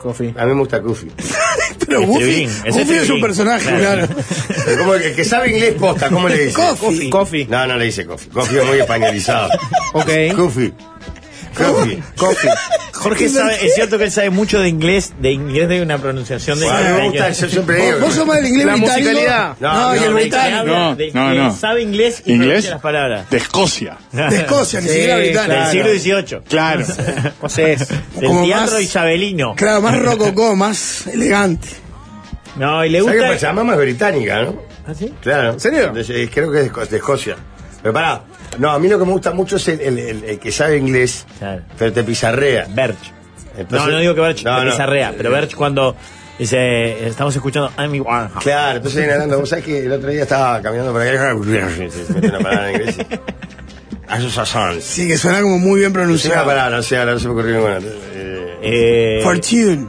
[SPEAKER 4] Coffee.
[SPEAKER 1] A mí me gusta Cuffy.
[SPEAKER 2] Pero
[SPEAKER 3] Es
[SPEAKER 2] Buffy,
[SPEAKER 3] Tribín, es
[SPEAKER 2] Buffy
[SPEAKER 3] Tribín.
[SPEAKER 2] es un personaje,
[SPEAKER 3] Claro.
[SPEAKER 2] claro.
[SPEAKER 1] Pero como el que sabe inglés posta, ¿cómo le dice?
[SPEAKER 2] Coffee.
[SPEAKER 4] Coffee.
[SPEAKER 1] No, no le dice Coffee. Coffee es muy españolizado.
[SPEAKER 4] Ok.
[SPEAKER 1] Cuffy. Coffee.
[SPEAKER 4] Coffee.
[SPEAKER 3] Jorge sabe, es cierto que él sabe mucho de inglés, de inglés de una pronunciación de
[SPEAKER 1] A mí me gusta, yo
[SPEAKER 3] inglés.
[SPEAKER 1] siempre
[SPEAKER 2] Vos,
[SPEAKER 1] digo.
[SPEAKER 2] vos sos más del inglés
[SPEAKER 4] La
[SPEAKER 2] británico.
[SPEAKER 3] Ah.
[SPEAKER 4] musicalidad.
[SPEAKER 2] No,
[SPEAKER 1] No,
[SPEAKER 2] y
[SPEAKER 1] no,
[SPEAKER 2] el
[SPEAKER 3] De que
[SPEAKER 2] británico.
[SPEAKER 3] habla, de-
[SPEAKER 6] No,
[SPEAKER 3] de-
[SPEAKER 6] no.
[SPEAKER 3] Sabe inglés y
[SPEAKER 6] ¿Inglés?
[SPEAKER 3] pronuncia las palabras.
[SPEAKER 6] De Escocia.
[SPEAKER 2] De Escocia, ni
[SPEAKER 4] Sí,
[SPEAKER 2] siquiera
[SPEAKER 4] claro.
[SPEAKER 2] británico.
[SPEAKER 3] Del siglo XVIII.
[SPEAKER 6] Claro.
[SPEAKER 4] José.
[SPEAKER 3] Del
[SPEAKER 2] Como
[SPEAKER 3] teatro
[SPEAKER 2] más-
[SPEAKER 3] isabelino.
[SPEAKER 2] Claro, más rococó, más elegante.
[SPEAKER 3] No, y le
[SPEAKER 1] ¿Sabes qué
[SPEAKER 3] gusta.
[SPEAKER 1] pasa? La mamá es británica, ¿no?
[SPEAKER 3] ¿Ah, sí?
[SPEAKER 1] Claro.
[SPEAKER 4] ¿En serio?
[SPEAKER 1] De- eh, creo que es de Esco- de Escocia. Pero pará. No, a mí lo que me gusta mucho es el, el- el- el que sabe inglés,
[SPEAKER 3] Claro.
[SPEAKER 1] pero te pizarrea.
[SPEAKER 3] Berch.
[SPEAKER 1] Entonces-
[SPEAKER 3] no, no digo que Berch,
[SPEAKER 1] No,
[SPEAKER 3] que
[SPEAKER 1] no.
[SPEAKER 3] pizarrea, pero Berch cuando dice, estamos escuchando Amy Winehouse.
[SPEAKER 1] Claro, entonces viene hablando. Vos sabés que el otro día estaba caminando por acá y se mete una palabra en inglés. A sus asons.
[SPEAKER 2] Sí, que suena como muy bien
[SPEAKER 1] Es una
[SPEAKER 2] pronunciado.
[SPEAKER 1] palabra, o sea, no se me ocurrió ninguna. Eh,
[SPEAKER 3] Eh,
[SPEAKER 2] Fortune,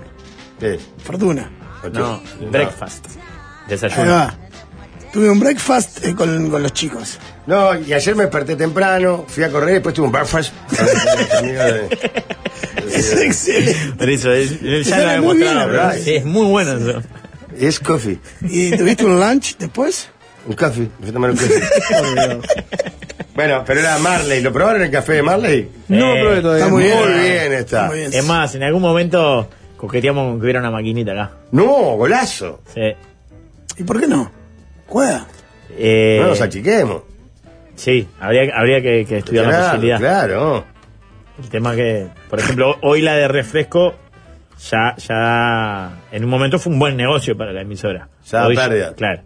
[SPEAKER 1] ¿qué es?
[SPEAKER 2] fortuna.
[SPEAKER 3] no, breakfast.
[SPEAKER 2] Ahí
[SPEAKER 3] Desayuno.
[SPEAKER 2] va. Tuve un breakfast eh, con, con los chicos.
[SPEAKER 1] No, y ayer me desperté temprano, fui a correr, después tuve un breakfast. con mis amigos de-
[SPEAKER 2] Es excelente.
[SPEAKER 3] Por eso, él, él ya lo ha
[SPEAKER 2] Sale muy bien,
[SPEAKER 3] demostrado.
[SPEAKER 1] ¿verdad?
[SPEAKER 3] Sí, es muy bueno eso.
[SPEAKER 1] Es coffee,
[SPEAKER 2] ¿Y tuviste un lunch después?
[SPEAKER 1] un café, me fui a tomar un café. bueno, pero era Marley, ¿lo probaron el café de Marley?
[SPEAKER 4] No lo
[SPEAKER 3] Eh,
[SPEAKER 4] probé todavía.
[SPEAKER 2] está muy bien.
[SPEAKER 1] Muy bien está.
[SPEAKER 2] Muy bien.
[SPEAKER 3] Es más, en algún momento coqueteamos con que hubiera una maquinita acá.
[SPEAKER 1] No, golazo.
[SPEAKER 3] Sí.
[SPEAKER 2] ¿Y por qué no? Juega.
[SPEAKER 3] Eh,
[SPEAKER 1] No nos achiquemos.
[SPEAKER 3] sí, habría, habría que, que estudiar la
[SPEAKER 1] Claro,
[SPEAKER 3] posibilidad.
[SPEAKER 1] claro.
[SPEAKER 3] El tema que, por ejemplo, hoy la de refresco ya, ya en un momento fue un buen negocio para la emisora.
[SPEAKER 1] Ya da
[SPEAKER 3] Hoy
[SPEAKER 1] pérdida.
[SPEAKER 3] Claro.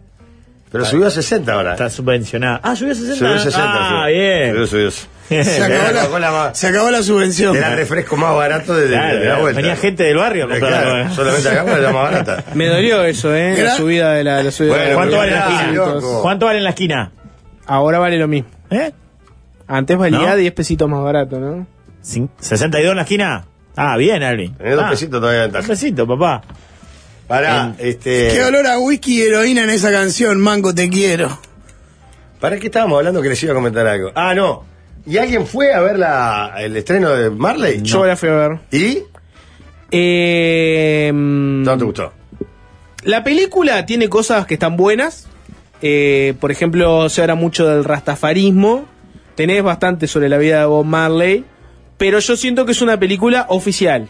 [SPEAKER 1] Pero subió a 60 ahora.
[SPEAKER 3] Está subvencionada. Ah, subió a 60.
[SPEAKER 1] Subió a 60.
[SPEAKER 3] Ah,
[SPEAKER 1] subió.
[SPEAKER 3] bien.
[SPEAKER 1] Subió, subió.
[SPEAKER 2] Se acabó la- Se acabó la subvención.
[SPEAKER 1] Era el refresco más barato de, de- de
[SPEAKER 3] Claro,
[SPEAKER 1] la
[SPEAKER 3] claro.
[SPEAKER 1] vuelta.
[SPEAKER 3] Venía gente del barrio a comprar la
[SPEAKER 1] Eh, Claro,
[SPEAKER 3] coca.
[SPEAKER 1] solamente acá era la más barata.
[SPEAKER 4] Me dolió eso, ¿eh? La
[SPEAKER 2] Era-
[SPEAKER 4] subida de la, la subida
[SPEAKER 1] Bueno,
[SPEAKER 4] de la-
[SPEAKER 3] ¿Cuánto
[SPEAKER 1] pero
[SPEAKER 3] vale en la
[SPEAKER 1] mirá,
[SPEAKER 3] esquina?
[SPEAKER 1] loco.
[SPEAKER 3] ¿Cuánto vale en la esquina?
[SPEAKER 4] Ahora vale lo mismo.
[SPEAKER 3] ¿Eh?
[SPEAKER 4] Antes valía
[SPEAKER 3] ¿No?
[SPEAKER 4] 10 pesitos más barato, ¿no?
[SPEAKER 3] Cin- ¿62 en la esquina? Ah, bien, Alvin.
[SPEAKER 1] Tenés dos
[SPEAKER 3] Ah,
[SPEAKER 1] pesitos todavía de
[SPEAKER 3] Dos
[SPEAKER 1] ventaja.
[SPEAKER 3] pesitos, papá.
[SPEAKER 1] Pará, este.
[SPEAKER 2] Qué olor a whisky eh. y heroína en esa canción, Mango te quiero.
[SPEAKER 1] ¿Para qué estábamos hablando que les iba a comentar algo? Ah, no. ¿Y alguien fue a ver la, el estreno de Marley?
[SPEAKER 4] Yo la fui a ver.
[SPEAKER 1] ¿Y?
[SPEAKER 4] Eh,
[SPEAKER 1] No te gustó.
[SPEAKER 4] La película tiene cosas que están buenas. Eh, por ejemplo, se habla mucho del rastafarismo. Tenés bastante sobre la vida de Bob Marley. Pero yo siento que es una película oficial.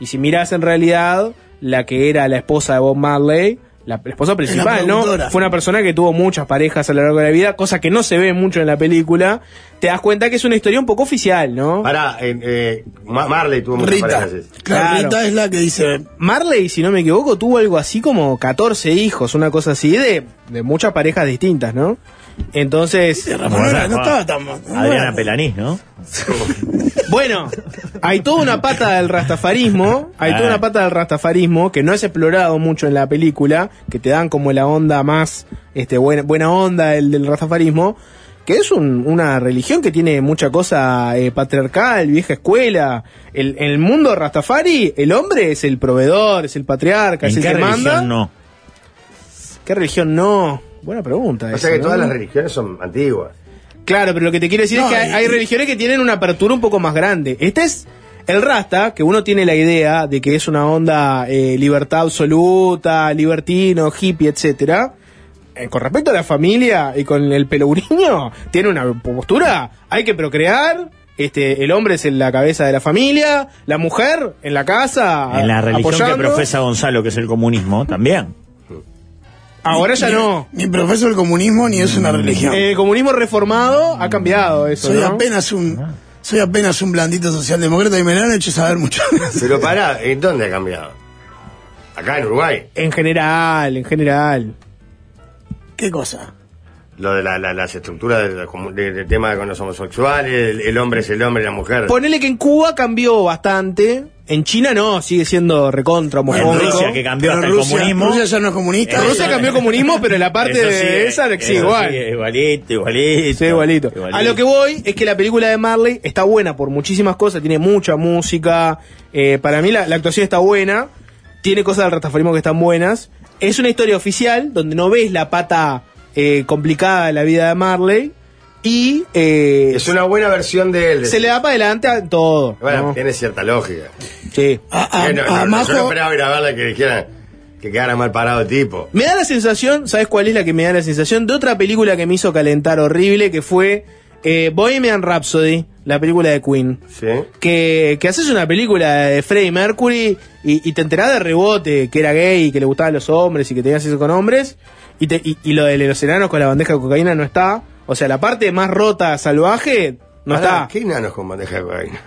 [SPEAKER 4] Y si mirás en realidad, la que era la esposa de Bob Marley, la esposa principal, ¿no?
[SPEAKER 2] productora.
[SPEAKER 4] Fue una persona que tuvo muchas parejas a lo largo de la vida, cosa que no se ve mucho en la película. Te das cuenta que es una historia un poco oficial, ¿no?
[SPEAKER 1] Pará, en, eh, Ma- Marley tuvo muchas
[SPEAKER 2] Rita.
[SPEAKER 1] parejas. ¿sí?
[SPEAKER 2] Claro,
[SPEAKER 4] Claro. Eh,
[SPEAKER 2] Rita es la que dice.
[SPEAKER 4] Marley, si no me equivoco, tuvo algo así como 14 hijos, una cosa así, de, de muchas parejas distintas, ¿no? Entonces,
[SPEAKER 2] Ramonera, no estaba tan mal.
[SPEAKER 3] Adriana Pelanís, ¿no?
[SPEAKER 4] bueno, hay toda una pata del rastafarismo, hay toda
[SPEAKER 3] Ah.
[SPEAKER 4] una pata del rastafarismo que no es explorado mucho en la película, que te dan como la onda más, este, buena, buena onda el del rastafarismo, que es un- una religión que tiene mucha cosa eh, patriarcal, vieja escuela. El, en el mundo rastafari, el hombre es el proveedor, es el patriarca, es
[SPEAKER 3] ¿En
[SPEAKER 4] el
[SPEAKER 3] qué
[SPEAKER 4] que manda.
[SPEAKER 3] religión no?
[SPEAKER 4] ¿Qué religión no? Buena pregunta.
[SPEAKER 1] O sea
[SPEAKER 4] esa,
[SPEAKER 1] que
[SPEAKER 4] ¿no?
[SPEAKER 1] todas las religiones son antiguas.
[SPEAKER 4] Claro, pero lo que te quiero decir
[SPEAKER 2] No,
[SPEAKER 4] es que hay,
[SPEAKER 2] y-
[SPEAKER 4] hay religiones que tienen una apertura un poco más grande. Este es el rasta, que uno tiene la idea de que es una onda eh, libertad absoluta, libertino, hippie, etcétera. Eh, con respecto a la familia y con el pelugriño, tiene una postura. Hay que procrear. Este, el hombre es en la cabeza de la familia, la mujer en la casa.
[SPEAKER 3] En la religión
[SPEAKER 4] apoyando.
[SPEAKER 3] que profesa Gonzalo, que es el comunismo, también.
[SPEAKER 4] Ahora ya no.
[SPEAKER 2] Ni profeso el comunismo ni es una religión.
[SPEAKER 4] Eh, El comunismo reformado ha cambiado eso.
[SPEAKER 2] soy
[SPEAKER 4] ¿no? Ah.
[SPEAKER 2] apenas un. Soy apenas un blandito socialdemócrata y me lo han hecho saber mucho.
[SPEAKER 1] Pero pará, ¿en dónde ha cambiado? Acá en Uruguay.
[SPEAKER 4] En general, en general.
[SPEAKER 2] ¿Qué cosa?
[SPEAKER 1] Lo de la- la- las estructuras del, del- del tema con los homosexuales, el, el hombre es el hombre y la mujer.
[SPEAKER 4] Ponele que en Cuba cambió bastante. En China no, sigue siendo recontra
[SPEAKER 3] En
[SPEAKER 4] homofóbico.
[SPEAKER 3] Rusia, que cambió
[SPEAKER 2] Pero
[SPEAKER 3] hasta
[SPEAKER 2] Rusia,
[SPEAKER 3] el comunismo.
[SPEAKER 2] Rusia ya no es comunista.
[SPEAKER 4] En Rusia cambió comunismo, pero la parte
[SPEAKER 3] Eso
[SPEAKER 4] de
[SPEAKER 3] sigue-
[SPEAKER 4] esa no existe
[SPEAKER 3] eso
[SPEAKER 4] igual.
[SPEAKER 3] sigue Igualito, igualito.
[SPEAKER 4] Sí, igualito. A lo que voy es que la película de Marley está buena por muchísimas cosas, tiene mucha música. eh, para mí la, la actuación está buena, tiene cosas del ratafarismo que están buenas. Es una historia oficial donde no ves la pata eh, complicada de la vida de Marley y eh,
[SPEAKER 1] Es una buena versión de él.
[SPEAKER 4] se le da para adelante a todo.
[SPEAKER 1] Bueno,
[SPEAKER 4] ¿no?
[SPEAKER 1] tiene cierta lógica.
[SPEAKER 4] Sí.
[SPEAKER 2] A, a-
[SPEAKER 1] Yo no-
[SPEAKER 2] a
[SPEAKER 1] no-
[SPEAKER 2] Majo-
[SPEAKER 1] Yo no esperaba ir a verla que dijera que quedara mal parado el tipo.
[SPEAKER 4] Me da la sensación, ¿sabes cuál es la que me da la sensación? De otra película que me hizo calentar horrible, que fue eh, Bohemian Rhapsody, la película de Queen.
[SPEAKER 1] ¿Sí?
[SPEAKER 4] Que, que haces una película de Freddie Mercury y, y te enterás de rebote que era gay y que le gustaban los hombres y que tenías eso con hombres. Y, te- y- y lo de los enanos con la bandeja de cocaína no está. O sea, la parte más rota, salvaje, no
[SPEAKER 1] Pará,
[SPEAKER 4] está.
[SPEAKER 1] ¿Qué enanos con bandeja de cocaína?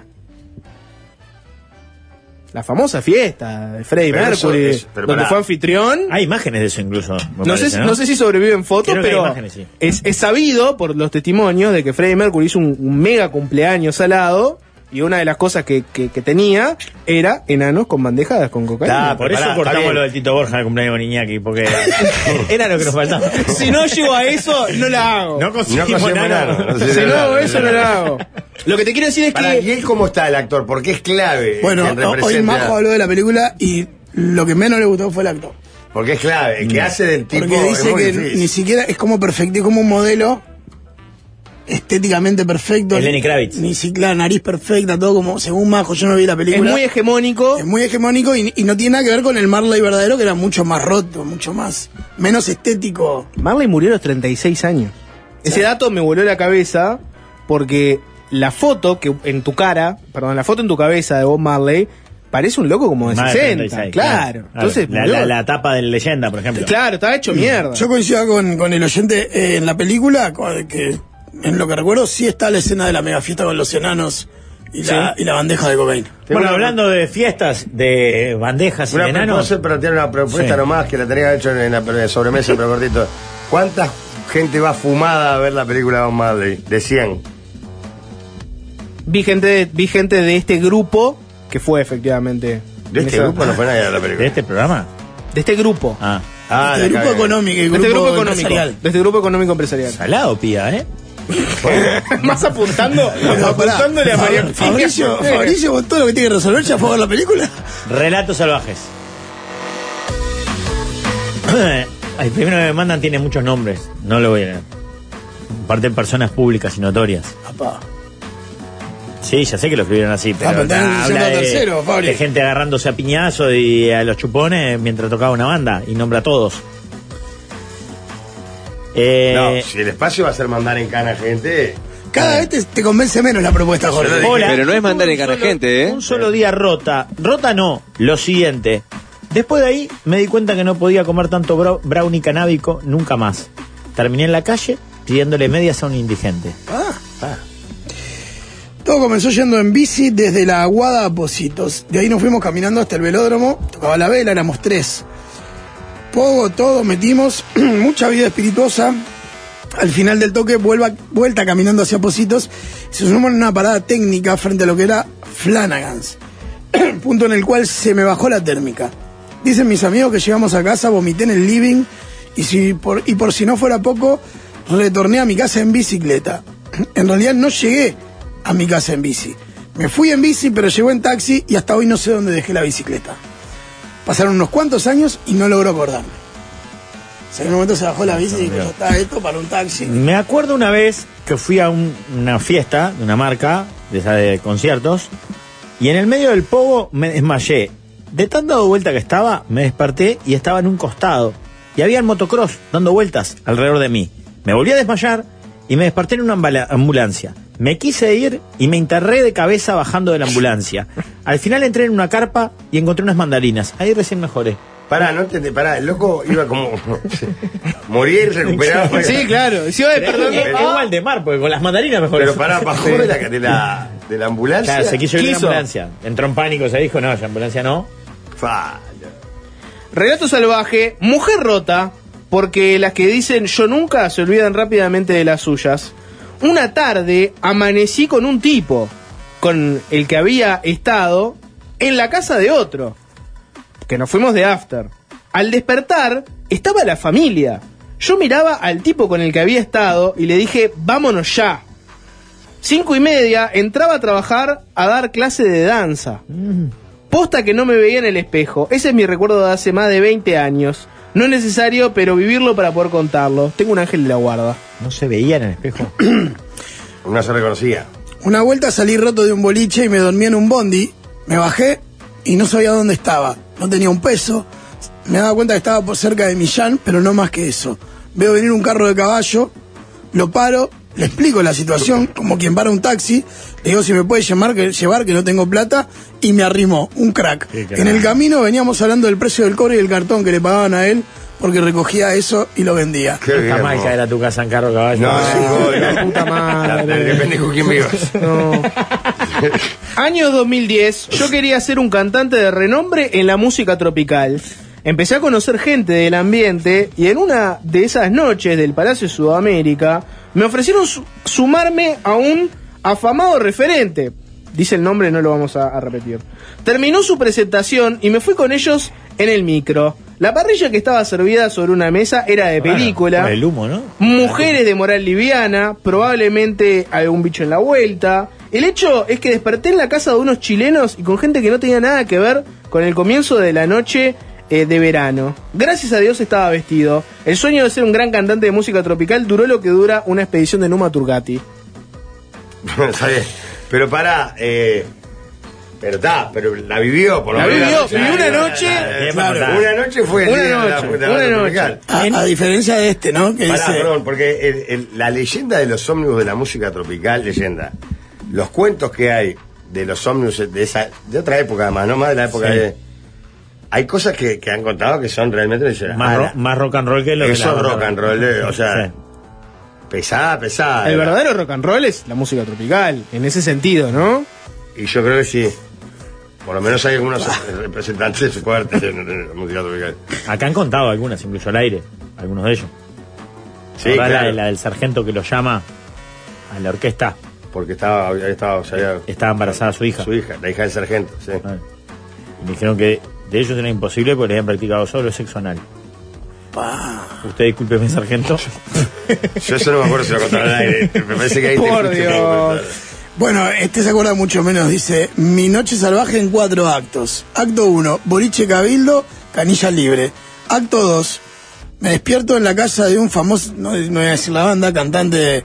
[SPEAKER 4] La famosa fiesta de Freddie
[SPEAKER 1] Pero eso
[SPEAKER 4] Mercury,
[SPEAKER 1] es- pero
[SPEAKER 4] donde
[SPEAKER 1] pará.
[SPEAKER 4] fue anfitrión.
[SPEAKER 3] Hay imágenes de eso incluso. me
[SPEAKER 4] No,
[SPEAKER 3] parece,
[SPEAKER 4] sé, si- ¿no? sé si sobreviven fotos,
[SPEAKER 3] Creo que hay
[SPEAKER 4] pero
[SPEAKER 3] imágenes, sí.
[SPEAKER 4] es, es sabido por los testimonios de que Freddie Mercury hizo un, un mega cumpleaños salado y una de las cosas que, que- que tenía era enanos con bandejadas con cocaína.
[SPEAKER 3] Ah, por eso
[SPEAKER 1] Pará, está
[SPEAKER 3] cortamos
[SPEAKER 1] bien.
[SPEAKER 3] lo del Tito Borja al cumpleaños con Iñaki, porque era lo que nos faltaba.
[SPEAKER 4] Si no llego a eso, no la hago.
[SPEAKER 3] No
[SPEAKER 1] No
[SPEAKER 3] conseguimos
[SPEAKER 1] conseguimos
[SPEAKER 3] nada.
[SPEAKER 1] nada, no sé.
[SPEAKER 4] si no hago
[SPEAKER 1] no,
[SPEAKER 4] eso,
[SPEAKER 1] no,
[SPEAKER 4] no
[SPEAKER 1] no.
[SPEAKER 4] la hago. Lo que te quiero decir es
[SPEAKER 1] Pará, ¿y
[SPEAKER 4] que...
[SPEAKER 1] él cómo está el actor? Porque es clave.
[SPEAKER 2] bueno,
[SPEAKER 1] quien
[SPEAKER 2] ho- hoy
[SPEAKER 1] representa-
[SPEAKER 2] Majo habló de la película y lo que menos le gustó fue el actor.
[SPEAKER 1] Porque es clave. El
[SPEAKER 2] Mm.
[SPEAKER 1] que hace del tipo
[SPEAKER 2] Porque
[SPEAKER 1] es
[SPEAKER 2] dice
[SPEAKER 1] muy
[SPEAKER 2] que
[SPEAKER 1] difícil.
[SPEAKER 2] ni siquiera es como perfecto, es como un modelo estéticamente perfecto.
[SPEAKER 3] Es Lenny Kravitz.
[SPEAKER 2] Ni siquiera nariz perfecta, todo como según Majo, yo no vi la
[SPEAKER 4] Es
[SPEAKER 2] película.
[SPEAKER 4] muy hegemónico.
[SPEAKER 2] Es muy hegemónico y, y no tiene nada que ver con el Marley verdadero, que era mucho más roto, mucho más. menos estético.
[SPEAKER 4] Marley murió a los 36 años. Ese dato me voló la cabeza porque la foto que en tu cara, perdón, la foto en tu cabeza de Bob Marley parece un loco como de
[SPEAKER 3] Más de
[SPEAKER 4] 60.
[SPEAKER 3] 36,
[SPEAKER 4] claro. Entonces,
[SPEAKER 3] la,
[SPEAKER 4] murió.
[SPEAKER 3] la, la tapa de leyenda, por ejemplo.
[SPEAKER 4] claro, estaba hecho mierda.
[SPEAKER 2] Yo coincido con, con el oyente eh, en la película, con- que en lo que recuerdo sí está la escena de la mega fiesta con los enanos y, la, y la bandeja de cocaína.
[SPEAKER 3] Bueno, hablando de fiestas, de bandejas y
[SPEAKER 1] Una
[SPEAKER 3] de enanos.
[SPEAKER 1] propuesta, pero tiene una propuesta
[SPEAKER 3] Sí.
[SPEAKER 1] nomás que la tenía hecho en la pre- sobremesa, pero cortito. ¿Cuánta gente va fumada a ver la película Bob Marley? De 100.
[SPEAKER 4] Vi gente, vi gente de este grupo que fue efectivamente.
[SPEAKER 1] De este
[SPEAKER 4] Esa-
[SPEAKER 1] grupo no fue nadie a ver la película.
[SPEAKER 3] ¿De este programa?
[SPEAKER 4] De este grupo.
[SPEAKER 3] Ah.
[SPEAKER 1] Ah,
[SPEAKER 2] Este
[SPEAKER 1] la
[SPEAKER 2] grupo
[SPEAKER 1] cagué.
[SPEAKER 2] económico, el
[SPEAKER 4] de
[SPEAKER 2] grupo,
[SPEAKER 4] este grupo económico.
[SPEAKER 2] empresarial.
[SPEAKER 4] De este grupo económico empresarial.
[SPEAKER 3] Salado, pía, ¿eh?
[SPEAKER 4] Más apuntando,
[SPEAKER 2] Pero pará,
[SPEAKER 4] apuntándole a María
[SPEAKER 2] Fabri- Fabricio,
[SPEAKER 4] Eugenia.
[SPEAKER 2] Fabricio, con todo lo que tiene que resolver, ya fue a ver la película.
[SPEAKER 3] Relatos salvajes. El primero que me mandan tiene muchos nombres. No lo voy a leer. Aparte personas públicas y notorias.
[SPEAKER 2] Apá.
[SPEAKER 3] Sí, ya sé que lo escribieron así, pero,
[SPEAKER 2] Ah, pero tenés que
[SPEAKER 3] nah,
[SPEAKER 2] ser
[SPEAKER 3] habla
[SPEAKER 2] uno
[SPEAKER 3] de,
[SPEAKER 2] tercero, Fabri.
[SPEAKER 3] de gente agarrándose a piñazos y a los chupones mientras tocaba una banda y nombra a todos.
[SPEAKER 1] No,
[SPEAKER 3] Eh,
[SPEAKER 1] si el espacio va a ser mandar en cana gente.
[SPEAKER 2] Cada vez te, te convence menos la propuesta, Jorge.
[SPEAKER 3] Ah. Hola.
[SPEAKER 12] Pero no es mandar
[SPEAKER 3] Tuve
[SPEAKER 12] en
[SPEAKER 3] un
[SPEAKER 12] cara a
[SPEAKER 3] solo-
[SPEAKER 12] gente, ¿eh?
[SPEAKER 3] Un solo día rota. Rota no, lo siguiente. Después de ahí me di cuenta que no podía comer tanto bro- brownie canábico nunca más. Terminé en la calle pidiéndole medias a un indigente.
[SPEAKER 2] Todo comenzó yendo en bici desde la Aguada a Positos. De ahí nos fuimos caminando hasta el velódromo. Tocaba la vela, éramos tres. Poco, todo, metimos. Mucha vida espirituosa. Al final del toque, vuelva, vuelta caminando hacia Positos. Se sumó en una parada técnica frente a lo que era Flanagan's. punto en el cual se me bajó la térmica. Dicen mis amigos que llegamos a casa, vomité en el living y, si por, y por si no fuera poco, retorné a mi casa en bicicleta. En realidad no llegué a mi casa en bici. Me fui en bici, pero llegó en taxi y hasta hoy no sé dónde dejé la bicicleta. Pasaron unos cuantos años y no logro acordarme. O sea, en un momento se bajó la bici y dijo, ya está esto para un taxi.
[SPEAKER 3] Me acuerdo una vez que fui a un- una fiesta de una marca, de esa de conciertos, y en el medio del pogo me desmayé. De tan dado vuelta que estaba, me desperté y estaba en un costado. Y había el motocross dando vueltas alrededor de mí. Me volví a desmayar y me desperté en una ambala- ambulancia. Me quise ir y me enterré de cabeza bajando de la ambulancia. Al final entré en una carpa y encontré unas mandarinas. Ahí recién mejoré.
[SPEAKER 1] Pará, no entendí, pará, el loco iba como. moría y recuperaba.
[SPEAKER 4] Sí, claro. Sí, oye, perdón.
[SPEAKER 3] Es igual de mar, porque con las mandarinas mejoré.
[SPEAKER 1] Pero pará, bajó de la, de la, de la ambulancia.
[SPEAKER 3] Claro, se quiso ir a la
[SPEAKER 4] Quiso.
[SPEAKER 3] ambulancia. Entró en pánico, se dijo, no, ya ambulancia no.
[SPEAKER 1] Falla.
[SPEAKER 4] Relato salvaje, mujer rota, porque las que dicen yo nunca se olvidan rápidamente de las suyas. Una tarde amanecí con un tipo, con el que había estado en la casa de otro, que nos fuimos de after. Al despertar estaba la familia. Yo miraba al tipo con el que había estado y le dije, vámonos ya. Cinco y media entraba a trabajar a dar clase de danza. Posta que no me veía en el espejo. Ese es mi recuerdo de hace más de 20 años. No es necesario, pero vivirlo para poder contarlo. Tengo un ángel de la guarda.
[SPEAKER 3] No se veía en el espejo.
[SPEAKER 1] No se reconocía.
[SPEAKER 2] Una vuelta salí roto de un boliche y me dormí en un bondi. Me bajé y no sabía dónde estaba. No tenía un peso. Me daba cuenta que estaba por cerca de Millán, pero no más que eso. Veo venir un carro de caballo, lo paro, le explico la situación, como quien para un taxi. Le digo si me puede llamar, que, llevar, que no tengo plata. Y me arrimó, un crack.
[SPEAKER 3] Qué crack.
[SPEAKER 2] En el camino veníamos hablando del precio del cobre y el cartón que le pagaban a él, porque recogía eso y lo vendía.
[SPEAKER 1] Qué bien,
[SPEAKER 3] Jamás
[SPEAKER 1] vos.
[SPEAKER 3] ya era tu casa en carro caballo.
[SPEAKER 1] No, sí, joder.
[SPEAKER 4] Ah, la puta madre.
[SPEAKER 1] La- Depende con quién vivas.
[SPEAKER 4] Año 2010, yo quería ser un cantante de renombre en la música tropical. Empecé a conocer gente del ambiente y en una de esas noches del Palacio de Sudamérica me ofrecieron su- sumarme a un afamado referente. Dice el nombre, no lo vamos a, a repetir. Terminó su presentación y me fui con ellos en el micro. La parrilla que estaba servida sobre una mesa era de
[SPEAKER 3] Claro,
[SPEAKER 4] película.
[SPEAKER 3] por el humo, ¿no?
[SPEAKER 4] Mujeres de moral liviana, probablemente algún bicho en la vuelta. El hecho es que desperté en la casa de unos chilenos y con gente que no tenía nada que ver con el comienzo de la noche eh, de verano. Gracias a Dios estaba vestido. El sueño de ser un gran cantante de música tropical duró lo que dura una expedición de Numa Turgati.
[SPEAKER 1] Está bien. Pero pará, eh, pero está, pero la vivió por lo
[SPEAKER 4] La
[SPEAKER 1] menos.
[SPEAKER 4] vivió,
[SPEAKER 1] Claro,
[SPEAKER 4] vivió una
[SPEAKER 1] claro,
[SPEAKER 4] noche.
[SPEAKER 1] claro,
[SPEAKER 3] Claro.
[SPEAKER 1] claro. Una noche fue el
[SPEAKER 4] Una
[SPEAKER 1] día de la-
[SPEAKER 4] noche,
[SPEAKER 1] de la
[SPEAKER 4] una noche.
[SPEAKER 1] tropical.
[SPEAKER 2] A, a diferencia de este, ¿no? Que
[SPEAKER 1] Pará,
[SPEAKER 2] dice-
[SPEAKER 1] perdón, porque el- el- la leyenda de los ómnibus de la música tropical, leyenda. Los cuentos que hay de los ómnibus de esa, de otra época además, no más de la época
[SPEAKER 3] Sí.
[SPEAKER 1] de. Hay cosas que, que han contado que son realmente dicen,
[SPEAKER 3] Más,
[SPEAKER 1] "Ah,
[SPEAKER 3] ro-
[SPEAKER 1] la-
[SPEAKER 3] más rock and roll que lo que
[SPEAKER 1] Eso
[SPEAKER 3] la-
[SPEAKER 1] es rock and roll, eh, o sea,
[SPEAKER 3] Sí.
[SPEAKER 1] pesada, eh, pesada.
[SPEAKER 4] El
[SPEAKER 1] era.
[SPEAKER 3] Ah,
[SPEAKER 4] verdadero rock and roll es la música tropical, en ese sentido, ¿no?
[SPEAKER 1] Y yo creo que sí. Por lo menos hay algunos representantes fuertes en en la música tropical.
[SPEAKER 3] Acá han contado algunas, incluso al aire, algunos de ellos.
[SPEAKER 1] Sí,
[SPEAKER 3] Ahora la,
[SPEAKER 1] claro.
[SPEAKER 3] de- la del sargento que lo llama a la orquesta.
[SPEAKER 1] Porque estaba, había estado, se había-
[SPEAKER 3] Estaba embarazada su hija.
[SPEAKER 1] Su hija, la hija del sargento, sí.
[SPEAKER 3] Y me dijeron que de ellos era imposible porque le habían practicado solo sexo anal. Usted discúlpeme, sargento.
[SPEAKER 1] Ah. Yo eso no me acuerdo si lo contaron al aire. Me parece que ahí te
[SPEAKER 2] Por
[SPEAKER 1] fuiste un
[SPEAKER 2] Dios.
[SPEAKER 1] poco, claro.
[SPEAKER 2] Bueno, este se acuerda mucho menos. Dice, mi noche salvaje en cuatro actos. Acto 1, boliche cabildo, canilla libre. Acto 2, me despierto en la casa de un famoso, no, no voy a decir la banda, cantante de,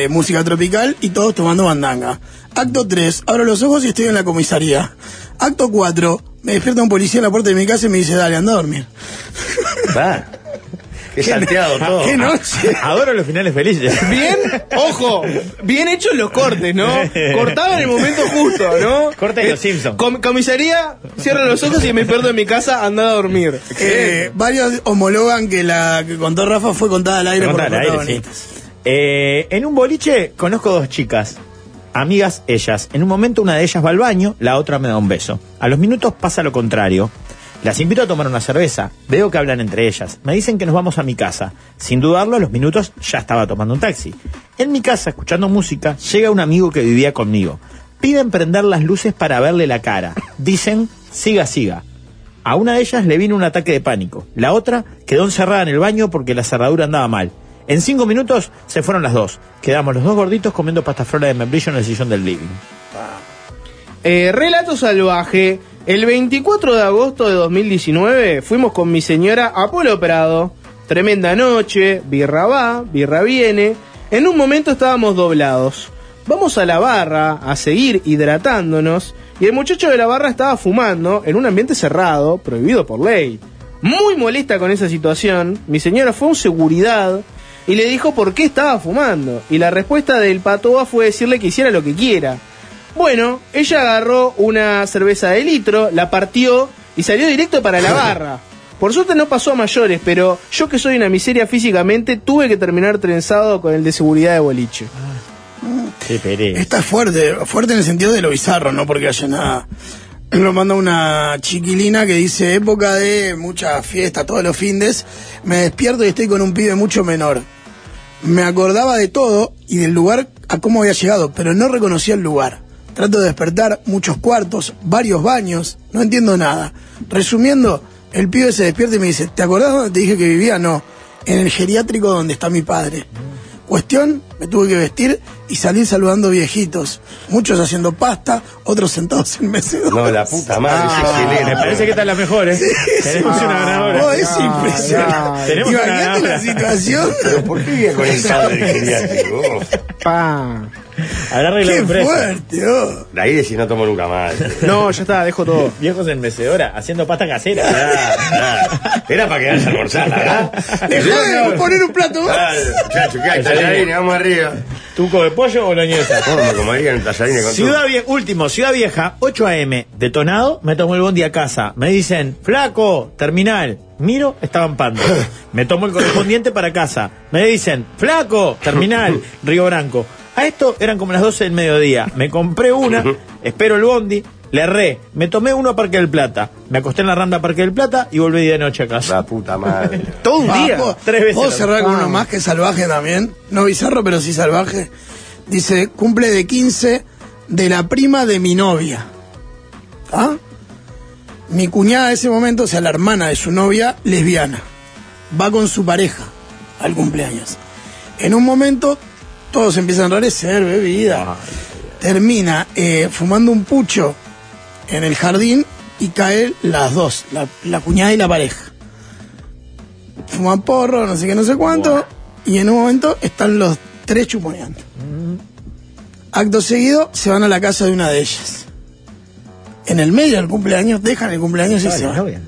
[SPEAKER 2] de música tropical y todos tomando bandanga. Acto 3, abro los ojos y estoy en la comisaría. Acto 4, me despierta un policía en la puerta de mi casa y me dice, dale, anda a dormir.
[SPEAKER 1] Va. Qué salteado todo.
[SPEAKER 2] ¿Qué noche?
[SPEAKER 3] Adoro los finales felices.
[SPEAKER 4] Bien, ojo, bien hechos los cortes, ¿no? Cortaban el momento justo, ¿no? Eh,
[SPEAKER 3] Corte de los Simpsons.
[SPEAKER 4] Com- comisaría, cierro los ojos y me pierdo en mi casa, andá a dormir.
[SPEAKER 2] Eh, varios homologan que la que contó Rafa fue contada al aire por los
[SPEAKER 3] Pregunta al aire,
[SPEAKER 2] protagonistas.
[SPEAKER 3] sí. Eh, en un boliche conozco dos chicas, amigas ellas. En un momento una de ellas va al baño, la otra me da un beso. A los minutos pasa lo contrario. Las invito a tomar una cerveza. Veo que hablan entre ellas. Me dicen que nos vamos a mi casa. Sin dudarlo, a los minutos ya estaba tomando un taxi. En mi casa, escuchando música, llega un amigo que vivía conmigo. Piden prender las luces para verle la cara. Dicen, siga, siga. A una de ellas le vino un ataque de pánico. La otra quedó encerrada en el baño porque la cerradura andaba mal. En cinco minutos se fueron las dos. Quedamos los dos gorditos comiendo pasta flora de membrillo en el sillón del living.
[SPEAKER 4] Eh, Relato salvaje. El 24 de agosto de 2019 fuimos con mi señora a Polo Prado. Tremenda noche, birra va, birra viene. En un momento estábamos doblados. Vamos a la barra a seguir hidratándonos y el muchacho de la barra estaba fumando en un ambiente cerrado, prohibido por ley. Muy molesta con esa situación, mi señora fue a un seguridad y le dijo por qué estaba fumando. Y la respuesta del patoa fue decirle que hiciera lo que quiera. Bueno, ella agarró una cerveza de litro, la partió y salió directo para la barra. Por suerte no pasó a mayores, pero yo que soy una miseria físicamente tuve que terminar trenzado con el de seguridad de boliche.
[SPEAKER 3] Qué pereza.
[SPEAKER 2] Está fuerte, fuerte en el sentido de lo bizarro, no porque haya nada. Lo manda una chiquilina que dice, época de muchas fiestas, todos los findes, me despierto y estoy con un pibe mucho menor. Me acordaba de todo y del lugar a cómo había llegado, pero no reconocía el lugar. Trato de despertar, muchos cuartos, varios baños, no entiendo nada. Resumiendo, el pibe se despierta y me dice, ¿te acordás donde te dije que vivía? No, en el geriátrico donde está mi padre. Cuestión, me tuve que vestir y salir saludando viejitos. Muchos haciendo pasta, otros sentados en mecedoras.
[SPEAKER 1] No, la puta madre, es excelente.
[SPEAKER 3] me Ah, parece que esta es la mejor, ¿eh? Tenemos una ganadora. Ah,
[SPEAKER 2] Oh, es impresionante.
[SPEAKER 3] Tenemos una
[SPEAKER 2] Imagínate
[SPEAKER 3] ganadora.
[SPEAKER 2] la situación.
[SPEAKER 1] Pero ¿por qué vivía con el padre del geriátrico? Vos,
[SPEAKER 4] Pa.
[SPEAKER 3] Agarra y la
[SPEAKER 2] Qué
[SPEAKER 3] empresa.
[SPEAKER 2] fuerte, oh.
[SPEAKER 1] De ahí decís, no tomo nunca más.
[SPEAKER 4] No, ya está, dejo todo.
[SPEAKER 3] Viejos en mecedora, haciendo pasta casera.
[SPEAKER 1] Claro, claro. Era para quedarse a almorzar, la verdad.
[SPEAKER 2] Dejá de poner un plato más.
[SPEAKER 1] Claro, muchacho, ¿qué hay? Tallarines, vamos arriba.
[SPEAKER 3] ¿Tuco de pollo o boloñesa?
[SPEAKER 1] Forma, como dirían, tallarines con
[SPEAKER 3] Ciudad Vieja, último, Ciudad Vieja, 8 AM, detonado, me tomo el bondi a casa. Me dicen, flaco, terminal. Miro, estaban pando. Me tomo el correspondiente para casa. Me dicen, flaco, terminal, Río Branco. A esto eran como las 12 del mediodía. Me compré una, espero el bondi, le erré. Me tomé uno a Parque del Plata. Me acosté en la rambla Parque del Plata y volví de noche a
[SPEAKER 1] todo. La
[SPEAKER 3] casa.
[SPEAKER 1] puta madre.
[SPEAKER 4] Todo un día.
[SPEAKER 2] Ah, ¿puedo-
[SPEAKER 3] tres veces
[SPEAKER 2] ¿Puedo
[SPEAKER 3] la-
[SPEAKER 2] cerrar con
[SPEAKER 4] Ah.
[SPEAKER 2] uno más que es salvaje también? No bizarro, pero sí salvaje. Dice, cumple de 15 de la prima de mi novia. ¿Ah? Mi cuñada de ese momento, o sea, la hermana de su novia, lesbiana. Va con su pareja al cumpleaños. En un momento, todos empiezan a enrarecer, bebida. Termina eh, fumando un pucho en el jardín y caen las dos, la, la cuñada y la pareja fuman porro, no sé qué, no sé cuánto. Y en un momento están los tres chuponeando. Acto seguido se van a la casa de una de ellas. En el medio del cumpleaños, dejan el cumpleaños y se van.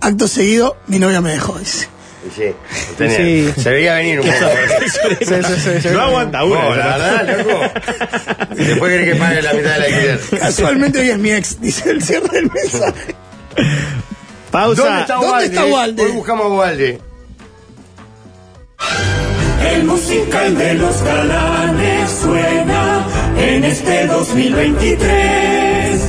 [SPEAKER 2] Acto seguido, mi novia me dejó, dice.
[SPEAKER 1] Y Sí, tenía-
[SPEAKER 4] Sí.
[SPEAKER 1] Se veía venir un poco.
[SPEAKER 4] Sí, sí, sí, sí.
[SPEAKER 3] No aguanta
[SPEAKER 1] No,
[SPEAKER 3] uno.
[SPEAKER 1] la verdad, loco. Y después querés que pague la mitad del alquiler.
[SPEAKER 2] Casualmente hoy es mi ex, dice el cierre del mensaje.
[SPEAKER 3] Pausa.
[SPEAKER 1] ¿Dónde está
[SPEAKER 2] ¿dónde
[SPEAKER 1] Walde?
[SPEAKER 2] está Walde?
[SPEAKER 1] Hoy buscamos a Walde.
[SPEAKER 7] El musical de los galanes suena en en este 2023.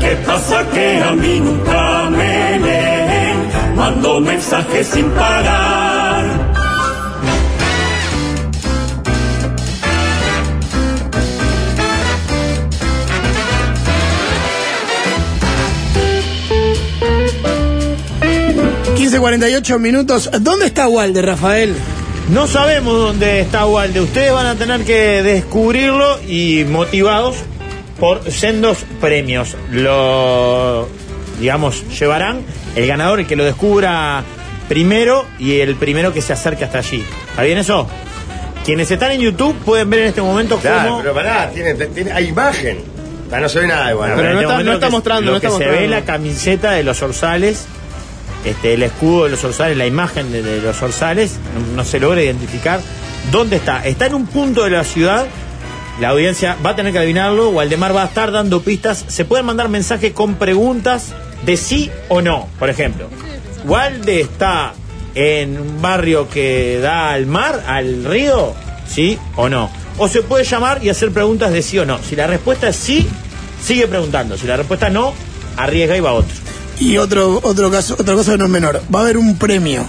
[SPEAKER 7] ¿Qué pasa que a mí nunca me leen? Mando mensajes sin parar.
[SPEAKER 2] Bueno, 15.48 minutos. ¿Dónde está Walde, Rafael?
[SPEAKER 3] No sabemos dónde está Walde. Ustedes van a tener que descubrirlo y motivados por sendos premios. Lo, digamos, llevarán el ganador, el que lo descubra primero y el primero que se acerque hasta allí. ¿Está bien eso? Quienes están en YouTube pueden ver en este momento
[SPEAKER 1] Claro,
[SPEAKER 3] cómo...
[SPEAKER 1] pero pará, tiene, tiene- hay imagen. Ah, no se ve nada igual.
[SPEAKER 3] Pero
[SPEAKER 1] En
[SPEAKER 3] no
[SPEAKER 1] este
[SPEAKER 3] está,
[SPEAKER 1] momento
[SPEAKER 3] no
[SPEAKER 1] lo
[SPEAKER 3] está
[SPEAKER 1] que-
[SPEAKER 3] mostrando,
[SPEAKER 1] lo
[SPEAKER 3] no está
[SPEAKER 1] que se
[SPEAKER 3] mostrando.
[SPEAKER 1] ve
[SPEAKER 3] la camiseta de los orzales, este, el escudo de los orzales, la imagen de, de los orzales, no, no se logra identificar. ¿Dónde está? Está en un punto de la ciudad. La audiencia va a tener que adivinarlo. Waldemar va a estar dando pistas. Se pueden mandar mensajes con preguntas de sí o no, por ejemplo. Walde está en un barrio que da al mar, al río, ¿sí o no? O se puede llamar y hacer preguntas de sí o no. Si la respuesta es sí, sigue preguntando. Si la respuesta es no, arriesga y va otro.
[SPEAKER 2] Y otro, otro caso, otra cosa que no es menor. Va a haber un premio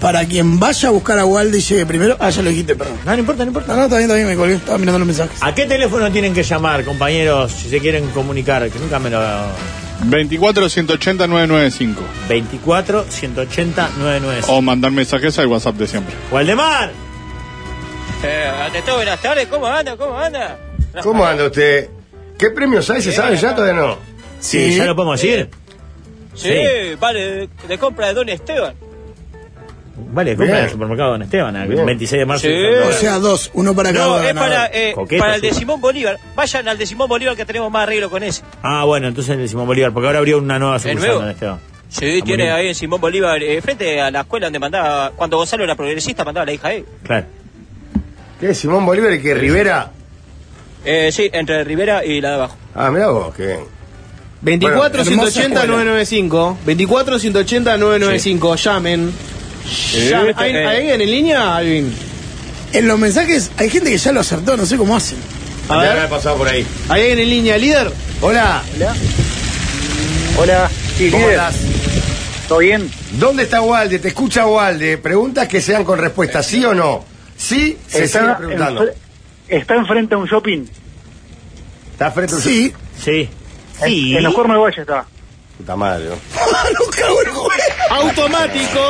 [SPEAKER 2] para quien vaya a buscar a Walde y llegue primero. Ah, ya lo dijiste, perdón.
[SPEAKER 3] No, no importa, no importa.
[SPEAKER 2] No, no, está bien, está bien, me colgué. Estaba mirando los mensajes.
[SPEAKER 3] ¿A qué teléfono tienen que llamar, compañeros, si se quieren comunicar? Que nunca me lo...
[SPEAKER 6] 24 180 995.
[SPEAKER 3] 24 180 995.
[SPEAKER 6] O mandar mensajes al WhatsApp de siempre.
[SPEAKER 3] ¡Waldemar!
[SPEAKER 12] Eh, ante todo, buenas tardes, ¿cómo anda? ¿Cómo anda?
[SPEAKER 1] ¿Cómo anda usted? ¿Qué premios hay? ¿Se sabe ya todavía no?
[SPEAKER 3] Sí, ya lo podemos decir.
[SPEAKER 12] Sí, vale, de, de compra de Don Esteban.
[SPEAKER 3] Vale, compra en el supermercado Don Esteban, el 26 de marzo.
[SPEAKER 12] Sí.
[SPEAKER 2] O sea, dos, uno para cada
[SPEAKER 12] No,
[SPEAKER 2] uno.
[SPEAKER 12] es para, eh,
[SPEAKER 3] Coqueto,
[SPEAKER 12] para el de
[SPEAKER 3] sí.
[SPEAKER 12] Simón Bolívar. Vayan al de Simón Bolívar que tenemos más arreglo con ese.
[SPEAKER 3] Ah, bueno, entonces le decimos Bolívar, porque ahora abrió una nueva sucursal
[SPEAKER 12] nuevo?
[SPEAKER 3] Don Esteban.
[SPEAKER 12] Sí, tiene ahí en Simón Bolívar, eh, frente a la escuela donde mandaba, cuando Gonzalo era progresista, mandaba a la hija ahí.
[SPEAKER 3] Claro.
[SPEAKER 1] ¿Qué? ¿Simón Bolívar y que Rivera?
[SPEAKER 12] Eh, sí, entre Rivera y la de abajo.
[SPEAKER 1] Ah, mirá vos, qué bien.
[SPEAKER 4] 24
[SPEAKER 1] Bueno, hermosa
[SPEAKER 4] 180
[SPEAKER 1] escuela.
[SPEAKER 4] 995 24 180 995 llamen. Llamen.
[SPEAKER 1] este,
[SPEAKER 4] ¿Hay,
[SPEAKER 12] eh.
[SPEAKER 4] hay alguien en línea? Alguien.
[SPEAKER 2] En los mensajes hay gente que ya lo acertó, no sé cómo hacen.
[SPEAKER 4] A
[SPEAKER 1] Ya
[SPEAKER 4] ver.
[SPEAKER 1] habrá pasado por ahí.
[SPEAKER 4] ¿Hay alguien en línea, líder?
[SPEAKER 1] Hola,
[SPEAKER 13] Hola,
[SPEAKER 1] ¿cómo
[SPEAKER 13] líder.
[SPEAKER 1] estás?
[SPEAKER 13] ¿todo bien?
[SPEAKER 1] ¿Dónde está Walde? Te escucha Walde. Preguntas que sean con respuesta, ¿sí o no? Sí, se sigue preguntando.
[SPEAKER 13] enfre- está enfrente a un shopping.
[SPEAKER 1] ¿Está frente a un-
[SPEAKER 2] Sí.
[SPEAKER 3] Sí.
[SPEAKER 13] En, en los cuernos de Valle está.
[SPEAKER 1] Puta madre, Ah, ¿no?
[SPEAKER 2] no cago en el juego.
[SPEAKER 4] Automático.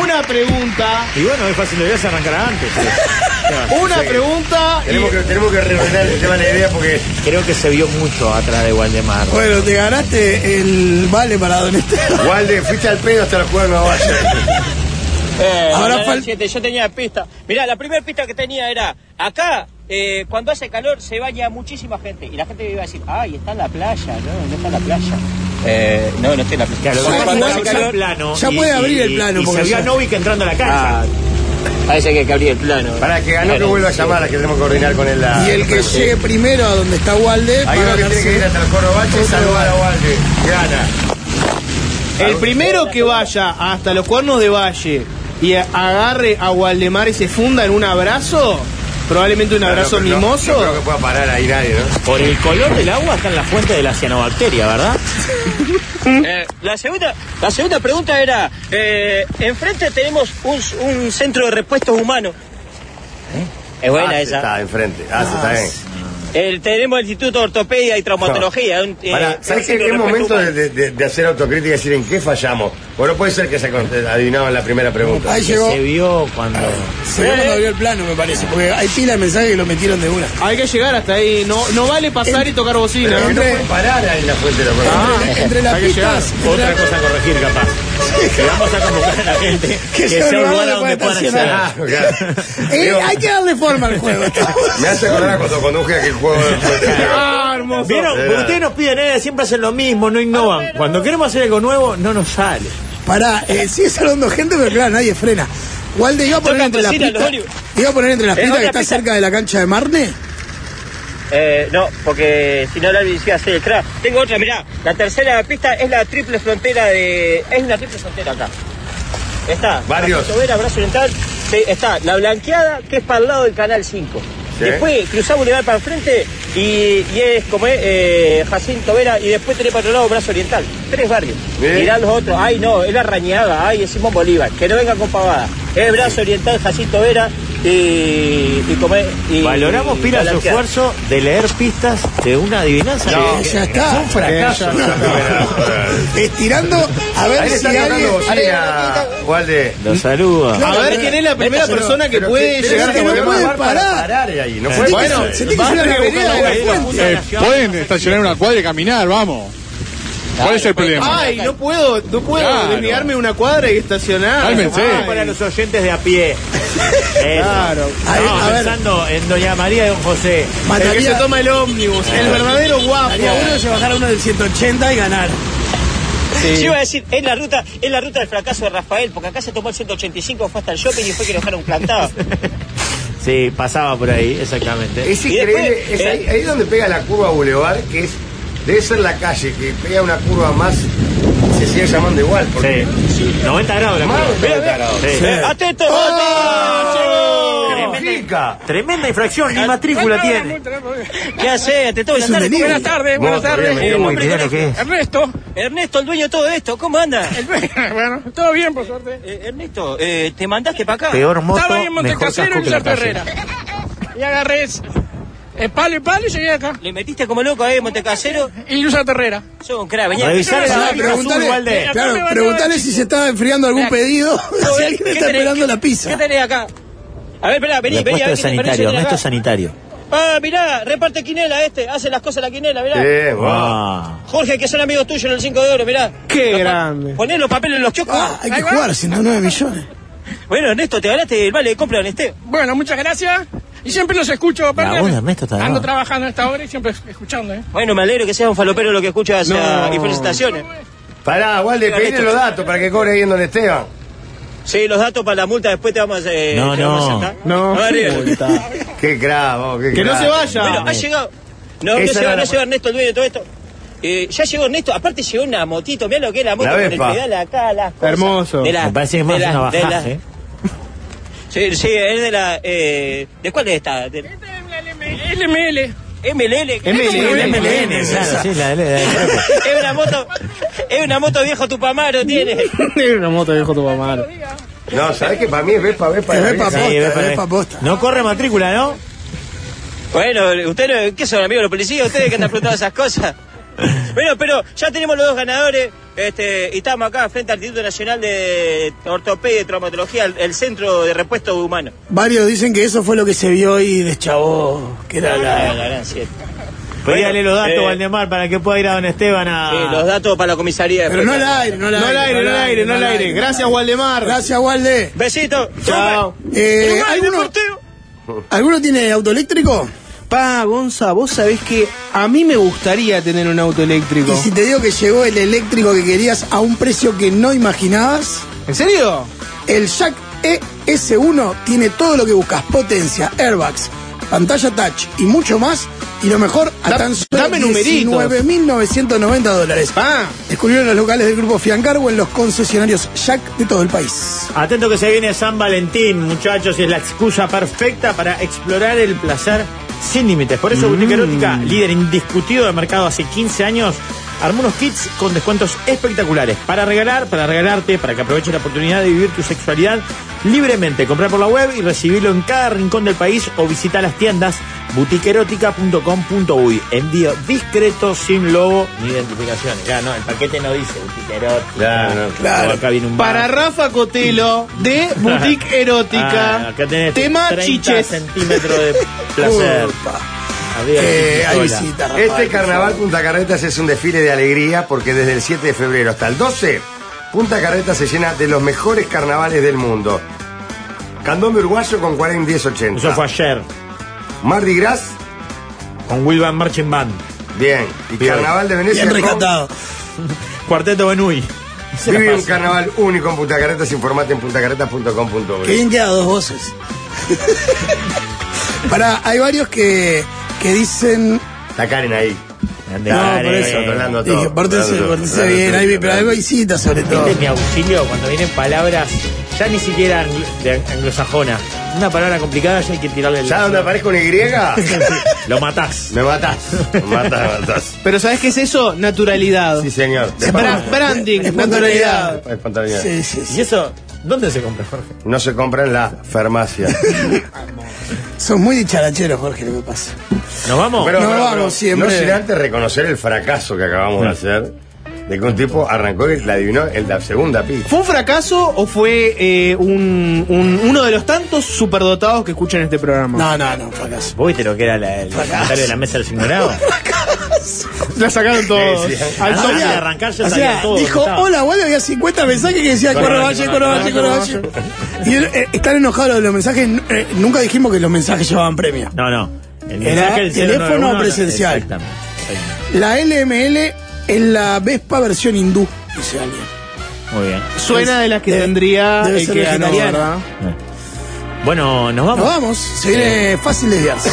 [SPEAKER 4] Una pregunta.
[SPEAKER 3] Y bueno, es fácil, deberías arrancar antes.
[SPEAKER 4] Una pregunta. y-
[SPEAKER 1] Tenemos que, tenemos que reordenar el tema de la idea porque
[SPEAKER 3] Creo que se vio mucho atrás de Waldemar.
[SPEAKER 2] Bueno, te ganaste el vale para Don Esteban.
[SPEAKER 1] Walde, fuiste al pedo hasta los cuernos de Valle.
[SPEAKER 12] Eh,
[SPEAKER 2] Ahora
[SPEAKER 12] la
[SPEAKER 2] fal-
[SPEAKER 12] siete, yo tenía pista. Mirá, la primera pista que tenía era, acá, eh, cuando hace calor se baña muchísima gente. Y la gente me iba a decir, ay, está en la playa. No, no está en la playa. Eh, no, no está en la playa.
[SPEAKER 3] Claro,
[SPEAKER 2] Ya-
[SPEAKER 12] cuando
[SPEAKER 2] ya-
[SPEAKER 12] hace
[SPEAKER 2] ya-
[SPEAKER 12] calor,
[SPEAKER 3] plano.
[SPEAKER 2] ya puede abrir el plano,
[SPEAKER 3] Y,
[SPEAKER 2] porque
[SPEAKER 3] se vio
[SPEAKER 2] ya-
[SPEAKER 3] a Novik entrando a la cancha.
[SPEAKER 12] Ah, parece que hay que abrir el plano.
[SPEAKER 1] Para que ganó que vuelva a llamar, a que tenemos que coordinar con él la.
[SPEAKER 2] Y el que llegue primero a donde está Walde.
[SPEAKER 1] Hay
[SPEAKER 2] va a
[SPEAKER 1] uno que tiene
[SPEAKER 2] ganarse-
[SPEAKER 1] que ir hasta los cuernos de Valle y salvar a Walde. Gana.
[SPEAKER 4] El primero que vaya hasta los cuernos de Valle y a- agarre a Waldemar y se funda en un abrazo, probablemente un abrazo
[SPEAKER 1] No, no, no,
[SPEAKER 4] mimoso.
[SPEAKER 1] No, creo que pueda parar ahí nadie, ¿no?
[SPEAKER 3] Por el color del agua están las fuentes de la cianobacteria, ¿verdad?
[SPEAKER 12] Eh, la segunda la segunda pregunta era eh, enfrente tenemos un, un centro de repuestos humanos es buena
[SPEAKER 1] Ah, se
[SPEAKER 12] esa
[SPEAKER 1] Está enfrente. Ah, se está bien.
[SPEAKER 12] El- tenemos el instituto de ortopedia y traumatología un, eh,
[SPEAKER 1] Pará,
[SPEAKER 12] un
[SPEAKER 1] ¿Sabes
[SPEAKER 12] centro
[SPEAKER 1] qué?
[SPEAKER 12] de repuestos
[SPEAKER 1] Es momento de,
[SPEAKER 12] humanos.
[SPEAKER 1] de- de hacer autocrítica y decir en qué fallamos. Bueno, puede ser que se con- adivinaban la primera pregunta. Eh,
[SPEAKER 2] Ahí
[SPEAKER 3] Que
[SPEAKER 2] llegó.
[SPEAKER 3] se vio cuando.
[SPEAKER 2] Se vio cuando abrió el plano, me parece. Porque hay pila de mensajes que lo metieron de una.
[SPEAKER 4] Hay que llegar hasta ahí. No, no vale pasar
[SPEAKER 2] En-
[SPEAKER 4] y tocar
[SPEAKER 1] Pero
[SPEAKER 4] bocina.
[SPEAKER 1] que no
[SPEAKER 2] entre-
[SPEAKER 1] puede parar ahí la fuente de la pregunta.
[SPEAKER 2] Entre- entre las
[SPEAKER 4] hay que
[SPEAKER 2] pistas.
[SPEAKER 3] Otra cosa a corregir, capaz. Que vamos a convocar a la gente
[SPEAKER 2] Que
[SPEAKER 3] que,
[SPEAKER 2] sea
[SPEAKER 3] sea
[SPEAKER 2] lugar
[SPEAKER 3] un lugar a
[SPEAKER 2] donde
[SPEAKER 3] donde
[SPEAKER 2] pueda
[SPEAKER 3] puedan
[SPEAKER 2] estacionar.
[SPEAKER 3] acceder.
[SPEAKER 1] Claro, Ah, claro.
[SPEAKER 2] Eh,
[SPEAKER 1] Digo,
[SPEAKER 2] hay que darle forma al juego.
[SPEAKER 1] Me hace acordar cuando conduje aquel juego de
[SPEAKER 4] Ah, hermoso.
[SPEAKER 3] ¿Vieron?
[SPEAKER 1] Sí,
[SPEAKER 3] Porque
[SPEAKER 1] claro.
[SPEAKER 3] Ustedes nos piden, eh, siempre hacen lo mismo, no innovan. Cuando queremos hacer algo nuevo, no nos sale.
[SPEAKER 2] Pará, eh, sigue saliendo gente, pero claro, nadie frena. Walde iba a poner
[SPEAKER 12] Toca
[SPEAKER 2] entre las
[SPEAKER 12] cocina,
[SPEAKER 2] pistas.
[SPEAKER 12] los Hollywood.
[SPEAKER 2] Iba a poner entre las
[SPEAKER 12] Eh,
[SPEAKER 2] pistas que
[SPEAKER 12] otra
[SPEAKER 2] está
[SPEAKER 12] pista.
[SPEAKER 2] cerca de la cancha de Marne.
[SPEAKER 12] Eh, no porque si no la decía hacer el tra tengo otra mirá la tercera pista es la triple frontera de es una triple frontera acá está
[SPEAKER 1] Barrios.
[SPEAKER 12] Brazo Vera, Brazo Oriental Sí, está la blanqueada que es para el lado del canal 5 Después cruzás Boulevard para enfrente y, y es como es eh, Jacinto Vera y después tenés para otro lado Brazo Oriental. Tres barrios.
[SPEAKER 1] Bien.
[SPEAKER 12] Mirá los otros. Ay, no, es la rañada. Ay, es Simón Bolívar. Que no venga con pavada. Es Brazo Oriental, Jacinto Vera y, y como es. y-
[SPEAKER 3] Valoramos,
[SPEAKER 12] y
[SPEAKER 3] Pira, su
[SPEAKER 12] Palanquear.
[SPEAKER 3] esfuerzo de leer pistas de una adivinanza.
[SPEAKER 2] No,
[SPEAKER 3] que-
[SPEAKER 2] ya está.
[SPEAKER 3] Fue un fracaso.
[SPEAKER 2] Ya Estirando a ver
[SPEAKER 1] Ahí le
[SPEAKER 2] si
[SPEAKER 1] están tocando
[SPEAKER 2] alguien.
[SPEAKER 1] bocina, Walde.
[SPEAKER 3] Lo saluda.
[SPEAKER 4] A ver quién es la primera persona que
[SPEAKER 1] Pero
[SPEAKER 4] puede
[SPEAKER 1] pero
[SPEAKER 4] llegar
[SPEAKER 1] que
[SPEAKER 4] a
[SPEAKER 1] no
[SPEAKER 4] volver
[SPEAKER 1] puede
[SPEAKER 4] a
[SPEAKER 1] parar.
[SPEAKER 4] parar.
[SPEAKER 1] Parar ahí, no
[SPEAKER 4] Eh,
[SPEAKER 1] puede
[SPEAKER 4] bueno,
[SPEAKER 1] parar.
[SPEAKER 4] sentí que es
[SPEAKER 1] Vas
[SPEAKER 4] una
[SPEAKER 1] a
[SPEAKER 4] reverenda
[SPEAKER 1] buscar la
[SPEAKER 4] de
[SPEAKER 1] vuelta.
[SPEAKER 4] fuente.
[SPEAKER 6] Eh, pueden estacionar en una cuadra y caminar, vamos. ¿Cuál es el problema?
[SPEAKER 4] Ay, no puedo, no puedo
[SPEAKER 6] Claro.
[SPEAKER 4] desligarme una cuadra y estacionar.
[SPEAKER 6] Cálmense.
[SPEAKER 4] Ay,
[SPEAKER 3] Para los oyentes de a pie. Eh,
[SPEAKER 4] Claro.
[SPEAKER 3] Estamos pensando en Doña María y Don José.
[SPEAKER 4] El que
[SPEAKER 2] Mataría-
[SPEAKER 4] se toma el ómnibus, el verdadero guapo.
[SPEAKER 2] Haría uno se bajar a uno del 180 y ganar.
[SPEAKER 12] Yo iba a decir, es la ruta, es la ruta del fracaso de Rafael, porque acá se tomó el 185, fue hasta el shopping y fue que lo dejaron plantado.
[SPEAKER 3] Sí, pasaba por ahí, exactamente.
[SPEAKER 1] Es
[SPEAKER 12] Y
[SPEAKER 1] increíble,
[SPEAKER 12] después, eh,
[SPEAKER 1] es ahí, ahí donde pega la curva Boulevard, que es, debe ser la calle que pega una curva más, se sigue llamando igual, porque
[SPEAKER 3] Sí. 90 grados la
[SPEAKER 1] más
[SPEAKER 3] curva.
[SPEAKER 1] de 90 grados.
[SPEAKER 3] Sí.
[SPEAKER 12] Eh, ¡Atento!
[SPEAKER 1] ¡Oh!
[SPEAKER 3] Tremenda-
[SPEAKER 1] Fica.
[SPEAKER 3] Tremenda infracción, ni matrícula tiene.
[SPEAKER 12] ¿Qué hace? Atento, buenas
[SPEAKER 2] Es un
[SPEAKER 12] tardes.
[SPEAKER 2] delirio.
[SPEAKER 12] Buenas tardes,
[SPEAKER 1] Vos,
[SPEAKER 12] buenas
[SPEAKER 1] todavía
[SPEAKER 12] tardes.
[SPEAKER 1] me queda
[SPEAKER 12] Eh,
[SPEAKER 1] muy
[SPEAKER 12] nombre y
[SPEAKER 3] claro
[SPEAKER 12] colegio.
[SPEAKER 3] que
[SPEAKER 12] Ernesto, Ernesto, el dueño de todo esto, ¿cómo anda?
[SPEAKER 13] bueno, todo bien, por suerte.
[SPEAKER 12] Eh, Ernesto, eh, ¿te mandaste para acá?
[SPEAKER 3] Peor moto,
[SPEAKER 13] Estaba ahí en
[SPEAKER 3] mejor
[SPEAKER 13] Montecasero
[SPEAKER 3] casco
[SPEAKER 13] y
[SPEAKER 3] que la
[SPEAKER 13] Sarto
[SPEAKER 3] calle.
[SPEAKER 13] Herrera. Y agarré ese.
[SPEAKER 12] Eh,
[SPEAKER 13] el palo y palo y llegué acá.
[SPEAKER 12] ¿Le metiste como loco ahí en Montecasero?
[SPEAKER 13] Y Lusa Terrera.
[SPEAKER 12] Sos un crack, venía.
[SPEAKER 3] Revisar
[SPEAKER 13] Ah,
[SPEAKER 3] esa
[SPEAKER 2] preguntale-
[SPEAKER 3] Walde.
[SPEAKER 2] Claro, preguntarle si se estaba enfriando algún pedido. Si alguien está esperando la
[SPEAKER 12] ¿Qué
[SPEAKER 2] pizza.
[SPEAKER 12] tenés acá? A ver, espera, vení,
[SPEAKER 3] Le he
[SPEAKER 12] vení. a
[SPEAKER 3] puesto
[SPEAKER 12] ver qué
[SPEAKER 3] de
[SPEAKER 12] te parece
[SPEAKER 3] sanitario,
[SPEAKER 12] tener
[SPEAKER 3] Ernesto
[SPEAKER 12] acá.
[SPEAKER 3] es sanitario.
[SPEAKER 12] Ah, mirá, reparte quinela este, hace las cosas la quinela, mirá.
[SPEAKER 1] Eh, vos.
[SPEAKER 3] Ah.
[SPEAKER 12] Jorge, que son amigos tuyos en el 5 de oro, mirá.
[SPEAKER 4] Qué
[SPEAKER 12] Los pa-
[SPEAKER 4] grande.
[SPEAKER 12] Poné los papeles en los kioscos.
[SPEAKER 2] Ah, hay que
[SPEAKER 12] Ahí va.
[SPEAKER 2] jugar, 109 millones.
[SPEAKER 12] Bueno, Ernesto, te ganaste el vale de compra de Honesteo.
[SPEAKER 13] Bueno, muchas gracias. Y siempre los escucho. aparte,
[SPEAKER 3] La voz de Ernesto está
[SPEAKER 13] Ando
[SPEAKER 3] grabada.
[SPEAKER 13] trabajando a esta hora y siempre escuchando, ¿eh?
[SPEAKER 12] Bueno, me alegro que seas un falopero lo que escuchas ah, y felicitaciones.
[SPEAKER 1] Pará, Walde, pedile los datos para que cobre ahí en donde Esteban.
[SPEAKER 12] Sí, los datos para la multa después te vamos a... eh,
[SPEAKER 3] No,
[SPEAKER 12] te
[SPEAKER 3] no.
[SPEAKER 12] vamos a sacar.
[SPEAKER 4] No.
[SPEAKER 12] A ver,
[SPEAKER 1] Qué grabo, qué
[SPEAKER 4] Que no
[SPEAKER 1] crack.
[SPEAKER 4] se vaya.
[SPEAKER 12] Bueno, ha llegado... No, no
[SPEAKER 1] Esa
[SPEAKER 12] se
[SPEAKER 1] era
[SPEAKER 12] va,
[SPEAKER 1] la-
[SPEAKER 12] no se va Ernesto el dueño de todo esto. Eh, ya llegó Ernesto, aparte llegó una motito, mirá lo que es la moto
[SPEAKER 1] La
[SPEAKER 12] con el
[SPEAKER 1] Vespa.
[SPEAKER 12] pedal acá, las cosas.
[SPEAKER 4] Hermoso.
[SPEAKER 12] De la-
[SPEAKER 3] Me parece que es
[SPEAKER 12] de
[SPEAKER 3] más
[SPEAKER 12] la-
[SPEAKER 3] una eh.
[SPEAKER 12] de la-
[SPEAKER 3] bajaje.
[SPEAKER 12] Sí, sí, es de la... Eh, ¿De cuál es esta? De-
[SPEAKER 13] LML.
[SPEAKER 12] MLL.
[SPEAKER 4] MLN,
[SPEAKER 3] MLN, claro, sí, la de- la de-
[SPEAKER 12] Es una moto, es una moto viejo Tupamaro tiene.
[SPEAKER 4] Tiene una moto viejo tu mamá.
[SPEAKER 1] No, ¿sabés que para mí es Vespa, Vespa,
[SPEAKER 2] Es
[SPEAKER 1] de
[SPEAKER 2] Vespa,
[SPEAKER 1] risa?
[SPEAKER 2] Posta,
[SPEAKER 3] Sí, ve para
[SPEAKER 2] ve
[SPEAKER 3] ahí.
[SPEAKER 12] eh.
[SPEAKER 2] pa' posta.
[SPEAKER 3] No corre matrícula, ¿no?
[SPEAKER 12] Bueno, ustedes no, ¿qué son amigos de los policías? Ustedes que andan preguntando esas cosas. Bueno, pero ya tenemos los dos ganadores, este, y estamos acá frente al Instituto Nacional de Ortopedia y Traumatología, el, el centro de repuesto humano.
[SPEAKER 2] Varios dicen que eso fue lo que se vio y deschavó. Que era
[SPEAKER 12] Ah, La
[SPEAKER 2] la.
[SPEAKER 12] gran siete.
[SPEAKER 3] Pedíale los datos,
[SPEAKER 12] eh,
[SPEAKER 3] Valdemar, para que pueda ir a Don Esteban a.
[SPEAKER 12] Sí, los datos para la comisaría.
[SPEAKER 2] Pero
[SPEAKER 12] después.
[SPEAKER 2] no al aire, no al
[SPEAKER 4] No
[SPEAKER 2] aire.
[SPEAKER 4] al aire, no al aire, no al aire. Gracias, Waldemar.
[SPEAKER 2] Gracias, Walde.
[SPEAKER 12] Besito.
[SPEAKER 4] Chao.
[SPEAKER 2] Eh,
[SPEAKER 12] Uruguay,
[SPEAKER 2] ¿alguno,
[SPEAKER 12] deporteo.
[SPEAKER 2] ¿Alguno tiene auto eléctrico?
[SPEAKER 4] Pa, Gonza, vos sabés que a mí me gustaría tener un auto eléctrico.
[SPEAKER 2] Y si te digo que llegó el eléctrico que querías a un precio que no imaginabas,
[SPEAKER 4] ¿En serio?
[SPEAKER 2] el Jack ES1 tiene todo lo que buscas: potencia, airbags, pantalla touch y mucho más. Y lo mejor, a
[SPEAKER 4] Da-
[SPEAKER 2] tan solo
[SPEAKER 4] dame numeritos. Ah.
[SPEAKER 2] 19.990 dólares.
[SPEAKER 4] Pa.
[SPEAKER 2] Descubrió en los locales del grupo Fiancar o en los concesionarios Jack de todo el país.
[SPEAKER 3] Atento que se viene San Valentín, muchachos, y es la excusa perfecta para explorar el placer sin límites. Por eso Boutique Erótica, líder indiscutido de mercado hace 15 años, armó unos kits con descuentos espectaculares para regalar, para regalarte, para que aproveches la oportunidad de vivir tu sexualidad libremente. Comprar por la web y recibirlo en cada rincón del país o visita las tiendas boutiqueerótica.com.uy. Envío discreto, sin logo ni identificaciones. Ya, no, el paquete no dice Boutique Erótica.
[SPEAKER 1] Claro,
[SPEAKER 2] claro.
[SPEAKER 3] O Oh, Acá viene un
[SPEAKER 4] Para
[SPEAKER 3] bar.
[SPEAKER 4] Rafa Cotelo de Boutique
[SPEAKER 3] Ah,
[SPEAKER 4] Erótica.
[SPEAKER 3] acá tenés
[SPEAKER 4] tema
[SPEAKER 3] 30
[SPEAKER 4] chiches.
[SPEAKER 3] centímetros de placer.
[SPEAKER 2] Upa.
[SPEAKER 3] Había
[SPEAKER 2] Eh, hay
[SPEAKER 3] pistola.
[SPEAKER 2] visita, Rafael,
[SPEAKER 1] Este
[SPEAKER 2] por
[SPEAKER 1] carnaval
[SPEAKER 2] favor.
[SPEAKER 1] Punta Carretas es un desfile de alegría porque desde el 7 de febrero hasta el 12, Punta Carretas se llena de los mejores carnavales del mundo. Candombe uruguayo con 40 1080.
[SPEAKER 3] Eso fue ayer.
[SPEAKER 1] Mardi Gras,
[SPEAKER 3] Con Wilvan Marching Band.
[SPEAKER 1] bien. Y
[SPEAKER 3] Bien.
[SPEAKER 1] Carnaval de Venecia.
[SPEAKER 2] Bien
[SPEAKER 1] con-
[SPEAKER 2] rescatado.
[SPEAKER 3] Cuarteto Benui.
[SPEAKER 1] Vive un carnaval único en Punta Carretas. Informate en puntacarretas.com.uy.
[SPEAKER 2] Qué bien queda dos voces. Pará, hay varios que, que dicen.
[SPEAKER 1] Está Karen ahí.
[SPEAKER 3] Grande,
[SPEAKER 2] No,
[SPEAKER 3] Karen.
[SPEAKER 2] por eso.
[SPEAKER 1] Controlando todo.
[SPEAKER 2] Dije, Eh, pórtense,
[SPEAKER 1] Controlando todo.
[SPEAKER 2] pórtense bien,
[SPEAKER 1] Controlando
[SPEAKER 2] hay-
[SPEAKER 1] todo.
[SPEAKER 2] pero hay visitas sobre todo.
[SPEAKER 3] Este es mi auxilio cuando vienen palabras ya ni siquiera anglo- de ang- anglosajonas. una palabra complicada ya hay que tirarle el.
[SPEAKER 1] ¿Sabes dónde aparezco una Y?
[SPEAKER 3] Lo matás.
[SPEAKER 1] Me matás. Me matás, me matás.
[SPEAKER 4] Pero ¿sabes qué es eso? Naturalidad.
[SPEAKER 1] Sí, señor.
[SPEAKER 4] Bra- branding, naturalidad.
[SPEAKER 1] Espontaneidad.
[SPEAKER 4] Sí, sí,
[SPEAKER 3] ¿Y eso dónde se compra, Jorge?
[SPEAKER 1] No se compra en la farmacia.
[SPEAKER 2] Son muy dicharacheros, Jorge, lo que pasa.
[SPEAKER 3] ¿Nos vamos?
[SPEAKER 1] Pero,
[SPEAKER 2] Nos
[SPEAKER 1] pero,
[SPEAKER 2] vamos
[SPEAKER 1] pero,
[SPEAKER 2] siempre.
[SPEAKER 1] No sin antes reconocer el fracaso que acabamos
[SPEAKER 3] Mm.
[SPEAKER 1] de hacer. De que un tipo arrancó y la adivinó en la segunda pista.
[SPEAKER 4] ¿Fue un fracaso o fue eh, un- un- uno de los tantos superdotados que escuchan este programa?
[SPEAKER 2] No, no, no, fracaso.
[SPEAKER 3] ¿Vos viste lo que era la- el comentario de la mesa del ignorados?
[SPEAKER 4] La sacaron todos.
[SPEAKER 3] Sí, sí.
[SPEAKER 4] Al
[SPEAKER 3] Antes
[SPEAKER 4] toque.
[SPEAKER 3] de arrancar ya
[SPEAKER 2] O
[SPEAKER 3] sabían
[SPEAKER 2] sea,
[SPEAKER 3] todo lo que
[SPEAKER 2] dijo,
[SPEAKER 3] estaba.
[SPEAKER 2] hola, bueno, había 50 mensajes que decía, corre valle, corre valle, corre valle. Y él, eh, están enojados de los mensajes, eh, nunca dijimos que los mensajes llevaban premio.
[SPEAKER 3] No, no. El
[SPEAKER 2] Era
[SPEAKER 3] mensaje del
[SPEAKER 2] teléfono
[SPEAKER 3] 091 no-
[SPEAKER 2] presencial.
[SPEAKER 3] Exactamente.
[SPEAKER 2] La LML es la Vespa versión hindú, dice alguien.
[SPEAKER 3] Muy bien.
[SPEAKER 4] Suena de las que
[SPEAKER 2] Debe-
[SPEAKER 4] tendría
[SPEAKER 2] debe
[SPEAKER 4] el
[SPEAKER 2] ser
[SPEAKER 4] que ganó,
[SPEAKER 2] vegetariana.
[SPEAKER 4] ¿verdad?
[SPEAKER 3] Bueno, nos
[SPEAKER 2] Nos Eh.
[SPEAKER 3] vamos.
[SPEAKER 2] vamos, se viene fácil desviarse.